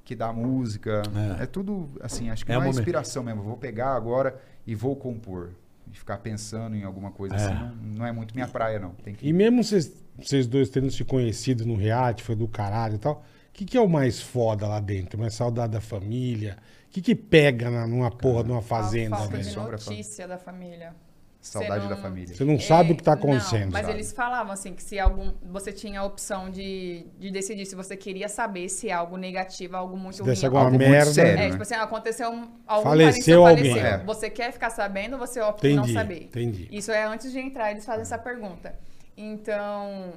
[SPEAKER 4] que dá música. É. tudo, assim, acho que
[SPEAKER 2] É
[SPEAKER 4] é
[SPEAKER 2] o
[SPEAKER 4] uma
[SPEAKER 2] momento.
[SPEAKER 4] inspiração mesmo. Eu Vou pegar agora e vou compor. E ficar pensando em alguma coisa assim, não, não é muito minha praia, não. Tem que...
[SPEAKER 3] E mesmo vocês- vocês dois tendo se conhecido no reality, foi do caralho e tal, o que, que é o mais foda lá dentro? Mais saudade da família? O que, que pega na- numa porra de uma fazenda?
[SPEAKER 5] A falta
[SPEAKER 3] né?
[SPEAKER 5] de
[SPEAKER 4] Sombra, fala.
[SPEAKER 5] notícia da família.
[SPEAKER 4] Saudade
[SPEAKER 5] Você
[SPEAKER 4] da
[SPEAKER 5] não-
[SPEAKER 4] família.
[SPEAKER 3] Você não sabe o que tá
[SPEAKER 5] É,
[SPEAKER 3] acontecendo.
[SPEAKER 5] Não, mas
[SPEAKER 3] sabe?
[SPEAKER 5] eles falavam assim que se algum você tinha a opção de, de decidir se você queria saber se é algo negativo, algo muito
[SPEAKER 3] Se desse
[SPEAKER 5] ruim.
[SPEAKER 3] alguma
[SPEAKER 4] Algo muito
[SPEAKER 3] merda.
[SPEAKER 4] sério.
[SPEAKER 5] É,
[SPEAKER 4] né?
[SPEAKER 5] tipo assim, aconteceu um, algum
[SPEAKER 3] Faleceu
[SPEAKER 5] parecido,
[SPEAKER 3] alguém.
[SPEAKER 5] faleceu.
[SPEAKER 4] É.
[SPEAKER 5] Você quer ficar sabendo ou você opta por
[SPEAKER 3] Entendi,
[SPEAKER 5] não saber?
[SPEAKER 3] entendi.
[SPEAKER 5] Isso é antes de entrar, eles fazem essa pergunta. Então,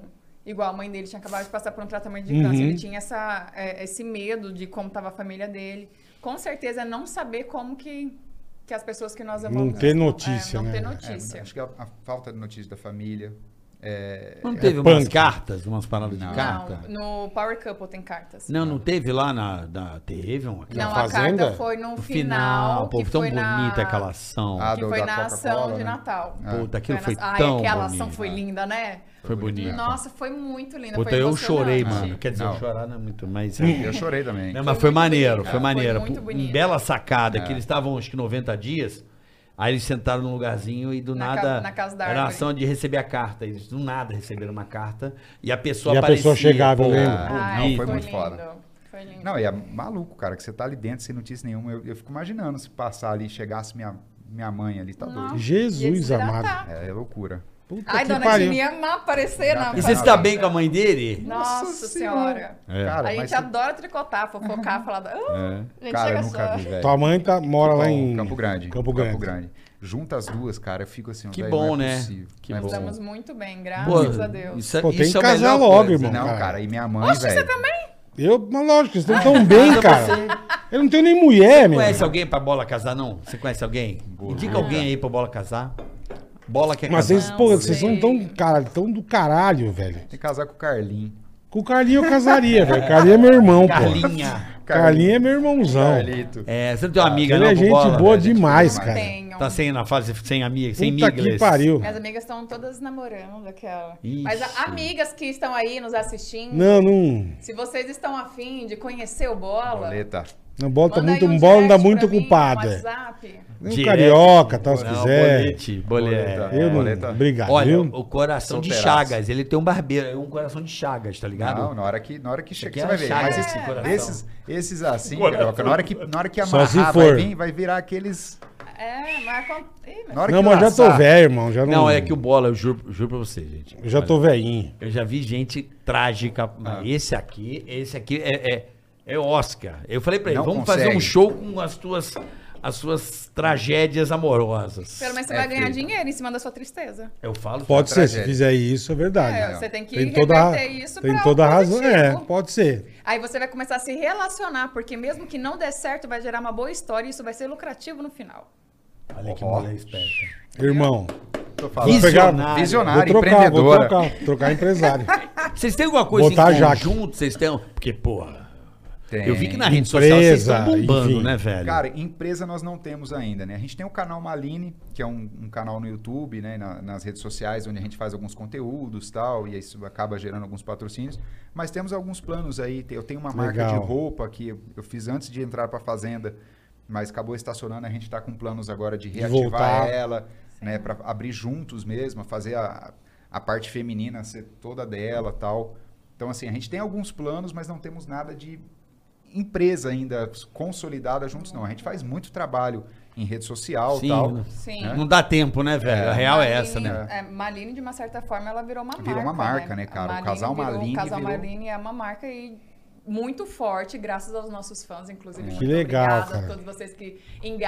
[SPEAKER 5] igual a mãe dele tinha acabado de passar por um tratamento de câncer,
[SPEAKER 3] Uhum.
[SPEAKER 5] ele tinha essa, é, esse medo de como estava a família dele. Com certeza, não saber como que, que as pessoas que nós amamos...
[SPEAKER 3] ter
[SPEAKER 5] estão.
[SPEAKER 3] notícia,
[SPEAKER 5] é, não
[SPEAKER 3] né?
[SPEAKER 5] ter
[SPEAKER 3] É,
[SPEAKER 4] É,
[SPEAKER 5] notícia.
[SPEAKER 4] acho que a, a falta de notícia da família. é,
[SPEAKER 2] Não teve umas
[SPEAKER 3] punk.
[SPEAKER 2] cartas, umas paradas de
[SPEAKER 4] Não.
[SPEAKER 2] carta? Não,
[SPEAKER 5] Não, no Power Couple tem cartas.
[SPEAKER 2] não, teve lá na. na teve uma
[SPEAKER 5] Não,
[SPEAKER 3] Na
[SPEAKER 5] a
[SPEAKER 3] Fazenda?
[SPEAKER 5] carta foi no,
[SPEAKER 2] No
[SPEAKER 5] final,
[SPEAKER 2] final, pô,
[SPEAKER 5] que
[SPEAKER 2] tão
[SPEAKER 5] foi
[SPEAKER 2] bonita
[SPEAKER 5] na...
[SPEAKER 2] aquela ação.
[SPEAKER 4] Ah,
[SPEAKER 5] Que
[SPEAKER 4] do-
[SPEAKER 5] foi
[SPEAKER 4] da
[SPEAKER 5] na
[SPEAKER 4] Coca-Cola,
[SPEAKER 5] ação de
[SPEAKER 4] né?
[SPEAKER 5] Natal.
[SPEAKER 2] Puta, aquilo foi
[SPEAKER 5] Ai,
[SPEAKER 2] tão
[SPEAKER 5] aquela
[SPEAKER 2] bonito.
[SPEAKER 5] ação foi linda, né?
[SPEAKER 2] Foi bonito.
[SPEAKER 5] Nossa, foi muito linda.
[SPEAKER 2] Puta,
[SPEAKER 5] foi
[SPEAKER 2] eu
[SPEAKER 5] emocionante.
[SPEAKER 2] chorei, mano.
[SPEAKER 5] Ah,
[SPEAKER 2] Quer dizer,
[SPEAKER 4] Não.
[SPEAKER 2] eu chorar não é muito, mas.
[SPEAKER 4] Eu chorei também.
[SPEAKER 2] Né, mas foi maneiro, foi
[SPEAKER 5] Foi
[SPEAKER 2] maneiro.
[SPEAKER 5] muito
[SPEAKER 2] Pô,
[SPEAKER 5] bonito.
[SPEAKER 2] Bela sacada, que eles estavam acho que 90 dias, aí eles sentaram num lugarzinho e do
[SPEAKER 5] Na
[SPEAKER 2] nada.
[SPEAKER 5] ca- na casa da
[SPEAKER 2] era a
[SPEAKER 5] árvore.
[SPEAKER 2] ação de receber a carta. Eles do nada receberam uma carta e a pessoa
[SPEAKER 3] E a
[SPEAKER 2] aparecia. Ah,
[SPEAKER 3] pessoa chegava, eu lembro.
[SPEAKER 2] bonito.
[SPEAKER 5] Ai,
[SPEAKER 4] não, foi muito foda.
[SPEAKER 5] lindo. Foi lindo.
[SPEAKER 4] Não, e é maluco, cara, que você tá ali dentro sem notícia nenhuma. Eu, eu fico imaginando se passar ali, chegasse minha, minha mãe ali, tá
[SPEAKER 5] É,
[SPEAKER 4] doido.
[SPEAKER 5] Ia
[SPEAKER 3] Jesus
[SPEAKER 5] desidratar.
[SPEAKER 3] amado.
[SPEAKER 4] É, é loucura.
[SPEAKER 3] Puta
[SPEAKER 5] Ai,
[SPEAKER 3] que
[SPEAKER 5] dona
[SPEAKER 3] pariu.
[SPEAKER 5] Tini ia aparecer na
[SPEAKER 2] E você está
[SPEAKER 5] fazenda.
[SPEAKER 2] bem com a mãe dele?
[SPEAKER 5] Nossa,
[SPEAKER 4] Nossa
[SPEAKER 5] senhora.
[SPEAKER 2] É.
[SPEAKER 4] Cara,
[SPEAKER 5] a gente
[SPEAKER 4] mas você-
[SPEAKER 5] adora tricotar, fofocar, falar. da- Ah, gente,
[SPEAKER 4] cara,
[SPEAKER 5] chega
[SPEAKER 4] eu nunca
[SPEAKER 5] só.
[SPEAKER 4] vi, velho.
[SPEAKER 3] Tua mãe tá, mora É. lá em
[SPEAKER 4] Campo Grande.
[SPEAKER 3] Campo Grande.
[SPEAKER 4] Junta as duas, cara, eu fico assim,
[SPEAKER 2] Que
[SPEAKER 4] velho,
[SPEAKER 2] bom,
[SPEAKER 4] não é
[SPEAKER 2] né?
[SPEAKER 4] possível,
[SPEAKER 2] Que
[SPEAKER 4] não é
[SPEAKER 2] bom.
[SPEAKER 4] possível.
[SPEAKER 5] Estamos muito bem,
[SPEAKER 3] Ah,
[SPEAKER 2] Pô,
[SPEAKER 5] graças a Deus.
[SPEAKER 2] Isso, é-
[SPEAKER 3] Pô, tem
[SPEAKER 2] isso é
[SPEAKER 3] que
[SPEAKER 2] o
[SPEAKER 3] casar
[SPEAKER 2] melhor
[SPEAKER 3] logo,
[SPEAKER 2] coisa. né?
[SPEAKER 3] irmão.
[SPEAKER 4] Não, cara. e minha mãe,
[SPEAKER 5] Oxe, você
[SPEAKER 4] velho.
[SPEAKER 5] também?
[SPEAKER 3] Eu, mas lógico, vocês estão tão bem, cara. Eu não tenho nem mulher, meu.
[SPEAKER 2] Conhece alguém pra bola casar, não? Você conhece alguém? Indica alguém aí pra bola casar. Bola quer
[SPEAKER 3] Mas
[SPEAKER 2] casar.
[SPEAKER 3] vocês, pô, vocês
[SPEAKER 5] sei.
[SPEAKER 3] são tão, cara, tão do caralho, velho.
[SPEAKER 4] Tem que casar com o Carlinho.
[SPEAKER 3] Com o Carlinho eu casaria, velho. O Carlinho é meu irmão, pô.
[SPEAKER 2] Carlinha.
[SPEAKER 3] Carlinho é meu irmãozão.
[SPEAKER 4] Carlito.
[SPEAKER 2] É, você não tem uma amiga,
[SPEAKER 3] Ele
[SPEAKER 2] não?
[SPEAKER 3] é
[SPEAKER 2] pro
[SPEAKER 3] gente
[SPEAKER 2] bola,
[SPEAKER 3] boa
[SPEAKER 2] velho?
[SPEAKER 3] demais,
[SPEAKER 4] Não
[SPEAKER 3] cara.
[SPEAKER 5] Tenham.
[SPEAKER 2] Tá sem na fase, sem amiga, sem
[SPEAKER 3] Puta que
[SPEAKER 2] migles.
[SPEAKER 3] pariu.
[SPEAKER 5] Minhas amigas estão todas namorando aquela.
[SPEAKER 2] Ixi.
[SPEAKER 5] Mas a- amigas que estão aí nos assistindo,
[SPEAKER 3] Não, não.
[SPEAKER 5] se vocês estão afim de conhecer o Bola,
[SPEAKER 4] Boleta.
[SPEAKER 3] Não bota
[SPEAKER 5] manda
[SPEAKER 3] muito,
[SPEAKER 5] aí um
[SPEAKER 3] bola não dá
[SPEAKER 5] direct
[SPEAKER 3] muito
[SPEAKER 5] pra mim no
[SPEAKER 3] ocupada.
[SPEAKER 5] WhatsApp.
[SPEAKER 3] Nem um
[SPEAKER 2] Direct.
[SPEAKER 3] carioca, tal, se
[SPEAKER 2] Não,
[SPEAKER 3] quiser.
[SPEAKER 2] Bolete, bolete.
[SPEAKER 4] Boleta.
[SPEAKER 3] Eu não.
[SPEAKER 4] Boleta.
[SPEAKER 3] Obrigado,
[SPEAKER 2] Olha,
[SPEAKER 3] viu?
[SPEAKER 2] o coração de
[SPEAKER 4] Solteiraço.
[SPEAKER 2] Chagas, ele tem um barbeiro, é um coração de Chagas, tá ligado?
[SPEAKER 4] Não, na hora que, na hora que chega,
[SPEAKER 2] aqui
[SPEAKER 4] você
[SPEAKER 2] é
[SPEAKER 4] vai ver.
[SPEAKER 2] chaga
[SPEAKER 4] Mas
[SPEAKER 2] esse
[SPEAKER 4] esse-
[SPEAKER 2] coração.
[SPEAKER 4] esses, esses assim, Carioca, na hora que, na hora que
[SPEAKER 3] Só se
[SPEAKER 4] amarrar,
[SPEAKER 3] for.
[SPEAKER 4] vai, vir, vai virar aqueles...
[SPEAKER 5] É, mas... acon- Ih, mas-
[SPEAKER 4] Na hora
[SPEAKER 3] Não,
[SPEAKER 4] que
[SPEAKER 3] mas já tô
[SPEAKER 4] laçar.
[SPEAKER 3] velho, irmão. Já não,
[SPEAKER 2] Não, é que o Bola, eu juro, juro pra você, gente.
[SPEAKER 3] Eu já tô velhinho.
[SPEAKER 2] Eu já vi gente trágica. mas Esse aqui, esse aqui é, é, é Oscar. Eu falei pra ele,
[SPEAKER 4] Não
[SPEAKER 2] vamos fazer
[SPEAKER 4] consegue.
[SPEAKER 2] um show com as tuas, as suas tragédias amorosas.
[SPEAKER 5] Pelo menos você
[SPEAKER 4] É
[SPEAKER 5] vai ganhar
[SPEAKER 4] feio.
[SPEAKER 5] dinheiro em cima da sua tristeza.
[SPEAKER 2] Eu falo.
[SPEAKER 3] Pode ser, se
[SPEAKER 4] tragédia.
[SPEAKER 3] fizer isso, é
[SPEAKER 4] Ah,
[SPEAKER 3] verdade.
[SPEAKER 5] É, você tem que
[SPEAKER 3] tem toda, a-
[SPEAKER 5] reverter isso
[SPEAKER 3] tem
[SPEAKER 5] pra
[SPEAKER 3] toda a
[SPEAKER 5] algo
[SPEAKER 3] razão. É,
[SPEAKER 5] positivo.
[SPEAKER 3] pode ser.
[SPEAKER 5] Aí você vai começar a se relacionar, porque mesmo que não dê certo, vai gerar uma boa história e isso vai ser lucrativo no final.
[SPEAKER 2] Olha que
[SPEAKER 4] Ó.
[SPEAKER 2] mulher esperta.
[SPEAKER 3] Irmão,
[SPEAKER 4] Tô
[SPEAKER 3] vou
[SPEAKER 4] falando.
[SPEAKER 3] pegar-
[SPEAKER 2] Visionário.
[SPEAKER 4] Visionário,
[SPEAKER 3] vou trocar, vou
[SPEAKER 4] empreendedora.
[SPEAKER 3] trocar, trocar empresário.
[SPEAKER 2] Vocês têm alguma coisa
[SPEAKER 3] Botar a
[SPEAKER 2] em
[SPEAKER 3] Jaque.
[SPEAKER 2] conjunto? Vocês têm. um- Porque, porra.
[SPEAKER 4] Tem.
[SPEAKER 2] Eu vi que na rede social vocês
[SPEAKER 3] Empresa,
[SPEAKER 2] estão bombando,
[SPEAKER 3] enfim.
[SPEAKER 2] né, velho?
[SPEAKER 4] Cara, empresa nós não temos ainda, né? A gente tem o canal Maline, que é um, um canal no YouTube, né? na- nas redes sociais, onde a gente faz alguns conteúdos tal, e isso acaba gerando alguns patrocínios. Mas temos alguns planos aí. Tem- Eu tenho uma marca
[SPEAKER 3] Legal.
[SPEAKER 4] de roupa que eu- eu fiz antes de entrar para fazenda, mas acabou estacionando. A gente está com planos agora de reativar
[SPEAKER 3] voltar.
[SPEAKER 4] ela, né? Para abrir juntos mesmo, fazer a, a parte feminina ser toda dela tal. Então, assim, a gente tem alguns planos, mas não temos nada de empresa ainda consolidada juntos, não. A gente faz muito trabalho em rede social
[SPEAKER 2] Sim,
[SPEAKER 4] e tal.
[SPEAKER 2] né?
[SPEAKER 5] Sim.
[SPEAKER 4] É.
[SPEAKER 2] Não dá tempo, né, velho? A real é essa, né?
[SPEAKER 5] Maline, é, Maline, de uma certa forma, ela virou uma marca.
[SPEAKER 4] Virou uma marca, né,
[SPEAKER 5] A
[SPEAKER 4] cara? O casal Maline
[SPEAKER 5] O casal
[SPEAKER 4] virou-
[SPEAKER 5] Maline é uma marca e muito forte, graças aos nossos fãs, inclusive.
[SPEAKER 3] Que legal,
[SPEAKER 5] obrigada
[SPEAKER 3] cara.
[SPEAKER 5] a todos vocês que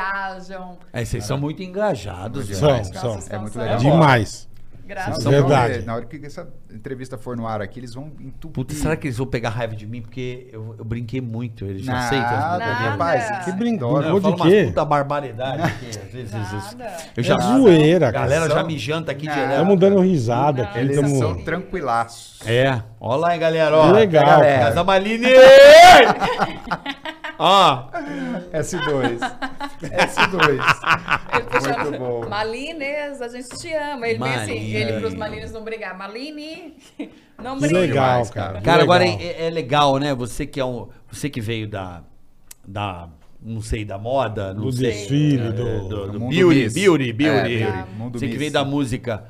[SPEAKER 5] engajam.
[SPEAKER 2] É, vocês são muito engajados,
[SPEAKER 4] Muito
[SPEAKER 2] velho.
[SPEAKER 3] São,
[SPEAKER 5] Nossos
[SPEAKER 3] são.
[SPEAKER 5] fãs
[SPEAKER 4] É muito
[SPEAKER 5] são-
[SPEAKER 4] legal.
[SPEAKER 3] Demais.
[SPEAKER 5] Graças
[SPEAKER 3] São Verdade.
[SPEAKER 4] Então, Na hora que essa entrevista for no ar aqui, eles vão entupir.
[SPEAKER 2] Puta, será que eles vão pegar raiva de mim? Porque eu, eu brinquei muito. Eles já
[SPEAKER 4] Nada,
[SPEAKER 2] aceitam as
[SPEAKER 5] brincadeiras?
[SPEAKER 4] rapaz.
[SPEAKER 5] Que
[SPEAKER 3] brin-
[SPEAKER 4] dó, né?
[SPEAKER 2] Não, eu
[SPEAKER 3] Ou de
[SPEAKER 2] falo
[SPEAKER 3] quê?
[SPEAKER 2] umas puta barbaridade aqui, às vezes.
[SPEAKER 5] Nada.
[SPEAKER 2] Eu
[SPEAKER 3] É zoeira,
[SPEAKER 2] a
[SPEAKER 3] cara.
[SPEAKER 2] galera já me janta aqui
[SPEAKER 4] Nada.
[SPEAKER 2] direto.
[SPEAKER 3] Estamos dando risada aqui.
[SPEAKER 4] Eles
[SPEAKER 3] tamo-
[SPEAKER 4] são tranquilaços.
[SPEAKER 2] Então, É. Ó lá, hein, galera. Ó.
[SPEAKER 3] Legal,
[SPEAKER 2] Galera,
[SPEAKER 3] cara.
[SPEAKER 2] Casa Maline! ó.
[SPEAKER 4] S2. Esses dois.
[SPEAKER 5] Ele fechando.
[SPEAKER 4] Muito bom.
[SPEAKER 5] Malines, a gente te ama. Ele vem assim,
[SPEAKER 2] Maline.
[SPEAKER 5] ele pros Malines não brigar. Maline, não
[SPEAKER 3] Que
[SPEAKER 5] briga.
[SPEAKER 3] legal,
[SPEAKER 4] demais,
[SPEAKER 3] cara.
[SPEAKER 4] cara.
[SPEAKER 3] que
[SPEAKER 2] Cara, agora
[SPEAKER 3] legal.
[SPEAKER 2] é, é legal, né? Você que é um, você que veio da da não sei da moda, não
[SPEAKER 3] Do
[SPEAKER 2] sei,
[SPEAKER 3] desfile,
[SPEAKER 2] é,
[SPEAKER 3] do-
[SPEAKER 2] do, do
[SPEAKER 4] Mundo
[SPEAKER 2] beauty,
[SPEAKER 4] Miss.
[SPEAKER 2] beauty, beauty,
[SPEAKER 4] É,
[SPEAKER 2] beauty.
[SPEAKER 4] Mundo
[SPEAKER 2] Você que
[SPEAKER 4] Miss.
[SPEAKER 2] veio da música.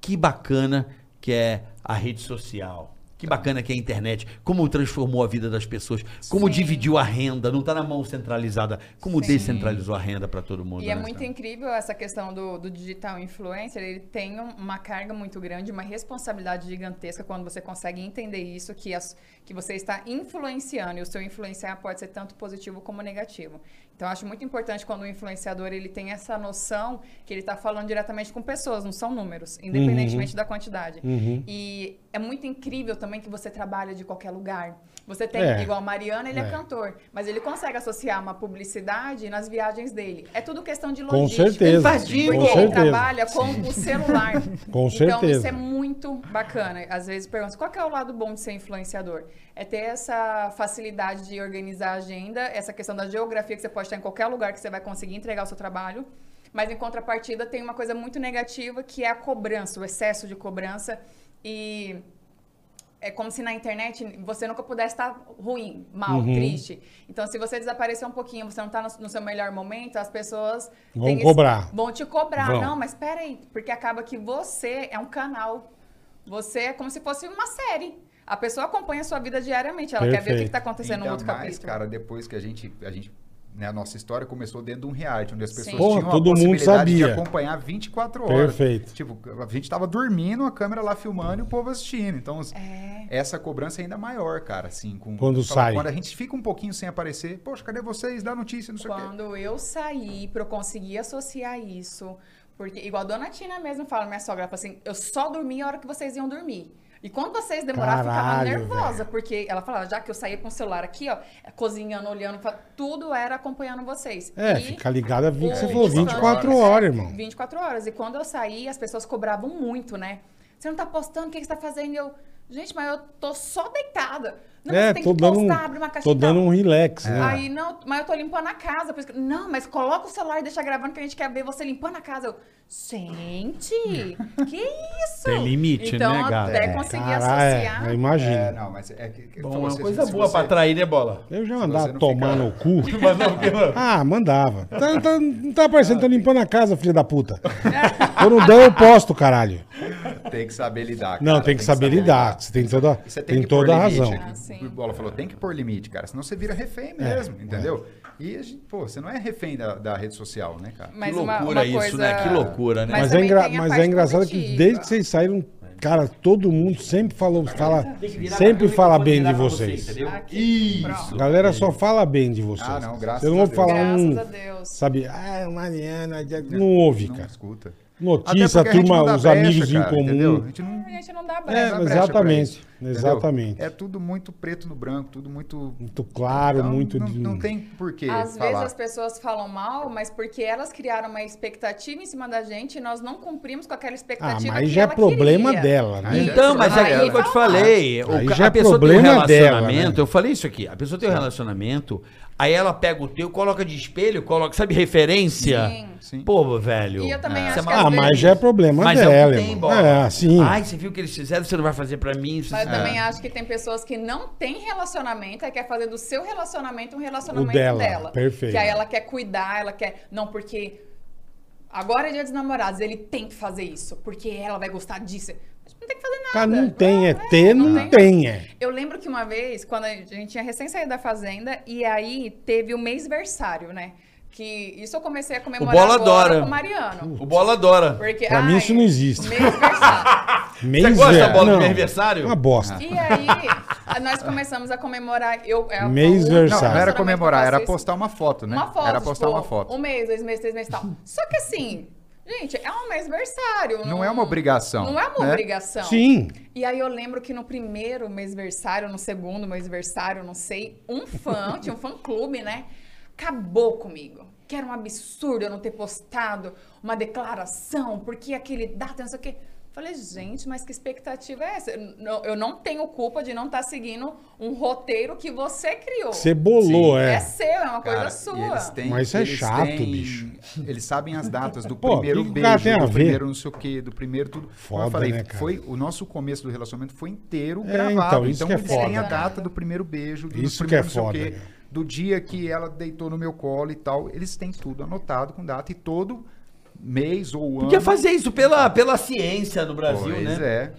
[SPEAKER 2] Que bacana que é a rede social. Que bacana que é a internet, como transformou a vida das pessoas, como dividiu a renda, não tá na mão centralizada, como descentralizou a renda para todo mundo.
[SPEAKER 5] E é
[SPEAKER 2] né?
[SPEAKER 5] muito incrível essa questão do, do digital influencer. Ele tem um- uma carga muito grande, uma responsabilidade gigantesca quando você consegue entender isso, que, as- que você está influenciando. E o seu influenciar pode ser tanto positivo como negativo. Então, eu acho muito importante quando o influenciador ele tem essa noção que ele está falando diretamente com pessoas, não são números, independentemente da quantidade. E é muito incrível também que você trabalha de qualquer lugar. Você tem,
[SPEAKER 3] É.
[SPEAKER 5] igual a Mariana, ele é,
[SPEAKER 3] É.
[SPEAKER 5] cantor, mas ele consegue associar uma publicidade nas viagens dele. É tudo questão de
[SPEAKER 3] Com
[SPEAKER 5] logística.
[SPEAKER 3] certeza,
[SPEAKER 5] Ele faz
[SPEAKER 3] com
[SPEAKER 5] dinheiro,
[SPEAKER 3] certeza.
[SPEAKER 5] Ele trabalha com o celular.
[SPEAKER 3] Com
[SPEAKER 5] então, isso
[SPEAKER 3] certeza.
[SPEAKER 5] é muito bacana. Às vezes perguntam, qual que é o lado bom de ser influenciador? É ter essa facilidade de organizar a agenda, essa questão da geografia, que você pode estar em qualquer lugar que você vai conseguir entregar o seu trabalho. Mas, em contrapartida, tem uma coisa muito negativa, que é a cobrança, o excesso de cobrança. E é como se na internet você nunca pudesse estar ruim, mal,
[SPEAKER 3] Uhum.
[SPEAKER 5] triste. Então, se você desaparecer um pouquinho, você não está no, no seu melhor momento, as pessoas...
[SPEAKER 3] Vão
[SPEAKER 5] têm esse-
[SPEAKER 3] cobrar.
[SPEAKER 5] vão te cobrar.
[SPEAKER 3] Vão.
[SPEAKER 5] Não, mas peraí, porque acaba que você é um canal. Você é como se fosse uma série. A pessoa acompanha a sua vida diariamente. Ela quer ver o que
[SPEAKER 3] Perfeito.
[SPEAKER 5] está acontecendo no
[SPEAKER 4] Ainda
[SPEAKER 5] outro
[SPEAKER 4] mais,
[SPEAKER 5] capítulo.
[SPEAKER 4] cara, depois que a gente... A gente né, a nossa história começou dentro de um reality, onde as
[SPEAKER 5] Sim.
[SPEAKER 4] pessoas
[SPEAKER 3] Porra,
[SPEAKER 4] tinham
[SPEAKER 3] todo
[SPEAKER 4] a
[SPEAKER 3] mundo
[SPEAKER 4] possibilidade de
[SPEAKER 3] sabia.
[SPEAKER 4] acompanhar 24 horas.
[SPEAKER 3] Perfeito.
[SPEAKER 4] Tipo, a gente tava dormindo, a câmera lá filmando e o povo assistindo. Então, os-
[SPEAKER 5] É.
[SPEAKER 4] essa cobrança é ainda maior, cara, assim. Com,
[SPEAKER 3] Quando
[SPEAKER 4] com-
[SPEAKER 3] sai.
[SPEAKER 4] Quando a gente fica um pouquinho sem aparecer, poxa, cadê vocês? Dá notícia, não sei o quê.
[SPEAKER 5] Quando eu saí pra eu conseguir associar isso, porque igual a dona Tina mesmo fala, minha sogra, ela fala assim, eu só dormi a hora que vocês iam dormir. E quando vocês demoravam, eu ficava
[SPEAKER 3] Caralho,
[SPEAKER 5] nervosa,
[SPEAKER 3] velho.
[SPEAKER 5] porque ela falava, já que eu saía com o celular aqui, ó, é, cozinhando, olhando, fa- tudo era acompanhando vocês.
[SPEAKER 3] É,
[SPEAKER 5] E
[SPEAKER 3] fica ligado a vi- que você
[SPEAKER 5] o
[SPEAKER 3] falou,
[SPEAKER 5] descanso-
[SPEAKER 3] 24 horas, irmão.
[SPEAKER 5] 24 horas. E quando eu saí, as pessoas cobravam muito, né? Você não tá postando, o que, que você tá fazendo? E eu, gente, mas eu tô só deitada. Não, mas
[SPEAKER 3] É,
[SPEAKER 5] você tem
[SPEAKER 3] tô
[SPEAKER 5] que
[SPEAKER 3] dando, um,
[SPEAKER 5] postar, abre uma caixinha.
[SPEAKER 3] tô dando um relax,
[SPEAKER 2] É.
[SPEAKER 3] né?
[SPEAKER 5] Aí, não, mas eu tô limpando a casa. Por isso que- não, mas coloca o celular e deixa gravando que a gente quer ver você limpando a casa. Eu, gente, que isso?
[SPEAKER 2] Tem limite,
[SPEAKER 5] então,
[SPEAKER 2] né, gata?
[SPEAKER 5] até
[SPEAKER 2] É.
[SPEAKER 5] conseguir
[SPEAKER 3] Caralho,
[SPEAKER 5] associar.
[SPEAKER 3] eu imagino.
[SPEAKER 4] É, não, mas é que... que
[SPEAKER 2] Bom,
[SPEAKER 4] pra
[SPEAKER 2] é uma
[SPEAKER 4] você-
[SPEAKER 2] coisa
[SPEAKER 4] se
[SPEAKER 2] boa
[SPEAKER 4] você-
[SPEAKER 2] pra atrair, né, bola?
[SPEAKER 3] Eu já
[SPEAKER 4] você
[SPEAKER 3] mandava
[SPEAKER 4] não
[SPEAKER 3] tomar
[SPEAKER 4] fica-
[SPEAKER 3] no cu.
[SPEAKER 2] Mas não, porque-
[SPEAKER 3] Ah, mandava. Tá- tá- não tá aparecendo, tá limpando a casa, filha da puta. Quando der, eu posto, caralho.
[SPEAKER 4] Tem que saber lidar,
[SPEAKER 3] Não,
[SPEAKER 4] cara,
[SPEAKER 3] tem que saber lidar. Você tem toda,
[SPEAKER 4] E Você
[SPEAKER 3] tem
[SPEAKER 4] que
[SPEAKER 3] toda
[SPEAKER 4] pôr
[SPEAKER 3] a
[SPEAKER 4] limite,
[SPEAKER 3] razão. É,
[SPEAKER 4] é que
[SPEAKER 5] Ah, sim.
[SPEAKER 4] O Bola falou, tem que pôr limite, cara, senão você vira refém mesmo, entendeu? E, a gente, pô, você não é refém da, da rede social, né, cara?
[SPEAKER 5] Mas
[SPEAKER 2] que
[SPEAKER 5] uma-
[SPEAKER 2] loucura
[SPEAKER 5] uma
[SPEAKER 2] isso,
[SPEAKER 5] coisa-
[SPEAKER 2] né? Que loucura, né?
[SPEAKER 5] Mas
[SPEAKER 3] Mas, é,
[SPEAKER 5] também
[SPEAKER 3] engra-
[SPEAKER 5] tem a
[SPEAKER 3] mas
[SPEAKER 5] parte
[SPEAKER 3] é engraçado que
[SPEAKER 5] competitiva.
[SPEAKER 3] desde que vocês saíram, cara, todo mundo sempre falou, fala, sempre fala bem de vocês.
[SPEAKER 5] tá Aqui, pronto.
[SPEAKER 3] A
[SPEAKER 2] É.
[SPEAKER 3] galera só fala bem de vocês.
[SPEAKER 4] Ah, não, graças
[SPEAKER 3] Eu não vou
[SPEAKER 4] a Deus.
[SPEAKER 3] falar um,
[SPEAKER 5] Graças a Deus.
[SPEAKER 3] sabe, ah, Mariana, não ouve,
[SPEAKER 4] Não
[SPEAKER 3] cara.
[SPEAKER 4] escuta.
[SPEAKER 3] Notícia, a
[SPEAKER 4] Até porque gente não
[SPEAKER 3] turma,
[SPEAKER 4] dá
[SPEAKER 3] os
[SPEAKER 4] brecha,
[SPEAKER 3] amigos em
[SPEAKER 4] cara, entendeu?
[SPEAKER 3] comum.
[SPEAKER 4] A gente não
[SPEAKER 5] A gente não dá né?
[SPEAKER 3] É,
[SPEAKER 5] brecha.
[SPEAKER 4] dá
[SPEAKER 3] mas
[SPEAKER 4] brecha pra
[SPEAKER 3] exatamente,
[SPEAKER 4] isso, entendeu?
[SPEAKER 3] exatamente.
[SPEAKER 4] É tudo muito preto no branco, tudo muito...
[SPEAKER 3] Muito claro,
[SPEAKER 4] Então,
[SPEAKER 3] muito...
[SPEAKER 4] Não,
[SPEAKER 3] de-
[SPEAKER 4] não tem por que
[SPEAKER 5] Às vezes
[SPEAKER 4] falar.
[SPEAKER 5] as pessoas falam mal, mas porque elas criaram uma expectativa em cima da gente e nós não cumprimos com aquela
[SPEAKER 3] Ah,
[SPEAKER 5] expectativa.
[SPEAKER 3] mas
[SPEAKER 5] que
[SPEAKER 3] já é
[SPEAKER 5] ela
[SPEAKER 3] problema
[SPEAKER 5] queria.
[SPEAKER 3] dela, né?
[SPEAKER 4] Aí já
[SPEAKER 2] Então,
[SPEAKER 4] é
[SPEAKER 2] mas é
[SPEAKER 5] problema
[SPEAKER 2] aquilo que eu te
[SPEAKER 5] dela.
[SPEAKER 2] falei. O
[SPEAKER 3] Aí
[SPEAKER 2] ca-
[SPEAKER 3] já é
[SPEAKER 2] a pessoa tem um
[SPEAKER 3] problema dela,
[SPEAKER 2] relacionamento.
[SPEAKER 3] né?
[SPEAKER 2] Eu falei isso aqui. A pessoa tem um relacionamento, aí ela pega o teu, coloca de espelho, coloca, sabe, referência.
[SPEAKER 5] Sim.
[SPEAKER 4] Sim.
[SPEAKER 2] Pô, velho.
[SPEAKER 5] E eu também acho
[SPEAKER 2] Isso é
[SPEAKER 5] que
[SPEAKER 2] maravilhoso.
[SPEAKER 3] Ah,
[SPEAKER 5] às
[SPEAKER 3] mas
[SPEAKER 5] vezes-
[SPEAKER 3] já é problema
[SPEAKER 2] Mas é o que
[SPEAKER 3] dela,
[SPEAKER 2] tem,
[SPEAKER 3] irmão.
[SPEAKER 2] bola.
[SPEAKER 3] É, assim.
[SPEAKER 2] Ai, você viu o que eles fizeram, você não vai fazer pra mim.
[SPEAKER 5] Mas eu
[SPEAKER 3] É.
[SPEAKER 2] você-
[SPEAKER 5] também acho que tem pessoas que não têm relacionamento, aí quer fazer do seu relacionamento um relacionamento
[SPEAKER 3] O dela,
[SPEAKER 5] dela.
[SPEAKER 3] perfeito.
[SPEAKER 5] Que aí ela quer cuidar, ela quer. Não, porque agora é dia dos namorados, ele tem que fazer isso, porque ela vai gostar disso. Mas Não tem que fazer nada.
[SPEAKER 3] Cara, não tem, é ter,
[SPEAKER 5] é,
[SPEAKER 3] não tem, é.
[SPEAKER 5] Eu lembro que uma vez, quando a gente tinha recém saído da fazenda, e aí teve o mêsversário, né? Que isso eu comecei a comemorar
[SPEAKER 2] Bola
[SPEAKER 5] agora
[SPEAKER 2] adora.
[SPEAKER 5] com o Mariano.
[SPEAKER 2] O Bola adora.
[SPEAKER 5] Porque,
[SPEAKER 3] Pra mim isso não existe.
[SPEAKER 5] mêsversário.
[SPEAKER 3] Mês é,
[SPEAKER 2] gosta da bola do
[SPEAKER 3] não. É
[SPEAKER 2] mêsversário?
[SPEAKER 3] Uma bosta.
[SPEAKER 5] E aí, a- nós começamos a comemorar. Eu, é,
[SPEAKER 3] Mês
[SPEAKER 5] o-
[SPEAKER 3] versário.
[SPEAKER 4] Não, não era
[SPEAKER 5] relacionamento
[SPEAKER 4] comemorar,
[SPEAKER 5] que eu
[SPEAKER 4] era
[SPEAKER 5] faço isso.
[SPEAKER 4] postar uma foto, né?
[SPEAKER 5] Uma foto.
[SPEAKER 4] Era postar
[SPEAKER 5] tipo,
[SPEAKER 4] uma foto.
[SPEAKER 5] Um mês, dois meses, três meses e tal. Só que assim, gente, é um mês versário.
[SPEAKER 4] Não é uma obrigação,
[SPEAKER 5] Não é uma
[SPEAKER 4] né?
[SPEAKER 5] obrigação.
[SPEAKER 3] Sim.
[SPEAKER 5] E aí eu lembro que no primeiro mêsversário, no segundo mêsversário, não sei, um fã, tinha um fã-clube, né? Acabou comigo. Que era um absurdo eu não ter postado uma declaração, porque aquele data, não sei o quê. Falei, gente, mas que expectativa é essa? Eu não, eu não tenho culpa de não estar seguindo um roteiro que você criou.
[SPEAKER 3] Você bolou,
[SPEAKER 5] é.
[SPEAKER 3] é.
[SPEAKER 5] seu, é uma coisa
[SPEAKER 4] Cara, e
[SPEAKER 5] sua.
[SPEAKER 4] eles têm-
[SPEAKER 3] Mas isso é
[SPEAKER 4] eles
[SPEAKER 3] chato,
[SPEAKER 4] têm-
[SPEAKER 3] bicho.
[SPEAKER 4] Eles sabem as datas do
[SPEAKER 3] Pô,
[SPEAKER 4] primeiro
[SPEAKER 3] o que que o cara
[SPEAKER 4] beijo,
[SPEAKER 3] tem a
[SPEAKER 4] do
[SPEAKER 3] ver?
[SPEAKER 4] primeiro não sei o quê, do primeiro tudo. Como
[SPEAKER 3] Foda,
[SPEAKER 4] eu falei,
[SPEAKER 3] né, cara?
[SPEAKER 4] foi o nosso começo do relacionamento foi inteiro
[SPEAKER 3] É,
[SPEAKER 4] gravado.
[SPEAKER 3] então,
[SPEAKER 4] Então,
[SPEAKER 3] isso que é
[SPEAKER 4] eles
[SPEAKER 5] foda.
[SPEAKER 4] têm a data do primeiro beijo, do
[SPEAKER 3] Isso
[SPEAKER 4] primeiro
[SPEAKER 3] que é
[SPEAKER 4] não sei o
[SPEAKER 3] foda,
[SPEAKER 4] quê,
[SPEAKER 3] cara.
[SPEAKER 4] do dia que ela deitou no meu colo e tal. Eles têm tudo anotado com data e todo mês ou ano.
[SPEAKER 2] Podia fazer isso pela, pela ciência do é Brasil,
[SPEAKER 4] Pois
[SPEAKER 2] né?
[SPEAKER 4] é.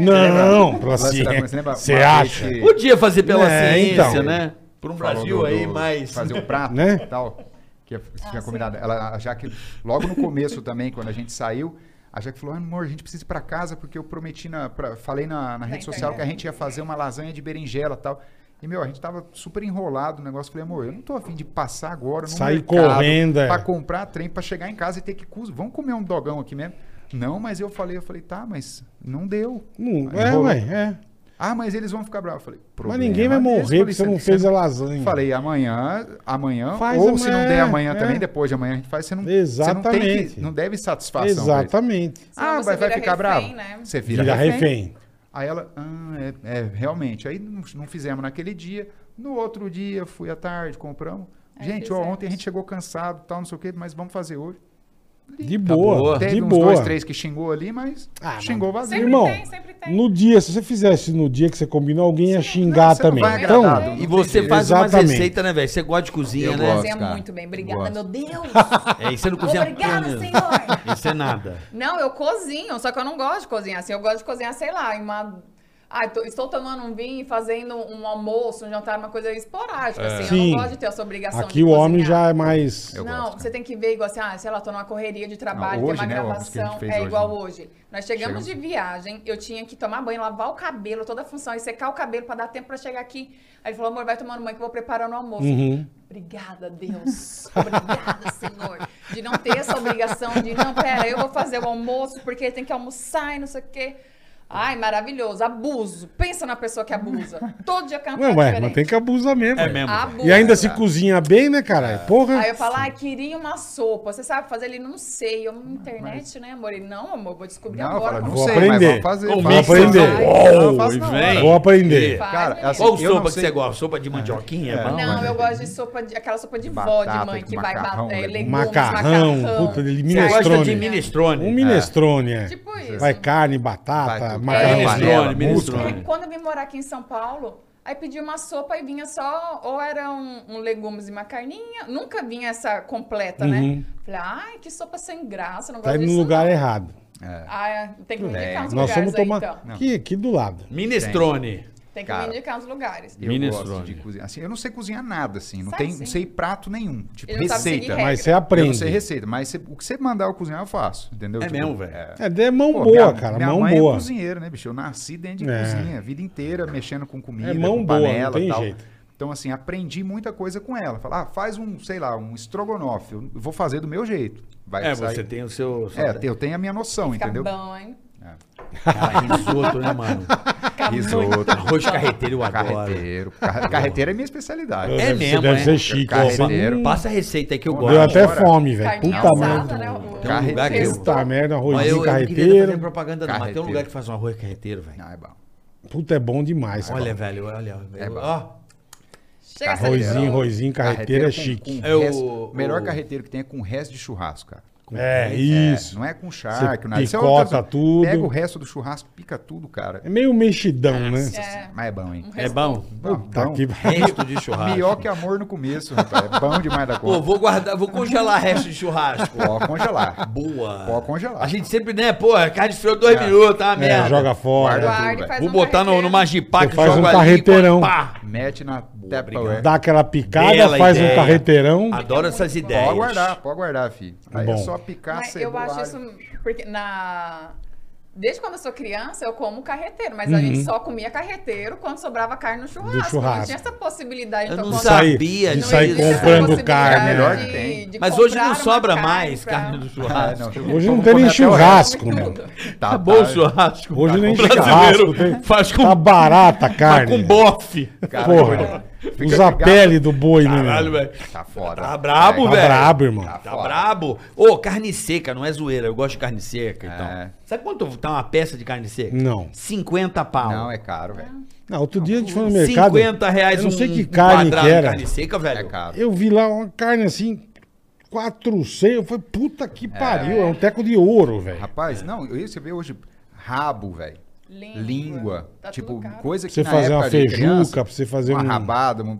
[SPEAKER 3] Não,
[SPEAKER 4] lembra?
[SPEAKER 3] pela
[SPEAKER 4] Você lembra-
[SPEAKER 3] ciência.
[SPEAKER 4] você lembra
[SPEAKER 3] Você
[SPEAKER 4] uma vez
[SPEAKER 3] acha?
[SPEAKER 4] que-
[SPEAKER 2] Podia fazer pela
[SPEAKER 3] É,
[SPEAKER 2] ciência,
[SPEAKER 3] então.
[SPEAKER 2] né? Por um
[SPEAKER 4] falou
[SPEAKER 2] Brasil
[SPEAKER 4] do-
[SPEAKER 2] aí
[SPEAKER 4] do-
[SPEAKER 2] mais.
[SPEAKER 4] Fazer um o prato
[SPEAKER 3] Né?
[SPEAKER 4] e tal. Que você tinha combinado. Ela, a Jaque, logo no começo também, quando a gente saiu, a Jaque falou: "Ah, amor, a gente precisa ir pra casa porque eu prometi, na, pra- falei na, na rede social que a gente ia fazer uma lasanha de berinjela e tal. E, meu, a gente tava super enrolado no negócio. Falei, amor, eu não tô afim de passar agora no
[SPEAKER 3] Sair
[SPEAKER 4] mercado
[SPEAKER 3] correndo, é.
[SPEAKER 4] pra comprar trem, pra chegar em casa e ter que... cus- Vamos comer um dogão aqui mesmo? Não, mas eu falei, eu falei, tá, mas não deu.
[SPEAKER 3] Não,
[SPEAKER 4] Aí
[SPEAKER 3] é,
[SPEAKER 4] enrolou.
[SPEAKER 3] ué, é.
[SPEAKER 4] Ah, mas eles vão ficar bravos. Eu Falei,
[SPEAKER 3] Mas
[SPEAKER 4] problema
[SPEAKER 3] ninguém vai
[SPEAKER 4] deles.
[SPEAKER 3] morrer
[SPEAKER 4] Falei,
[SPEAKER 3] porque você não fez a lasanha.
[SPEAKER 4] Falei, amanhã, amanhã,
[SPEAKER 3] Faz
[SPEAKER 4] ou se
[SPEAKER 3] amanhã,
[SPEAKER 4] não der amanhã
[SPEAKER 3] é.
[SPEAKER 4] também, depois de amanhã a gente faz, você não, Você não, tem
[SPEAKER 3] Exatamente.
[SPEAKER 4] que, não deve satisfação. pra eles.
[SPEAKER 3] Exatamente.
[SPEAKER 5] Senão
[SPEAKER 4] Ah,
[SPEAKER 5] você
[SPEAKER 4] mas vai
[SPEAKER 5] vira
[SPEAKER 4] ficar bravo.
[SPEAKER 5] refém, né?
[SPEAKER 4] Você vira,
[SPEAKER 3] Vira, refém.
[SPEAKER 4] Aí ela, ah, é, é, realmente. Aí não, não fizemos naquele dia. No outro dia, fui à tarde, compramos.
[SPEAKER 5] Aí
[SPEAKER 4] gente, ó,
[SPEAKER 5] É, fizemos.
[SPEAKER 4] ontem a gente chegou cansado, tal, não sei o quê, mas vamos fazer hoje.
[SPEAKER 3] De boa,
[SPEAKER 4] Teve
[SPEAKER 3] de
[SPEAKER 4] uns
[SPEAKER 3] boa.
[SPEAKER 4] dois, três que xingou ali, mas
[SPEAKER 3] Ah,
[SPEAKER 4] xingou vazio.
[SPEAKER 5] Sempre
[SPEAKER 3] Irmão,
[SPEAKER 5] tem, sempre tem.
[SPEAKER 3] No dia, se você fizesse no dia que você combinou, alguém ia xingar
[SPEAKER 4] não, você não
[SPEAKER 3] também.
[SPEAKER 4] vai
[SPEAKER 3] então,
[SPEAKER 4] agradar, não
[SPEAKER 2] E
[SPEAKER 4] tem
[SPEAKER 2] você
[SPEAKER 4] jeito.
[SPEAKER 2] faz umas
[SPEAKER 3] Exatamente.
[SPEAKER 2] receitas, né, velho? Você gosta de cozinha, né?
[SPEAKER 4] Eu gosto.
[SPEAKER 5] Cozinha
[SPEAKER 4] cara.
[SPEAKER 5] é muito bem. Obrigada,
[SPEAKER 4] Gosto.
[SPEAKER 5] meu Deus.
[SPEAKER 2] É, e você não cozinha
[SPEAKER 5] Obrigada,
[SPEAKER 2] porra nenhuma.
[SPEAKER 5] senhor.
[SPEAKER 2] Isso é nada.
[SPEAKER 5] Não, eu cozinho, só que eu não gosto de cozinhar assim. Eu gosto de cozinhar, sei lá, em uma. Ah, tô- estou tomando um vinho e fazendo um almoço, um jantar, uma coisa esporádica, assim.
[SPEAKER 3] É. Sim.
[SPEAKER 5] Eu não gosto de ter essa obrigação
[SPEAKER 3] aqui
[SPEAKER 5] de
[SPEAKER 3] o homem
[SPEAKER 5] cozinhar.
[SPEAKER 3] já é mais.
[SPEAKER 4] Eu
[SPEAKER 5] não,
[SPEAKER 4] gosto, cara.
[SPEAKER 5] você tem que ver igual assim, ah, sei lá, tô numa correria de trabalho,
[SPEAKER 4] Não, hoje,
[SPEAKER 5] tem uma
[SPEAKER 4] né, o almoço que a
[SPEAKER 5] gravação.
[SPEAKER 4] gente fez
[SPEAKER 5] É
[SPEAKER 4] hoje,
[SPEAKER 5] igual
[SPEAKER 4] né?
[SPEAKER 5] hoje. Nós chegamos
[SPEAKER 4] Chegamos.
[SPEAKER 5] de viagem, eu tinha que tomar banho, lavar o cabelo, toda a função, e secar o cabelo pra dar tempo pra chegar aqui. Aí ele falou, amor, vai tomando banho que eu vou preparando o almoço.
[SPEAKER 3] Uhum.
[SPEAKER 5] Obrigada, Deus. Obrigada, Senhor. De não ter essa obrigação de, não, pera, eu vou fazer o almoço porque tem que almoçar e não sei o quê. Ai, maravilhoso. Abuso. Pensa na pessoa que abusa. Todo dia é canta
[SPEAKER 3] Não, ué, mas tem que abusar mesmo.
[SPEAKER 2] É
[SPEAKER 3] ué.
[SPEAKER 2] mesmo.
[SPEAKER 5] Abusa.
[SPEAKER 3] E
[SPEAKER 4] assim,
[SPEAKER 3] ainda se cozinha bem, né, caralho? Porra.
[SPEAKER 5] Aí eu falo, ai, queria uma sopa. Você sabe fazer? Ele, não sei. Eu, hum, internet, né, amor? Ele, não, amor, vou descobrir
[SPEAKER 4] Não,
[SPEAKER 5] agora.
[SPEAKER 4] fala, não
[SPEAKER 5] como
[SPEAKER 3] Vou
[SPEAKER 4] sei, mas
[SPEAKER 3] aprender.
[SPEAKER 4] vamos fazer.
[SPEAKER 2] Vou
[SPEAKER 4] faz.
[SPEAKER 3] aprender.
[SPEAKER 4] Não,
[SPEAKER 3] Uou,
[SPEAKER 4] faz na
[SPEAKER 2] e
[SPEAKER 4] hora.
[SPEAKER 2] vem.
[SPEAKER 3] Vou aprender.
[SPEAKER 5] faz,
[SPEAKER 4] cara,
[SPEAKER 5] menino."
[SPEAKER 4] assim,
[SPEAKER 2] Qual
[SPEAKER 4] Eu não
[SPEAKER 2] sopa que
[SPEAKER 4] sei.
[SPEAKER 2] você gosta? Sopa de mandioquinha? É.
[SPEAKER 4] É.
[SPEAKER 2] bom?
[SPEAKER 5] Não,
[SPEAKER 4] Mas-
[SPEAKER 5] eu gosto de sopa de aquela sopa de vó de
[SPEAKER 4] Batata
[SPEAKER 5] mãe
[SPEAKER 4] com
[SPEAKER 5] que vai
[SPEAKER 4] macarrão,
[SPEAKER 5] bater,
[SPEAKER 4] legumes.
[SPEAKER 5] legumes,
[SPEAKER 3] é Macarrão,
[SPEAKER 5] macarrão.
[SPEAKER 3] puta, ele
[SPEAKER 2] Você gosta de
[SPEAKER 3] minestrone.
[SPEAKER 2] minestrone?
[SPEAKER 3] Um minestrone, é.
[SPEAKER 5] Tipo isso.
[SPEAKER 3] Vai carne,
[SPEAKER 4] Vai
[SPEAKER 3] batata, macarrão.
[SPEAKER 4] tudo.
[SPEAKER 5] É,
[SPEAKER 2] minestrone,
[SPEAKER 5] É,
[SPEAKER 2] minestrone.
[SPEAKER 5] quando eu vim morar aqui em São Paulo, aí pedi uma sopa e vinha só, ou era um, um legumes e uma carninha, nunca vinha essa completa, né? Falei, ai, que sopa sem graça, não
[SPEAKER 3] Uhum. Tá
[SPEAKER 5] gosto
[SPEAKER 3] indo
[SPEAKER 5] disso.
[SPEAKER 3] no lugar
[SPEAKER 5] não.
[SPEAKER 3] errado.
[SPEAKER 5] Ah, tem que me indicar uns
[SPEAKER 3] Nós
[SPEAKER 5] lugares
[SPEAKER 3] vamos
[SPEAKER 5] aí,
[SPEAKER 3] tomar.
[SPEAKER 5] então.
[SPEAKER 3] Aqui, aqui do lado.
[SPEAKER 2] Ah, Minestrone.
[SPEAKER 5] Tem que
[SPEAKER 4] Cara.
[SPEAKER 5] me indicar uns lugares.
[SPEAKER 4] Eu
[SPEAKER 2] Minestrone.
[SPEAKER 4] gosto de cozinhar. Assim, eu não sei cozinhar nada, assim. Não,
[SPEAKER 5] Sabe
[SPEAKER 4] tem,
[SPEAKER 5] sim.
[SPEAKER 4] não sei prato nenhum. Tipo,
[SPEAKER 5] Ele não sabe seguir
[SPEAKER 4] receita.
[SPEAKER 5] regra.
[SPEAKER 3] Mas você
[SPEAKER 4] Eu não
[SPEAKER 3] aprende.
[SPEAKER 4] sei receita, mas você- o que você mandar eu cozinhar, eu faço. Entendeu? Tipo,
[SPEAKER 2] É mesmo, velho.
[SPEAKER 3] É, de mão
[SPEAKER 4] Pô,
[SPEAKER 3] boa,
[SPEAKER 4] minha-
[SPEAKER 3] cara.
[SPEAKER 4] Minha
[SPEAKER 3] Mão
[SPEAKER 4] mãe
[SPEAKER 3] boa.
[SPEAKER 4] é cozinheira, né, bicho? Eu nasci dentro de
[SPEAKER 3] É.
[SPEAKER 4] cozinha, a vida inteira, mexendo com comida,
[SPEAKER 3] É mão
[SPEAKER 4] com
[SPEAKER 3] boa, não
[SPEAKER 4] panela
[SPEAKER 3] tem
[SPEAKER 4] e tal.
[SPEAKER 3] jeito.
[SPEAKER 4] Então, assim, aprendi muita coisa com ela. Falar, ah, faz um, sei lá, um estrogonofe. Eu vou fazer do meu jeito. Vai
[SPEAKER 2] É,
[SPEAKER 4] sair-
[SPEAKER 2] você tem o seu.
[SPEAKER 4] É, eu tenho a minha noção,
[SPEAKER 5] Fica
[SPEAKER 4] entendeu?
[SPEAKER 5] bom, hein?
[SPEAKER 2] Cara, risoto, né, mano?
[SPEAKER 5] Fica muito
[SPEAKER 4] Risoto,
[SPEAKER 2] Arroz carreteiro eu adoro.
[SPEAKER 4] carreteiro. Carre- Carreteiro é minha especialidade.
[SPEAKER 2] É
[SPEAKER 3] Deve-
[SPEAKER 2] mesmo,
[SPEAKER 3] deve
[SPEAKER 2] é.
[SPEAKER 3] ser chique.
[SPEAKER 4] Carreteiro.
[SPEAKER 3] ó.
[SPEAKER 2] Passa a receita aí que eu
[SPEAKER 4] Deu
[SPEAKER 2] gosto.
[SPEAKER 3] Deu até
[SPEAKER 4] Agora,
[SPEAKER 3] fome, velho.
[SPEAKER 5] Carninha
[SPEAKER 3] Puta merda.
[SPEAKER 5] assada, né? O-
[SPEAKER 2] Tem
[SPEAKER 4] é
[SPEAKER 2] um lugar que eu-
[SPEAKER 3] Puta merda,
[SPEAKER 2] Mas
[SPEAKER 3] arrozinho
[SPEAKER 2] eu, eu não queria fazer
[SPEAKER 3] carreteiro.
[SPEAKER 2] propaganda, não, mas tem um
[SPEAKER 4] Carreteiro.
[SPEAKER 2] lugar que faz um arroz carreteiro, velho.
[SPEAKER 4] Ah, é bom.
[SPEAKER 3] Puta, é bom demais. cara.
[SPEAKER 2] Olha, velho, olha.
[SPEAKER 4] É
[SPEAKER 2] velho.
[SPEAKER 4] bom.
[SPEAKER 2] Ó,
[SPEAKER 5] Chega essa
[SPEAKER 3] Arrozinho,
[SPEAKER 5] lição.
[SPEAKER 3] arrozinho, carreteiro é
[SPEAKER 4] com-
[SPEAKER 3] chique.
[SPEAKER 4] com
[SPEAKER 2] É o-
[SPEAKER 4] resto- o melhor
[SPEAKER 2] o-
[SPEAKER 4] carreteiro que tem é com resto de churrasco, cara.
[SPEAKER 3] É, isso.
[SPEAKER 4] Não é com charque,
[SPEAKER 3] Você
[SPEAKER 4] nada. Isso é
[SPEAKER 3] picota
[SPEAKER 4] outra-
[SPEAKER 3] tudo.
[SPEAKER 4] Pega o resto do churrasco, pica tudo, cara.
[SPEAKER 3] É meio mexidão, né?
[SPEAKER 5] É,
[SPEAKER 4] Mas é bom, hein?
[SPEAKER 2] é bom.
[SPEAKER 4] Bom,
[SPEAKER 3] Tá
[SPEAKER 4] bom.
[SPEAKER 3] aqui.
[SPEAKER 2] Resto de churrasco.
[SPEAKER 4] Pior que amor no começo, rapaz. É bom demais da
[SPEAKER 2] Pô,
[SPEAKER 4] conta.
[SPEAKER 2] vou guardar, vou congelar resto de churrasco.
[SPEAKER 4] Pode congelar.
[SPEAKER 2] Boa.
[SPEAKER 4] Pode congelar.
[SPEAKER 2] A gente sempre, né, porra, carne esfriou dois
[SPEAKER 4] É.
[SPEAKER 2] minutos, tá uma merda.
[SPEAKER 3] É, joga fora.
[SPEAKER 4] Guarda.
[SPEAKER 5] guarda e
[SPEAKER 4] Vou
[SPEAKER 5] faz
[SPEAKER 2] Vou
[SPEAKER 5] um
[SPEAKER 2] botar no,
[SPEAKER 5] carreteiro.
[SPEAKER 2] no Magipac,
[SPEAKER 3] Você faz um
[SPEAKER 2] jogo ali,
[SPEAKER 3] carreteirão.
[SPEAKER 2] pá.
[SPEAKER 4] Mete na Tupperware.
[SPEAKER 3] Dá aquela picada,
[SPEAKER 2] é. Bela
[SPEAKER 3] faz um
[SPEAKER 2] ideia. Tá
[SPEAKER 3] carreteirão.
[SPEAKER 2] Adoro essas ideias.
[SPEAKER 4] Pode guardar, pode guardar, filho. Aí
[SPEAKER 3] Bom.
[SPEAKER 4] é só picar,
[SPEAKER 5] Mas eu
[SPEAKER 4] cebola,
[SPEAKER 5] acho
[SPEAKER 4] alho.
[SPEAKER 5] isso. Porque na. Desde quando eu sou criança, eu como carreteiro, mas a gente só comia carreteiro quando sobrava carne no churrasco.
[SPEAKER 3] Uhum. churrasco.
[SPEAKER 5] Não tinha essa possibilidade
[SPEAKER 2] Eu
[SPEAKER 5] tô
[SPEAKER 2] não
[SPEAKER 5] falando-
[SPEAKER 2] sabia
[SPEAKER 3] de
[SPEAKER 2] disso.
[SPEAKER 3] sair
[SPEAKER 5] existia essa
[SPEAKER 3] comprando
[SPEAKER 5] possibilidade
[SPEAKER 3] carne.
[SPEAKER 4] melhor
[SPEAKER 3] né?
[SPEAKER 4] que tem.
[SPEAKER 2] Mas hoje
[SPEAKER 5] Então, comprar
[SPEAKER 2] não
[SPEAKER 5] uma
[SPEAKER 2] sobra
[SPEAKER 5] carne
[SPEAKER 2] mais
[SPEAKER 5] pra-
[SPEAKER 2] carne do
[SPEAKER 4] Ah,
[SPEAKER 2] churrasco.
[SPEAKER 4] não,
[SPEAKER 3] Hoje não
[SPEAKER 4] vamos
[SPEAKER 3] tem nem
[SPEAKER 4] comer até o resto.
[SPEAKER 3] churrasco, meu.
[SPEAKER 4] Tá,
[SPEAKER 2] Tá bom o
[SPEAKER 4] tá.
[SPEAKER 2] churrasco.
[SPEAKER 3] Hoje nem
[SPEAKER 2] O brasileiro
[SPEAKER 3] churrasco. tem-
[SPEAKER 2] Faz com,
[SPEAKER 3] Tá barata a
[SPEAKER 2] faz com
[SPEAKER 3] carne.
[SPEAKER 2] bofe.
[SPEAKER 4] Cara,
[SPEAKER 3] Porra.
[SPEAKER 4] Fica
[SPEAKER 3] Usa a
[SPEAKER 4] ligado.
[SPEAKER 3] pele do boi, né?
[SPEAKER 2] Caralho,
[SPEAKER 3] meu?
[SPEAKER 2] velho.
[SPEAKER 4] Tá foda.
[SPEAKER 2] Tá brabo,
[SPEAKER 4] É,
[SPEAKER 2] velho.
[SPEAKER 3] brabo, irmão.
[SPEAKER 2] Tá
[SPEAKER 4] foda.
[SPEAKER 2] brabo. Ô, carne seca, não é zoeira. Eu gosto de carne seca, então.
[SPEAKER 4] É.
[SPEAKER 2] Sabe quanto tá uma peça de carne seca?
[SPEAKER 3] Não.
[SPEAKER 2] 50 pau.
[SPEAKER 4] Não, é caro, velho.
[SPEAKER 3] Não, outro
[SPEAKER 2] Tá
[SPEAKER 3] dia a gente foi no mercado.
[SPEAKER 2] 50 reais
[SPEAKER 3] eu não sei
[SPEAKER 2] um
[SPEAKER 3] que carne
[SPEAKER 2] quadrado
[SPEAKER 3] que era.
[SPEAKER 2] de carne seca, velho.
[SPEAKER 4] É caro.
[SPEAKER 3] Eu vi lá uma carne assim, 400. Eu falei, puta que pariu. É, um teco de ouro, velho.
[SPEAKER 4] Rapaz, não, eu- você vê hoje rabo, velho.
[SPEAKER 5] Língua.
[SPEAKER 4] Língua.
[SPEAKER 5] Tá
[SPEAKER 4] tipo,
[SPEAKER 5] tudo caro.
[SPEAKER 4] coisa que
[SPEAKER 3] Pra você
[SPEAKER 4] na
[SPEAKER 3] fazer uma
[SPEAKER 4] época de
[SPEAKER 3] feijuca,
[SPEAKER 4] criança,
[SPEAKER 3] pra você fazer
[SPEAKER 4] uma
[SPEAKER 3] um-
[SPEAKER 4] rabada. um-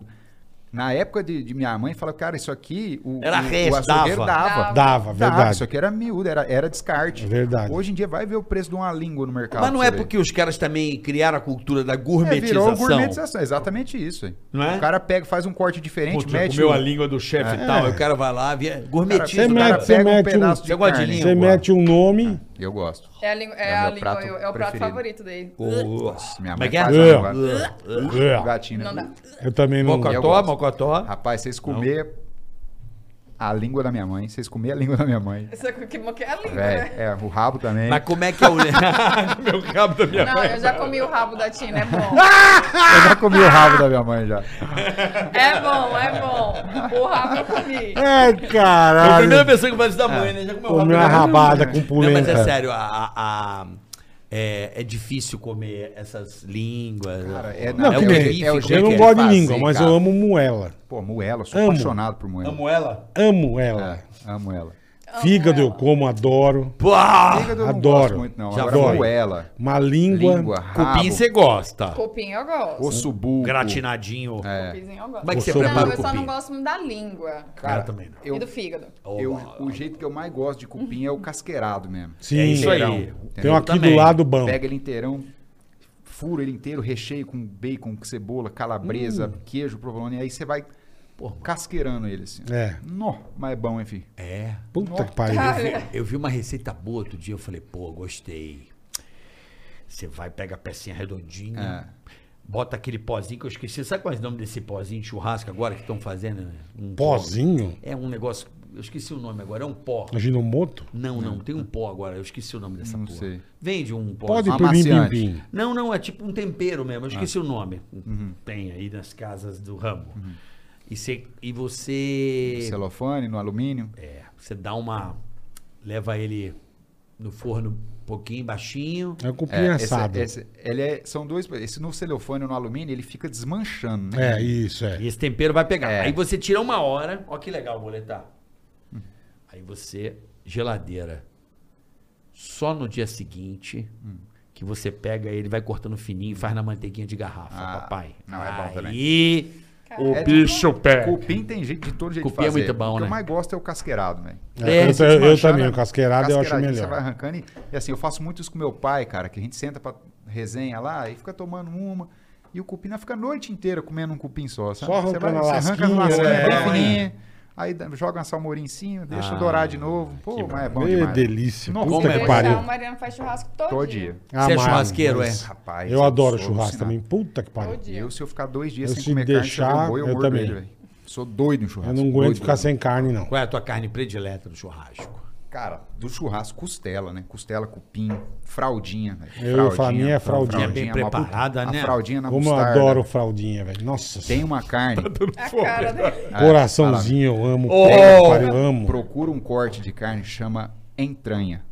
[SPEAKER 4] Na época de, de minha mãe, falava, cara, isso aqui... O,
[SPEAKER 2] Era
[SPEAKER 4] o,
[SPEAKER 2] res,
[SPEAKER 4] o açougueiro
[SPEAKER 2] dava.
[SPEAKER 3] Dava,
[SPEAKER 4] dava. Dava,
[SPEAKER 3] verdade.
[SPEAKER 4] Isso aqui era miúdo, era, era descarte.
[SPEAKER 3] É verdade.
[SPEAKER 4] Hoje em dia vai ver o preço de uma língua no mercado.
[SPEAKER 2] Mas não
[SPEAKER 4] pra
[SPEAKER 2] é
[SPEAKER 4] você ver.
[SPEAKER 2] porque os caras também criaram a cultura da
[SPEAKER 4] É,
[SPEAKER 2] gourmetização.
[SPEAKER 3] um
[SPEAKER 4] virou gourmetização, exatamente isso. hein.
[SPEAKER 2] Não é?
[SPEAKER 4] O cara pega, faz um corte diferente,
[SPEAKER 3] tipo
[SPEAKER 2] Puta,
[SPEAKER 4] mete...
[SPEAKER 2] comeu
[SPEAKER 4] o-
[SPEAKER 2] a língua do chefe e É. tal, aí o cara vai lá, via...
[SPEAKER 4] Cara,
[SPEAKER 2] gourmetiza.
[SPEAKER 3] É. Você é
[SPEAKER 4] o
[SPEAKER 2] o cara.
[SPEAKER 4] cara
[SPEAKER 3] mete- você
[SPEAKER 4] pega um
[SPEAKER 3] mete
[SPEAKER 4] pedaço
[SPEAKER 2] um-
[SPEAKER 4] de
[SPEAKER 2] Você gosta de
[SPEAKER 4] carne.
[SPEAKER 2] língua?
[SPEAKER 3] Você mete um nome.
[SPEAKER 4] Eu gosto.
[SPEAKER 5] É, a língua- é,
[SPEAKER 4] É o
[SPEAKER 5] a
[SPEAKER 4] meu
[SPEAKER 5] língua-
[SPEAKER 4] prato
[SPEAKER 5] é o prato
[SPEAKER 4] preferido.
[SPEAKER 5] favorito dele.
[SPEAKER 2] Ô,
[SPEAKER 4] Minha
[SPEAKER 2] Como é
[SPEAKER 4] mãe
[SPEAKER 2] que é?
[SPEAKER 4] faz agora.
[SPEAKER 3] É.
[SPEAKER 4] O gatinho, né?
[SPEAKER 5] Não dá.
[SPEAKER 3] Eu também não.
[SPEAKER 4] Eu
[SPEAKER 2] Mocotó,
[SPEAKER 4] gosto.
[SPEAKER 2] mocotó.
[SPEAKER 4] Rapaz, vocês comer a língua da minha mãe, vocês comer a língua da minha mãe.
[SPEAKER 5] Isso é o que que é a língua,
[SPEAKER 4] Véi,
[SPEAKER 5] né?
[SPEAKER 4] é, o rabo também.
[SPEAKER 2] Mas como é que é o... Meu rabo da minha
[SPEAKER 5] Não, eu já comi o rabo da Tina, é bom.
[SPEAKER 4] Eu já comi o rabo da minha mãe já.
[SPEAKER 5] É bom, é bom. O rabo eu comi.
[SPEAKER 3] É,
[SPEAKER 2] É a
[SPEAKER 3] caralho.
[SPEAKER 2] primeira pessoa que faz isso da mãe, né? Já comeu da
[SPEAKER 3] Comeu uma
[SPEAKER 2] minha mãe.
[SPEAKER 3] rabada com
[SPEAKER 2] Não, mas
[SPEAKER 3] polenta.
[SPEAKER 2] é sério, a... a- a- É, é difícil comer essas línguas.
[SPEAKER 4] Cara, é-
[SPEAKER 3] Não,
[SPEAKER 4] é
[SPEAKER 3] tudo bem.
[SPEAKER 4] horrível,
[SPEAKER 2] como é
[SPEAKER 4] eu
[SPEAKER 2] que
[SPEAKER 3] eu
[SPEAKER 2] é?
[SPEAKER 3] não gosto de
[SPEAKER 4] Fazer,
[SPEAKER 3] língua, mas eu
[SPEAKER 4] cara.
[SPEAKER 3] amo moela.
[SPEAKER 4] Pô, moela, eu sou
[SPEAKER 3] Amo.
[SPEAKER 4] apaixonado por moela.
[SPEAKER 2] Amo ela?
[SPEAKER 3] Amo ela.
[SPEAKER 4] É, amo ela.
[SPEAKER 3] Fígado eu como, adoro.
[SPEAKER 2] Pá!
[SPEAKER 4] Fígado eu não
[SPEAKER 3] adoro.
[SPEAKER 4] gosto muito, não.
[SPEAKER 2] Ah, Já
[SPEAKER 4] Agora
[SPEAKER 3] foi.
[SPEAKER 4] moela,
[SPEAKER 3] Uma língua.
[SPEAKER 4] língua, rabo,
[SPEAKER 2] Cupim você gosta.
[SPEAKER 5] Cupim eu gosto.
[SPEAKER 4] osso buco.
[SPEAKER 2] Gratinadinho.
[SPEAKER 4] É.
[SPEAKER 5] Cupimzinho eu
[SPEAKER 2] Como é
[SPEAKER 5] gosto.
[SPEAKER 2] que você
[SPEAKER 3] Osso
[SPEAKER 2] prepara
[SPEAKER 5] Não,
[SPEAKER 2] o
[SPEAKER 5] eu só não
[SPEAKER 2] cupim?
[SPEAKER 5] gosto muito da língua.
[SPEAKER 2] Cara, também não.
[SPEAKER 4] Eu,
[SPEAKER 5] E do fígado.
[SPEAKER 4] eu, o jeito que eu mais gosto de cupim é o casqueirado mesmo.
[SPEAKER 3] Sim,
[SPEAKER 2] É isso aí.
[SPEAKER 3] Tem um
[SPEAKER 4] Entendeu?
[SPEAKER 3] aqui do
[SPEAKER 2] Também.
[SPEAKER 3] lado bom.
[SPEAKER 4] Pega ele inteirão, fura ele inteiro, recheio com bacon, com cebola, calabresa,
[SPEAKER 3] Hum.
[SPEAKER 4] queijo, provolone. Aí você vai casqueirando ele assim.
[SPEAKER 3] É.
[SPEAKER 4] Nó, mas é bom, hein, filho?
[SPEAKER 2] É.
[SPEAKER 3] Puta que pariu.
[SPEAKER 5] Cara,
[SPEAKER 2] Eu vi uma receita boa outro dia, eu falei, pô, gostei. Você vai, pega a pecinha redondinha,
[SPEAKER 3] É.
[SPEAKER 2] bota aquele pozinho que eu esqueci. Sabe qual é o nome desse pozinho de churrasco agora que estão fazendo? né? Um pó.
[SPEAKER 3] Pozinho?
[SPEAKER 2] É um negócio, eu esqueci o nome agora, é um pó.
[SPEAKER 3] Ginomoto?
[SPEAKER 2] Não, não, tem um pó agora, eu esqueci o nome dessa
[SPEAKER 4] Não
[SPEAKER 2] porra.
[SPEAKER 4] sei.
[SPEAKER 2] Vende um pó.
[SPEAKER 3] Pode
[SPEAKER 4] uma
[SPEAKER 3] pro bim, bim,
[SPEAKER 4] amaciante.
[SPEAKER 3] bim.
[SPEAKER 2] Não, não, é tipo um tempero mesmo. Eu
[SPEAKER 4] Ah.
[SPEAKER 2] esqueci o nome.
[SPEAKER 4] Uhum.
[SPEAKER 2] Tem aí nas casas do ramo. E, cê- e
[SPEAKER 4] No
[SPEAKER 2] você.
[SPEAKER 4] celofane, no alumínio.
[SPEAKER 2] É, você dá uma. Leva ele no forno um pouquinho baixinho.
[SPEAKER 3] É um cupim
[SPEAKER 4] É, esse-
[SPEAKER 3] assado.
[SPEAKER 4] esse- ele é, são dois. Esse no celofane ou no alumínio, ele fica desmanchando, né?
[SPEAKER 3] É, isso, é.
[SPEAKER 2] E esse tempero vai pegar.
[SPEAKER 4] É. Hum.
[SPEAKER 2] Aí você tira uma hora. Ó, que legal, boletar. Aí você. Geladeira. Só no dia seguinte.
[SPEAKER 4] Hum.
[SPEAKER 2] Que você pega ele, vai cortando fininho, faz na manteiguinha de garrafa,
[SPEAKER 4] Ah,
[SPEAKER 2] papai.
[SPEAKER 4] não, é bom também.
[SPEAKER 2] Aí,
[SPEAKER 3] É,
[SPEAKER 6] O
[SPEAKER 3] tipo
[SPEAKER 6] bicho pega.
[SPEAKER 4] Cupim tem jeito de todo jeito
[SPEAKER 2] Cupim é
[SPEAKER 4] de fazer.
[SPEAKER 2] muito bom,
[SPEAKER 4] o que
[SPEAKER 2] né?
[SPEAKER 4] eu mais gosto é o casqueirado, velho.
[SPEAKER 3] É,
[SPEAKER 2] É,
[SPEAKER 3] eu,
[SPEAKER 2] se
[SPEAKER 3] eu
[SPEAKER 4] desmanchar,
[SPEAKER 3] também,
[SPEAKER 4] né?
[SPEAKER 3] o casqueirado eu acho
[SPEAKER 4] Casqueiradinho, Você vai
[SPEAKER 3] melhor.
[SPEAKER 4] arrancando e, e assim, eu faço muito isso com meu pai, cara, que a gente senta pra resenha lá e fica tomando uma. E o cupim nós fica a noite inteira comendo um cupim só, sabe?
[SPEAKER 3] Só
[SPEAKER 4] você vai,
[SPEAKER 3] arrancando a
[SPEAKER 4] você arranca as
[SPEAKER 3] lasquinha,
[SPEAKER 4] lasquinhas
[SPEAKER 3] né?
[SPEAKER 4] bem
[SPEAKER 3] É.
[SPEAKER 4] fininha, aí dá- joga uma salmourinha em cima, deixa
[SPEAKER 2] Ah,
[SPEAKER 4] dourar de novo. Pô, mas é bom
[SPEAKER 3] Que
[SPEAKER 4] demais.
[SPEAKER 3] delícia.
[SPEAKER 4] Nossa,
[SPEAKER 3] Puta
[SPEAKER 5] Hoje
[SPEAKER 3] que
[SPEAKER 5] a
[SPEAKER 3] pariu.
[SPEAKER 5] Mariana faz churrasco todo,
[SPEAKER 4] Todo
[SPEAKER 5] dia.
[SPEAKER 4] dia.
[SPEAKER 2] Você é
[SPEAKER 3] Amaro,
[SPEAKER 2] churrasqueiro, é?
[SPEAKER 3] nossa.
[SPEAKER 4] Rapaz,
[SPEAKER 3] Eu adoro
[SPEAKER 4] sou
[SPEAKER 3] churrasco também.
[SPEAKER 4] alucinado.
[SPEAKER 3] Puta que pariu.
[SPEAKER 5] Todo
[SPEAKER 4] E
[SPEAKER 5] dia.
[SPEAKER 4] eu, se eu ficar dois dias
[SPEAKER 3] Eu,
[SPEAKER 4] sem
[SPEAKER 3] se
[SPEAKER 4] comer carne,
[SPEAKER 3] deixar,
[SPEAKER 4] você vê um boi, eu,
[SPEAKER 3] eu
[SPEAKER 4] mordo
[SPEAKER 3] também.
[SPEAKER 4] ele, velho. Sou doido em
[SPEAKER 3] Eu
[SPEAKER 4] churrasco.
[SPEAKER 3] não aguento
[SPEAKER 4] doido,
[SPEAKER 3] ficar
[SPEAKER 4] doido.
[SPEAKER 3] sem carne, não.
[SPEAKER 2] Qual é a tua carne predileta do churrasco?
[SPEAKER 4] Cara, do churrasco, costela, né? Costela, cupim, fraldinha. velho.
[SPEAKER 3] Eu ia falar, a minha é fraldinha.
[SPEAKER 2] É bem
[SPEAKER 4] uma puta-
[SPEAKER 2] preparada, né?
[SPEAKER 4] A fraldinha na
[SPEAKER 3] Como eu
[SPEAKER 4] mostarda.
[SPEAKER 3] adoro fraldinha, velho. Nossa,
[SPEAKER 4] Tem uma carne.
[SPEAKER 5] A cara dele.
[SPEAKER 4] Ah,
[SPEAKER 3] coraçãozinho eu amo.
[SPEAKER 2] Oh!
[SPEAKER 3] puta que pariu, eu
[SPEAKER 4] fala,
[SPEAKER 3] amo.
[SPEAKER 4] Procura um corte de carne que chama entranha.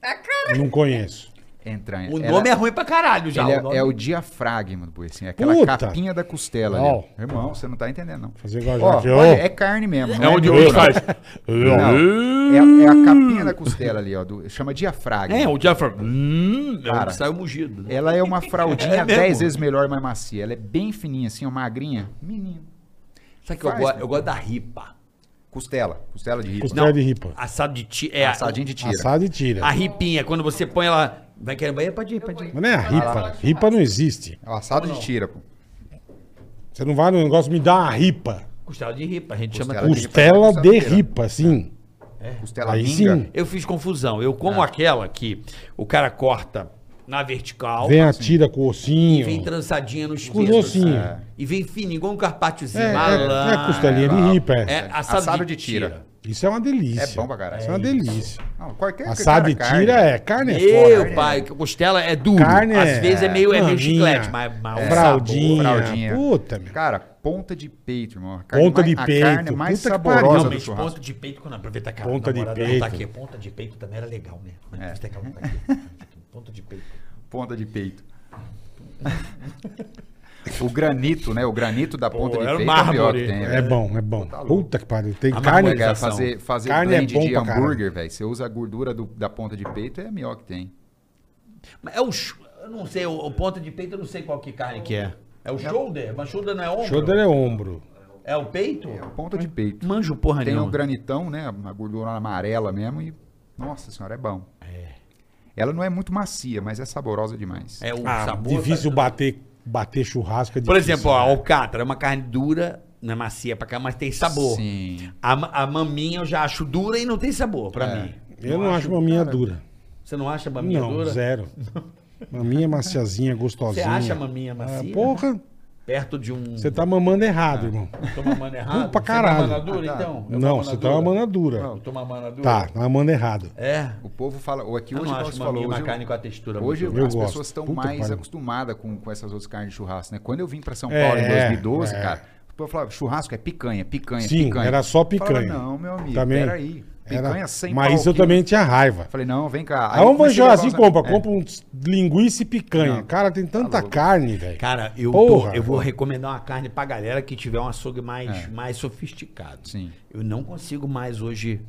[SPEAKER 5] A É cara.
[SPEAKER 3] Não conheço.
[SPEAKER 4] Entranha.
[SPEAKER 2] O nome é ruim pra caralho já.
[SPEAKER 4] ele é,
[SPEAKER 2] o nome...
[SPEAKER 4] é o diafragma do boi, assim, é aquela
[SPEAKER 3] Puta!
[SPEAKER 4] capinha da costela
[SPEAKER 3] Ó.
[SPEAKER 4] ali. Irmão, você não tá entendendo, não.
[SPEAKER 3] Fazer igual a
[SPEAKER 4] Ó,
[SPEAKER 3] Jorge,
[SPEAKER 4] olha,
[SPEAKER 3] ó.
[SPEAKER 4] é carne mesmo. não
[SPEAKER 6] É onde
[SPEAKER 4] meu,
[SPEAKER 6] hoje
[SPEAKER 4] não.
[SPEAKER 6] faz.
[SPEAKER 4] Não, é, a- é a capinha da costela ali, ó. do- chama diafragma.
[SPEAKER 2] É, o diafragma. Hum, é o
[SPEAKER 4] Cara.
[SPEAKER 2] que saiu mugido. né?
[SPEAKER 4] Ela é uma fraldinha
[SPEAKER 2] É mesmo?
[SPEAKER 4] 10 vezes melhor, mais macia. Ela é bem fininha, assim, ó, magrinha. Menino.
[SPEAKER 2] Sabe que eu,
[SPEAKER 4] Faz,
[SPEAKER 2] gosto-
[SPEAKER 4] né?
[SPEAKER 2] eu gosto da ripa.
[SPEAKER 4] Costela. Costela de ripa.
[SPEAKER 3] Costela de ripa.
[SPEAKER 2] Assado de Ah, tira. Ah, É,
[SPEAKER 4] Assadinha de tira.
[SPEAKER 3] Assado e tira.
[SPEAKER 2] A ripinha, quando você põe ela. Vai querer banheiro? Pode ir, pode ir.
[SPEAKER 3] Mas não é a ripa. Ripa não existe.
[SPEAKER 4] É o assado de tira, pô.
[SPEAKER 3] Você não vai no negócio me dá uma ripa.
[SPEAKER 2] Costela de ripa, a gente chama.
[SPEAKER 4] Costela de-
[SPEAKER 3] Costela
[SPEAKER 4] ripa,
[SPEAKER 3] de
[SPEAKER 4] costela
[SPEAKER 3] ripa, sim.
[SPEAKER 2] É.
[SPEAKER 4] Costela
[SPEAKER 3] Aí
[SPEAKER 4] minga.
[SPEAKER 3] sim.
[SPEAKER 2] Eu fiz confusão. Eu
[SPEAKER 4] Ah.
[SPEAKER 2] como aquela que o cara corta na vertical,
[SPEAKER 3] Vem a tira com ossinho.
[SPEAKER 2] vem é. trançadinha nos
[SPEAKER 3] Com
[SPEAKER 2] dedos,
[SPEAKER 3] ossinho.
[SPEAKER 2] assim, E vem fininho, igual um carpacciozinho.
[SPEAKER 3] É, é,
[SPEAKER 2] malandro.
[SPEAKER 3] é costelinha de ripa, é.
[SPEAKER 2] É assado,
[SPEAKER 4] Assado
[SPEAKER 2] de,
[SPEAKER 4] de
[SPEAKER 2] tira.
[SPEAKER 4] tira.
[SPEAKER 3] Isso é uma delícia.
[SPEAKER 4] É bom pra caralho.
[SPEAKER 3] Isso é uma delícia.
[SPEAKER 4] Não, qualquer
[SPEAKER 3] Assado
[SPEAKER 4] cara,
[SPEAKER 3] e
[SPEAKER 4] carne.
[SPEAKER 3] tira é. Carne é
[SPEAKER 2] Meu
[SPEAKER 3] foda.
[SPEAKER 2] pai, que costela é duro.
[SPEAKER 3] Carne
[SPEAKER 2] Às
[SPEAKER 3] é-
[SPEAKER 2] vezes é meio, é meio
[SPEAKER 3] maminha,
[SPEAKER 2] chiclete, mas, mas um o
[SPEAKER 3] fraldinha.
[SPEAKER 2] sabor-
[SPEAKER 4] É, fraldinha.
[SPEAKER 3] Puta, meu.
[SPEAKER 4] Cara, ponta de peito, irmão. A
[SPEAKER 3] Ponta
[SPEAKER 4] mais-
[SPEAKER 3] de
[SPEAKER 4] a
[SPEAKER 3] peito.
[SPEAKER 4] carne é mais
[SPEAKER 3] Puta que pariu.
[SPEAKER 4] saborosa do
[SPEAKER 3] Realmente,
[SPEAKER 2] Ponta,
[SPEAKER 4] churrasco.
[SPEAKER 2] ponta de peito, quando aproveita a cara,
[SPEAKER 3] Ponta de
[SPEAKER 2] namorada,
[SPEAKER 3] peito.
[SPEAKER 2] Tá aqui. Ponta de peito também era legal, né? Mas depois tem aquela ponta aqui. Ponta de peito.
[SPEAKER 4] Ponta de peito. o granito, né? O granito da ponta
[SPEAKER 2] Pô,
[SPEAKER 4] de
[SPEAKER 2] era um
[SPEAKER 4] peito
[SPEAKER 2] mármore.
[SPEAKER 4] é o pior que tem.
[SPEAKER 3] É
[SPEAKER 4] velho.
[SPEAKER 3] bom, é bom.
[SPEAKER 4] Tá louco.
[SPEAKER 3] Puta que pariu. Tem
[SPEAKER 2] A
[SPEAKER 3] carne.
[SPEAKER 2] manuela-
[SPEAKER 4] Cara,
[SPEAKER 2] ligação.
[SPEAKER 4] é fazer, fazer
[SPEAKER 3] Carne é
[SPEAKER 4] blend
[SPEAKER 3] bom
[SPEAKER 4] de
[SPEAKER 3] pra caralho.
[SPEAKER 4] hambúrguer, velho. Você usa a gordura do- da ponta de peito, é a melhor que tem.
[SPEAKER 2] Mas É o. sh- Eu não sei, o, o ponta de peito eu não sei qual que carne que é. É o shoulder? Mas shoulder não é ombro?
[SPEAKER 3] Shoulder é ombro.
[SPEAKER 2] É o peito?
[SPEAKER 4] É a ponta de peito.
[SPEAKER 2] Manjo porra
[SPEAKER 4] Tem o
[SPEAKER 2] nenhuma.
[SPEAKER 4] granitão, né? A gordura amarela mesmo e... Nossa senhora, é bom. Ela não é muito macia, mas é saborosa demais.
[SPEAKER 2] É o
[SPEAKER 3] Ah,
[SPEAKER 2] sabor.
[SPEAKER 3] difícil bater, bater churrasco. É
[SPEAKER 2] Por
[SPEAKER 3] difícil.
[SPEAKER 2] exemplo, ó, a alcatra é uma carne dura, não é macia pra cá, mas tem sabor.
[SPEAKER 4] Sim.
[SPEAKER 2] A, ma- a maminha eu já acho dura e não tem sabor pra
[SPEAKER 4] É.
[SPEAKER 2] mim.
[SPEAKER 3] Eu não acho maminha dura.
[SPEAKER 2] Você não acha a maminha
[SPEAKER 3] Não,
[SPEAKER 2] dura?
[SPEAKER 3] zero. Maminha maciazinha,
[SPEAKER 2] Você
[SPEAKER 3] gostosinha.
[SPEAKER 2] acha a maminha macia?
[SPEAKER 3] Ah, porra,
[SPEAKER 2] Perto de um.
[SPEAKER 3] você tá mamando errado, irmão.
[SPEAKER 4] Ah,
[SPEAKER 2] Toma mano
[SPEAKER 3] Bom
[SPEAKER 2] errado?
[SPEAKER 3] pra
[SPEAKER 2] Você
[SPEAKER 3] caralho.
[SPEAKER 2] Toma mana dura, então? Eu
[SPEAKER 3] não,
[SPEAKER 2] tomo
[SPEAKER 3] você tá mamando dura.
[SPEAKER 2] Eu tomo mana dura.
[SPEAKER 3] Tá, tá mamando errado.
[SPEAKER 2] É.
[SPEAKER 4] O povo fala... ou Aqui
[SPEAKER 2] Eu
[SPEAKER 4] hoje,
[SPEAKER 2] não
[SPEAKER 4] igual
[SPEAKER 2] acho
[SPEAKER 4] você
[SPEAKER 2] uma
[SPEAKER 4] falou,
[SPEAKER 2] minha
[SPEAKER 4] hoje eu-
[SPEAKER 2] carne com a textura
[SPEAKER 4] Hoje
[SPEAKER 2] muito
[SPEAKER 3] Eu
[SPEAKER 4] as
[SPEAKER 3] gosto.
[SPEAKER 4] pessoas estão
[SPEAKER 3] Puta que
[SPEAKER 4] mais
[SPEAKER 3] pariu.
[SPEAKER 4] acostumadas com, com essas outras carnes de churrasco, né? Quando eu vim pra São
[SPEAKER 3] É,
[SPEAKER 4] Paulo em 2012,
[SPEAKER 3] é.
[SPEAKER 4] cara, o povo falava, churrasco é picanha, picanha,
[SPEAKER 3] Sim,
[SPEAKER 4] picanha.
[SPEAKER 3] era só
[SPEAKER 4] Eu falava,
[SPEAKER 3] picanha.
[SPEAKER 4] não, meu amigo,
[SPEAKER 3] Também.
[SPEAKER 4] peraí.
[SPEAKER 3] Era-
[SPEAKER 4] Picanha sem
[SPEAKER 3] Mas isso eu também tinha raiva.
[SPEAKER 4] Falei, não, vem cá.
[SPEAKER 3] Aí um
[SPEAKER 4] comecei a levar
[SPEAKER 3] manjolazinho
[SPEAKER 4] os
[SPEAKER 3] compra,
[SPEAKER 4] amigos.
[SPEAKER 3] compra um linguiça e picanha.
[SPEAKER 4] Não.
[SPEAKER 3] Cara, tem tanta
[SPEAKER 4] Tá louco.
[SPEAKER 3] carne, velho.
[SPEAKER 2] Cara, eu,
[SPEAKER 3] Porra. É.
[SPEAKER 2] tô- eu vou recomendar uma carne pra galera que tiver um açougue mais, mais sofisticado.
[SPEAKER 4] Sim.
[SPEAKER 2] Eu não consigo mais hoje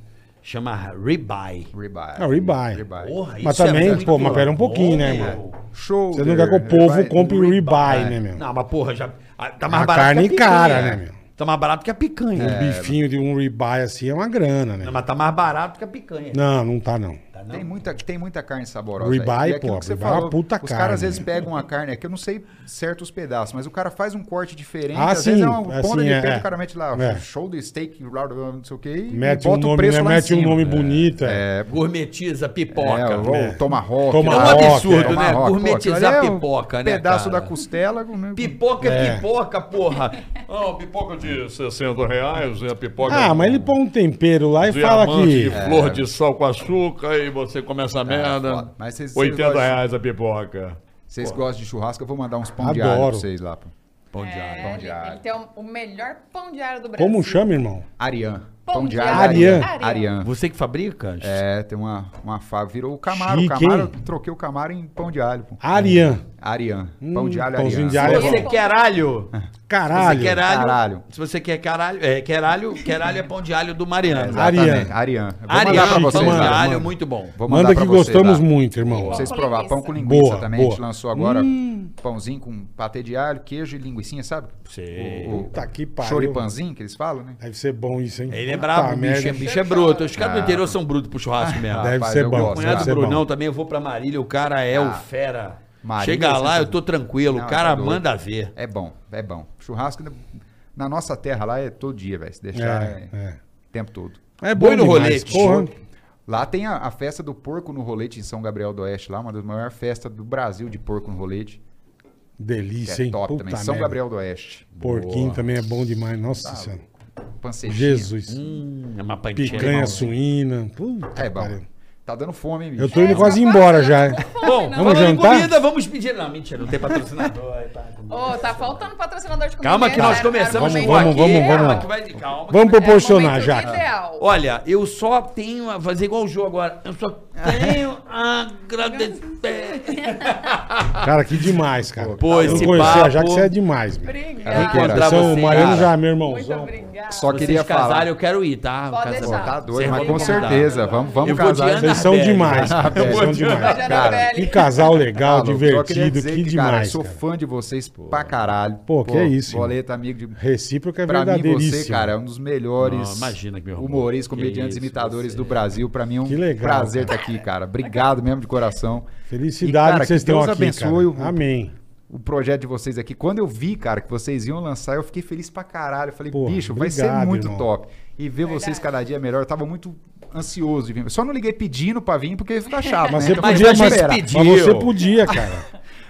[SPEAKER 2] chamar ribeye.
[SPEAKER 4] É, ribeye.
[SPEAKER 3] Não, ribeye.
[SPEAKER 2] Porra,
[SPEAKER 3] Mas
[SPEAKER 2] isso é
[SPEAKER 3] também,
[SPEAKER 2] muito
[SPEAKER 3] pô, mas pera um pouquinho, né,
[SPEAKER 2] bom,
[SPEAKER 3] mano?
[SPEAKER 2] meu.
[SPEAKER 4] Show. é,
[SPEAKER 3] Você não quer que o povo compre o ribeye, né, meu?
[SPEAKER 2] Não, mas porra, já, ah, tá
[SPEAKER 3] A
[SPEAKER 2] mais barato
[SPEAKER 3] carne
[SPEAKER 2] que a picanha.
[SPEAKER 3] cara, né, meu?
[SPEAKER 2] Tá mais barato que a picanha.
[SPEAKER 4] é,
[SPEAKER 3] Um bifinho de um ribeye assim é uma grana, né?
[SPEAKER 2] Não, mas tá mais barato que a picanha.
[SPEAKER 3] Não, não tá não.
[SPEAKER 2] Tá, não?
[SPEAKER 4] Tem muita, tem muita carne saborosa.
[SPEAKER 3] Ribeye,
[SPEAKER 4] aí. E aquilo
[SPEAKER 3] pô,
[SPEAKER 4] que você
[SPEAKER 3] ribeye é uma
[SPEAKER 4] falou,
[SPEAKER 3] puta
[SPEAKER 4] Os
[SPEAKER 3] carne.
[SPEAKER 4] caras às vezes pegam uma carne, é que eu não sei certos pedaços, mas o cara faz um corte diferente.
[SPEAKER 3] Ah,
[SPEAKER 4] às
[SPEAKER 3] sim,
[SPEAKER 4] vezes é uma
[SPEAKER 3] é
[SPEAKER 4] ponta
[SPEAKER 3] sim,
[SPEAKER 4] de
[SPEAKER 3] é,
[SPEAKER 4] peito,
[SPEAKER 3] é.
[SPEAKER 4] o cara mete lá,
[SPEAKER 3] É.
[SPEAKER 4] shoulder steak, blá, blá, blá, não sei o quê, e
[SPEAKER 3] Mete um
[SPEAKER 4] bota o
[SPEAKER 3] nome,
[SPEAKER 4] preço
[SPEAKER 3] né?
[SPEAKER 4] lá
[SPEAKER 3] mete
[SPEAKER 4] em
[SPEAKER 3] um
[SPEAKER 4] cima.
[SPEAKER 3] nome bonito. É.
[SPEAKER 2] Gourmetiza, pipoca.
[SPEAKER 4] É, ou
[SPEAKER 3] É.
[SPEAKER 4] tomahawk.
[SPEAKER 2] É um
[SPEAKER 3] Tomahawk,
[SPEAKER 2] absurdo, né?
[SPEAKER 4] Tomahawk, pô, aquilo
[SPEAKER 2] Gourmetizar
[SPEAKER 4] ali é um
[SPEAKER 2] pipoca, né?
[SPEAKER 4] Pedaço
[SPEAKER 2] cara?
[SPEAKER 4] da costela. né?
[SPEAKER 2] Pipoca é pipoca, porra.
[SPEAKER 6] Não, pipoca de 60 reais, é a pipoca.
[SPEAKER 3] Ah, mas ele põe um tempero lá e
[SPEAKER 6] de
[SPEAKER 3] fala
[SPEAKER 6] diamante,
[SPEAKER 3] que.
[SPEAKER 6] de flor de sal com açúcar e você começa a merda.
[SPEAKER 4] É, foda. Mas vocês- vocês
[SPEAKER 6] 80
[SPEAKER 4] gostam-
[SPEAKER 6] reais a pipoca.
[SPEAKER 4] Vocês gostam de churrasco? Eu vou mandar uns pão de
[SPEAKER 3] Adoro.
[SPEAKER 4] alho pra vocês lá. pô.
[SPEAKER 2] Pão de
[SPEAKER 5] É,
[SPEAKER 2] alho.
[SPEAKER 4] Pão
[SPEAKER 5] ele-
[SPEAKER 4] de alho.
[SPEAKER 5] Ele tem o, o melhor pão de alho do Brasil.
[SPEAKER 3] Como chama, irmão?
[SPEAKER 4] Arian.
[SPEAKER 5] Pão
[SPEAKER 4] Pão
[SPEAKER 5] de
[SPEAKER 4] de alho.
[SPEAKER 3] alho.
[SPEAKER 4] Arian.
[SPEAKER 5] Arian.
[SPEAKER 4] Arian.
[SPEAKER 2] Você que fabrica?
[SPEAKER 4] É, tem uma, uma fábrica. Virou o Camaro.
[SPEAKER 3] Chique,
[SPEAKER 4] o Camaro,
[SPEAKER 3] hein?
[SPEAKER 4] eu troquei o Camaro em pão de alho. Pô.
[SPEAKER 3] Arian.
[SPEAKER 4] Arian. Pão de alho,
[SPEAKER 3] Hum, pãozinho
[SPEAKER 4] Arian.
[SPEAKER 3] de alho é
[SPEAKER 2] Você
[SPEAKER 3] bom.
[SPEAKER 2] quer alho?
[SPEAKER 3] Caralho.
[SPEAKER 2] Você quer alho?
[SPEAKER 4] Caralho.
[SPEAKER 2] Se você quer caralho, é, quer alho, quer alho é pão de alho do Mariano.
[SPEAKER 3] É, Exato.
[SPEAKER 4] Exatamente. Arian. Eu Vou
[SPEAKER 2] Ariano,
[SPEAKER 4] mandar pra
[SPEAKER 2] pão
[SPEAKER 4] vocês.
[SPEAKER 2] de
[SPEAKER 3] mano.
[SPEAKER 4] lá.
[SPEAKER 2] alho,
[SPEAKER 3] manda.
[SPEAKER 2] muito bom.
[SPEAKER 4] Vou mandar
[SPEAKER 3] Manda
[SPEAKER 4] pra tá?
[SPEAKER 3] que
[SPEAKER 4] vocês
[SPEAKER 3] gostamos
[SPEAKER 4] lá.
[SPEAKER 3] muito, irmão.
[SPEAKER 5] Pô,
[SPEAKER 4] Pra vocês
[SPEAKER 5] Com
[SPEAKER 4] provar.
[SPEAKER 5] linguiça.
[SPEAKER 4] Pão com linguiça
[SPEAKER 3] Boa,
[SPEAKER 4] também. A gente
[SPEAKER 3] boa. Hum.
[SPEAKER 4] lançou agora pãozinho com patê de alho, queijo e linguicinha, sabe?
[SPEAKER 2] Sei.
[SPEAKER 4] O, o
[SPEAKER 3] Puta que pariu.
[SPEAKER 4] choripanzinho que eles falam, né?
[SPEAKER 3] Deve ser bom isso, hein?
[SPEAKER 2] Ele é
[SPEAKER 3] Puta
[SPEAKER 2] brabo, o bicho,
[SPEAKER 3] merda.
[SPEAKER 2] é, bicho é bruto. Os caras do
[SPEAKER 4] Ah.
[SPEAKER 2] interior são brutos pro churrasco mesmo.
[SPEAKER 3] Deve
[SPEAKER 4] Rapaz,
[SPEAKER 3] ser
[SPEAKER 4] eu
[SPEAKER 3] bom.
[SPEAKER 4] gosto.
[SPEAKER 3] deve
[SPEAKER 2] Cunhado
[SPEAKER 3] ser
[SPEAKER 2] do Brunão
[SPEAKER 3] bom.
[SPEAKER 2] também, eu vou pra Marília, o cara é o
[SPEAKER 4] Ah,
[SPEAKER 2] fera.
[SPEAKER 4] Marília
[SPEAKER 2] Chega
[SPEAKER 4] é
[SPEAKER 2] lá, eu tô
[SPEAKER 4] sensacional.
[SPEAKER 2] tranquilo, o
[SPEAKER 4] Não,
[SPEAKER 2] cara
[SPEAKER 4] tá doido.
[SPEAKER 2] manda ver.
[SPEAKER 4] É bom, é bom. Churrasco na- na nossa terra lá é todo dia, velho. Se deixar
[SPEAKER 3] É,
[SPEAKER 4] é
[SPEAKER 3] é.
[SPEAKER 4] o tempo todo.
[SPEAKER 3] É
[SPEAKER 2] Boi no
[SPEAKER 3] demais,
[SPEAKER 2] rolete.
[SPEAKER 3] Porra.
[SPEAKER 4] Lá tem a, a festa do porco no rolete em São Gabriel do Oeste, lá, uma das maiores festas do Brasil de porco no rolete. Que
[SPEAKER 3] Delícia,
[SPEAKER 4] é
[SPEAKER 3] hein?
[SPEAKER 4] top
[SPEAKER 3] Puta
[SPEAKER 4] também. São
[SPEAKER 3] merda.
[SPEAKER 4] Gabriel Tá do Oeste.
[SPEAKER 3] Porquinho também é bom demais. Nossa Senhora.
[SPEAKER 4] Panceirinha.
[SPEAKER 3] Jesus.
[SPEAKER 2] Hum, é uma pantinha.
[SPEAKER 3] Picanha
[SPEAKER 2] irmão.
[SPEAKER 3] suína. Puta
[SPEAKER 4] É
[SPEAKER 3] que
[SPEAKER 4] bom.
[SPEAKER 3] pariu.
[SPEAKER 4] Tá dando fome, hein, bicho?
[SPEAKER 3] Eu tô indo quase embora já. hein?
[SPEAKER 2] Bom,
[SPEAKER 3] Vamos
[SPEAKER 5] Não.
[SPEAKER 2] falando em
[SPEAKER 3] jantar?
[SPEAKER 2] comida, vamos pedir. Não, mentira, não tem patrocinador. aí, tá, comida.
[SPEAKER 5] Ô, tá faltando patrocinador de comida.
[SPEAKER 2] Calma que
[SPEAKER 5] hein,
[SPEAKER 2] nós
[SPEAKER 5] cara?
[SPEAKER 2] começamos
[SPEAKER 5] Era o
[SPEAKER 2] com
[SPEAKER 3] vamos,
[SPEAKER 5] momento
[SPEAKER 3] vamos,
[SPEAKER 5] ideal.
[SPEAKER 2] Calma
[SPEAKER 3] vamos.
[SPEAKER 2] que vai- calma que
[SPEAKER 3] Vamos
[SPEAKER 2] vai-
[SPEAKER 5] Era o
[SPEAKER 3] proporcionar,
[SPEAKER 5] momento
[SPEAKER 2] né,
[SPEAKER 3] Jaque.
[SPEAKER 5] ideal.
[SPEAKER 2] Olha, eu só tenho a fazer igual o jogo agora. Eu só tenho a agradecer.
[SPEAKER 3] Cara, que demais, cara.
[SPEAKER 2] Pô,
[SPEAKER 3] Eu
[SPEAKER 2] esse
[SPEAKER 3] conheci a Jaque,
[SPEAKER 2] papo-
[SPEAKER 3] você é demais, meu.
[SPEAKER 5] Obrigada.
[SPEAKER 2] Encontrar
[SPEAKER 3] São o
[SPEAKER 2] vocês,
[SPEAKER 3] Mariano
[SPEAKER 2] cara.
[SPEAKER 3] já, meu
[SPEAKER 5] Muito
[SPEAKER 3] irmãozão.
[SPEAKER 5] obrigada.
[SPEAKER 4] Só queria
[SPEAKER 2] Vocês casarem,
[SPEAKER 4] falar.
[SPEAKER 2] eu quero ir, tá?
[SPEAKER 5] Pode
[SPEAKER 2] Casar.
[SPEAKER 5] deixar.
[SPEAKER 4] Tá
[SPEAKER 2] Vocês
[SPEAKER 4] doido, mas
[SPEAKER 2] vão
[SPEAKER 4] com
[SPEAKER 2] me
[SPEAKER 4] certeza.
[SPEAKER 2] convidar.
[SPEAKER 4] Vamos, vamos
[SPEAKER 2] Eu vou de
[SPEAKER 4] casar.
[SPEAKER 2] Ana-
[SPEAKER 3] Vocês são
[SPEAKER 2] Velho.
[SPEAKER 3] demais, cara. Vocês são demais.
[SPEAKER 5] Beijo,
[SPEAKER 4] Cara,
[SPEAKER 5] Anabelle.
[SPEAKER 3] Que casal legal,
[SPEAKER 4] Maluco, eu queria
[SPEAKER 3] divertido,
[SPEAKER 4] dizer
[SPEAKER 3] que
[SPEAKER 4] Cara, eu
[SPEAKER 3] demais.
[SPEAKER 4] sou
[SPEAKER 3] cara.
[SPEAKER 4] fã de vocês pra caralho.
[SPEAKER 3] Pô, que é isso, irmão.
[SPEAKER 4] Boleta, amigo de...
[SPEAKER 3] Recíproco é
[SPEAKER 4] Pra mim,
[SPEAKER 3] verdadeiríssimo.
[SPEAKER 4] você, cara, é um dos melhores
[SPEAKER 2] Não, Ah, imagina que meu orgulho.
[SPEAKER 4] humoristas,
[SPEAKER 2] Que
[SPEAKER 4] comediantes,
[SPEAKER 2] isso,
[SPEAKER 4] imitadores
[SPEAKER 2] você.
[SPEAKER 4] do Brasil. Pra mim é um
[SPEAKER 3] Que legal,
[SPEAKER 4] prazer estar
[SPEAKER 3] cara.
[SPEAKER 4] aqui, cara. Obrigado mesmo de coração.
[SPEAKER 3] Felicidade
[SPEAKER 4] E, cara,
[SPEAKER 3] que vocês
[SPEAKER 4] que
[SPEAKER 3] estão
[SPEAKER 4] Deus
[SPEAKER 3] aqui,
[SPEAKER 4] abençoe
[SPEAKER 3] cara.
[SPEAKER 4] o-
[SPEAKER 3] Amém.
[SPEAKER 4] O projeto de vocês aqui. Quando eu vi, cara, que vocês iam lançar, eu fiquei feliz pra caralho. Eu falei,
[SPEAKER 3] Porra,
[SPEAKER 4] bicho, vai ser
[SPEAKER 3] obrigado,
[SPEAKER 4] muito
[SPEAKER 3] irmão.
[SPEAKER 4] top. E ver vocês cada dia melhor, eu tava muito ansioso de vir. Eu só não liguei pedindo pra vir porque ia ficar chato.
[SPEAKER 3] Mas
[SPEAKER 4] né?
[SPEAKER 3] você
[SPEAKER 4] Então, eu
[SPEAKER 2] mas
[SPEAKER 3] podia,
[SPEAKER 2] a gente
[SPEAKER 3] mas,
[SPEAKER 4] falei, "Espera".
[SPEAKER 2] pediu.
[SPEAKER 3] mas você podia, cara.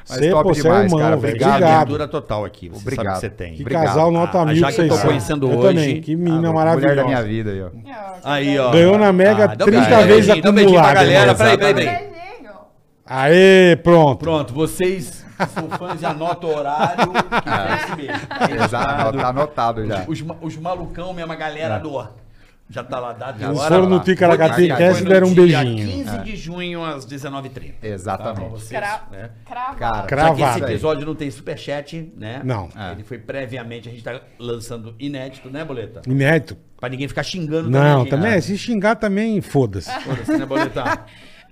[SPEAKER 4] Mas
[SPEAKER 3] Cê,
[SPEAKER 4] top
[SPEAKER 3] pô, cê é
[SPEAKER 4] demais,
[SPEAKER 3] irmão,
[SPEAKER 4] cara.
[SPEAKER 3] velho.
[SPEAKER 4] Obrigado.
[SPEAKER 3] Obrigado.
[SPEAKER 2] Abertura total aqui. Você
[SPEAKER 4] Obrigado.
[SPEAKER 2] sabe que você tem.
[SPEAKER 3] Que
[SPEAKER 4] Obrigado.
[SPEAKER 3] casal nota
[SPEAKER 2] Ah,
[SPEAKER 3] mil
[SPEAKER 2] já
[SPEAKER 3] que
[SPEAKER 2] que eu
[SPEAKER 3] vocês
[SPEAKER 2] tô
[SPEAKER 3] são.
[SPEAKER 2] conhecendo
[SPEAKER 3] Eu
[SPEAKER 2] hoje.
[SPEAKER 3] também, que
[SPEAKER 4] Ah,
[SPEAKER 3] mina
[SPEAKER 4] Mulher da
[SPEAKER 3] maravilhosa.
[SPEAKER 4] minha vida aí, ó.
[SPEAKER 2] Aí, ó. Ah,
[SPEAKER 3] Ganhou na Mega
[SPEAKER 2] dá
[SPEAKER 3] 30
[SPEAKER 2] beijinho,
[SPEAKER 3] vezes
[SPEAKER 2] dá um beijinho pra
[SPEAKER 3] acumulado,
[SPEAKER 2] galera.
[SPEAKER 3] irmão.
[SPEAKER 2] Peraí, peraí, peraí.
[SPEAKER 5] Beijinho.
[SPEAKER 3] Aê, pronto.
[SPEAKER 2] Pronto, vocês, fãs, anotam o horário. que é esse mesmo.
[SPEAKER 4] Ah. Exato, tá anotado já.
[SPEAKER 2] Os, ma- os malucão mesmo, a galera do. Já tá lá dado.
[SPEAKER 4] Já
[SPEAKER 2] e
[SPEAKER 3] É. Eles
[SPEAKER 2] hora.
[SPEAKER 3] foram
[SPEAKER 4] lá.
[SPEAKER 3] no Ticaracati
[SPEAKER 4] Foi no
[SPEAKER 3] Cast e deram um
[SPEAKER 2] dia
[SPEAKER 3] beijinho.
[SPEAKER 2] 15 de junho às 19h30.
[SPEAKER 5] Tá
[SPEAKER 4] Exatamente.
[SPEAKER 5] Cra
[SPEAKER 2] Tá né?
[SPEAKER 5] Cravado.
[SPEAKER 4] Cara,
[SPEAKER 3] Cra- Cravado.
[SPEAKER 2] Só que esse episódio não tem superchat, né?
[SPEAKER 3] Não.
[SPEAKER 2] É. Ele foi previamente, a gente tá lançando inédito, né, Boleta?
[SPEAKER 3] Inédito.
[SPEAKER 2] Pra ninguém ficar xingando
[SPEAKER 3] Não,
[SPEAKER 2] também. é
[SPEAKER 3] também, é
[SPEAKER 2] a gente.
[SPEAKER 3] se xingar também, foda-se.
[SPEAKER 2] Foda-se, né, Boleta?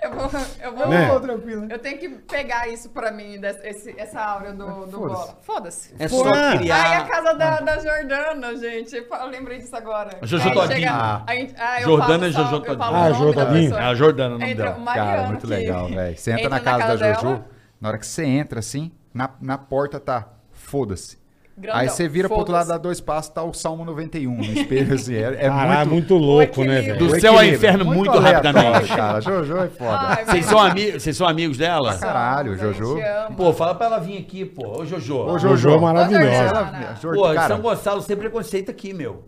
[SPEAKER 5] Eu vou. Eu vou.
[SPEAKER 3] Né? Ô,
[SPEAKER 4] tranquilo.
[SPEAKER 5] Eu tenho que pegar isso pra mim, des- esse- essa aura do, do
[SPEAKER 4] Foda-se.
[SPEAKER 5] bola. Foda-se.
[SPEAKER 2] É
[SPEAKER 3] Pô,
[SPEAKER 2] só
[SPEAKER 3] ah.
[SPEAKER 5] Ai, a
[SPEAKER 2] criar...
[SPEAKER 5] casa da, da Jordana, gente. Eu lembrei disso agora.
[SPEAKER 2] A Jojo
[SPEAKER 5] Aí
[SPEAKER 2] Todinho.
[SPEAKER 5] chega-
[SPEAKER 2] Ah.
[SPEAKER 5] a gente- ah, eu
[SPEAKER 2] Jordana
[SPEAKER 5] falo
[SPEAKER 2] e Jojo
[SPEAKER 5] só- eu falo
[SPEAKER 2] Todinho.
[SPEAKER 5] o
[SPEAKER 3] Ah,
[SPEAKER 5] nome
[SPEAKER 3] Jojo
[SPEAKER 5] da
[SPEAKER 3] Todinho?
[SPEAKER 5] pessoa.
[SPEAKER 2] É a Jordana o nome
[SPEAKER 5] Entra
[SPEAKER 2] dela.
[SPEAKER 5] o
[SPEAKER 4] Cara,
[SPEAKER 5] Mariano que-
[SPEAKER 4] muito legal, velho. Você entra
[SPEAKER 5] entra
[SPEAKER 4] na
[SPEAKER 5] na
[SPEAKER 4] casa, da
[SPEAKER 5] casa
[SPEAKER 4] Jojo,
[SPEAKER 5] dela.
[SPEAKER 4] na hora que você entra, assim, na, na porta tá, foda-se.
[SPEAKER 5] Grandão,
[SPEAKER 4] Aí você vira pro outro lado,
[SPEAKER 5] foda-se.
[SPEAKER 4] dá dois passos, tá o Salmo 91 no espelho, assim. É, é
[SPEAKER 3] Caralho,
[SPEAKER 4] muito...
[SPEAKER 3] muito louco, né,
[SPEAKER 5] equilíbrio.
[SPEAKER 2] Do
[SPEAKER 4] o
[SPEAKER 2] céu
[SPEAKER 3] velho?
[SPEAKER 2] ao
[SPEAKER 4] equilíbrio.
[SPEAKER 2] inferno muito
[SPEAKER 4] aleatório,
[SPEAKER 2] rapidamente.
[SPEAKER 4] Cara, Jojo é foda.
[SPEAKER 5] Ai,
[SPEAKER 2] Vocês são, ami... Vocês são amigos dela?
[SPEAKER 5] Somos,
[SPEAKER 4] Caralho,
[SPEAKER 5] a
[SPEAKER 4] Jojo.
[SPEAKER 5] gente ama.
[SPEAKER 2] Pô, fala pra ela vir aqui, pô. Ô, Jojo.
[SPEAKER 4] Ô,
[SPEAKER 3] Jojo é
[SPEAKER 4] Jojo.
[SPEAKER 3] maravilhosa.
[SPEAKER 5] Olha,
[SPEAKER 4] Ela- Jor-
[SPEAKER 2] Pô,
[SPEAKER 4] cara,
[SPEAKER 2] São Gonçalo, sem preconceito aqui, meu.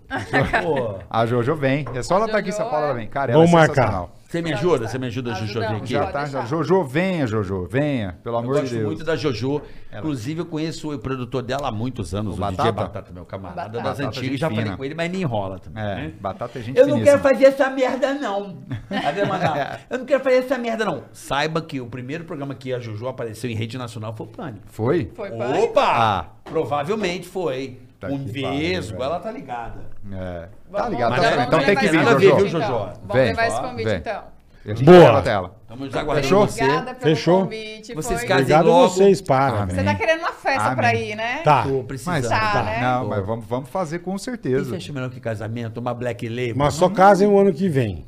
[SPEAKER 2] Pô,
[SPEAKER 4] a Jojo vem. É só ela estar tá aqui em São
[SPEAKER 5] Jojo
[SPEAKER 4] Paulo, ela
[SPEAKER 5] é-
[SPEAKER 4] vem. Cara, ela
[SPEAKER 3] Vamos
[SPEAKER 4] é
[SPEAKER 3] marcar.
[SPEAKER 4] sensacional.
[SPEAKER 2] você me ajuda? Você me ajuda, Jojo, a vir
[SPEAKER 5] Ajudamos,
[SPEAKER 2] aqui?
[SPEAKER 4] Já
[SPEAKER 5] Pode
[SPEAKER 4] tá, já.
[SPEAKER 5] deixar.
[SPEAKER 4] Jojo, venha, Jojo, venha, pelo
[SPEAKER 2] Eu
[SPEAKER 4] amor de
[SPEAKER 2] gosto
[SPEAKER 4] Deus.
[SPEAKER 2] muito da Jojo. Inclusive, eu conheço o produtor dela há muitos anos, o,
[SPEAKER 4] Batata?
[SPEAKER 2] DJ Batata, meu camarada
[SPEAKER 5] Batata.
[SPEAKER 2] das
[SPEAKER 4] Batata,
[SPEAKER 2] antigas.
[SPEAKER 4] gente
[SPEAKER 2] Já falei
[SPEAKER 4] fina.
[SPEAKER 2] com ele, mas me enrola também.
[SPEAKER 4] É,
[SPEAKER 2] né?
[SPEAKER 4] batata é gente
[SPEAKER 2] Eu não
[SPEAKER 4] finíssima.
[SPEAKER 2] quero fazer essa merda, não. Aí ele mandava, Eu não quero fazer essa merda, não. Saiba que o primeiro programa que a Jojo apareceu em rede nacional foi o Pânico.
[SPEAKER 4] Foi?
[SPEAKER 5] Foi pai?
[SPEAKER 2] Opa!
[SPEAKER 4] Ah.
[SPEAKER 2] Provavelmente foi.
[SPEAKER 4] Tá
[SPEAKER 2] um
[SPEAKER 4] que
[SPEAKER 2] vesgo,
[SPEAKER 4] pariu,
[SPEAKER 2] ela tá ligada.
[SPEAKER 4] É. Tá
[SPEAKER 5] Vamos- vamos
[SPEAKER 4] ligado, tá
[SPEAKER 2] Mas
[SPEAKER 4] vendo?
[SPEAKER 5] levar-
[SPEAKER 4] Então
[SPEAKER 5] vamos
[SPEAKER 4] tem que vir,
[SPEAKER 5] levar
[SPEAKER 2] Nada
[SPEAKER 5] esse
[SPEAKER 2] a ver,
[SPEAKER 5] convite,
[SPEAKER 4] Jojo.
[SPEAKER 2] viu, Jojo?
[SPEAKER 5] então. Vamos
[SPEAKER 4] Vem.
[SPEAKER 5] levar esse
[SPEAKER 2] Ó,
[SPEAKER 5] convite,
[SPEAKER 4] vem.
[SPEAKER 5] então.
[SPEAKER 4] A gente
[SPEAKER 3] Boa.
[SPEAKER 4] leva até ela.
[SPEAKER 2] Estamos aguardando
[SPEAKER 4] Fechou?
[SPEAKER 2] você.
[SPEAKER 5] Tá Obrigada pelo
[SPEAKER 3] Fechou.
[SPEAKER 5] convite.
[SPEAKER 2] Vocês
[SPEAKER 5] foi-
[SPEAKER 2] casem-
[SPEAKER 3] Obrigado
[SPEAKER 2] logo.
[SPEAKER 3] vocês, para.
[SPEAKER 4] Amém.
[SPEAKER 5] Você tá querendo uma festa
[SPEAKER 4] Amém.
[SPEAKER 5] pra ir, né?
[SPEAKER 3] Tá.
[SPEAKER 2] Tô precisando.
[SPEAKER 5] Mas- Tá, né?
[SPEAKER 4] Não, mas vamos, vamos fazer com
[SPEAKER 2] Você
[SPEAKER 4] certeza.
[SPEAKER 2] acha melhor que casamento, uma black label?
[SPEAKER 3] Mas só casem o ano que vem.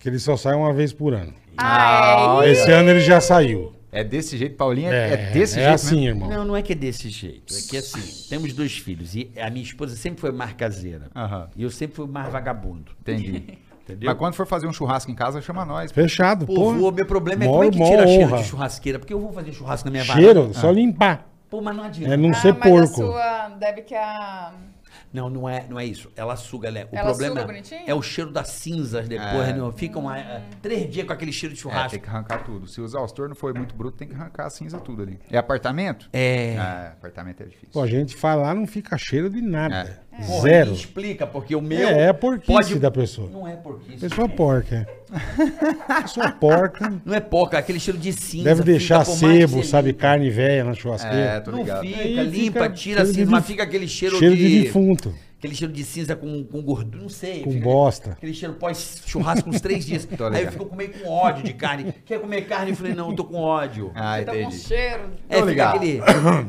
[SPEAKER 3] Que ele só sai uma vez por ano.
[SPEAKER 5] Ah, é.
[SPEAKER 3] Esse ano ele já saiu.
[SPEAKER 4] É desse jeito, Paulinha? É,
[SPEAKER 3] É,
[SPEAKER 4] desse
[SPEAKER 3] é
[SPEAKER 4] jeito
[SPEAKER 3] assim,
[SPEAKER 4] mesmo?
[SPEAKER 3] irmão.
[SPEAKER 2] Não, não é que é desse jeito. É que assim, temos dois filhos e a minha esposa sempre foi mais caseira.
[SPEAKER 4] Aham.
[SPEAKER 2] E eu sempre fui mais vagabundo.
[SPEAKER 4] Entendi.
[SPEAKER 2] Entendeu?
[SPEAKER 4] mas quando for fazer um churrasco em casa, chama nós. pô.
[SPEAKER 3] Fechado,
[SPEAKER 2] Pô,
[SPEAKER 3] porra.
[SPEAKER 2] vô, meu problema é
[SPEAKER 3] Mó-
[SPEAKER 2] como é que
[SPEAKER 3] mó
[SPEAKER 2] tira cheiro
[SPEAKER 3] honra.
[SPEAKER 2] de né, churrasqueira? Porque eu vou fazer churrasco na minha varanda.
[SPEAKER 3] Cheiro, só limpar.
[SPEAKER 2] Pô, mas não adianta.
[SPEAKER 3] É não
[SPEAKER 5] Ah,
[SPEAKER 3] ser
[SPEAKER 5] mas
[SPEAKER 3] porco.
[SPEAKER 5] a sua deve que a...
[SPEAKER 2] Não, não é, não é isso. Ela suga, né? O
[SPEAKER 5] Ela
[SPEAKER 2] problema
[SPEAKER 5] suga bonitinho? Hum.
[SPEAKER 2] é o cheiro das cinzas depois,
[SPEAKER 3] É.
[SPEAKER 2] né? Ficam ah, ah, três dias com aquele cheiro de
[SPEAKER 4] É,
[SPEAKER 2] churrasco.
[SPEAKER 4] tem que arrancar tudo. Se o exaustor não foi muito bruto, tem que arrancar a cinza tudo ali. É apartamento?
[SPEAKER 2] É.
[SPEAKER 4] É, apartamento é difícil.
[SPEAKER 3] Pô, a gente vai lá, não fica cheiro de nada.
[SPEAKER 2] Porra,
[SPEAKER 3] Zero.
[SPEAKER 2] me explica, porque o meu.
[SPEAKER 3] É, é a porquice
[SPEAKER 2] pode-
[SPEAKER 3] da pessoa.
[SPEAKER 2] Não é porquice.
[SPEAKER 3] Pessoa porca. é. Pessoa porca.
[SPEAKER 2] Não é porca, é aquele cheiro de cinza.
[SPEAKER 3] Deve deixar
[SPEAKER 2] fica, por mais que
[SPEAKER 3] sebo,
[SPEAKER 2] você
[SPEAKER 3] sabe,
[SPEAKER 2] limpe.
[SPEAKER 3] carne velha na
[SPEAKER 4] É,
[SPEAKER 3] churrasqueira.
[SPEAKER 4] tô
[SPEAKER 2] Não
[SPEAKER 4] ligado.
[SPEAKER 2] fica,
[SPEAKER 3] Aí
[SPEAKER 2] limpa,
[SPEAKER 3] fica
[SPEAKER 2] tira
[SPEAKER 3] cheiro de
[SPEAKER 2] cinza, mas
[SPEAKER 3] dif-
[SPEAKER 2] fica aquele cheiro,
[SPEAKER 3] Cheiro
[SPEAKER 2] de.
[SPEAKER 3] de defunto.
[SPEAKER 2] Aquele cheiro de cinza com, com gordura, não sei.
[SPEAKER 3] Com
[SPEAKER 2] fica-
[SPEAKER 3] bosta.
[SPEAKER 2] Aquele cheiro pós-churrasco uns três dias. Aí eu
[SPEAKER 4] ligado.
[SPEAKER 2] fico com- meio com ódio de carne. Quer comer carne? Eu falei, não, eu tô com ódio.
[SPEAKER 4] Ah,
[SPEAKER 5] Tá com um
[SPEAKER 4] entendi.
[SPEAKER 5] cheiro.
[SPEAKER 2] É, fica
[SPEAKER 4] ligado.
[SPEAKER 2] aquele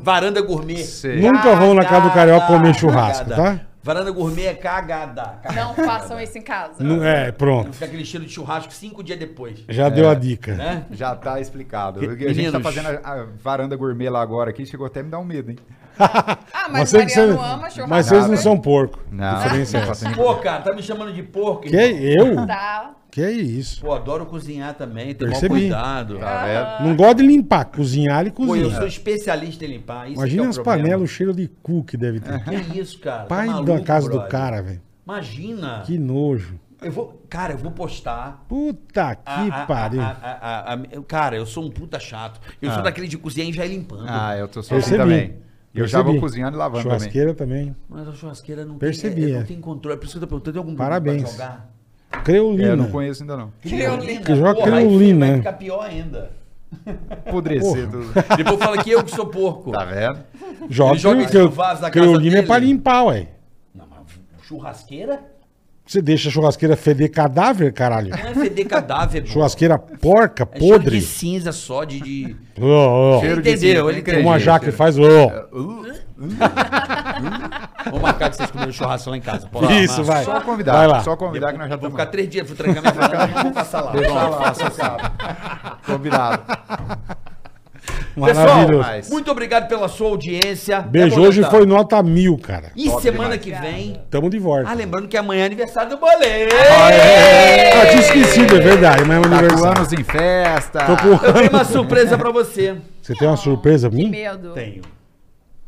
[SPEAKER 2] varanda gourmet.
[SPEAKER 4] Sei.
[SPEAKER 3] Nunca vão na casa do carioca comer
[SPEAKER 2] Cagada.
[SPEAKER 3] churrasco, tá?
[SPEAKER 2] Varanda gourmet é cagada. cagada.
[SPEAKER 5] Não façam isso em casa.
[SPEAKER 3] Não- É, pronto.
[SPEAKER 2] Fica aquele cheiro de churrasco cinco dias depois.
[SPEAKER 4] É.
[SPEAKER 3] Já deu a dica.
[SPEAKER 2] Né?
[SPEAKER 4] Já tá explicado.
[SPEAKER 2] Que-
[SPEAKER 4] a gente tá
[SPEAKER 2] meninos.
[SPEAKER 4] fazendo a, a varanda gourmet lá agora aqui, chegou até a me dar um medo, hein?
[SPEAKER 5] Ah, mas,
[SPEAKER 3] vocês-
[SPEAKER 5] Mariano
[SPEAKER 3] vocês-
[SPEAKER 5] ama churrasco.
[SPEAKER 3] mas vocês não
[SPEAKER 5] né?
[SPEAKER 3] são porco.
[SPEAKER 4] Não,
[SPEAKER 3] Diferença é
[SPEAKER 4] não
[SPEAKER 3] essa.
[SPEAKER 4] faço nem-
[SPEAKER 2] Pô, cara, tá me chamando de porco.
[SPEAKER 3] Que é
[SPEAKER 2] irmão.
[SPEAKER 3] eu?
[SPEAKER 5] Tá.
[SPEAKER 3] Que é isso?
[SPEAKER 2] Pô, adoro cozinhar também, tem maior
[SPEAKER 3] Percebi.
[SPEAKER 2] cuidado.
[SPEAKER 4] Tá vendo?
[SPEAKER 3] Não gosta de limpar, cozinhar ele
[SPEAKER 2] Pô, eu
[SPEAKER 3] cozinha.
[SPEAKER 2] sou especialista em limpar. Isso
[SPEAKER 3] Imagina
[SPEAKER 2] que é o
[SPEAKER 3] as
[SPEAKER 2] problema.
[SPEAKER 3] panelas, o cheiro de cu que deve
[SPEAKER 4] Tá
[SPEAKER 3] ter.
[SPEAKER 2] Que isso, cara?
[SPEAKER 3] Pai
[SPEAKER 2] tá
[SPEAKER 3] da
[SPEAKER 2] maluco,
[SPEAKER 3] casa do
[SPEAKER 2] brother?
[SPEAKER 3] cara, velho.
[SPEAKER 2] Imagina.
[SPEAKER 3] Que nojo.
[SPEAKER 2] Eu vou... Cara, eu vou postar.
[SPEAKER 4] Ah,
[SPEAKER 3] Puta que
[SPEAKER 2] a- a-
[SPEAKER 3] pariu.
[SPEAKER 2] a- a- a- a- eu- Cara, eu sou um puta chato. Eu sou daquele de cozinhar e já ir limpando.
[SPEAKER 4] Ah, eu tô só assim
[SPEAKER 3] Percebi.
[SPEAKER 4] também. Eu já vou
[SPEAKER 3] Percebi.
[SPEAKER 4] cozinhando e lavando também.
[SPEAKER 3] Churrasqueira também.
[SPEAKER 2] Mas a churrasqueira não
[SPEAKER 3] Percebi,
[SPEAKER 2] tem, é,
[SPEAKER 3] é.
[SPEAKER 2] não tem controle. Por isso que eu tô perguntando, tem algum
[SPEAKER 3] Parabéns.
[SPEAKER 2] pra jogar?
[SPEAKER 4] É, eu
[SPEAKER 3] Creolina.
[SPEAKER 4] não conheço ainda não.
[SPEAKER 2] Creolina.
[SPEAKER 3] Que joga
[SPEAKER 2] aí
[SPEAKER 3] creolina,
[SPEAKER 2] Vai
[SPEAKER 3] é.
[SPEAKER 2] ficar pior ainda.
[SPEAKER 4] Apodrecer tudo.
[SPEAKER 2] Depois fala que eu que sou porco.
[SPEAKER 4] Tá vendo?
[SPEAKER 3] Joga,
[SPEAKER 2] Ele joga
[SPEAKER 3] creu-
[SPEAKER 2] isso
[SPEAKER 3] creu-
[SPEAKER 2] no vaso da casa
[SPEAKER 3] creolina é
[SPEAKER 2] dele.
[SPEAKER 3] pra limpar, ué.
[SPEAKER 2] Não, mas churrasqueira?
[SPEAKER 3] Você deixa a churrasqueira feder cadáver, caralho.
[SPEAKER 2] Não é feder cadáver, pô.
[SPEAKER 3] Churrasqueira porca,
[SPEAKER 2] É cheiro
[SPEAKER 3] podre.
[SPEAKER 2] de cinza só, de... de...
[SPEAKER 3] Ó, ó.
[SPEAKER 4] Cheiro de
[SPEAKER 2] entendeu,
[SPEAKER 4] cinza,
[SPEAKER 2] ele
[SPEAKER 4] entendi.
[SPEAKER 2] de- né? É,
[SPEAKER 3] Como a
[SPEAKER 2] entendeu,
[SPEAKER 3] Jaque faz. ó.
[SPEAKER 2] Vou marcar que vocês comeram churrasco lá em casa. Pode
[SPEAKER 3] Isso,
[SPEAKER 2] amar.
[SPEAKER 3] vai.
[SPEAKER 4] Só convidar.
[SPEAKER 3] Vai lá.
[SPEAKER 4] Só convidar que nós já
[SPEAKER 2] Vou
[SPEAKER 4] estamos.
[SPEAKER 2] ficar três dias, vou trancar minha varanda, não vou passar lá.
[SPEAKER 4] Deixa
[SPEAKER 2] Pronto,
[SPEAKER 4] lá,
[SPEAKER 2] faço
[SPEAKER 4] sossegado. Combinado.
[SPEAKER 2] Pessoal,
[SPEAKER 3] Maravilhoso.
[SPEAKER 2] muito obrigado pela sua audiência.
[SPEAKER 3] Beijo,
[SPEAKER 2] É,
[SPEAKER 3] hoje
[SPEAKER 2] Bonetão?
[SPEAKER 3] foi nota mil, cara.
[SPEAKER 2] E
[SPEAKER 4] Top
[SPEAKER 2] semana
[SPEAKER 4] demais.
[SPEAKER 2] que vem.
[SPEAKER 3] Tamo de volta.
[SPEAKER 2] Ah, lembrando que amanhã é aniversário do boleiro.
[SPEAKER 3] Ah, tinha esquecido, é verdade, mas é meu
[SPEAKER 4] Tá com
[SPEAKER 3] aniversário.
[SPEAKER 4] anos em festa.
[SPEAKER 3] Tô com-
[SPEAKER 2] Eu tenho uma surpresa pra você.
[SPEAKER 3] Você tem uma surpresa pra
[SPEAKER 4] um?
[SPEAKER 5] Que
[SPEAKER 3] mim?
[SPEAKER 5] medo.
[SPEAKER 2] Tenho.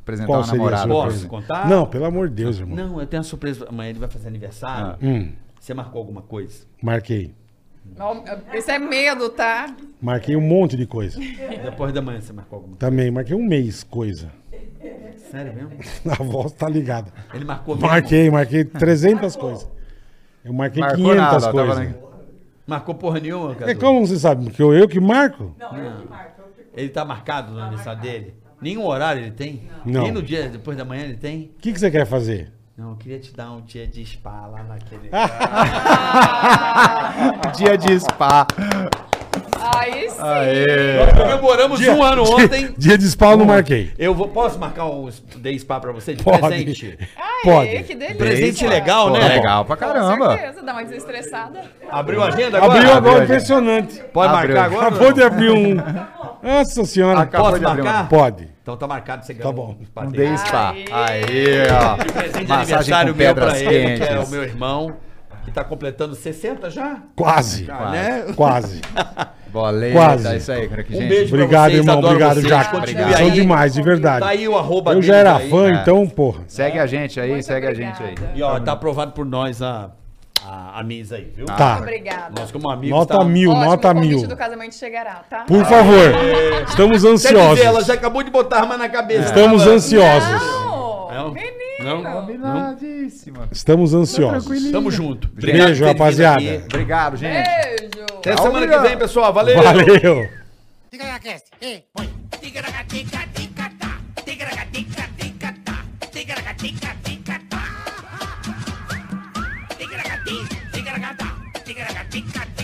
[SPEAKER 4] Apresentar
[SPEAKER 3] Qual
[SPEAKER 4] uma
[SPEAKER 3] seria a
[SPEAKER 4] namorada.
[SPEAKER 2] um Posso
[SPEAKER 3] surpresa?
[SPEAKER 2] contar?
[SPEAKER 3] Não, pelo amor de Deus, irmão.
[SPEAKER 2] Não, eu tenho uma surpresa. Amanhã ele vai fazer aniversário.
[SPEAKER 3] Hum,
[SPEAKER 2] Você marcou alguma coisa?
[SPEAKER 3] marquei.
[SPEAKER 5] Ó, Esse é medo, tá?
[SPEAKER 3] Marquei um monte de coisa.
[SPEAKER 2] Depois da manhã você marcou alguma
[SPEAKER 3] Também, marquei um mês coisa.
[SPEAKER 2] coisa? Sério mesmo?
[SPEAKER 3] A voz tá ligada.
[SPEAKER 2] Ele marcou mesmo?
[SPEAKER 3] Marquei, marquei 300 coisas. Eu marquei
[SPEAKER 4] Marcou
[SPEAKER 3] 500
[SPEAKER 4] nada, tava
[SPEAKER 3] coisas.
[SPEAKER 2] Marcou porra nenhuma, cara.
[SPEAKER 3] É como você sabe, porque eu, eu que marco?
[SPEAKER 2] Ele tá marcado no aniversário dele? Nenhum horário ele tem?
[SPEAKER 3] Não.
[SPEAKER 2] Nem no dia depois da manhã ele tem?
[SPEAKER 3] O que, que você quer fazer?
[SPEAKER 2] Não, eu queria te dar um dia de spa lá naquele.
[SPEAKER 4] Dia de spa.
[SPEAKER 5] Aí sim.
[SPEAKER 2] Nós comemoramos um ano ontem. Um
[SPEAKER 3] Dia de spa eu não marquei.
[SPEAKER 2] Eu vou, posso marcar um day spa pra você de presente?
[SPEAKER 5] Aí,
[SPEAKER 3] Pode.
[SPEAKER 5] que delícia.
[SPEAKER 2] Presente legal, né?
[SPEAKER 4] Legal pra
[SPEAKER 5] Com
[SPEAKER 4] caramba.
[SPEAKER 5] certeza, dá uma desestressada.
[SPEAKER 2] Abriu a agenda agora?
[SPEAKER 3] Abriu agora,
[SPEAKER 4] gente.
[SPEAKER 3] impressionante.
[SPEAKER 2] Pode
[SPEAKER 4] Abriu.
[SPEAKER 2] marcar agora?
[SPEAKER 3] Acabou de abrir um. Nossa senhora.
[SPEAKER 4] Acabou
[SPEAKER 2] Posso
[SPEAKER 4] de abrir uma-
[SPEAKER 2] marcar?
[SPEAKER 3] Pode.
[SPEAKER 2] Então tá marcado, você ganhou.
[SPEAKER 3] bom.
[SPEAKER 4] Um day spa.
[SPEAKER 5] Aê.
[SPEAKER 4] Aí, ó.
[SPEAKER 2] Presente de
[SPEAKER 4] Massagem
[SPEAKER 2] aniversário
[SPEAKER 4] com
[SPEAKER 2] meu pra
[SPEAKER 4] pedras
[SPEAKER 2] ele, que é o
[SPEAKER 4] quentes.
[SPEAKER 2] meu irmão, que tá completando 60 já,
[SPEAKER 3] Quase.
[SPEAKER 2] né?
[SPEAKER 3] Quase.
[SPEAKER 4] Boleta,
[SPEAKER 3] Quase.
[SPEAKER 4] isso aí, craque,
[SPEAKER 2] Um
[SPEAKER 4] gente.
[SPEAKER 2] beijo.
[SPEAKER 3] Obrigado,
[SPEAKER 2] vocês,
[SPEAKER 3] irmão.
[SPEAKER 2] adoro
[SPEAKER 3] Obrigado,
[SPEAKER 2] vocês,
[SPEAKER 3] Jaco.
[SPEAKER 2] continue
[SPEAKER 3] Vocês São
[SPEAKER 2] aí.
[SPEAKER 3] demais, de
[SPEAKER 2] Tá
[SPEAKER 3] verdade.
[SPEAKER 2] aí o arroba
[SPEAKER 3] Eu
[SPEAKER 2] dele
[SPEAKER 3] já era
[SPEAKER 2] aí.
[SPEAKER 3] fã,
[SPEAKER 4] né?
[SPEAKER 3] então, porra.
[SPEAKER 4] Segue a gente aí,
[SPEAKER 5] Muito
[SPEAKER 4] segue a gente
[SPEAKER 5] obrigada.
[SPEAKER 4] aí.
[SPEAKER 2] E ó, tá aprovado por nós a, a, a mesa aí, viu?
[SPEAKER 3] Tá.
[SPEAKER 5] Obrigada.
[SPEAKER 2] Nós como amigos... tá-
[SPEAKER 3] Nota mil,
[SPEAKER 5] Ótimo,
[SPEAKER 3] nota
[SPEAKER 5] o convite
[SPEAKER 3] mil.
[SPEAKER 5] do casamento chegará, tá?
[SPEAKER 3] Por favor. Estamos
[SPEAKER 2] Quer dizer, ela
[SPEAKER 3] ansiosos.
[SPEAKER 2] já acabou de botar a arma na cabeça.
[SPEAKER 3] Estamos
[SPEAKER 2] Ela-
[SPEAKER 3] ansiosos.
[SPEAKER 5] Não,
[SPEAKER 2] Não.
[SPEAKER 5] menino.
[SPEAKER 2] Não.
[SPEAKER 4] Combinadíssima.
[SPEAKER 3] Estamos ansiosos.
[SPEAKER 2] Tamo junto.
[SPEAKER 3] Beijo,
[SPEAKER 2] por ter vindo
[SPEAKER 3] rapaziada.
[SPEAKER 2] aqui.
[SPEAKER 4] Obrigado, gente.
[SPEAKER 5] Beijo.
[SPEAKER 2] Até semana que
[SPEAKER 4] Obrigado.
[SPEAKER 2] vem, pessoal.
[SPEAKER 3] Valeu.
[SPEAKER 1] Ticaracast, hey, boy. Ticaracatica, ticatá. Ticaracatica, ticatá. Ticaracatica, ticatá. Ticaracati, ticaracatá. Ticaracatica,